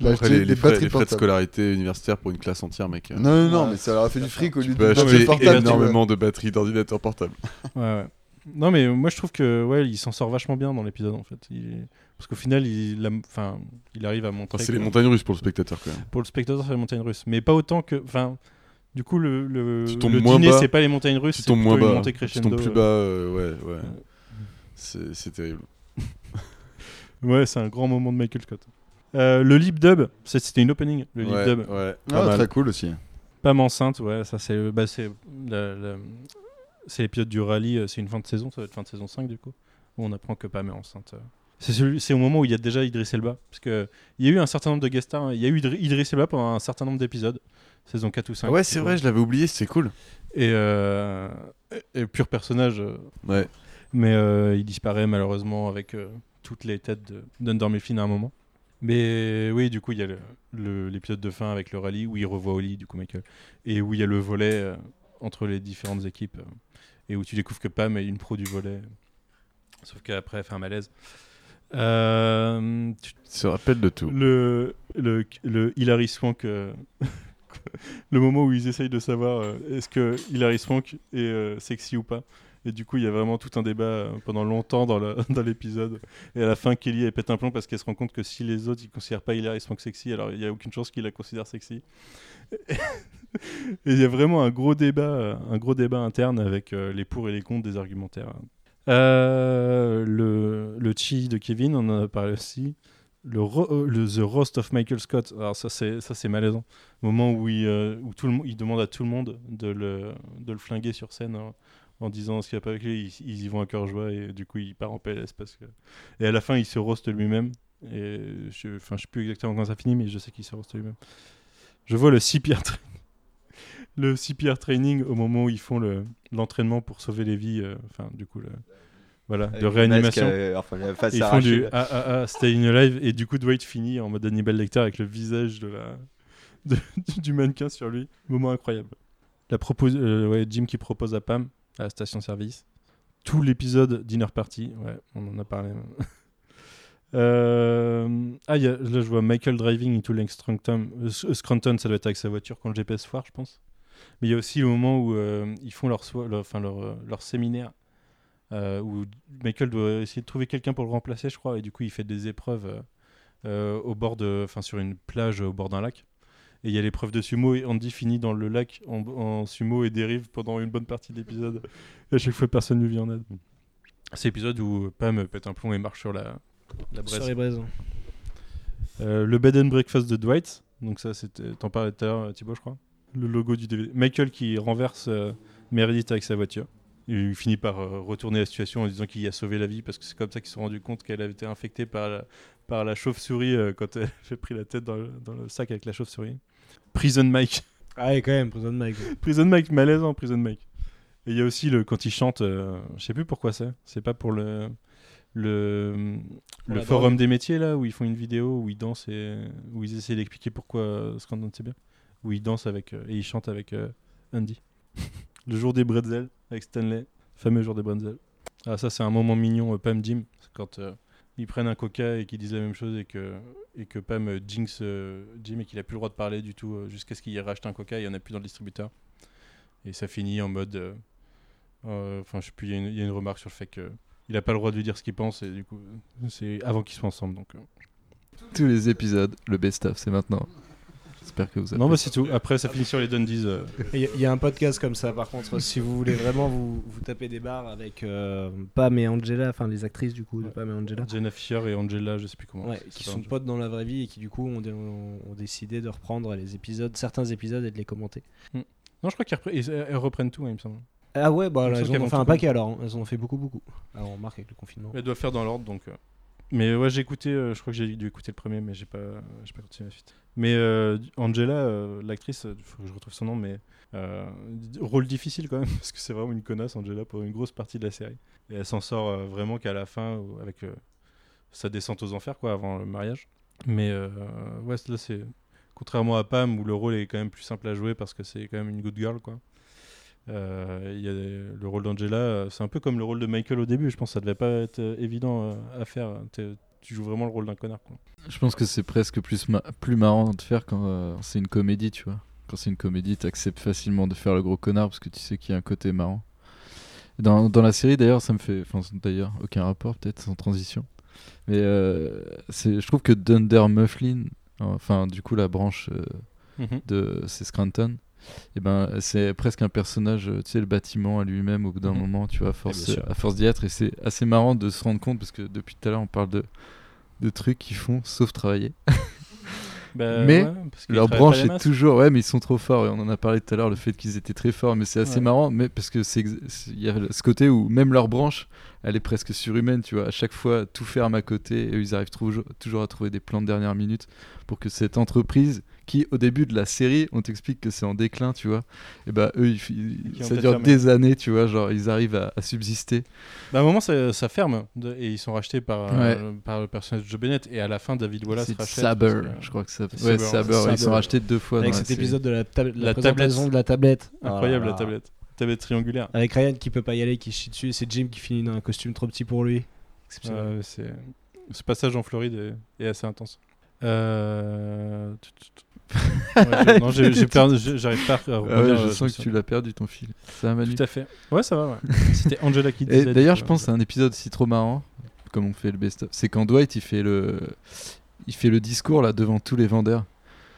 [SPEAKER 2] Il a
[SPEAKER 8] Après,
[SPEAKER 2] acheté
[SPEAKER 8] les, les
[SPEAKER 2] des
[SPEAKER 8] frais,
[SPEAKER 2] batteries
[SPEAKER 8] les frais de
[SPEAKER 2] portables.
[SPEAKER 8] scolarité hein. universitaire pour une classe entière, mec.
[SPEAKER 2] Non, non, non,
[SPEAKER 1] Ouais,
[SPEAKER 2] mais ça leur a fait du fric au lieu
[SPEAKER 8] Tu
[SPEAKER 2] de
[SPEAKER 8] peux
[SPEAKER 2] batteries
[SPEAKER 8] acheter
[SPEAKER 2] portables.
[SPEAKER 8] énormément de batteries d'ordinateur portable.
[SPEAKER 1] Ouais, ouais. Non mais moi je trouve que ouais, il s'en sort vachement bien dans l'épisode en fait. Il- Parce qu'au final, il, a- enfin, il arrive à montrer.
[SPEAKER 8] Enfin, c'est
[SPEAKER 1] que-
[SPEAKER 8] les montagnes russes pour le spectateur quand même.
[SPEAKER 1] Pour le spectateur, c'est les montagnes russes, mais pas autant que. Enfin, du coup, le, le,
[SPEAKER 8] Tu tombes
[SPEAKER 1] le
[SPEAKER 8] moins
[SPEAKER 1] dîner,
[SPEAKER 8] bas.
[SPEAKER 1] c'est pas les montagnes russes,
[SPEAKER 8] Tu
[SPEAKER 1] c'est
[SPEAKER 8] tombes moins
[SPEAKER 1] plutôt une
[SPEAKER 8] bas,
[SPEAKER 1] montée
[SPEAKER 8] tu
[SPEAKER 1] crescendo.
[SPEAKER 8] tombes plus
[SPEAKER 1] euh.
[SPEAKER 8] bas, euh, ouais, ouais. C'est- C'est terrible.
[SPEAKER 1] Ouais, c'est un grand moment de Michael Scott. Euh, le lip dub, ça, c'était une opening. Le
[SPEAKER 8] ouais,
[SPEAKER 1] lip dub,
[SPEAKER 8] ouais.
[SPEAKER 2] Ah,
[SPEAKER 8] Pas mal.
[SPEAKER 2] très cool aussi.
[SPEAKER 1] Pam enceinte, ouais, ça c'est euh, bah, c'est la- la- c'est l'épisode du rallye, euh, c'est une fin de saison, ça va être fin de saison 5 du coup, où on apprend que Pam est enceinte. euh. C'est celui- c'est au moment où il y a déjà Idris Elba, parce que il y a eu un certain nombre de guest stars, hein. il y a eu Idri- Idris Elba pendant un certain nombre d'épisodes, saison 4 ou 5.
[SPEAKER 8] ouais, c'est
[SPEAKER 1] plutôt.
[SPEAKER 8] vrai, je l'avais oublié, c'est cool.
[SPEAKER 1] Et, euh, et- et pur personnage, euh,
[SPEAKER 8] Ouais.
[SPEAKER 1] mais euh, il disparaît malheureusement avec euh, toutes les têtes de- d'Under Mifflin à un moment. Mais oui, du coup, il y a le- le- l'épisode de fin avec le rallye où il revoit Oli, du coup, Michael, et où il y a le volet euh, entre les différentes équipes, euh, et où tu découvres que Pam est une pro du volet. Sauf qu'après, elle fait un malaise. Euh, tu-
[SPEAKER 8] Tu te rappelles de tout.
[SPEAKER 1] le, le, le Hilary Swank, euh, le moment où ils essayent de savoir euh, est-ce que Hilary Swank est euh, sexy ou pas. Et du coup, il y a vraiment tout un débat euh, pendant longtemps dans la- dans l'épisode. Et à la fin, Kelly, elle pète un plomb parce qu'elle se rend compte que si les autres, ils considèrent pas Hilary Swank sexy, alors il n'y a aucune chance qu'ils la considèrent sexy. Et il y a vraiment un gros débat, euh, un gros débat interne avec euh, les pour et les contre des argumentaires. Euh, le, le chi de Kevin, on en a parlé aussi le, ro- euh, le The Roast of Michael Scott. Alors ça c'est ça c'est malaisant. Moment où il, euh, où tout le, mo- il demande à tout le monde de le, de le flinguer sur scène hein, en disant ce qu'il n'y a pas avec lui. Ils, ils y vont à cœur joie et du coup il part en PLS parce que et à la fin il se roast lui-même. Et je, enfin je sais plus exactement quand ça finit mais je sais qu'il se roast lui-même. Je vois le CPR tra- le CPR training au moment où ils font le l'entraînement pour sauver les vies. euh, Enfin du coup le- voilà
[SPEAKER 7] Avec
[SPEAKER 1] de
[SPEAKER 7] le masque,
[SPEAKER 1] réanimation.
[SPEAKER 7] euh, enfin, la face
[SPEAKER 1] Et ils font
[SPEAKER 7] arrachée,
[SPEAKER 1] du
[SPEAKER 7] là.
[SPEAKER 1] ah, ah, ah, Stay in Alive et du coup Dwight finit en mode Hannibal Lecter avec le visage de la de- du- du mannequin sur lui. Moment incroyable. La propose euh, ouais, Jim qui propose à Pam à la station service. Tout l'épisode Dinner Party, ouais, on en a parlé. Euh, ah, il y a- là je vois Michael driving into Lake Scranton. Euh, S- Scranton, ça doit être avec sa voiture quand le GPS foire, je pense. Mais il y a aussi le moment où euh, ils font leur, soi- leur, enfin, leur, euh, leur séminaire euh, où Michael doit essayer de trouver quelqu'un pour le remplacer, je crois, et du coup il fait des épreuves euh, euh, au bord de, enfin sur une plage euh, au bord d'un lac. Et il y a l'épreuve de sumo et Andy finit dans le lac en, en sumo et dérive pendant une bonne partie de l'épisode. Et à chaque fois personne ne lui vient en aide. C'est l'épisode où Pam pète un plomb et marche sur la, la braise.
[SPEAKER 4] Sur les braises.
[SPEAKER 1] Euh, le bed and breakfast de Dwight. Donc ça, c'était, t'en parlais tout à l'heure, euh, Thibaut, je crois. Le logo du DVD. Michael qui renverse euh, Meredith avec sa voiture. Il finit par euh, retourner la situation en disant qu'il y a sauvé la vie parce que c'est comme ça qu'ils se sont rendus compte qu'elle avait été infectée par la, par la chauve-souris euh, quand elle avait pris la tête dans le, dans le sac avec la chauve-souris. Prison Mike.
[SPEAKER 4] Ah, et quand même, Prison Mike.
[SPEAKER 1] Prison Mike, malaisant, Prison Mike. Et il y a aussi le quand il chante, euh, je sais plus pourquoi c'est. C'est pas pour le le,
[SPEAKER 4] Pour
[SPEAKER 1] le
[SPEAKER 4] la
[SPEAKER 1] forum des métiers là où ils font une vidéo où ils dansent et où ils essaient d'expliquer pourquoi euh, Scandal c'est bien. Où ils dansent avec euh, et ils chantent avec euh, Andy. le jour des bretzels avec Stanley, fameux jour des bretzels. Ah ça c'est un moment mignon euh, Pam Jim, c'est quand euh, ils prennent un coca et qu'ils disent la même chose et que, et que Pam euh, jinx euh, Jim et qu'il a plus le droit de parler du tout euh, jusqu'à ce qu'il rachète un coca et il n'y en a plus dans le distributeur. Et ça finit en mode. euh, euh, Enfin, je sais plus, il y a une- il y, a une remarque sur le fait que. Il n'a pas le droit de lui dire ce qu'il pense et du coup, c'est avant qu'ils soient ensemble. Donc, euh.
[SPEAKER 3] Tous les épisodes, le best-of, c'est maintenant. J'espère que vous avez.
[SPEAKER 1] Non, bah c'est tout. Après, ça finit sur les Dundies. euh.
[SPEAKER 4] Il y, a- il y a un podcast comme ça, par contre, si vous voulez vraiment vous, vous taper des barres avec euh, Pam et Angela, enfin les actrices du coup de
[SPEAKER 1] Ouais.
[SPEAKER 4] Pam et Angela,
[SPEAKER 1] Jenna Fisher et Angela, je sais plus comment.
[SPEAKER 4] ouais,
[SPEAKER 1] C'est
[SPEAKER 4] qui
[SPEAKER 1] pas
[SPEAKER 4] sont
[SPEAKER 1] Angela.
[SPEAKER 4] potes dans la vraie vie et qui du coup ont, dé- ont- ont décidé de reprendre les épisodes, certains épisodes et de les commenter.
[SPEAKER 1] Non, je crois qu'elles repre- ils- elles reprennent tout, hein, il me semble.
[SPEAKER 4] Ah ouais, bah
[SPEAKER 1] Il me
[SPEAKER 4] là,
[SPEAKER 1] semble
[SPEAKER 4] elles
[SPEAKER 1] qu'elles
[SPEAKER 4] en ont
[SPEAKER 1] vont
[SPEAKER 4] fait
[SPEAKER 1] tout
[SPEAKER 4] un paquet alors, hein. elles en ont fait beaucoup beaucoup. Alors Ah, on remarque avec le confinement.
[SPEAKER 1] Elles doivent faire dans l'ordre, donc. euh. Mais ouais, j'ai écouté, euh, je crois que j'ai dû écouter le premier, mais j'ai pas, j'ai pas continué la suite. Mais euh, Angela, euh, l'actrice, il faut que je retrouve son nom, mais euh, d- rôle difficile quand même, parce que c'est vraiment une connasse, Angela, pour une grosse partie de la série. Et elle s'en sort euh, vraiment qu'à la fin, ou avec euh, sa descente aux enfers, quoi, avant le mariage. Mais euh, ouais, là, c'est. Contrairement à Pam, où le rôle est quand même plus simple à jouer parce que c'est quand même une good girl, quoi. Euh, il y a des- le rôle d'Angela, euh, c'est un peu comme le rôle de Michael au début, je pense que ça devait pas être euh, évident euh, à faire. T'es- Tu joues vraiment le rôle d'un connard. Quoi.
[SPEAKER 3] Je pense que c'est presque plus, ma- plus marrant de faire quand euh, c'est une comédie, tu vois. Quand c'est une comédie, t'acceptes facilement de faire le gros connard parce que tu sais qu'il y a un côté marrant. Dans, dans la série, d'ailleurs, ça me fait. Enfin, d'ailleurs, aucun rapport, peut-être, sans transition. Mais euh, c'est- je trouve que Dunder Mifflin, enfin, du coup, la branche euh,
[SPEAKER 4] Mhm.
[SPEAKER 3] de c'est Scranton, et ben, c'est presque un personnage, euh, tu sais, le bâtiment à lui-même, au bout d'un
[SPEAKER 1] Mhm.
[SPEAKER 3] moment, tu vois, à force,
[SPEAKER 1] bien sûr.
[SPEAKER 3] à force d'y être. Et c'est assez marrant de se rendre compte parce que depuis tout à l'heure, on parle de, de trucs qu'ils font sauf travailler.
[SPEAKER 1] Bah,
[SPEAKER 3] Mais
[SPEAKER 1] ouais, parce qu'il
[SPEAKER 3] Leur
[SPEAKER 1] travaille pas
[SPEAKER 3] branche
[SPEAKER 1] les
[SPEAKER 3] est
[SPEAKER 1] masses.
[SPEAKER 3] toujours, ouais, mais ils sont trop forts. Et on en a parlé tout à l'heure, le fait qu'ils étaient très forts, mais c'est assez
[SPEAKER 1] Ouais.
[SPEAKER 3] marrant, mais parce que c'est, ex- c'est- il y a ce côté où même leur branche, elle est presque surhumaine, tu vois. À chaque fois, tout ferme à côté, et ils arrivent toujours, toujours à trouver des plans de dernière minute pour que cette entreprise, qui au début de la série, on t'explique que c'est en déclin, tu vois, et bah eux, ils- ils-
[SPEAKER 1] Qui ont
[SPEAKER 3] ça
[SPEAKER 1] peut-être
[SPEAKER 3] dure
[SPEAKER 1] fermé.
[SPEAKER 3] des années, tu vois, genre ils arrivent à, à subsister.
[SPEAKER 1] Bah, à un moment, ça, ça ferme de- et ils sont rachetés par, euh, par le personnage de Joe Bennett. Et à la fin, David Wallace
[SPEAKER 3] c'est
[SPEAKER 1] rachète.
[SPEAKER 3] Saber,
[SPEAKER 1] parce que-
[SPEAKER 3] je crois que ça.
[SPEAKER 1] C'est euh,
[SPEAKER 3] Ouais,
[SPEAKER 1] Saber,
[SPEAKER 3] Saber,
[SPEAKER 1] ouais.
[SPEAKER 3] ils sont
[SPEAKER 1] Saber.
[SPEAKER 3] rachetés deux fois.
[SPEAKER 4] avec
[SPEAKER 3] dans la
[SPEAKER 4] cet
[SPEAKER 3] série.
[SPEAKER 4] épisode de la, table
[SPEAKER 1] La
[SPEAKER 4] la présentation
[SPEAKER 1] tablette.
[SPEAKER 4] de la tablette.
[SPEAKER 1] Incroyable
[SPEAKER 4] Ah là
[SPEAKER 1] la
[SPEAKER 4] là.
[SPEAKER 1] tablette. Tablette triangulaire.
[SPEAKER 4] Avec Ryan qui peut pas y aller, qui chie dessus, et c'est Jim qui finit dans un costume trop petit pour lui. Euh, Exceptionnel.
[SPEAKER 1] Ouais, c'est... Ce passage en Floride est, est assez intense. Euh, tu- tu- tu- Ouais, j'ai- non, j'ai- j'ai perdu- j'ai- j'arrive pas à
[SPEAKER 3] Ah ouais,
[SPEAKER 1] revenir,
[SPEAKER 3] je
[SPEAKER 1] euh,
[SPEAKER 3] sens que
[SPEAKER 1] sur-
[SPEAKER 3] tu l'as perdu ton fil. Ça, Manu.
[SPEAKER 1] Tout à fait. Ouais, ça va. ouais. C'était Angela qui
[SPEAKER 3] Et
[SPEAKER 1] disait.
[SPEAKER 3] d'ailleurs,
[SPEAKER 1] donc,
[SPEAKER 3] je
[SPEAKER 1] euh,
[SPEAKER 3] pense à un épisode si trop marrant, comme on fait le best-of, c'est quand Dwight il fait le, il fait le discours là devant tous les vendeurs.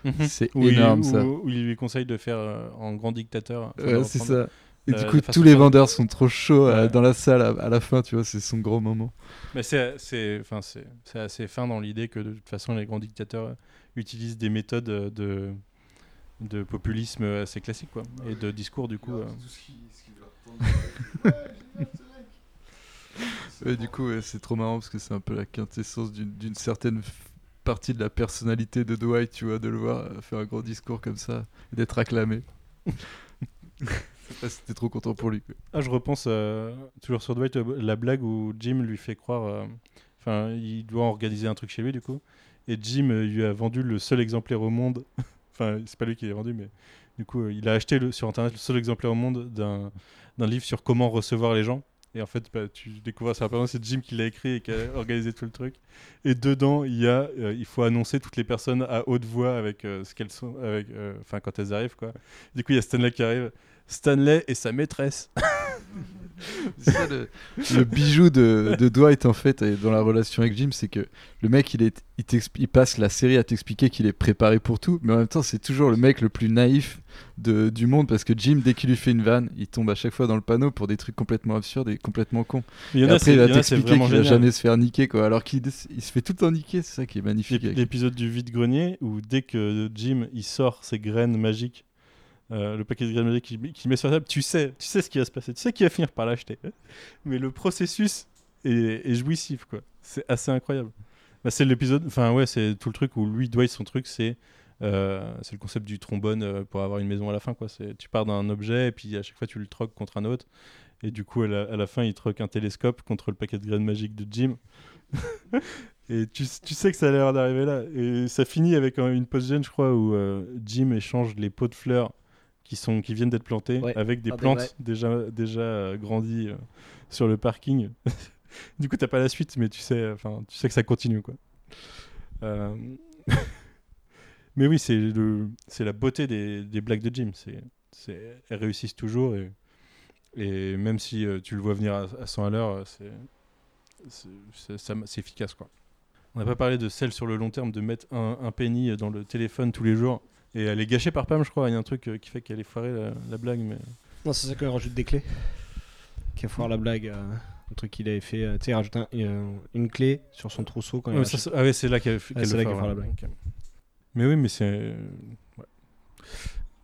[SPEAKER 1] Mhm.
[SPEAKER 3] hein, C'est
[SPEAKER 1] Où il-
[SPEAKER 3] énorme
[SPEAKER 1] où-
[SPEAKER 3] ça.
[SPEAKER 1] Où il lui conseille de faire euh, en grand dictateur. enfin, de
[SPEAKER 3] Ouais, c'est
[SPEAKER 1] reprendre-
[SPEAKER 3] ça. Et
[SPEAKER 1] euh,
[SPEAKER 3] du
[SPEAKER 1] la
[SPEAKER 3] coup,
[SPEAKER 1] façon
[SPEAKER 3] tous les
[SPEAKER 1] dont-
[SPEAKER 3] vendeurs sont trop chauds euh,
[SPEAKER 1] Ouais.
[SPEAKER 3] dans la salle à, à la fin, tu vois, c'est son gros moment.
[SPEAKER 1] Mais c'est, c'est, enfin, c'est, c'est assez fin dans l'idée que de toute façon, les grands dictateurs euh, utilisent des méthodes euh, de, de populisme euh, assez classiques quoi, et de discours du coup. euh.
[SPEAKER 3] Ouais, du coup, ouais, c'est trop marrant parce que c'est un peu la quintessence d'une d'une certaine f- partie de la personnalité de Dwight, tu vois, de le voir euh, faire un grand discours comme ça, et d'être acclamé. Je sais pas si t'es trop content pour lui.
[SPEAKER 1] Ah, je repense euh, toujours sur Dwight euh, la blague où Jim lui fait croire. euh, Enfin, il doit organiser un truc chez lui du coup, et Jim euh, lui a vendu le seul exemplaire au monde. enfin, c'est pas lui qui l'a vendu, mais du coup, euh, il a acheté le, sur internet le seul exemplaire au monde d'un, d'un livre sur comment recevoir les gens. Et en fait, bah, tu découvres ça apparemment c'est Jim qui l'a écrit et qui a organisé tout le truc. Et dedans, il y a, euh, il faut annoncer toutes les personnes à haute voix avec euh, ce qu'elles sont, avec, euh, enfin quand elles arrivent quoi. Du coup, il y a Stanley qui arrive. Stanley et sa maîtresse.
[SPEAKER 3] C'est ça le, le bijou de, de Dwight en fait et dans la relation avec Jim, c'est que le mec il, est, il, t'exp- il passe la série à t'expliquer qu'il est préparé pour tout, mais en même temps c'est toujours le mec le plus naïf de- du monde parce que Jim dès qu'il lui fait une vanne, il tombe à chaque fois dans le panneau pour des trucs complètement absurdes et complètement cons.
[SPEAKER 1] Il y en
[SPEAKER 3] et
[SPEAKER 1] a,
[SPEAKER 3] après
[SPEAKER 1] c'est-
[SPEAKER 3] il
[SPEAKER 1] il
[SPEAKER 3] va
[SPEAKER 1] y en a, c'est
[SPEAKER 3] t'expliquer
[SPEAKER 1] vraiment
[SPEAKER 3] qu'il va
[SPEAKER 1] génial.
[SPEAKER 3] jamais se faire niquer quoi, alors qu'il il se fait tout le temps niquer, c'est ça qui est magnifique.
[SPEAKER 1] L'ép-
[SPEAKER 3] avec-
[SPEAKER 1] L'épisode du vide-grenier où dès que Jim il sort ses graines magiques, euh, le paquet de graines magiques qu'il qu'il met sur la table, tu sais, tu sais ce qui va se passer, tu sais qu'il va finir par l'acheter. Mais le processus est, est jouissif quoi. C'est assez incroyable. Bah, c'est l'épisode, enfin ouais, c'est tout le truc où lui doit son truc, c'est euh, c'est le concept du trombone euh, pour avoir une maison à la fin quoi. C'est tu pars d'un objet et puis à chaque fois tu le troques contre un autre. Et du coup, à la, à la fin, il troque un télescope contre le paquet de graines magiques de Jim. Et tu, tu sais que ça a l'air d'arriver là. Et ça finit avec un- une post-gène, je crois, où euh, Jim échange les pots de fleurs qui, sont, qui viennent d'être plantés
[SPEAKER 4] Ouais.
[SPEAKER 1] avec des
[SPEAKER 4] Ah, des
[SPEAKER 1] plantes
[SPEAKER 4] vrais.
[SPEAKER 1] déjà, déjà euh, grandies euh, sur le parking. du coup, t'as pas la suite, mais tu sais, enfin, tu sais que ça continue, quoi. Euh, mais oui, c'est le, c'est la beauté des, des blagues de Jim. C'est, c'est, elles réussissent toujours et, et même si euh, tu le vois venir à, à 100 à l'heure, euh, c'est, c'est, c'est- ça- c'est efficace, quoi. On n'a pas parlé de celle sur le long terme de mettre un, un penny dans le téléphone tous les jours. Et elle est gâchée par Pam, je crois. Il y a un truc euh, qui fait qu'elle est foirée, la, la blague. Mais...
[SPEAKER 4] Non, c'est ça quand il rajoute des clés. Qui a foiré la blague. euh, le truc qu'il avait fait. euh, tu sais, il rajoute un- euh, une clé sur son trousseau quand il
[SPEAKER 1] Ah, mais ça,
[SPEAKER 4] rachète.
[SPEAKER 1] c'est- ah ouais, c'est là qu'elle qu'elle
[SPEAKER 4] c'est
[SPEAKER 1] le
[SPEAKER 4] là
[SPEAKER 1] fait,
[SPEAKER 4] qu'elle fera la
[SPEAKER 1] ouais. Ok. Mais oui, mais c'est. euh, ouais.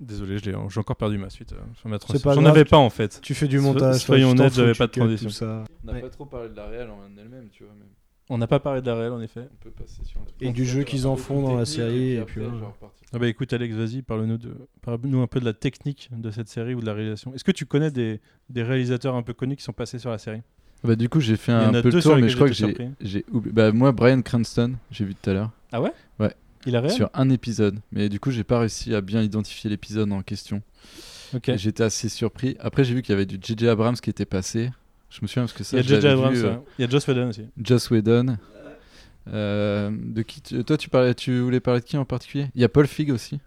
[SPEAKER 1] Désolé, je l'ai- j'ai encore perdu ma suite. euh, sur ma transition.
[SPEAKER 4] pas
[SPEAKER 1] J'en
[SPEAKER 4] grave,
[SPEAKER 1] avais
[SPEAKER 4] tu-
[SPEAKER 1] pas en fait.
[SPEAKER 4] Tu fais du
[SPEAKER 1] So-
[SPEAKER 4] montage.
[SPEAKER 1] soyons
[SPEAKER 4] toi,
[SPEAKER 1] honnêtes,
[SPEAKER 4] tu t'en fous,
[SPEAKER 1] j'avais
[SPEAKER 4] tu
[SPEAKER 1] pas de
[SPEAKER 4] cuts tout
[SPEAKER 1] transition.
[SPEAKER 4] ça.
[SPEAKER 3] On n'a
[SPEAKER 4] Ouais.
[SPEAKER 3] pas trop parlé de la réelle en elle-même, tu vois. Mais
[SPEAKER 1] On n'a pas parlé de la réelle en effet.
[SPEAKER 3] on peut passer sur un truc
[SPEAKER 4] Et
[SPEAKER 3] un
[SPEAKER 4] du
[SPEAKER 3] peu-
[SPEAKER 4] jeu qu'ils en
[SPEAKER 3] un peu
[SPEAKER 4] font dans la
[SPEAKER 3] technique,
[SPEAKER 4] série, et puis
[SPEAKER 3] après,
[SPEAKER 4] voilà.
[SPEAKER 3] genre, partir.
[SPEAKER 1] Ah bah écoute, Alex, vas-y, parle-nous de... parle un peu de la technique de cette série ou de la réalisation. Est-ce que tu connais des, des réalisateurs un peu connus qui sont passés sur la série
[SPEAKER 3] Bah, du coup, j'ai fait
[SPEAKER 1] Il y en
[SPEAKER 3] un
[SPEAKER 1] a
[SPEAKER 3] peu
[SPEAKER 1] deux
[SPEAKER 3] le
[SPEAKER 1] sur
[SPEAKER 3] tour, mais
[SPEAKER 1] lesquels
[SPEAKER 3] je crois que
[SPEAKER 1] j'étais
[SPEAKER 3] j'ai
[SPEAKER 1] surpris.
[SPEAKER 3] j'ai oublié. Bah, moi, Brian Cranston, j'ai vu tout à l'heure,
[SPEAKER 1] Il a réel
[SPEAKER 3] sur un épisode. Mais du coup, j'ai pas réussi à bien identifier l'épisode en question.
[SPEAKER 1] Ok.
[SPEAKER 3] Et J'étais assez surpris. Après, j'ai vu qu'il y avait du JJ Abrams qui était passé. Je me souviens parce que
[SPEAKER 1] Il
[SPEAKER 3] ça,
[SPEAKER 1] y a
[SPEAKER 3] je
[SPEAKER 1] J.J.
[SPEAKER 3] l'avais
[SPEAKER 1] Abrams,
[SPEAKER 3] vu, euh,
[SPEAKER 1] ouais. il y a Joss Whedon aussi.
[SPEAKER 3] Joss Whedon. Euh, de qui tu- Toi, tu, parlais, tu voulais parler de qui en particulier Il y a Paul Fig aussi.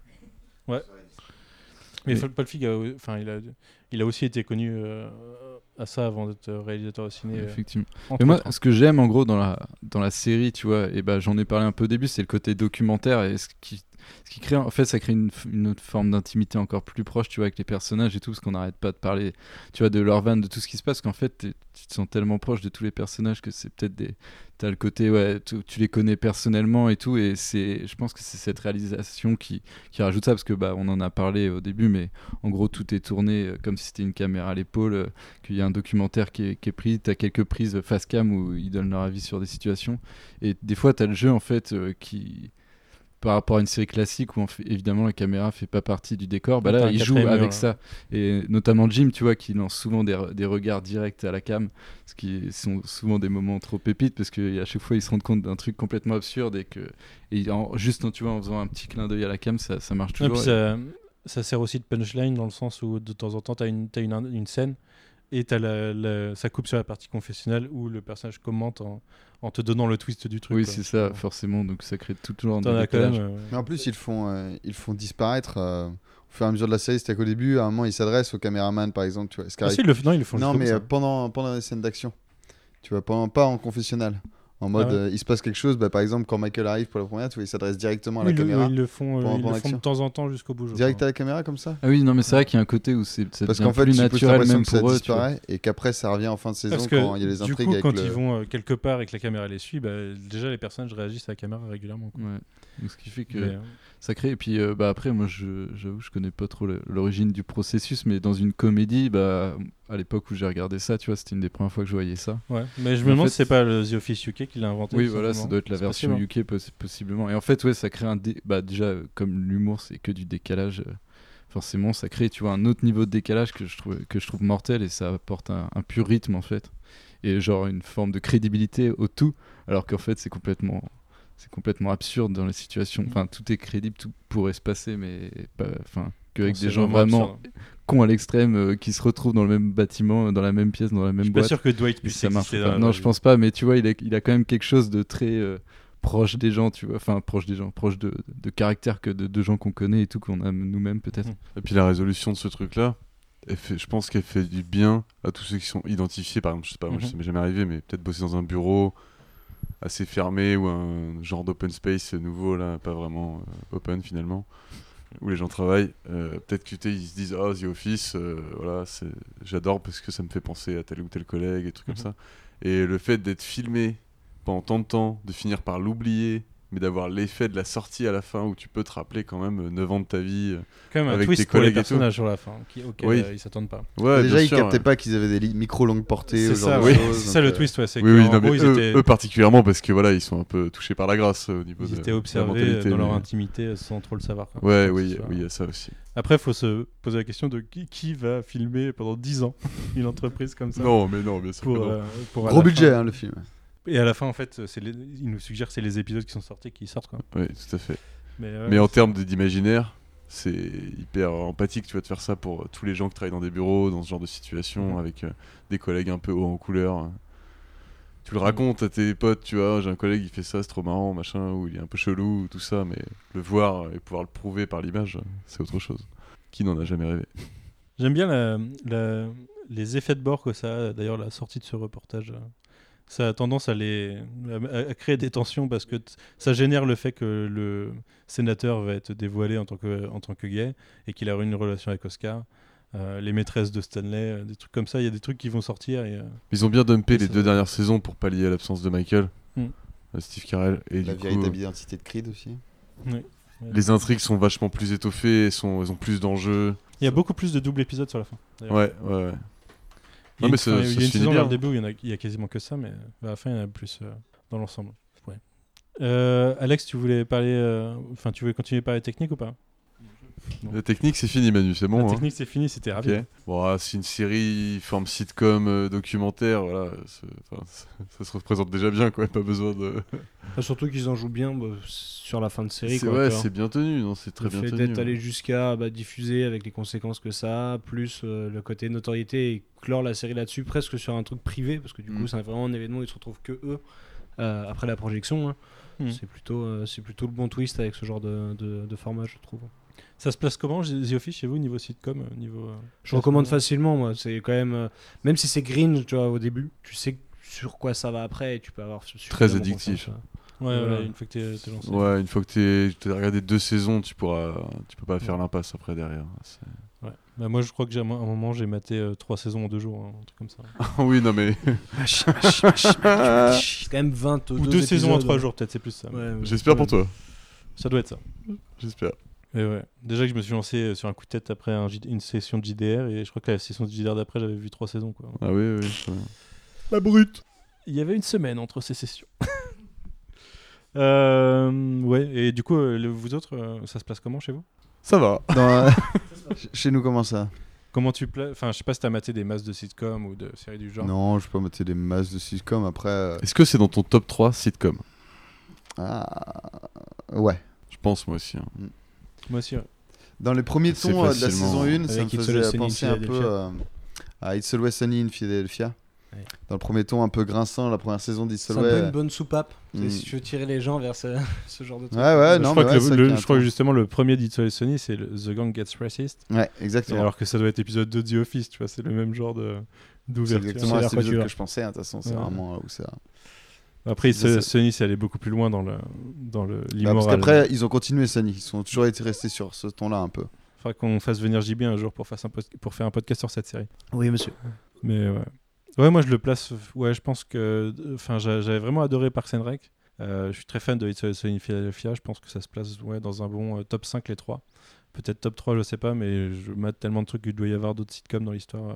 [SPEAKER 1] Mais,
[SPEAKER 3] Mais-
[SPEAKER 1] Paul- Paul Feig, a- enfin, il, a... il a aussi été connu euh, à ça avant d'être réalisateur au ciné. euh,
[SPEAKER 3] Effectivement.
[SPEAKER 1] entre
[SPEAKER 3] Mais moi,
[SPEAKER 1] autres.
[SPEAKER 3] ce que j'aime en gros dans la, dans la série, tu vois, et bah, j'en ai parlé un peu au début, c'est le côté documentaire et ce qui, ce qui crée, en fait, ça crée une, f- une autre forme d'intimité encore plus proche, tu vois, avec les personnages et tout, parce qu'on n'arrête pas de parler, tu vois, de leur van, de tout ce qui se passe, qu'en fait, t'es- tu te sens tellement proche de tous les personnages que c'est peut-être des. T'as le côté, ouais, tu, tu les connais personnellement et tout, et c'est, je pense que c'est cette réalisation qui, qui rajoute ça, parce que, bah, on en a parlé au début, mais en gros, tout est tourné euh, comme si c'était une caméra à l'épaule. euh, qu'il y a un documentaire qui est, qui est pris, tu as quelques prises face cam où ils donnent leur avis sur des situations. Et des fois, tu as le jeu, en fait, euh, qui, par rapport à une série classique où, on fait- évidemment, la caméra fait pas partie du décor, bah
[SPEAKER 1] T'as
[SPEAKER 3] là,
[SPEAKER 1] un
[SPEAKER 3] ils jouent
[SPEAKER 1] quatrième mur,
[SPEAKER 3] avec
[SPEAKER 1] là.
[SPEAKER 3] ça. Et notamment Jim, tu vois, qui lance souvent des, re- des regards directs à la cam, ce qui sont souvent des moments trop pépites, parce qu'à chaque fois, ils se rendent compte d'un truc complètement absurde et que... Et en- juste, en- tu vois, en faisant un petit clin d'œil à la cam, ça, ça marche
[SPEAKER 1] Ouais,
[SPEAKER 3] toujours.
[SPEAKER 1] Ah, puis ça, ça sert aussi de punchline dans le sens où de temps en temps, tu as une, t'as une, une scène et t'as la, la- ça coupe sur la partie confessionnelle où le personnage commente en, en te donnant le twist du truc.
[SPEAKER 3] oui,
[SPEAKER 1] quoi.
[SPEAKER 3] c'est ça, forcément. Donc, ça crée tout le genre
[SPEAKER 1] T'en
[SPEAKER 3] de
[SPEAKER 1] as quand même.
[SPEAKER 3] décalage.
[SPEAKER 1] euh, ouais.
[SPEAKER 2] Mais en plus, ils font, euh, ils font disparaître euh, au fur et à mesure de la série. C'était qu'au début, à un moment, ils s'adressent au caméraman, par exemple. Tu vois,
[SPEAKER 1] Ah,
[SPEAKER 2] Scarry-
[SPEAKER 1] si, ils le f- non, ils le font
[SPEAKER 2] non,
[SPEAKER 1] juste
[SPEAKER 2] mais euh,
[SPEAKER 1] comme ça.
[SPEAKER 2] pendant, pendant les scènes d'action. Tu vois, pendant, pas en confessionnal. En mode,
[SPEAKER 1] Ah ouais.
[SPEAKER 2] euh, il se passe quelque chose. bah, par exemple, quand Michael arrive pour la première, tu vois, il s'adresse directement à la
[SPEAKER 1] Oui, ils le-
[SPEAKER 2] caméra.
[SPEAKER 1] ils le font, euh,
[SPEAKER 2] pendant-
[SPEAKER 1] ils le
[SPEAKER 2] pendant
[SPEAKER 1] font de
[SPEAKER 2] l'action.
[SPEAKER 1] temps en temps jusqu'au bout. je
[SPEAKER 2] Direct à
[SPEAKER 1] crois.
[SPEAKER 2] la caméra, comme ça
[SPEAKER 3] Ah oui, non, mais c'est vrai qu'il y a un côté où c'est ça
[SPEAKER 2] Parce
[SPEAKER 3] devient
[SPEAKER 2] qu'en fait,
[SPEAKER 3] plus
[SPEAKER 2] j'ai plus
[SPEAKER 3] naturel
[SPEAKER 2] l'impression
[SPEAKER 3] même
[SPEAKER 2] que ça
[SPEAKER 3] pour eux. tu vois.
[SPEAKER 2] disparaît et qu'après, ça revient en fin de saison
[SPEAKER 1] Parce
[SPEAKER 2] quand il y a
[SPEAKER 1] que
[SPEAKER 2] les
[SPEAKER 1] du
[SPEAKER 2] intrigues
[SPEAKER 1] coup,
[SPEAKER 2] avec
[SPEAKER 1] quand
[SPEAKER 2] le-
[SPEAKER 1] ils vont euh, quelque part et que la caméra les suit, bah, déjà les personnages réagissent à la caméra régulièrement. quoi.
[SPEAKER 3] Ouais. Donc, ce qui fait que
[SPEAKER 1] Mais, euh,
[SPEAKER 3] ça crée. Et puis euh, bah, après, moi, je- j'avoue, je connais pas trop le- l'origine du processus, mais dans une comédie, bah, à l'époque où j'ai regardé ça, tu vois, c'était une des premières fois que je voyais ça.
[SPEAKER 1] ouais. Mais je
[SPEAKER 3] En
[SPEAKER 1] me demande
[SPEAKER 3] fait-
[SPEAKER 1] si c'est pas le The Office UK qui l'a inventé.
[SPEAKER 3] Oui,
[SPEAKER 1] tout
[SPEAKER 3] voilà, ça
[SPEAKER 1] simplement.
[SPEAKER 3] doit être la
[SPEAKER 1] C'est
[SPEAKER 3] version
[SPEAKER 1] possible, hein.
[SPEAKER 3] UK possi- possiblement. Et en fait, ouais, ça crée un dé- bah déjà euh, comme l'humour, c'est que du décalage. euh, Forcément, ça crée, tu vois, un autre niveau de décalage que je trouve que je trouve mortel et ça apporte un, un pur rythme en fait et genre une forme de crédibilité au tout, alors qu'en fait c'est complètement c'est complètement absurde dans les situations.
[SPEAKER 1] Mm.
[SPEAKER 3] Enfin, tout est crédible, tout pourrait se passer, mais pas- enfin que avec
[SPEAKER 1] C'est
[SPEAKER 3] des gens vraiment
[SPEAKER 1] absurde.
[SPEAKER 3] cons à l'extrême euh, qui se retrouvent dans le même bâtiment, euh, dans la même pièce, dans la
[SPEAKER 1] Je
[SPEAKER 3] même
[SPEAKER 1] suis pas
[SPEAKER 3] boîte.
[SPEAKER 1] sûr que Dwight puisse
[SPEAKER 3] Ça marche
[SPEAKER 1] exister
[SPEAKER 3] pas.
[SPEAKER 1] dans la
[SPEAKER 3] Non,
[SPEAKER 1] vraie
[SPEAKER 3] je
[SPEAKER 1] vie.
[SPEAKER 3] pense pas, mais tu vois, il a, il a quand même quelque chose de très euh, proche des gens, tu vois. Enfin, proche des gens, proche de, de caractère que de, de gens qu'on connaît et tout, qu'on a nous-mêmes peut-être.
[SPEAKER 1] Mm.
[SPEAKER 8] Et puis la résolution de ce truc-là, elle fait- je pense qu'elle fait du bien à tous ceux qui sont identifiés. Par exemple, je sais pas, moi,
[SPEAKER 1] Mhm.
[SPEAKER 8] ça m'est jamais arrivé, mais peut-être bosser dans un bureau assez fermé ou un genre d'open space nouveau, là, pas vraiment euh, open finalement, où les gens travaillent. Euh, peut-être que tu sais, ils se disent, ah, The Office, euh, voilà, c'est- j'adore parce que ça me fait penser à tel ou tel collègue et trucs
[SPEAKER 1] Mhm.
[SPEAKER 8] comme ça. Et le fait d'être filmé pendant tant de temps, de finir par l'oublier, mais d'avoir l'effet de la sortie à la fin où tu peux te rappeler quand même 9 ans de ta vie. euh,
[SPEAKER 1] quand même un
[SPEAKER 8] Avec
[SPEAKER 1] twist
[SPEAKER 8] tes
[SPEAKER 1] pour les
[SPEAKER 8] collègues et tout.
[SPEAKER 1] personnages sur la fin, qui, auquel
[SPEAKER 8] Oui.
[SPEAKER 1] euh, ils s'attendent pas.
[SPEAKER 8] Ouais,
[SPEAKER 2] Déjà,
[SPEAKER 8] bien
[SPEAKER 2] ils
[SPEAKER 8] sûr,
[SPEAKER 2] captaient
[SPEAKER 8] ouais.
[SPEAKER 2] pas qu'ils avaient des li- micros longues portées.
[SPEAKER 1] C'est
[SPEAKER 2] ou ce genre
[SPEAKER 1] ça,
[SPEAKER 2] de
[SPEAKER 1] ouais.
[SPEAKER 2] choses,
[SPEAKER 1] C'est ça
[SPEAKER 2] donc,
[SPEAKER 1] le
[SPEAKER 2] euh,
[SPEAKER 1] twist, ouais, c'est
[SPEAKER 8] Oui,
[SPEAKER 1] que,
[SPEAKER 8] oui,
[SPEAKER 1] en
[SPEAKER 8] non,
[SPEAKER 1] gros,
[SPEAKER 8] mais
[SPEAKER 1] ils
[SPEAKER 8] eux,
[SPEAKER 1] étaient,
[SPEAKER 8] eux particulièrement parce que voilà, ils sont un peu touchés par la grâce euh, au niveau
[SPEAKER 1] ils
[SPEAKER 8] de
[SPEAKER 1] étaient
[SPEAKER 8] de la
[SPEAKER 1] observés
[SPEAKER 8] mentalité,
[SPEAKER 1] euh, dans leur
[SPEAKER 8] mais-
[SPEAKER 1] intimité euh, sans trop le savoir. quoi.
[SPEAKER 8] Ouais,
[SPEAKER 1] Donc,
[SPEAKER 8] oui,
[SPEAKER 1] c'est ça.
[SPEAKER 8] oui, il y a ça aussi.
[SPEAKER 1] Après, faut se poser la question de qui, qui va filmer pendant 10 ans une entreprise comme ça
[SPEAKER 8] Non, mais non, bien sûr.
[SPEAKER 1] pour,
[SPEAKER 8] que non.
[SPEAKER 1] euh, pour à
[SPEAKER 2] Gros
[SPEAKER 1] la fin-
[SPEAKER 2] budget, hein, le film.
[SPEAKER 1] Et à la fin, en fait, c'est les- ils nous suggèrent que c'est les épisodes qui sont sortis qui sortent. Quoi.
[SPEAKER 8] Oui, tout à fait.
[SPEAKER 1] Mais, euh,
[SPEAKER 8] mais en termes de- d'imaginaire, c'est hyper empathique, tu vois, de faire ça pour euh, tous les gens qui travaillent dans des bureaux, dans ce genre de situation,
[SPEAKER 1] Mhm.
[SPEAKER 8] avec euh, des collègues un peu haut en couleur. euh,
[SPEAKER 5] tu le racontes à tes potes, tu vois, j'ai un collègue qui fait ça, c'est trop marrant, machin, ou il est un peu chelou, ou tout ça, mais le voir et pouvoir le prouver par l'image, c'est autre chose. Qui n'en a jamais rêvé
[SPEAKER 1] J'aime bien la- la- les effets de bord que ça a, d'ailleurs, la sortie de ce reportage. euh, Ça a tendance à, les, à, à créer des tensions parce que t- ça génère le fait que le sénateur va être dévoilé en tant que, en tant que gay et qu'il a eu une relation avec Oscar. euh, les maîtresses de Stanley, euh, des trucs comme ça, il y a des trucs qui vont sortir. Et, euh,
[SPEAKER 5] Ils ont bien dumpé
[SPEAKER 1] Ouais,
[SPEAKER 5] les
[SPEAKER 1] c'est
[SPEAKER 5] deux
[SPEAKER 1] vrai.
[SPEAKER 5] dernières saisons pour pallier à l'absence de Michael,
[SPEAKER 1] Mm.
[SPEAKER 5] euh, Steve Carell, et
[SPEAKER 2] La
[SPEAKER 5] du coup,
[SPEAKER 2] véritable
[SPEAKER 5] euh,
[SPEAKER 2] identité de Creed aussi.
[SPEAKER 5] les intrigues sont vachement plus étoffées, elles, sont, elles ont plus d'enjeux.
[SPEAKER 1] il y a beaucoup plus de double épisodes sur la fin. d'ailleurs.
[SPEAKER 5] Ouais, ouais, ouais.
[SPEAKER 1] Il y a
[SPEAKER 5] Non, mais
[SPEAKER 1] une-
[SPEAKER 5] ça-
[SPEAKER 1] enfin, il
[SPEAKER 5] ça
[SPEAKER 1] y
[SPEAKER 5] se
[SPEAKER 1] a une
[SPEAKER 5] finit
[SPEAKER 1] saison
[SPEAKER 5] bien.
[SPEAKER 1] vers le début où il y, en a, il y a quasiment que ça, mais à la fin, il y en a plus euh, dans l'ensemble. Ouais. Euh, Alex, tu voulais parler. euh, Enfin, tu voulais continuer par les techniques ou pas
[SPEAKER 5] La technique, c'est fini, Manu, c'est
[SPEAKER 1] La
[SPEAKER 5] bon. hein.
[SPEAKER 1] technique, c'est fini, c'était
[SPEAKER 5] Ok.
[SPEAKER 1] rapide.
[SPEAKER 5] Bon, ah, c'est une série forme sitcom euh, documentaire, voilà, c'est- enfin, c'est- ça se représente déjà bien, quoi. Pas besoin de.
[SPEAKER 4] Enfin, surtout qu'ils en jouent bien bah, sur la fin de série.
[SPEAKER 5] C'est
[SPEAKER 4] quoi,
[SPEAKER 5] ouais,
[SPEAKER 4] tu vois.
[SPEAKER 5] c'est bien tenu, non C'est très
[SPEAKER 4] le
[SPEAKER 5] bien
[SPEAKER 4] fait
[SPEAKER 5] tenu.
[SPEAKER 4] d'être
[SPEAKER 5] ouais.
[SPEAKER 4] allé jusqu'à bah, diffuser avec les conséquences que ça a, plus euh, le côté notoriété et clore la série là-dessus, presque sur un truc privé, parce que du
[SPEAKER 5] Mm.
[SPEAKER 4] coup, c'est vraiment un événement où ils se retrouvent que eux euh, après la projection. hein.
[SPEAKER 1] Mm.
[SPEAKER 4] C'est plutôt, euh, c'est plutôt le bon twist avec ce genre de, de- de format, je trouve.
[SPEAKER 1] Ça se place comment, The Office, chez vous, niveau sitcom euh, niveau, euh,
[SPEAKER 4] Je recommande
[SPEAKER 1] classement
[SPEAKER 4] facilement, moi. C'est quand même, euh, même si c'est green, tu vois, au début, tu sais sur quoi ça va après et tu peux avoir suffisamment
[SPEAKER 5] Très addictif.
[SPEAKER 4] confiance, ouais.
[SPEAKER 1] Ouais,
[SPEAKER 4] Voilà.
[SPEAKER 1] ouais, une fois que t'es t'es lancé.
[SPEAKER 5] Ouais, une fois que t'es- t'as regardé deux saisons, tu pourras, tu peux pas faire l'impasse après derrière. C'est-
[SPEAKER 1] Ouais. Bah, moi, je crois que j'ai à un moment, j'ai maté euh, trois saisons en deux jours, hein, un truc comme ça.
[SPEAKER 5] Ah oui, non mais
[SPEAKER 4] C'est quand même 22
[SPEAKER 1] Ou deux saisons en
[SPEAKER 4] épisodes. hein.
[SPEAKER 1] trois jours, peut-être, c'est plus ça. mais
[SPEAKER 4] Ouais, ouais.
[SPEAKER 5] j'espère pour toi,
[SPEAKER 1] Ça doit être ça.
[SPEAKER 5] j'espère.
[SPEAKER 1] Et ouais. Déjà que je me suis lancé euh, sur un coup de tête après un J- une session de JDR, et je crois que la session de JDR d'après, j'avais vu trois saisons. Quoi.
[SPEAKER 5] Ah oui, oui. très bien.
[SPEAKER 1] La brute. Il y avait une semaine entre ces sessions. ouais, et du coup, euh, le- vous autres, euh, ça se place comment chez vous
[SPEAKER 5] Ça va.
[SPEAKER 2] Dans, euh, Chez nous, comment ça
[SPEAKER 1] Comment tu pla- Enfin, je sais pas si t'as maté des masses de sitcoms ou de séries du genre.
[SPEAKER 2] Non, je peux mettre des masses de sitcoms après. euh,
[SPEAKER 5] Est-ce que c'est dans ton top 3 sitcom
[SPEAKER 2] Ah, ouais.
[SPEAKER 5] Je pense moi aussi. hein.
[SPEAKER 1] Ah, Moi aussi, hein. ouais.
[SPEAKER 2] Dans les premiers
[SPEAKER 5] C'est
[SPEAKER 2] tons euh, de la
[SPEAKER 5] facilement-
[SPEAKER 2] saison 1, ça me
[SPEAKER 4] Avec It's Always
[SPEAKER 2] faisait
[SPEAKER 4] Sunny in
[SPEAKER 2] penser un peu
[SPEAKER 4] Philadelphia.
[SPEAKER 2] euh, à It's Always Sunny in Philadelphia.
[SPEAKER 4] Ouais.
[SPEAKER 2] Dans le premier ton un peu grinçant, la première saison d'It's
[SPEAKER 4] C'est un peu une
[SPEAKER 2] Always.
[SPEAKER 4] bonne soupape. C'est
[SPEAKER 2] Mm.
[SPEAKER 4] Si tu veux tirer les gens vers ce, ce genre de truc.
[SPEAKER 2] Ouais, ouais,
[SPEAKER 1] je
[SPEAKER 2] non,
[SPEAKER 1] crois,
[SPEAKER 2] mais
[SPEAKER 1] que,
[SPEAKER 2] ouais,
[SPEAKER 1] le-
[SPEAKER 2] ça
[SPEAKER 1] le-
[SPEAKER 2] qui est
[SPEAKER 1] je crois que
[SPEAKER 2] intense.
[SPEAKER 1] justement le premier d'It's Always Sunny, c'est le- The Gang Gets Racist.
[SPEAKER 2] Ouais, exactement.
[SPEAKER 1] Alors que ça doit être épisode 2 de The Office, tu vois, c'est le même genre de
[SPEAKER 2] C'est
[SPEAKER 1] d'ouverture.
[SPEAKER 2] exactement
[SPEAKER 4] C'est
[SPEAKER 2] à
[SPEAKER 4] vers
[SPEAKER 2] cet
[SPEAKER 4] quoi tu
[SPEAKER 2] épisode
[SPEAKER 4] vas.
[SPEAKER 2] que je pensais, hein, de toute façon, c'est
[SPEAKER 1] Ouais.
[SPEAKER 2] vraiment là où ça. Bah,
[SPEAKER 1] Après,
[SPEAKER 2] C'est-
[SPEAKER 1] Sunny, Sunny, c'est allé beaucoup plus loin dans le dans le
[SPEAKER 2] Bah, parce
[SPEAKER 1] l'immoral.
[SPEAKER 2] qu'après, ils ont continué, Sunny. Ils sont toujours été restés sur ce ton-là un peu.
[SPEAKER 1] faudra qu'on fasse venir JB un jour pour, fasse un pod- pour faire un podcast sur cette série.
[SPEAKER 4] Oui, monsieur.
[SPEAKER 1] Mais ouais. Ouais, moi je le place. Ouais, je pense que. Enfin, j'a- j'avais vraiment adoré Parks and Rec. Euh, je suis très fan de It's Always Sunny in Philadelphia. Je pense que ça se place ouais, dans un bon euh, top 5, les trois. Peut-être top 3, je sais pas, mais je mate tellement de trucs qu'il doit y avoir d'autres sitcoms dans l'histoire. euh.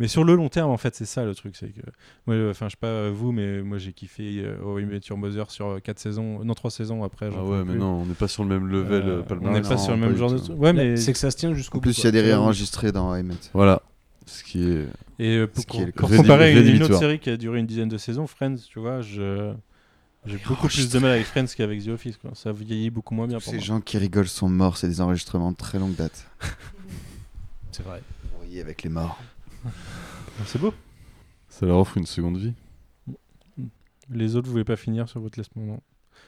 [SPEAKER 1] Mais sur le long terme, en fait, c'est ça le truc. C'est que. Moi, euh, enfin, je sais pas euh, vous, mais moi j'ai kiffé euh, How I Met Your Mother sur 4 saisons. Non, 3 saisons après. j'en
[SPEAKER 5] Ah
[SPEAKER 1] pouvais
[SPEAKER 5] ouais, mais
[SPEAKER 1] plus.
[SPEAKER 5] non, on n'est pas sur le même level,
[SPEAKER 1] Euh,
[SPEAKER 5] euh,
[SPEAKER 1] on
[SPEAKER 5] palmarès.
[SPEAKER 1] n'est pas
[SPEAKER 2] non,
[SPEAKER 1] sur le
[SPEAKER 2] pas
[SPEAKER 1] même
[SPEAKER 2] du
[SPEAKER 1] genre de
[SPEAKER 2] tout.
[SPEAKER 1] truc. Ouais, mais.
[SPEAKER 4] C'est que ça se tient jusqu'au
[SPEAKER 2] En
[SPEAKER 4] bout.
[SPEAKER 2] plus, il y a des
[SPEAKER 4] réels
[SPEAKER 2] rires enregistrés dans Emmett.
[SPEAKER 5] Voilà, ce qui est
[SPEAKER 1] Et euh,
[SPEAKER 2] Ce
[SPEAKER 1] pour,
[SPEAKER 2] qui est le-
[SPEAKER 1] pour
[SPEAKER 5] Rédhi-
[SPEAKER 1] comparer à une- une, autre
[SPEAKER 5] rédhibitoire.
[SPEAKER 1] série qui a duré une dizaine de saisons, Friends, tu vois, je j'ai beaucoup plus de mal avec Friends qu'avec The Office. Quoi. Ça vieillit beaucoup moins bien
[SPEAKER 2] Oh, Tous
[SPEAKER 1] pour
[SPEAKER 2] Ces
[SPEAKER 1] moi.
[SPEAKER 2] gens qui rigolent sont morts, c'est des enregistrements de très longue date.
[SPEAKER 4] C'est vrai.
[SPEAKER 2] Oui, avec les morts. Ah,
[SPEAKER 1] C'est beau.
[SPEAKER 5] Ça leur offre une seconde vie.
[SPEAKER 1] Les autres, vous voulez pas finir sur votre classement non.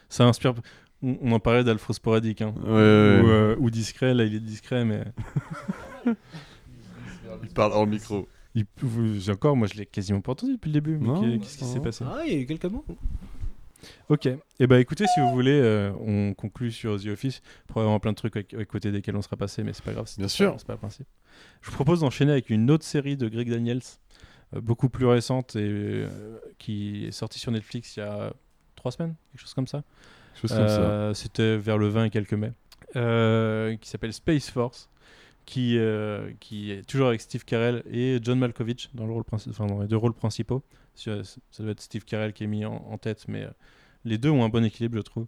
[SPEAKER 1] Ça inspire. On, on en parlait d'Alfro Sporadique. Hein.
[SPEAKER 5] Ouais,
[SPEAKER 1] Ou,
[SPEAKER 5] ouais, ouais.
[SPEAKER 1] euh, ou discret, là il est discret, mais
[SPEAKER 5] Il parle hors micro.
[SPEAKER 1] il- vous- encore, moi je l'ai quasiment pas entendu depuis le début. mais
[SPEAKER 5] Non,
[SPEAKER 1] qu'est- Qu'est-ce qui
[SPEAKER 5] non.
[SPEAKER 1] s'est passé
[SPEAKER 4] Ah, il y a eu quelques mots.
[SPEAKER 1] Ok. Et eh ben écoutez, si vous voulez, euh, on conclut sur The Office. Probablement plein de trucs à, à côté desquels on sera passé, mais c'est pas grave. c'est
[SPEAKER 5] Bien
[SPEAKER 1] pas-
[SPEAKER 5] sûr.
[SPEAKER 1] C'est pas le principe. Je vous propose d'enchaîner avec une autre série de Greg Daniels, euh, beaucoup plus récente et euh, qui est sortie sur Netflix il y a trois semaines, quelque chose comme ça.
[SPEAKER 5] Chose comme ça.
[SPEAKER 1] Euh, C'était vers le 20 et quelques mai. Euh, qui s'appelle Space Force, qui, euh, qui est toujours avec Steve Carell et John Malkovich dans, le rôle princi- enfin, dans les deux rôles principaux. Sur- Ça doit être Steve Carell qui est mis en, en tête, mais euh, les deux ont un bon équilibre, je trouve.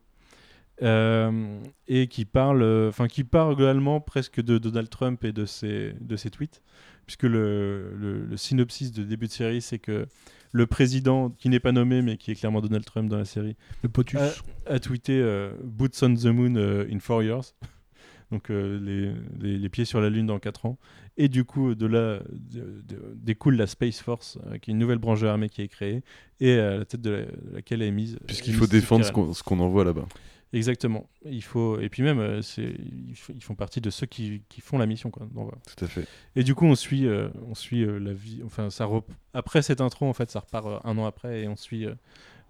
[SPEAKER 1] Euh, et qui parle, euh, enfin qui parle globalement presque de Donald Trump et de ses, de ses tweets, puisque le, le- le synopsis de début de série, c'est que le président, qui n'est pas nommé, mais qui est clairement Donald Trump dans la série,
[SPEAKER 3] Ah,
[SPEAKER 4] Le potus.
[SPEAKER 1] a tweeté euh, Boots on the Moon euh, in four euh, years. donc euh, les, les, les pieds sur la Lune dans 4 ans. Et du coup, de là de- de- découle la Space Force, euh, qui est une nouvelle branche de l'armée qui est créée, et à la tête de, la- de laquelle est mise.
[SPEAKER 5] Puisqu'il
[SPEAKER 1] est
[SPEAKER 5] faut
[SPEAKER 1] mise
[SPEAKER 5] défendre
[SPEAKER 1] Steve
[SPEAKER 5] ce
[SPEAKER 1] Carell.
[SPEAKER 5] qu'on ce qu'on envoie là-bas.
[SPEAKER 1] Exactement. Il faut... Et puis même, euh, c'est- ils f- ils font partie de ceux qui, qui font la mission. Quoi. Donc, voilà.
[SPEAKER 5] Tout à fait.
[SPEAKER 1] Et du coup, on suit, euh, on suit euh, la vie. Enfin, ça rep- après cette intro, en fait, ça repart euh, un an après et on suit euh,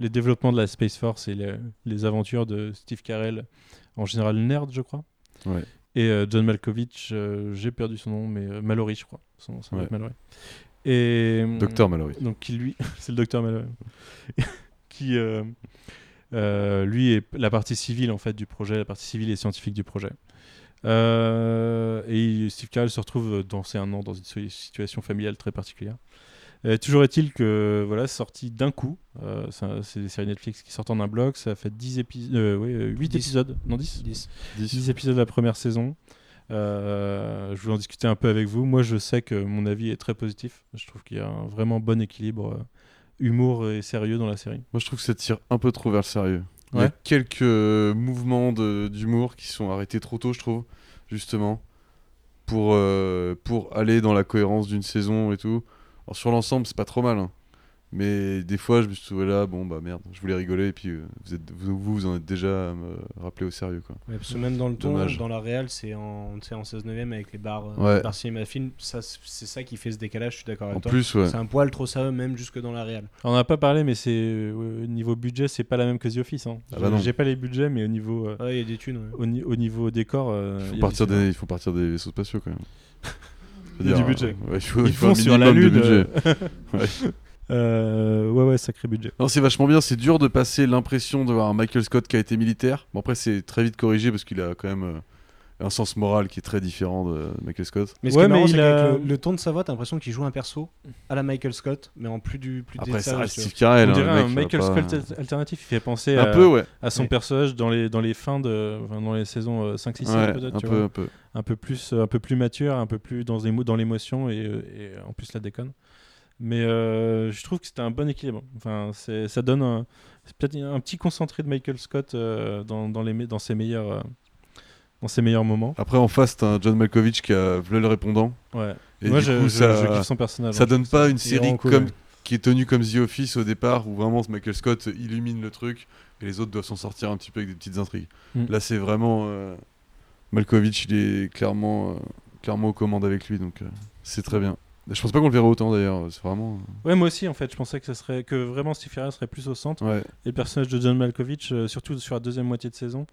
[SPEAKER 1] les développements de la Space Force et le- les aventures de Steve Carell, en général nerd, je crois.
[SPEAKER 5] Ouais.
[SPEAKER 1] Et euh, John Malkovich, euh, j'ai perdu son nom, mais euh, Mallory, je crois. Son nom, ça doit
[SPEAKER 5] Ouais.
[SPEAKER 1] être Mallory. Et euh,
[SPEAKER 5] Docteur Mallory.
[SPEAKER 1] donc qui lui, c'est le docteur Mallory, qui euh, euh, lui est la partie civile en fait du projet, la partie civile et scientifique du projet. Euh, et il- Steve Carell se retrouve dans ses un an dans une si- situation familiale très particulière. Euh, toujours est-il que voilà, sorti d'un coup, euh, ça- c'est des séries Netflix qui sortent en un bloc, ça fait euh, 10 épisodes, 8
[SPEAKER 4] Dix.
[SPEAKER 1] épisodes, non 10
[SPEAKER 4] 10.
[SPEAKER 1] 10 épisodes de la première saison. Euh, je voulais en discuter un peu avec vous. Moi, je sais que mon avis est très positif. Je trouve qu'il y a un vraiment bon équilibre euh, humour et sérieux dans la série.
[SPEAKER 5] Moi, je trouve que ça tire un peu trop vers le sérieux. Il y a
[SPEAKER 1] Ouais.
[SPEAKER 5] quelques euh, mouvements de- d'humour qui sont arrêtés trop tôt, je trouve, justement, pour, euh, pour aller dans la cohérence d'une saison et tout. Alors, sur l'ensemble, c'est pas trop mal. hein. Mais des fois, je me suis trouvé là, bon, bah merde, je voulais rigoler, et puis euh, vous, êtes, vous, vous, vous en êtes déjà à me rappeler au sérieux, quoi.
[SPEAKER 4] Ouais, parce que même dans le ton,
[SPEAKER 5] Dommage.
[SPEAKER 4] dans la réal, c'est en, tu sais, en 16 9 avec les barres, euh,
[SPEAKER 5] Ouais.
[SPEAKER 4] barres cinéma film. Ça, c'est ça qui fait ce décalage, je suis d'accord
[SPEAKER 5] En
[SPEAKER 4] avec toi.
[SPEAKER 5] plus, ouais.
[SPEAKER 4] C'est un poil trop sérieux, même jusque dans la réal.
[SPEAKER 1] On n'en a pas parlé, mais c'est euh, niveau budget, c'est pas la même que The Office. hein.
[SPEAKER 5] Ah bah non.
[SPEAKER 1] J'ai pas les budgets, mais au niveau euh,
[SPEAKER 4] Ah Ouais, Il y a des thunes. ouais.
[SPEAKER 1] au, ni- au niveau décor, euh,
[SPEAKER 5] Il
[SPEAKER 1] il y
[SPEAKER 5] faut
[SPEAKER 1] a
[SPEAKER 5] partir
[SPEAKER 1] des-
[SPEAKER 5] des, il faut partir des vaisseaux spatiaux, quand même.
[SPEAKER 1] Il y a
[SPEAKER 5] C'est-à-dire,
[SPEAKER 1] du budget.
[SPEAKER 5] euh, ouais, il faut,
[SPEAKER 1] Ils
[SPEAKER 5] il faut un
[SPEAKER 1] font sur la
[SPEAKER 5] minimum de
[SPEAKER 1] lune. euh,
[SPEAKER 5] budget. Ouais.
[SPEAKER 1] euh, ouais, ouais, sacré budget.
[SPEAKER 5] Non, c'est vachement bien. C'est dur de passer l'impression d'avoir un Michael Scott qui a été militaire. Bon, après, c'est très vite corrigé parce qu'il a quand même euh, un sens moral qui est très différent de Michael Scott.
[SPEAKER 4] Mais ce
[SPEAKER 1] Ouais,
[SPEAKER 4] qui est
[SPEAKER 1] mais
[SPEAKER 4] marrant,
[SPEAKER 1] il
[SPEAKER 4] c'est
[SPEAKER 1] a-
[SPEAKER 4] qu'avec le, le ton de sa voix, t'as l'impression qu'il joue un perso à la Michael Scott, mais en plus du plus
[SPEAKER 5] Après, ça
[SPEAKER 4] détail,
[SPEAKER 5] reste
[SPEAKER 4] tu vois.
[SPEAKER 5] Steve Carell.
[SPEAKER 1] On
[SPEAKER 5] hein,
[SPEAKER 1] dirait
[SPEAKER 5] le
[SPEAKER 1] un
[SPEAKER 5] mec, il
[SPEAKER 1] Michael
[SPEAKER 5] va pas-
[SPEAKER 1] Scott euh, al- alternatif. Il fait penser
[SPEAKER 5] Un
[SPEAKER 1] à,
[SPEAKER 5] peu, ouais.
[SPEAKER 1] à son
[SPEAKER 4] Ouais.
[SPEAKER 1] personnage dans les, dans les fins de, enfin, dans les saisons euh, 5, 6, 7
[SPEAKER 5] Ouais,
[SPEAKER 1] peut-être.
[SPEAKER 5] un
[SPEAKER 1] tu
[SPEAKER 5] peu,
[SPEAKER 1] vois.
[SPEAKER 5] un peu.
[SPEAKER 1] un peu plus un peu plus mature un peu plus dans les dans l'émotion et, euh, et en plus la déconne mais euh, je trouve que c'était un bon équilibre enfin c'est ça donne un, c'est peut-être un petit concentré de Michael Scott euh, dans, dans les me- dans ses meilleurs euh, dans ses meilleurs moments
[SPEAKER 5] Après, en face, t'as un John Malkovich qui a le le répondant.
[SPEAKER 1] ouais
[SPEAKER 5] Et
[SPEAKER 1] moi
[SPEAKER 5] du
[SPEAKER 1] je,
[SPEAKER 5] coup,
[SPEAKER 1] je-
[SPEAKER 5] ça,
[SPEAKER 1] je kiffe son personnage
[SPEAKER 5] ça
[SPEAKER 1] hein.
[SPEAKER 5] donne pas une
[SPEAKER 4] Il est vraiment
[SPEAKER 5] série
[SPEAKER 4] cool,
[SPEAKER 5] comme
[SPEAKER 4] ouais.
[SPEAKER 5] qui est tenue comme The Office au départ où vraiment Michael Scott illumine le truc et les autres doivent s'en sortir un petit peu avec des petites intrigues.
[SPEAKER 1] Mm.
[SPEAKER 5] Là, c'est vraiment euh, Malkovich, il est clairement, euh, clairement aux commandes avec lui, donc euh, c'est très bien. Je pense pas qu'on le verra autant d'ailleurs. C'est vraiment.
[SPEAKER 1] ouais moi aussi en fait je pensais que ça serait que vraiment Steve Carell serait plus au centre
[SPEAKER 5] Ouais.
[SPEAKER 1] et le personnage de John Malkovich euh, surtout sur la deuxième moitié de saison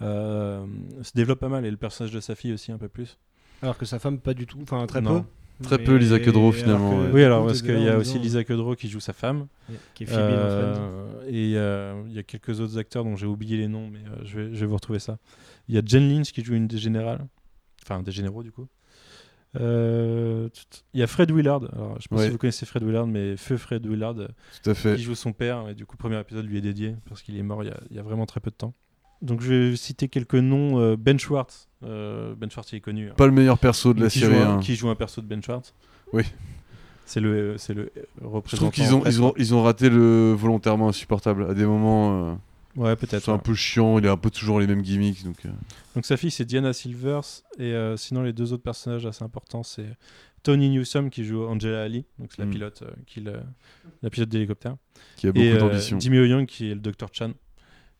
[SPEAKER 1] euh, se développe pas mal et le personnage de sa fille aussi un peu plus
[SPEAKER 4] Alors que sa femme, pas du tout, enfin très
[SPEAKER 1] Non.
[SPEAKER 4] peu.
[SPEAKER 5] Très peu, Lisa Kudrow, finalement, ouais.
[SPEAKER 1] oui alors parce qu'il y a aussi Lisa Kudrow qui joue sa femme
[SPEAKER 4] Qui est Phoebe, dans Friends.
[SPEAKER 1] Euh, et euh, il y a quelques autres acteurs dont j'ai oublié les noms, mais euh, je, vais, je vais vous retrouver ça. Il y a Jen Lynch qui joue une des générales, enfin un des généraux du coup. Euh, tut, tut. Il y a Fred Willard, alors je sais pas
[SPEAKER 5] Ouais.
[SPEAKER 1] si vous connaissez Fred Willard, mais feu Fred Willard euh,
[SPEAKER 5] Tout à fait.
[SPEAKER 1] qui joue son père, et du coup, premier épisode lui est dédié parce qu'il est mort il y, a, il y a vraiment très peu de temps. Donc, je vais citer quelques noms. euh, ben Schwartz, euh, Ben Schwartz, il est connu. hein.
[SPEAKER 5] Pas le meilleur perso de la
[SPEAKER 1] qui,
[SPEAKER 5] série.
[SPEAKER 1] joue un,
[SPEAKER 5] hein.
[SPEAKER 1] qui joue un perso de Ben Schwartz.
[SPEAKER 5] Oui.
[SPEAKER 1] C'est le, c'est le
[SPEAKER 5] Je
[SPEAKER 1] représentant.
[SPEAKER 5] trouve qu'ils ont, ils ont, ils ont raté le volontairement insupportable. À des moments, euh,
[SPEAKER 1] Ouais, peut-être.
[SPEAKER 5] c'est un
[SPEAKER 1] ouais.
[SPEAKER 5] peu chiant. Il a un peu toujours les mêmes gimmicks, donc. euh,
[SPEAKER 1] Donc sa fille c'est Diana Silvers et euh, sinon les deux autres personnages assez importants c'est Tony Newsom qui joue Angela Ali donc c'est la
[SPEAKER 5] Mm.
[SPEAKER 1] pilote euh, qui le- la pilote d'hélicoptère
[SPEAKER 5] qui a beaucoup
[SPEAKER 1] et euh,
[SPEAKER 5] d'ambition.
[SPEAKER 1] Jimmy O'Young qui est le docteur Chan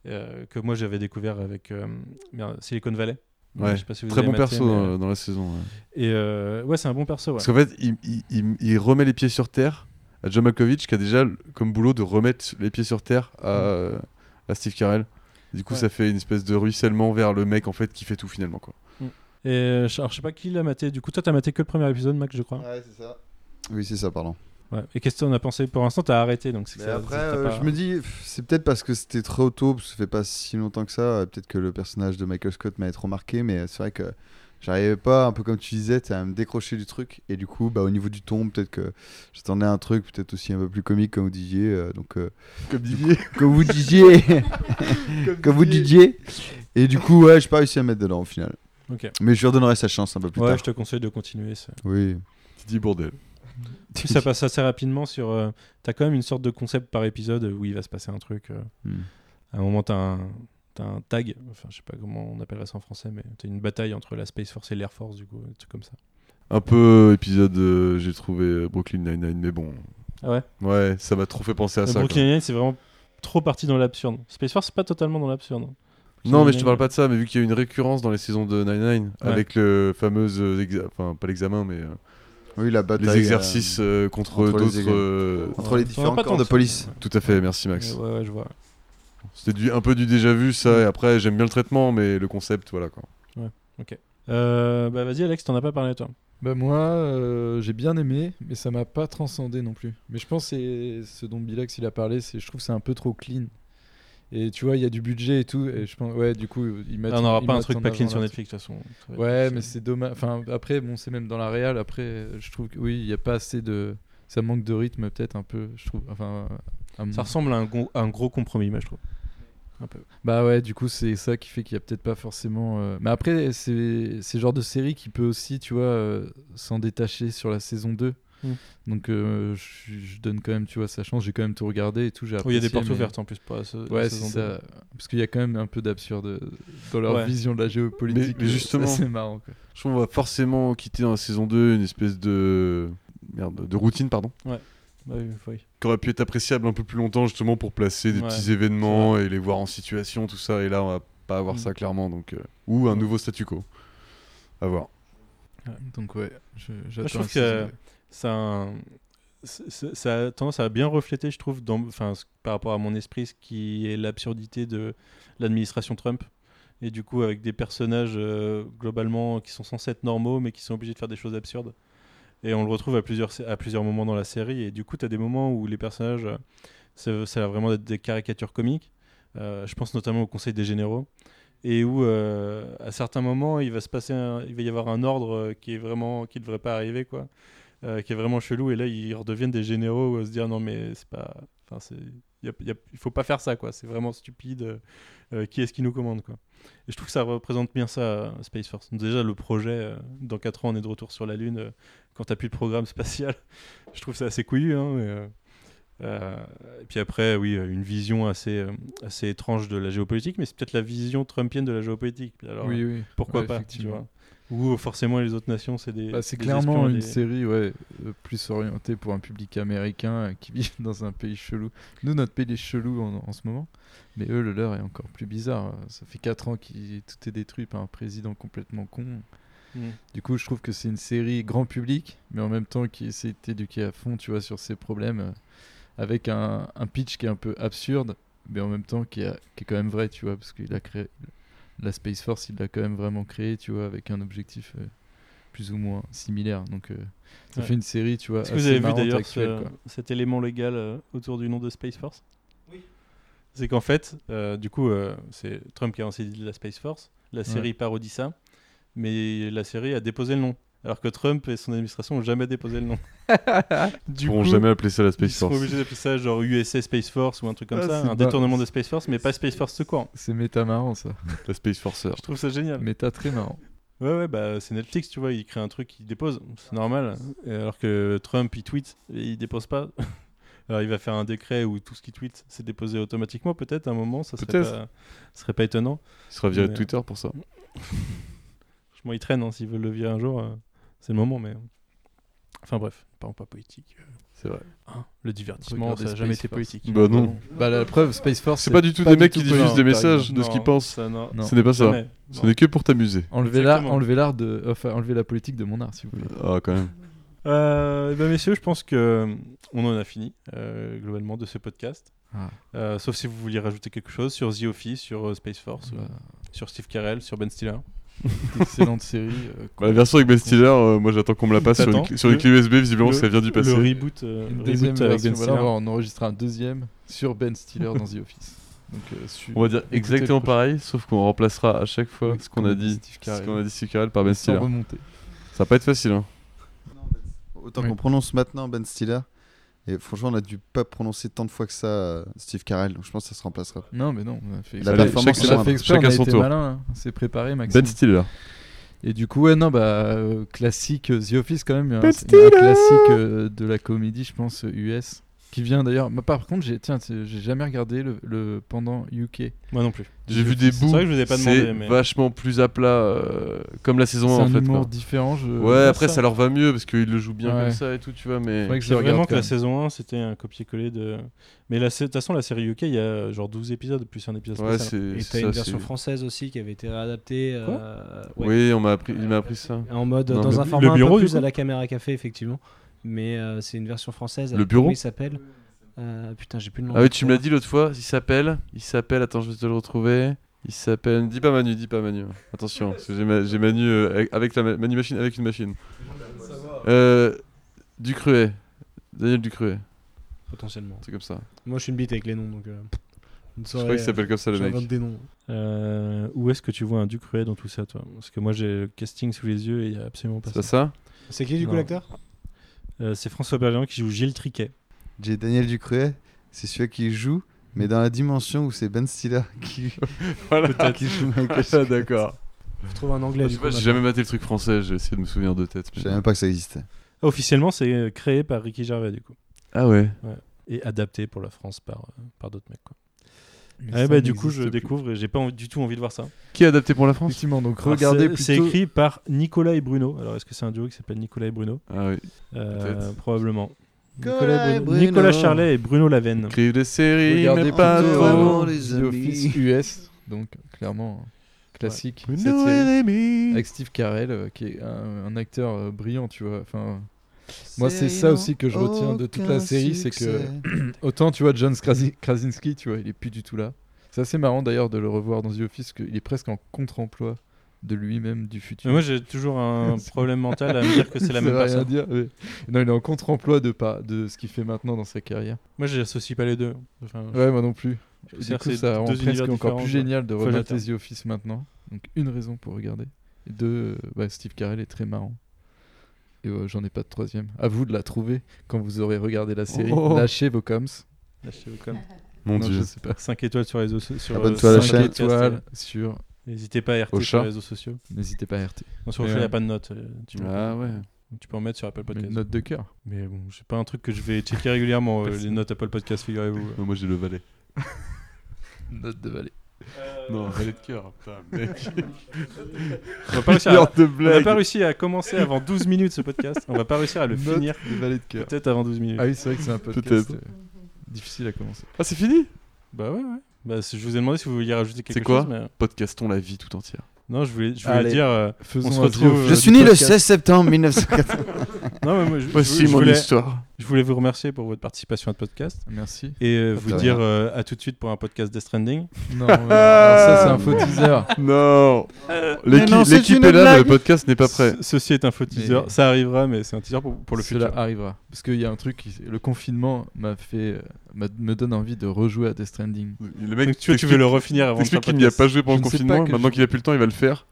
[SPEAKER 1] euh, que moi j'avais découvert avec euh, merde, Silicon Valley.
[SPEAKER 5] Ouais.
[SPEAKER 1] Je sais pas si vous
[SPEAKER 5] Très
[SPEAKER 1] avez
[SPEAKER 5] bon
[SPEAKER 1] maté,
[SPEAKER 5] perso
[SPEAKER 1] mais,
[SPEAKER 5] dans,
[SPEAKER 1] euh,
[SPEAKER 5] dans la saison. ouais.
[SPEAKER 1] Et euh, ouais c'est un bon perso. ouais.
[SPEAKER 5] Parce qu'en fait, il, il- il- il remet les pieds sur terre à John Malkovich, qui a déjà le- comme boulot de remettre les pieds sur terre à, euh, à Steve Carell. Du coup,
[SPEAKER 1] Ouais.
[SPEAKER 5] ça fait une espèce de ruissellement vers le mec en fait qui fait tout finalement quoi.
[SPEAKER 1] Et euh, je- alors je sais pas qui l'a maté. Du coup toi t'as maté que le premier épisode Mac je crois.
[SPEAKER 2] Ouais, c'est ça. Oui, c'est ça, pardon.
[SPEAKER 1] Ouais. Et qu'est-ce qu'on a pensé pour l'instant t'as arrêté donc c'est que
[SPEAKER 2] Mais
[SPEAKER 1] ça-
[SPEAKER 2] après,
[SPEAKER 1] ça t'a
[SPEAKER 2] euh,
[SPEAKER 1] pas-
[SPEAKER 2] je me dis, pff, c'est peut-être parce que c'était trop tôt, parce que ça fait pas si longtemps que ça. euh, Peut-être que le personnage de Michael Scott m'a trop marqué, mais c'est vrai que j'arrivais pas, un peu comme tu disais, t'sais, à me décrocher du truc. Et du coup, bah, au niveau du ton, peut-être que j'attendais un truc, peut-être aussi un peu plus comique, comme vous disiez. euh, donc, euh,
[SPEAKER 5] Comme Didier.
[SPEAKER 2] comme vous disiez, comme vous disiez. Et du coup, ouais, j'ai pas réussi à me mettre dedans au final.
[SPEAKER 1] Ok.
[SPEAKER 2] Mais je lui redonnerai sa chance un peu plus
[SPEAKER 1] Ouais
[SPEAKER 2] tard.
[SPEAKER 1] je te conseille de continuer. ça.
[SPEAKER 2] Oui.
[SPEAKER 5] Didier Bourdel.
[SPEAKER 1] Puis ça passe assez rapidement sur. euh, t'as quand même une sorte de concept par épisode où il va se passer un truc. euh.
[SPEAKER 2] Hmm.
[SPEAKER 1] À un moment, t'as un, t'as un tag, enfin je sais pas comment on appellerait ça en français, mais t'as une bataille entre la Space Force et l'Air Force, du coup, un truc comme ça.
[SPEAKER 5] Un peu épisode, euh, j'ai trouvé euh, Brooklyn Nine-Nine, mais bon.
[SPEAKER 1] Ah ouais
[SPEAKER 5] Ouais, ça m'a trop fait penser
[SPEAKER 2] Ah,
[SPEAKER 5] à ça. quoi.
[SPEAKER 1] Brooklyn Nine-Nine, c'est vraiment trop parti dans l'absurde. Space Force, c'est pas totalement dans l'absurde. hein.
[SPEAKER 5] Non, mais je te
[SPEAKER 1] Nine-Nine,
[SPEAKER 5] parle pas de ça, mais vu qu'il y a eu une récurrence dans les saisons de Nine-Nine,
[SPEAKER 1] Ouais.
[SPEAKER 5] avec le fameux. euh, exa- Enfin, pas l'examen, mais. euh,
[SPEAKER 2] Oui, la bataille.
[SPEAKER 5] les
[SPEAKER 2] euh,
[SPEAKER 5] exercices euh, contre
[SPEAKER 2] entre les
[SPEAKER 5] d'autres.
[SPEAKER 2] ég-
[SPEAKER 5] euh,
[SPEAKER 2] Entre les
[SPEAKER 1] Ouais,
[SPEAKER 2] différents
[SPEAKER 1] on a pas
[SPEAKER 2] corps
[SPEAKER 1] tant
[SPEAKER 2] de
[SPEAKER 1] ça.
[SPEAKER 2] police.
[SPEAKER 5] Tout à fait, merci Max.
[SPEAKER 1] Ouais, ouais, je vois.
[SPEAKER 5] C'était du- un peu du déjà vu, ça,
[SPEAKER 1] Ouais.
[SPEAKER 5] et après, j'aime bien le traitement, mais le concept, voilà quoi.
[SPEAKER 1] Euh, bah vas-y Alex, t'en as pas parlé toi.
[SPEAKER 3] Bah moi, euh, j'ai bien aimé, mais ça m'a pas transcendé non plus. Mais je pense que c'est ce dont Bilax il a parlé, c'est je trouve que c'est un peu trop clean. Et tu vois, il y a du budget et tout. Et je pense, ouais, du coup, ils mettent.
[SPEAKER 1] Ah, on n'aura
[SPEAKER 3] ils
[SPEAKER 1] pas un
[SPEAKER 3] mettent
[SPEAKER 1] truc
[SPEAKER 3] en
[SPEAKER 1] pas clean
[SPEAKER 3] avant
[SPEAKER 1] sur
[SPEAKER 3] là-
[SPEAKER 1] Netflix de toute façon. Ça va être
[SPEAKER 3] Ouais,
[SPEAKER 1] difficile.
[SPEAKER 3] mais c'est dommage. Enfin, après, bon, c'est même dans la réal. Après, euh, je trouve que oui, il n'y a pas assez de. Ça manque de rythme, peut-être un peu. Je trouve. Enfin, à mon-
[SPEAKER 1] Ça ressemble à un, gros- à un gros compromis, moi je trouve.
[SPEAKER 3] Bah ouais, du coup, c'est ça qui fait qu'il y a peut-être pas forcément. euh, Mais après, c'est c'est le genre de série qui peut aussi, tu vois, euh, s'en détacher sur la saison 2.
[SPEAKER 1] Mm.
[SPEAKER 3] Donc, euh, je, je donne quand même, tu vois, sa chance. J'ai quand même tout regardé et tout. j'ai
[SPEAKER 1] Oh, il y a des
[SPEAKER 3] apprécié,
[SPEAKER 1] portes
[SPEAKER 3] mais-
[SPEAKER 1] ouvertes en plus. Pas, ce- la
[SPEAKER 3] Ouais,
[SPEAKER 1] saison
[SPEAKER 3] c'est
[SPEAKER 1] deux.
[SPEAKER 3] ça. Parce qu'il y a quand même un peu d'absurde euh, dans leur
[SPEAKER 1] Ouais.
[SPEAKER 3] vision de la géopolitique.
[SPEAKER 5] mais
[SPEAKER 3] euh,
[SPEAKER 5] justement.
[SPEAKER 3] C'est marrant, quoi.
[SPEAKER 5] Je trouve qu'on va forcément quitter dans la saison 2 une espèce de. Merde, de routine, pardon.
[SPEAKER 1] Ouais, Bah oui, oui.
[SPEAKER 5] Qui aurait pu être appréciable un peu plus longtemps, justement, pour placer des
[SPEAKER 1] Ouais,
[SPEAKER 5] petits événements et les voir en situation, tout ça, et là, on va pas avoir
[SPEAKER 1] Mm.
[SPEAKER 5] ça clairement, donc. euh, Ou un nouveau statu quo. À voir.
[SPEAKER 3] Donc, ouais, je- euh, j'attends.
[SPEAKER 1] trouve
[SPEAKER 3] la saison
[SPEAKER 1] que-
[SPEAKER 3] deux.
[SPEAKER 1] Ça, a un- c'est- c'est- ça a tendance à bien refléter, je trouve, dans, enfin, ce- par rapport à mon esprit, ce qui est l'absurdité de l'administration Trump. Et du coup, avec des personnages euh, globalement qui sont censés être normaux, mais qui sont obligés de faire des choses absurdes. Et on le retrouve à plusieurs, sé- à plusieurs moments dans la série. Et du coup, tu as des moments où les personnages, euh, ça, ça a vraiment d'être des caricatures comiques. Euh, je pense notamment au Conseil des généraux. Et où, euh, à certains moments, il va, se passer un- il va y avoir un ordre euh, qui est vraiment qui devrait pas arriver. quoi. euh, qui est vraiment chelou et là ils redeviennent des généraux à se dire non mais c'est pas enfin c'est y a- y a- il faut pas faire ça quoi c'est vraiment stupide euh, euh, qui est-ce qui nous commande quoi et je trouve que ça représente bien ça euh, Space Force déjà le projet euh, dans 4 ans on est de retour sur la lune euh, quand t'as plus de programme spatial je trouve ça assez couillu hein, mais, euh, euh, et puis après oui euh, une vision assez euh, assez étrange de la géopolitique mais c'est peut-être la vision trumpienne de la géopolitique alors
[SPEAKER 3] oui, oui.
[SPEAKER 1] pourquoi
[SPEAKER 3] Ouais,
[SPEAKER 1] pas tu
[SPEAKER 3] effectivement.
[SPEAKER 1] vois ou euh, forcément les autres nations c'est des
[SPEAKER 3] Bah, c'est
[SPEAKER 1] des espions
[SPEAKER 3] clairement
[SPEAKER 1] et
[SPEAKER 3] une
[SPEAKER 1] des-
[SPEAKER 3] série ouais, euh, plus orientée pour un public américain euh, qui vit dans un pays chelou. Nous, notre pays est chelou en, en ce moment, mais eux, le leur est encore plus bizarre. Ça fait 4 ans que tout est détruit par un président complètement con.
[SPEAKER 1] Mm.
[SPEAKER 3] Du coup, je trouve que c'est une série grand public, mais en même temps qui essaie de t'éduquer à fond tu vois, sur ces problèmes, euh, avec un, un pitch qui est un peu absurde, mais en même temps qui, est- qui est quand même vrai, tu vois, parce qu'il a créé... La Space Force, il l'a quand même vraiment créé, tu vois, avec un objectif euh, plus ou moins similaire. Donc, euh, ça
[SPEAKER 1] Ouais.
[SPEAKER 3] fait une série, tu vois.
[SPEAKER 1] Est-ce que vous
[SPEAKER 3] Euh, assez
[SPEAKER 1] avez vu
[SPEAKER 3] marrante et
[SPEAKER 1] d'ailleurs
[SPEAKER 3] actuelle,
[SPEAKER 1] ce-
[SPEAKER 3] quoi.
[SPEAKER 1] cet élément légal euh, autour du nom de Space Force C'est qu'en fait, euh, du coup, euh, c'est Trump qui a lancé l'idée de la Space Force. La série parodie ça, mais la série a déposé le nom. Alors que Trump et son administration n'ont jamais déposé le nom. du
[SPEAKER 5] Ils pourront jamais appeler ça la
[SPEAKER 1] ils
[SPEAKER 5] Space
[SPEAKER 1] sont
[SPEAKER 5] Force.
[SPEAKER 1] obligés d'appeler ça genre USA Space Force ou un truc comme
[SPEAKER 3] Ah,
[SPEAKER 1] ça,
[SPEAKER 3] c'est
[SPEAKER 1] un
[SPEAKER 3] bar-
[SPEAKER 1] détournement de Space Force, mais pas Space Force tout court.
[SPEAKER 3] C'est méta marrant, ça.
[SPEAKER 5] La Space Forcer.
[SPEAKER 1] Je trouve ça génial.
[SPEAKER 3] méta très marrant.
[SPEAKER 1] Ouais, ouais, bah c'est Netflix, tu vois, il crée un truc, il dépose, c'est normal. Et alors que Trump, il tweet, et il dépose pas. Alors il va faire un décret où tout ce qu'il tweet, c'est déposé automatiquement, peut-être, à un moment, ça serait
[SPEAKER 5] Peut-être.
[SPEAKER 1] pas, ce serait pas étonnant.
[SPEAKER 5] Il sera viré de
[SPEAKER 1] Mais- euh,
[SPEAKER 5] Twitter pour ça.
[SPEAKER 1] Franchement, ils traînent, hein, s'ils veulent le virer un jour, euh, c'est le moment, mais. Enfin bref, parlons pas politique.
[SPEAKER 5] C'est vrai.
[SPEAKER 1] Hein, le divertissement,
[SPEAKER 3] Regardez
[SPEAKER 1] ça a jamais
[SPEAKER 3] Space
[SPEAKER 1] été
[SPEAKER 3] Force.
[SPEAKER 1] politique.
[SPEAKER 5] Bah non.
[SPEAKER 3] Bah, la preuve, Space Force.
[SPEAKER 5] C'est pas du tout des mecs qui diffusent des
[SPEAKER 3] cohérent, par
[SPEAKER 5] messages de ce
[SPEAKER 1] Non,
[SPEAKER 5] qu'ils pensent.
[SPEAKER 1] ça, non.
[SPEAKER 3] Non.
[SPEAKER 5] Ce n'est pas ça.
[SPEAKER 1] Jamais.
[SPEAKER 5] Ce
[SPEAKER 1] Non.
[SPEAKER 5] n'est que pour t'amuser.
[SPEAKER 3] exemple. Enlevez l'art-
[SPEAKER 1] Exactement.
[SPEAKER 3] enlevez l'art de. Enfin, enlevez la politique de mon art, si vous voulez.
[SPEAKER 5] Ah, quand même.
[SPEAKER 1] Euh, eh ben, messieurs, je pense que euh, on en a fini euh, globalement de ce podcast.
[SPEAKER 3] Ah.
[SPEAKER 1] Euh, sauf si vous vouliez rajouter quelque chose sur The Office, sur euh, Space Force,
[SPEAKER 3] Bah,
[SPEAKER 1] euh, sur Steve Carell, sur Ben Stiller.
[SPEAKER 3] excellente série. euh,
[SPEAKER 5] Bah, la version avec Ben Stiller, euh, moi j'attends qu'on me la passe sur
[SPEAKER 1] T'attends
[SPEAKER 5] une, clé- sur une
[SPEAKER 1] le-
[SPEAKER 5] clé USB, visiblement ça vient du passé.
[SPEAKER 1] Le reboot, euh,
[SPEAKER 3] une
[SPEAKER 1] reboot
[SPEAKER 3] deuxième
[SPEAKER 1] avec
[SPEAKER 3] version,
[SPEAKER 1] Ben Stiller.
[SPEAKER 3] voilà, on va en enregistrer un deuxième sur Ben Stiller dans The Office. Donc, euh, su-
[SPEAKER 5] On va dire
[SPEAKER 3] écoutez
[SPEAKER 5] exactement
[SPEAKER 3] le prochain.
[SPEAKER 5] pareil, sauf qu'on remplacera à chaque fois
[SPEAKER 3] Oui,
[SPEAKER 5] ce qu'on
[SPEAKER 3] comme
[SPEAKER 5] a dit,
[SPEAKER 3] Steve
[SPEAKER 5] ce
[SPEAKER 3] Carell.
[SPEAKER 5] qu'on a dit Steve Carell par Ben Stiller.
[SPEAKER 3] Sans remonter.
[SPEAKER 5] Ça va pas être facile. Hein.
[SPEAKER 2] Autant
[SPEAKER 3] Oui.
[SPEAKER 2] qu'on prononce maintenant Ben Stiller. Et franchement, on a dû pas prononcer tant de fois que ça euh, Steve Carell. Donc je pense que ça se remplacera.
[SPEAKER 3] Non, mais non, on a fait
[SPEAKER 2] La
[SPEAKER 3] exprès.
[SPEAKER 2] performance
[SPEAKER 3] on
[SPEAKER 2] est
[SPEAKER 3] a
[SPEAKER 2] moindre.
[SPEAKER 3] fait exprès, on
[SPEAKER 5] Chacun
[SPEAKER 3] a
[SPEAKER 5] son
[SPEAKER 3] été
[SPEAKER 5] tour.
[SPEAKER 3] malin, hein. c'est préparé, Maxime.
[SPEAKER 5] Ben Stiller.
[SPEAKER 3] Et du coup, ouais, non, bah,
[SPEAKER 5] Ben
[SPEAKER 3] euh, classique euh, The Office quand même, un, un classique euh, de la comédie, je pense, euh, US. qui vient d'ailleurs. Moi, Par contre, j'ai tiens, c'est- j'ai jamais regardé le, le pendant UK.
[SPEAKER 1] Moi non plus.
[SPEAKER 5] J'ai vu des
[SPEAKER 1] C'est
[SPEAKER 5] bouts.
[SPEAKER 1] vrai que je vous ai pas demandé,
[SPEAKER 5] C'est
[SPEAKER 1] mais.
[SPEAKER 5] vachement plus à plat, euh, comme la
[SPEAKER 3] C'est
[SPEAKER 5] saison 1 en
[SPEAKER 3] un
[SPEAKER 5] fait. quoi.
[SPEAKER 3] humour différent. Je...
[SPEAKER 5] Ouais, après ça leur va mieux parce qu'ils le jouent bien
[SPEAKER 3] Ouais.
[SPEAKER 5] comme ça et tout, tu vois. Mais
[SPEAKER 3] Faudrait que je
[SPEAKER 1] C'est
[SPEAKER 3] le regarde
[SPEAKER 1] vraiment que
[SPEAKER 3] quand
[SPEAKER 1] la
[SPEAKER 3] même.
[SPEAKER 1] saison 1, c'était un copier-coller de. Mais la sa- de toute façon, la série UK, il y a genre 12 épisodes, plus un épisode
[SPEAKER 5] ouais,
[SPEAKER 1] spécial.
[SPEAKER 5] c'est
[SPEAKER 4] Et
[SPEAKER 5] c'est
[SPEAKER 4] t'as
[SPEAKER 5] ça.
[SPEAKER 4] une version
[SPEAKER 5] c'est-
[SPEAKER 4] française aussi qui avait été réadaptée.
[SPEAKER 1] Quoi
[SPEAKER 4] euh, ouais.
[SPEAKER 5] Oui, on m'a appris, il m'a appris ça.
[SPEAKER 4] En mode
[SPEAKER 5] Non,
[SPEAKER 4] dans
[SPEAKER 5] le
[SPEAKER 4] un
[SPEAKER 1] bu-
[SPEAKER 4] format
[SPEAKER 1] le bureau,
[SPEAKER 4] un
[SPEAKER 1] du
[SPEAKER 4] peu plus à
[SPEAKER 1] coup
[SPEAKER 4] la caméra café effectivement, mais euh, c'est une version française.
[SPEAKER 5] Le
[SPEAKER 4] avec-
[SPEAKER 5] bureau
[SPEAKER 4] comment Il s'appelle. Euh, putain, j'ai plus le nom.
[SPEAKER 5] Ah oui, tu me l'as
[SPEAKER 4] dit
[SPEAKER 5] dit l'autre fois. Il s'appelle, il s'appelle. Attends, je vais te le retrouver. Il s'appelle. Dis pas Manu, dis pas Manu. Attention, parce que j'ai ma- j'ai Manu euh, avec- avec la ma- Manu machine, avec une machine. Euh, Ducruet, Daniel Ducruet, un
[SPEAKER 4] Potentiellement.
[SPEAKER 5] truc comme ça.
[SPEAKER 4] Moi, je suis une bite avec les noms, donc. euh, une
[SPEAKER 5] Je
[SPEAKER 4] soirée,
[SPEAKER 5] crois qu'il s'appelle comme ça
[SPEAKER 4] euh,
[SPEAKER 5] le mec.
[SPEAKER 4] j'invente des noms.
[SPEAKER 1] Euh, où est-ce que tu vois un Ducruet dans tout ça, toi Parce que moi, j'ai le casting sous les yeux et il y a absolument pas
[SPEAKER 5] C'est pas
[SPEAKER 1] ça.
[SPEAKER 5] ça
[SPEAKER 4] C'est qui du coup
[SPEAKER 1] Non.
[SPEAKER 4] l'acteur
[SPEAKER 1] Euh, c'est François Berléand qui joue Gilles Triquet.
[SPEAKER 2] J'ai Daniel Ducruet, c'est celui qui joue, mais dans la dimension où c'est Ben Stiller qui,
[SPEAKER 5] Voilà.
[SPEAKER 2] qui joue Michael
[SPEAKER 5] Ah,
[SPEAKER 2] Jackson.
[SPEAKER 5] D'accord.
[SPEAKER 4] Je trouve un anglais
[SPEAKER 5] Je
[SPEAKER 4] du
[SPEAKER 5] sais
[SPEAKER 4] coup.
[SPEAKER 5] pas, J'ai
[SPEAKER 4] maintenant.
[SPEAKER 5] jamais maté le truc français. J'ai essayé de me souvenir de tête.
[SPEAKER 2] Je
[SPEAKER 5] mais-
[SPEAKER 2] savais même pas que ça existait.
[SPEAKER 1] Ah, Officiellement, c'est euh, créé par Ricky Gervais, du coup.
[SPEAKER 5] Ah ouais.
[SPEAKER 1] Et adapté pour la France par, euh, par d'autres mecs, quoi.
[SPEAKER 3] Mais
[SPEAKER 1] Ouais,
[SPEAKER 3] ça
[SPEAKER 1] bah, du
[SPEAKER 3] n'existe
[SPEAKER 1] coup, je
[SPEAKER 3] plus.
[SPEAKER 1] découvre et j'ai pas envie- du tout envie de voir ça.
[SPEAKER 5] Qui est adapté pour la France
[SPEAKER 3] Effectivement, donc
[SPEAKER 1] Alors,
[SPEAKER 3] regardez
[SPEAKER 1] Ah, c'est-
[SPEAKER 3] plutôt.
[SPEAKER 1] C'est écrit par Nicolas et Bruno. Alors, est-ce que c'est un duo qui s'appelle Nicolas et Bruno
[SPEAKER 5] Ah oui.
[SPEAKER 1] Euh,
[SPEAKER 5] Peut-être.
[SPEAKER 1] Probablement.
[SPEAKER 2] Nicolas et Bruno.
[SPEAKER 1] Nicolas Charlet et Bruno Lavenne.
[SPEAKER 5] Écrivent des séries,
[SPEAKER 3] Regardez
[SPEAKER 5] mais pas
[SPEAKER 3] plutôt euh,
[SPEAKER 5] trop.
[SPEAKER 2] avant les
[SPEAKER 3] The
[SPEAKER 2] amis.
[SPEAKER 3] Office US, donc clairement hein, classique. cette
[SPEAKER 5] Bruno
[SPEAKER 3] série.
[SPEAKER 5] et Rémi.
[SPEAKER 3] avec Steve Carell euh, qui est un, un acteur euh, brillant tu vois enfin moi c'est ça aussi que je retiens de toute la série c'est que autant tu vois John Krasi- Krasinski tu vois il est plus du tout là c'est assez marrant d'ailleurs de le revoir dans The Office qu'il est presque en contre-emploi de lui-même du futur
[SPEAKER 1] Mais moi, j'ai toujours un problème mental à me dire que c'est la
[SPEAKER 3] Ça
[SPEAKER 1] même
[SPEAKER 3] veut rien
[SPEAKER 1] personne.
[SPEAKER 3] dire, mais- non il est en contre-emploi de pas de ce qu'il fait maintenant dans sa carrière
[SPEAKER 1] Moi, j'associe pas les deux. Enfin,
[SPEAKER 3] ouais moi non plus
[SPEAKER 1] je
[SPEAKER 3] du
[SPEAKER 1] considère
[SPEAKER 3] coup
[SPEAKER 1] que c'est
[SPEAKER 3] ça rend
[SPEAKER 1] deux
[SPEAKER 3] presque
[SPEAKER 1] univers
[SPEAKER 3] encore plus
[SPEAKER 1] différents,
[SPEAKER 3] génial de
[SPEAKER 1] Faut
[SPEAKER 3] remater
[SPEAKER 1] jeter.
[SPEAKER 3] The Office maintenant donc une raison pour regarder et deux euh, bah, Steve Carell est très marrant et euh, j'en ai pas de troisième à vous de la trouver quand vous aurez regardé la série
[SPEAKER 5] Oh.
[SPEAKER 3] lâchez vos coms
[SPEAKER 1] quoi. Lâchez-vous comme
[SPEAKER 5] Mon
[SPEAKER 3] Non,
[SPEAKER 5] dieu.
[SPEAKER 3] je sais pas
[SPEAKER 1] 5 étoiles sur les réseaux so- sur,
[SPEAKER 2] Abonne-toi à la
[SPEAKER 1] cinq
[SPEAKER 2] chaîne.
[SPEAKER 1] podcasts,
[SPEAKER 3] étoiles
[SPEAKER 1] euh,
[SPEAKER 3] sur
[SPEAKER 1] N'hésitez pas à RT
[SPEAKER 5] Au
[SPEAKER 1] sur
[SPEAKER 5] chat.
[SPEAKER 1] les réseaux sociaux.
[SPEAKER 3] n'hésitez pas à RT
[SPEAKER 1] Non, sur le
[SPEAKER 3] Et,
[SPEAKER 1] chat, il
[SPEAKER 3] euh,
[SPEAKER 1] a pas de note. euh, Tu,
[SPEAKER 5] Ah ouais.
[SPEAKER 1] tu peux en mettre sur Apple
[SPEAKER 3] une
[SPEAKER 1] Podcast.
[SPEAKER 3] note de cœur
[SPEAKER 1] Mais bon, c'est pas un truc que je vais checker régulièrement, euh, les notes Apple Podcast, figurez-vous.
[SPEAKER 5] Non, moi j'ai le valet.
[SPEAKER 3] note de valet
[SPEAKER 5] Non, valet de cœur. Putain, mec.
[SPEAKER 1] On va pas réussir à-
[SPEAKER 5] Cœur de
[SPEAKER 1] on n'a pas
[SPEAKER 5] blague.
[SPEAKER 1] réussi à commencer avant 12 minutes ce podcast. On va pas réussir à le
[SPEAKER 3] Note
[SPEAKER 1] finir
[SPEAKER 3] de valet de cœur
[SPEAKER 1] peut-être avant 12 minutes.
[SPEAKER 3] ah oui c'est vrai que c'est un podcast
[SPEAKER 5] Peut-être.
[SPEAKER 3] euh, difficile à commencer
[SPEAKER 5] Ah, c'est fini
[SPEAKER 1] Bah ouais, ouais. Bah, c'est- je vous ai demandé si vous vouliez rajouter quelque
[SPEAKER 5] C'est quoi
[SPEAKER 1] chose. mais-
[SPEAKER 5] Podcastons la vie tout entière.
[SPEAKER 1] Non, je voulais, je voulais
[SPEAKER 2] Allez.
[SPEAKER 1] dire. euh,
[SPEAKER 3] faisons
[SPEAKER 1] se
[SPEAKER 3] un
[SPEAKER 1] retrouve,
[SPEAKER 3] The Office
[SPEAKER 2] Je suis né le
[SPEAKER 3] podcast.
[SPEAKER 2] 16 septembre 1980.
[SPEAKER 1] Non, mais moi, je,
[SPEAKER 5] Voici
[SPEAKER 1] je- je
[SPEAKER 5] mon
[SPEAKER 1] voulais,
[SPEAKER 5] histoire.
[SPEAKER 1] je voulais vous remercier pour votre participation à ce podcast
[SPEAKER 3] merci
[SPEAKER 1] et euh,
[SPEAKER 2] Ah,
[SPEAKER 1] vous
[SPEAKER 2] de
[SPEAKER 1] dire euh, à tout de suite pour un podcast Death Stranding.
[SPEAKER 3] non mais alors ça c'est un faux teaser
[SPEAKER 5] Non
[SPEAKER 2] mais non,
[SPEAKER 5] L'équi-
[SPEAKER 2] c'est
[SPEAKER 5] L'équipe
[SPEAKER 2] une
[SPEAKER 5] est là, mais le
[SPEAKER 2] blague.
[SPEAKER 5] podcast n'est pas prêt.
[SPEAKER 1] Ce- Ceci est un faux teaser.
[SPEAKER 3] Mais-
[SPEAKER 1] Ça arrivera, mais c'est un teaser pour, pour le
[SPEAKER 3] Cela
[SPEAKER 1] futur.
[SPEAKER 3] arrivera. Parce qu'il y a un truc, qui- le confinement m'a fait, euh, m'a- me donne envie de rejouer à Death Stranding.
[SPEAKER 5] Le mec,
[SPEAKER 1] Donc, tu, veux- tu veux le refinir avant de faire
[SPEAKER 5] T'expliques qu'il n'y a
[SPEAKER 1] podcast.
[SPEAKER 5] pas joué pendant
[SPEAKER 3] Je
[SPEAKER 5] le
[SPEAKER 3] ne sais pas
[SPEAKER 5] confinement.
[SPEAKER 3] que
[SPEAKER 5] Maintenant
[SPEAKER 3] je-
[SPEAKER 5] qu'il a plus le temps, il va le faire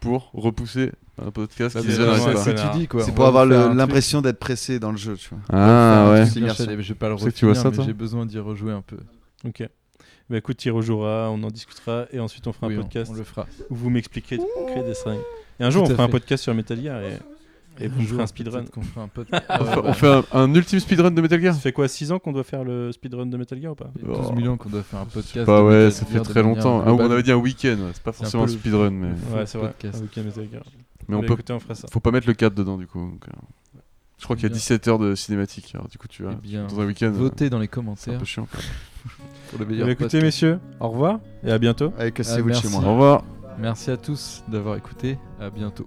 [SPEAKER 5] pour repousser un podcast
[SPEAKER 1] Ah,
[SPEAKER 5] qui
[SPEAKER 1] mais
[SPEAKER 5] déjà
[SPEAKER 1] vraiment,
[SPEAKER 5] n'arrive
[SPEAKER 1] c'est
[SPEAKER 5] pas.
[SPEAKER 1] ça.
[SPEAKER 3] que tu dis quoi.
[SPEAKER 2] C'est
[SPEAKER 3] On
[SPEAKER 2] pour
[SPEAKER 3] va
[SPEAKER 2] avoir
[SPEAKER 3] vous faire
[SPEAKER 2] le-
[SPEAKER 3] un truc-
[SPEAKER 2] l'impression d'être pressé dans le jeu, tu vois.
[SPEAKER 5] Ah ouais.
[SPEAKER 3] un truc bien chalet, mais Je vais pas le
[SPEAKER 5] Tu sais
[SPEAKER 3] refaire.
[SPEAKER 5] que tu vois ça, toi
[SPEAKER 3] J'ai besoin d'y rejouer un peu.
[SPEAKER 1] Ok. Bah écoute, tu y rejoueras, on en discutera et ensuite on fera
[SPEAKER 3] Oui,
[SPEAKER 1] un
[SPEAKER 3] on-
[SPEAKER 1] podcast
[SPEAKER 3] On, le fera.
[SPEAKER 1] où vous m'expliquerez créer Death Stranding. Et un jour,
[SPEAKER 3] Tout
[SPEAKER 1] on
[SPEAKER 3] à
[SPEAKER 1] fera un
[SPEAKER 3] fait.
[SPEAKER 1] podcast sur Metal Gear et, et vous ferez un speedrun.
[SPEAKER 3] Peut-être qu'on fera un podcast. Ah
[SPEAKER 5] On
[SPEAKER 3] ouais,
[SPEAKER 5] fait-
[SPEAKER 3] ouais.
[SPEAKER 5] On fait un, un ultime speedrun de Metal Gear
[SPEAKER 1] Ça fait quoi, 6 ans qu'on doit faire le speedrun de Metal Gear ou pas
[SPEAKER 3] Il y a 12
[SPEAKER 5] Oh.
[SPEAKER 3] millions qu'on doit faire un podcast.
[SPEAKER 5] Bah
[SPEAKER 3] de
[SPEAKER 5] ouais,
[SPEAKER 3] Metal
[SPEAKER 5] ça fait
[SPEAKER 3] Gear
[SPEAKER 5] très
[SPEAKER 3] de manière
[SPEAKER 5] longtemps. Ah,
[SPEAKER 3] globale.
[SPEAKER 5] on avait dit un week-end, ouais, c'est pas
[SPEAKER 3] C'est un
[SPEAKER 5] forcément un,
[SPEAKER 3] peu le-
[SPEAKER 5] speedrun, mais,
[SPEAKER 1] Ouais, c'est vrai.
[SPEAKER 3] podcast.
[SPEAKER 1] Ah, ok, Metal Gear.
[SPEAKER 5] mais on
[SPEAKER 1] Bah,
[SPEAKER 5] peut,
[SPEAKER 1] écoutez, on fera ça.
[SPEAKER 5] faut pas mettre le 4 dedans du coup. donc, euh, je crois qu'il y a
[SPEAKER 3] Bien.
[SPEAKER 5] 17 heures de cinématique, alors du coup tu
[SPEAKER 3] Eh
[SPEAKER 5] vas
[SPEAKER 3] bien,
[SPEAKER 5] dans un week-end. euh,
[SPEAKER 3] votez dans les
[SPEAKER 5] C'est un
[SPEAKER 3] commentaires
[SPEAKER 5] peu chiant.
[SPEAKER 3] pour le
[SPEAKER 1] Bah,
[SPEAKER 3] meilleur
[SPEAKER 1] écoutez,
[SPEAKER 3] podcast.
[SPEAKER 1] messieurs, au revoir et à bientôt.
[SPEAKER 2] Allez, cassez-vous de
[SPEAKER 3] Ah, merci.
[SPEAKER 2] chez
[SPEAKER 5] Au
[SPEAKER 2] moi.
[SPEAKER 5] revoir.
[SPEAKER 3] Merci à tous d'avoir écouté. À bientôt.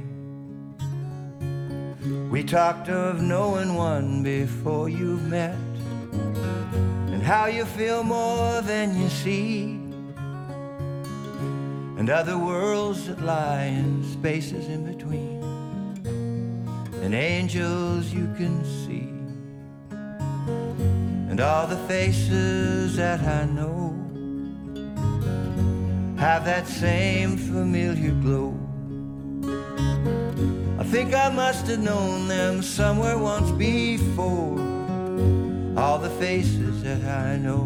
[SPEAKER 9] We talked of knowing one before you've met, and how you feel more than you see and other worlds that lie in spaces in between, and angels you can see, and And all the faces that I know have that same familiar glow. I think I must have known them somewhere once before. All the faces that I know.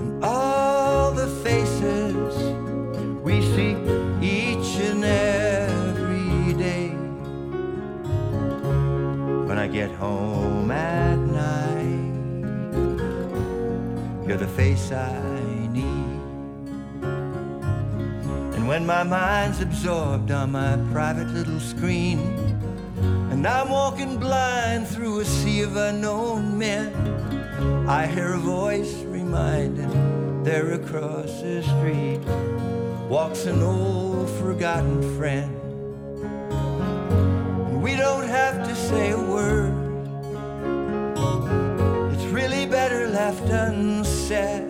[SPEAKER 9] And all the faces we see each and every day. When I get home at night, you're the face I need. And when my mind's absorbed on my private little screen, and I'm walking blind through a sea of unknown men, I hear a voice reminding there across the street walks an old forgotten friend. We don't have to say a word. It's really better left unsaid.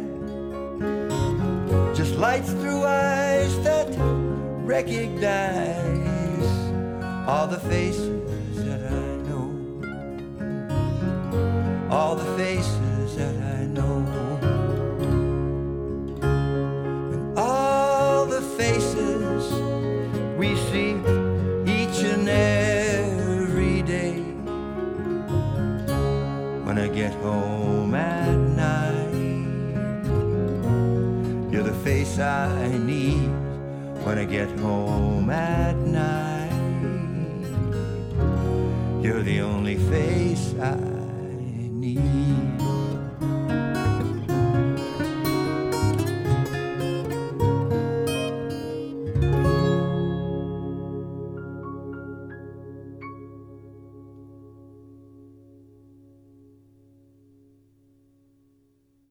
[SPEAKER 9] Just lights through eyes that recognize all the faces that I know. All the faces that I know. And all the faces we see each and every day. When I get home at night, you're the face I need. When I get home at night, you're the only face I need.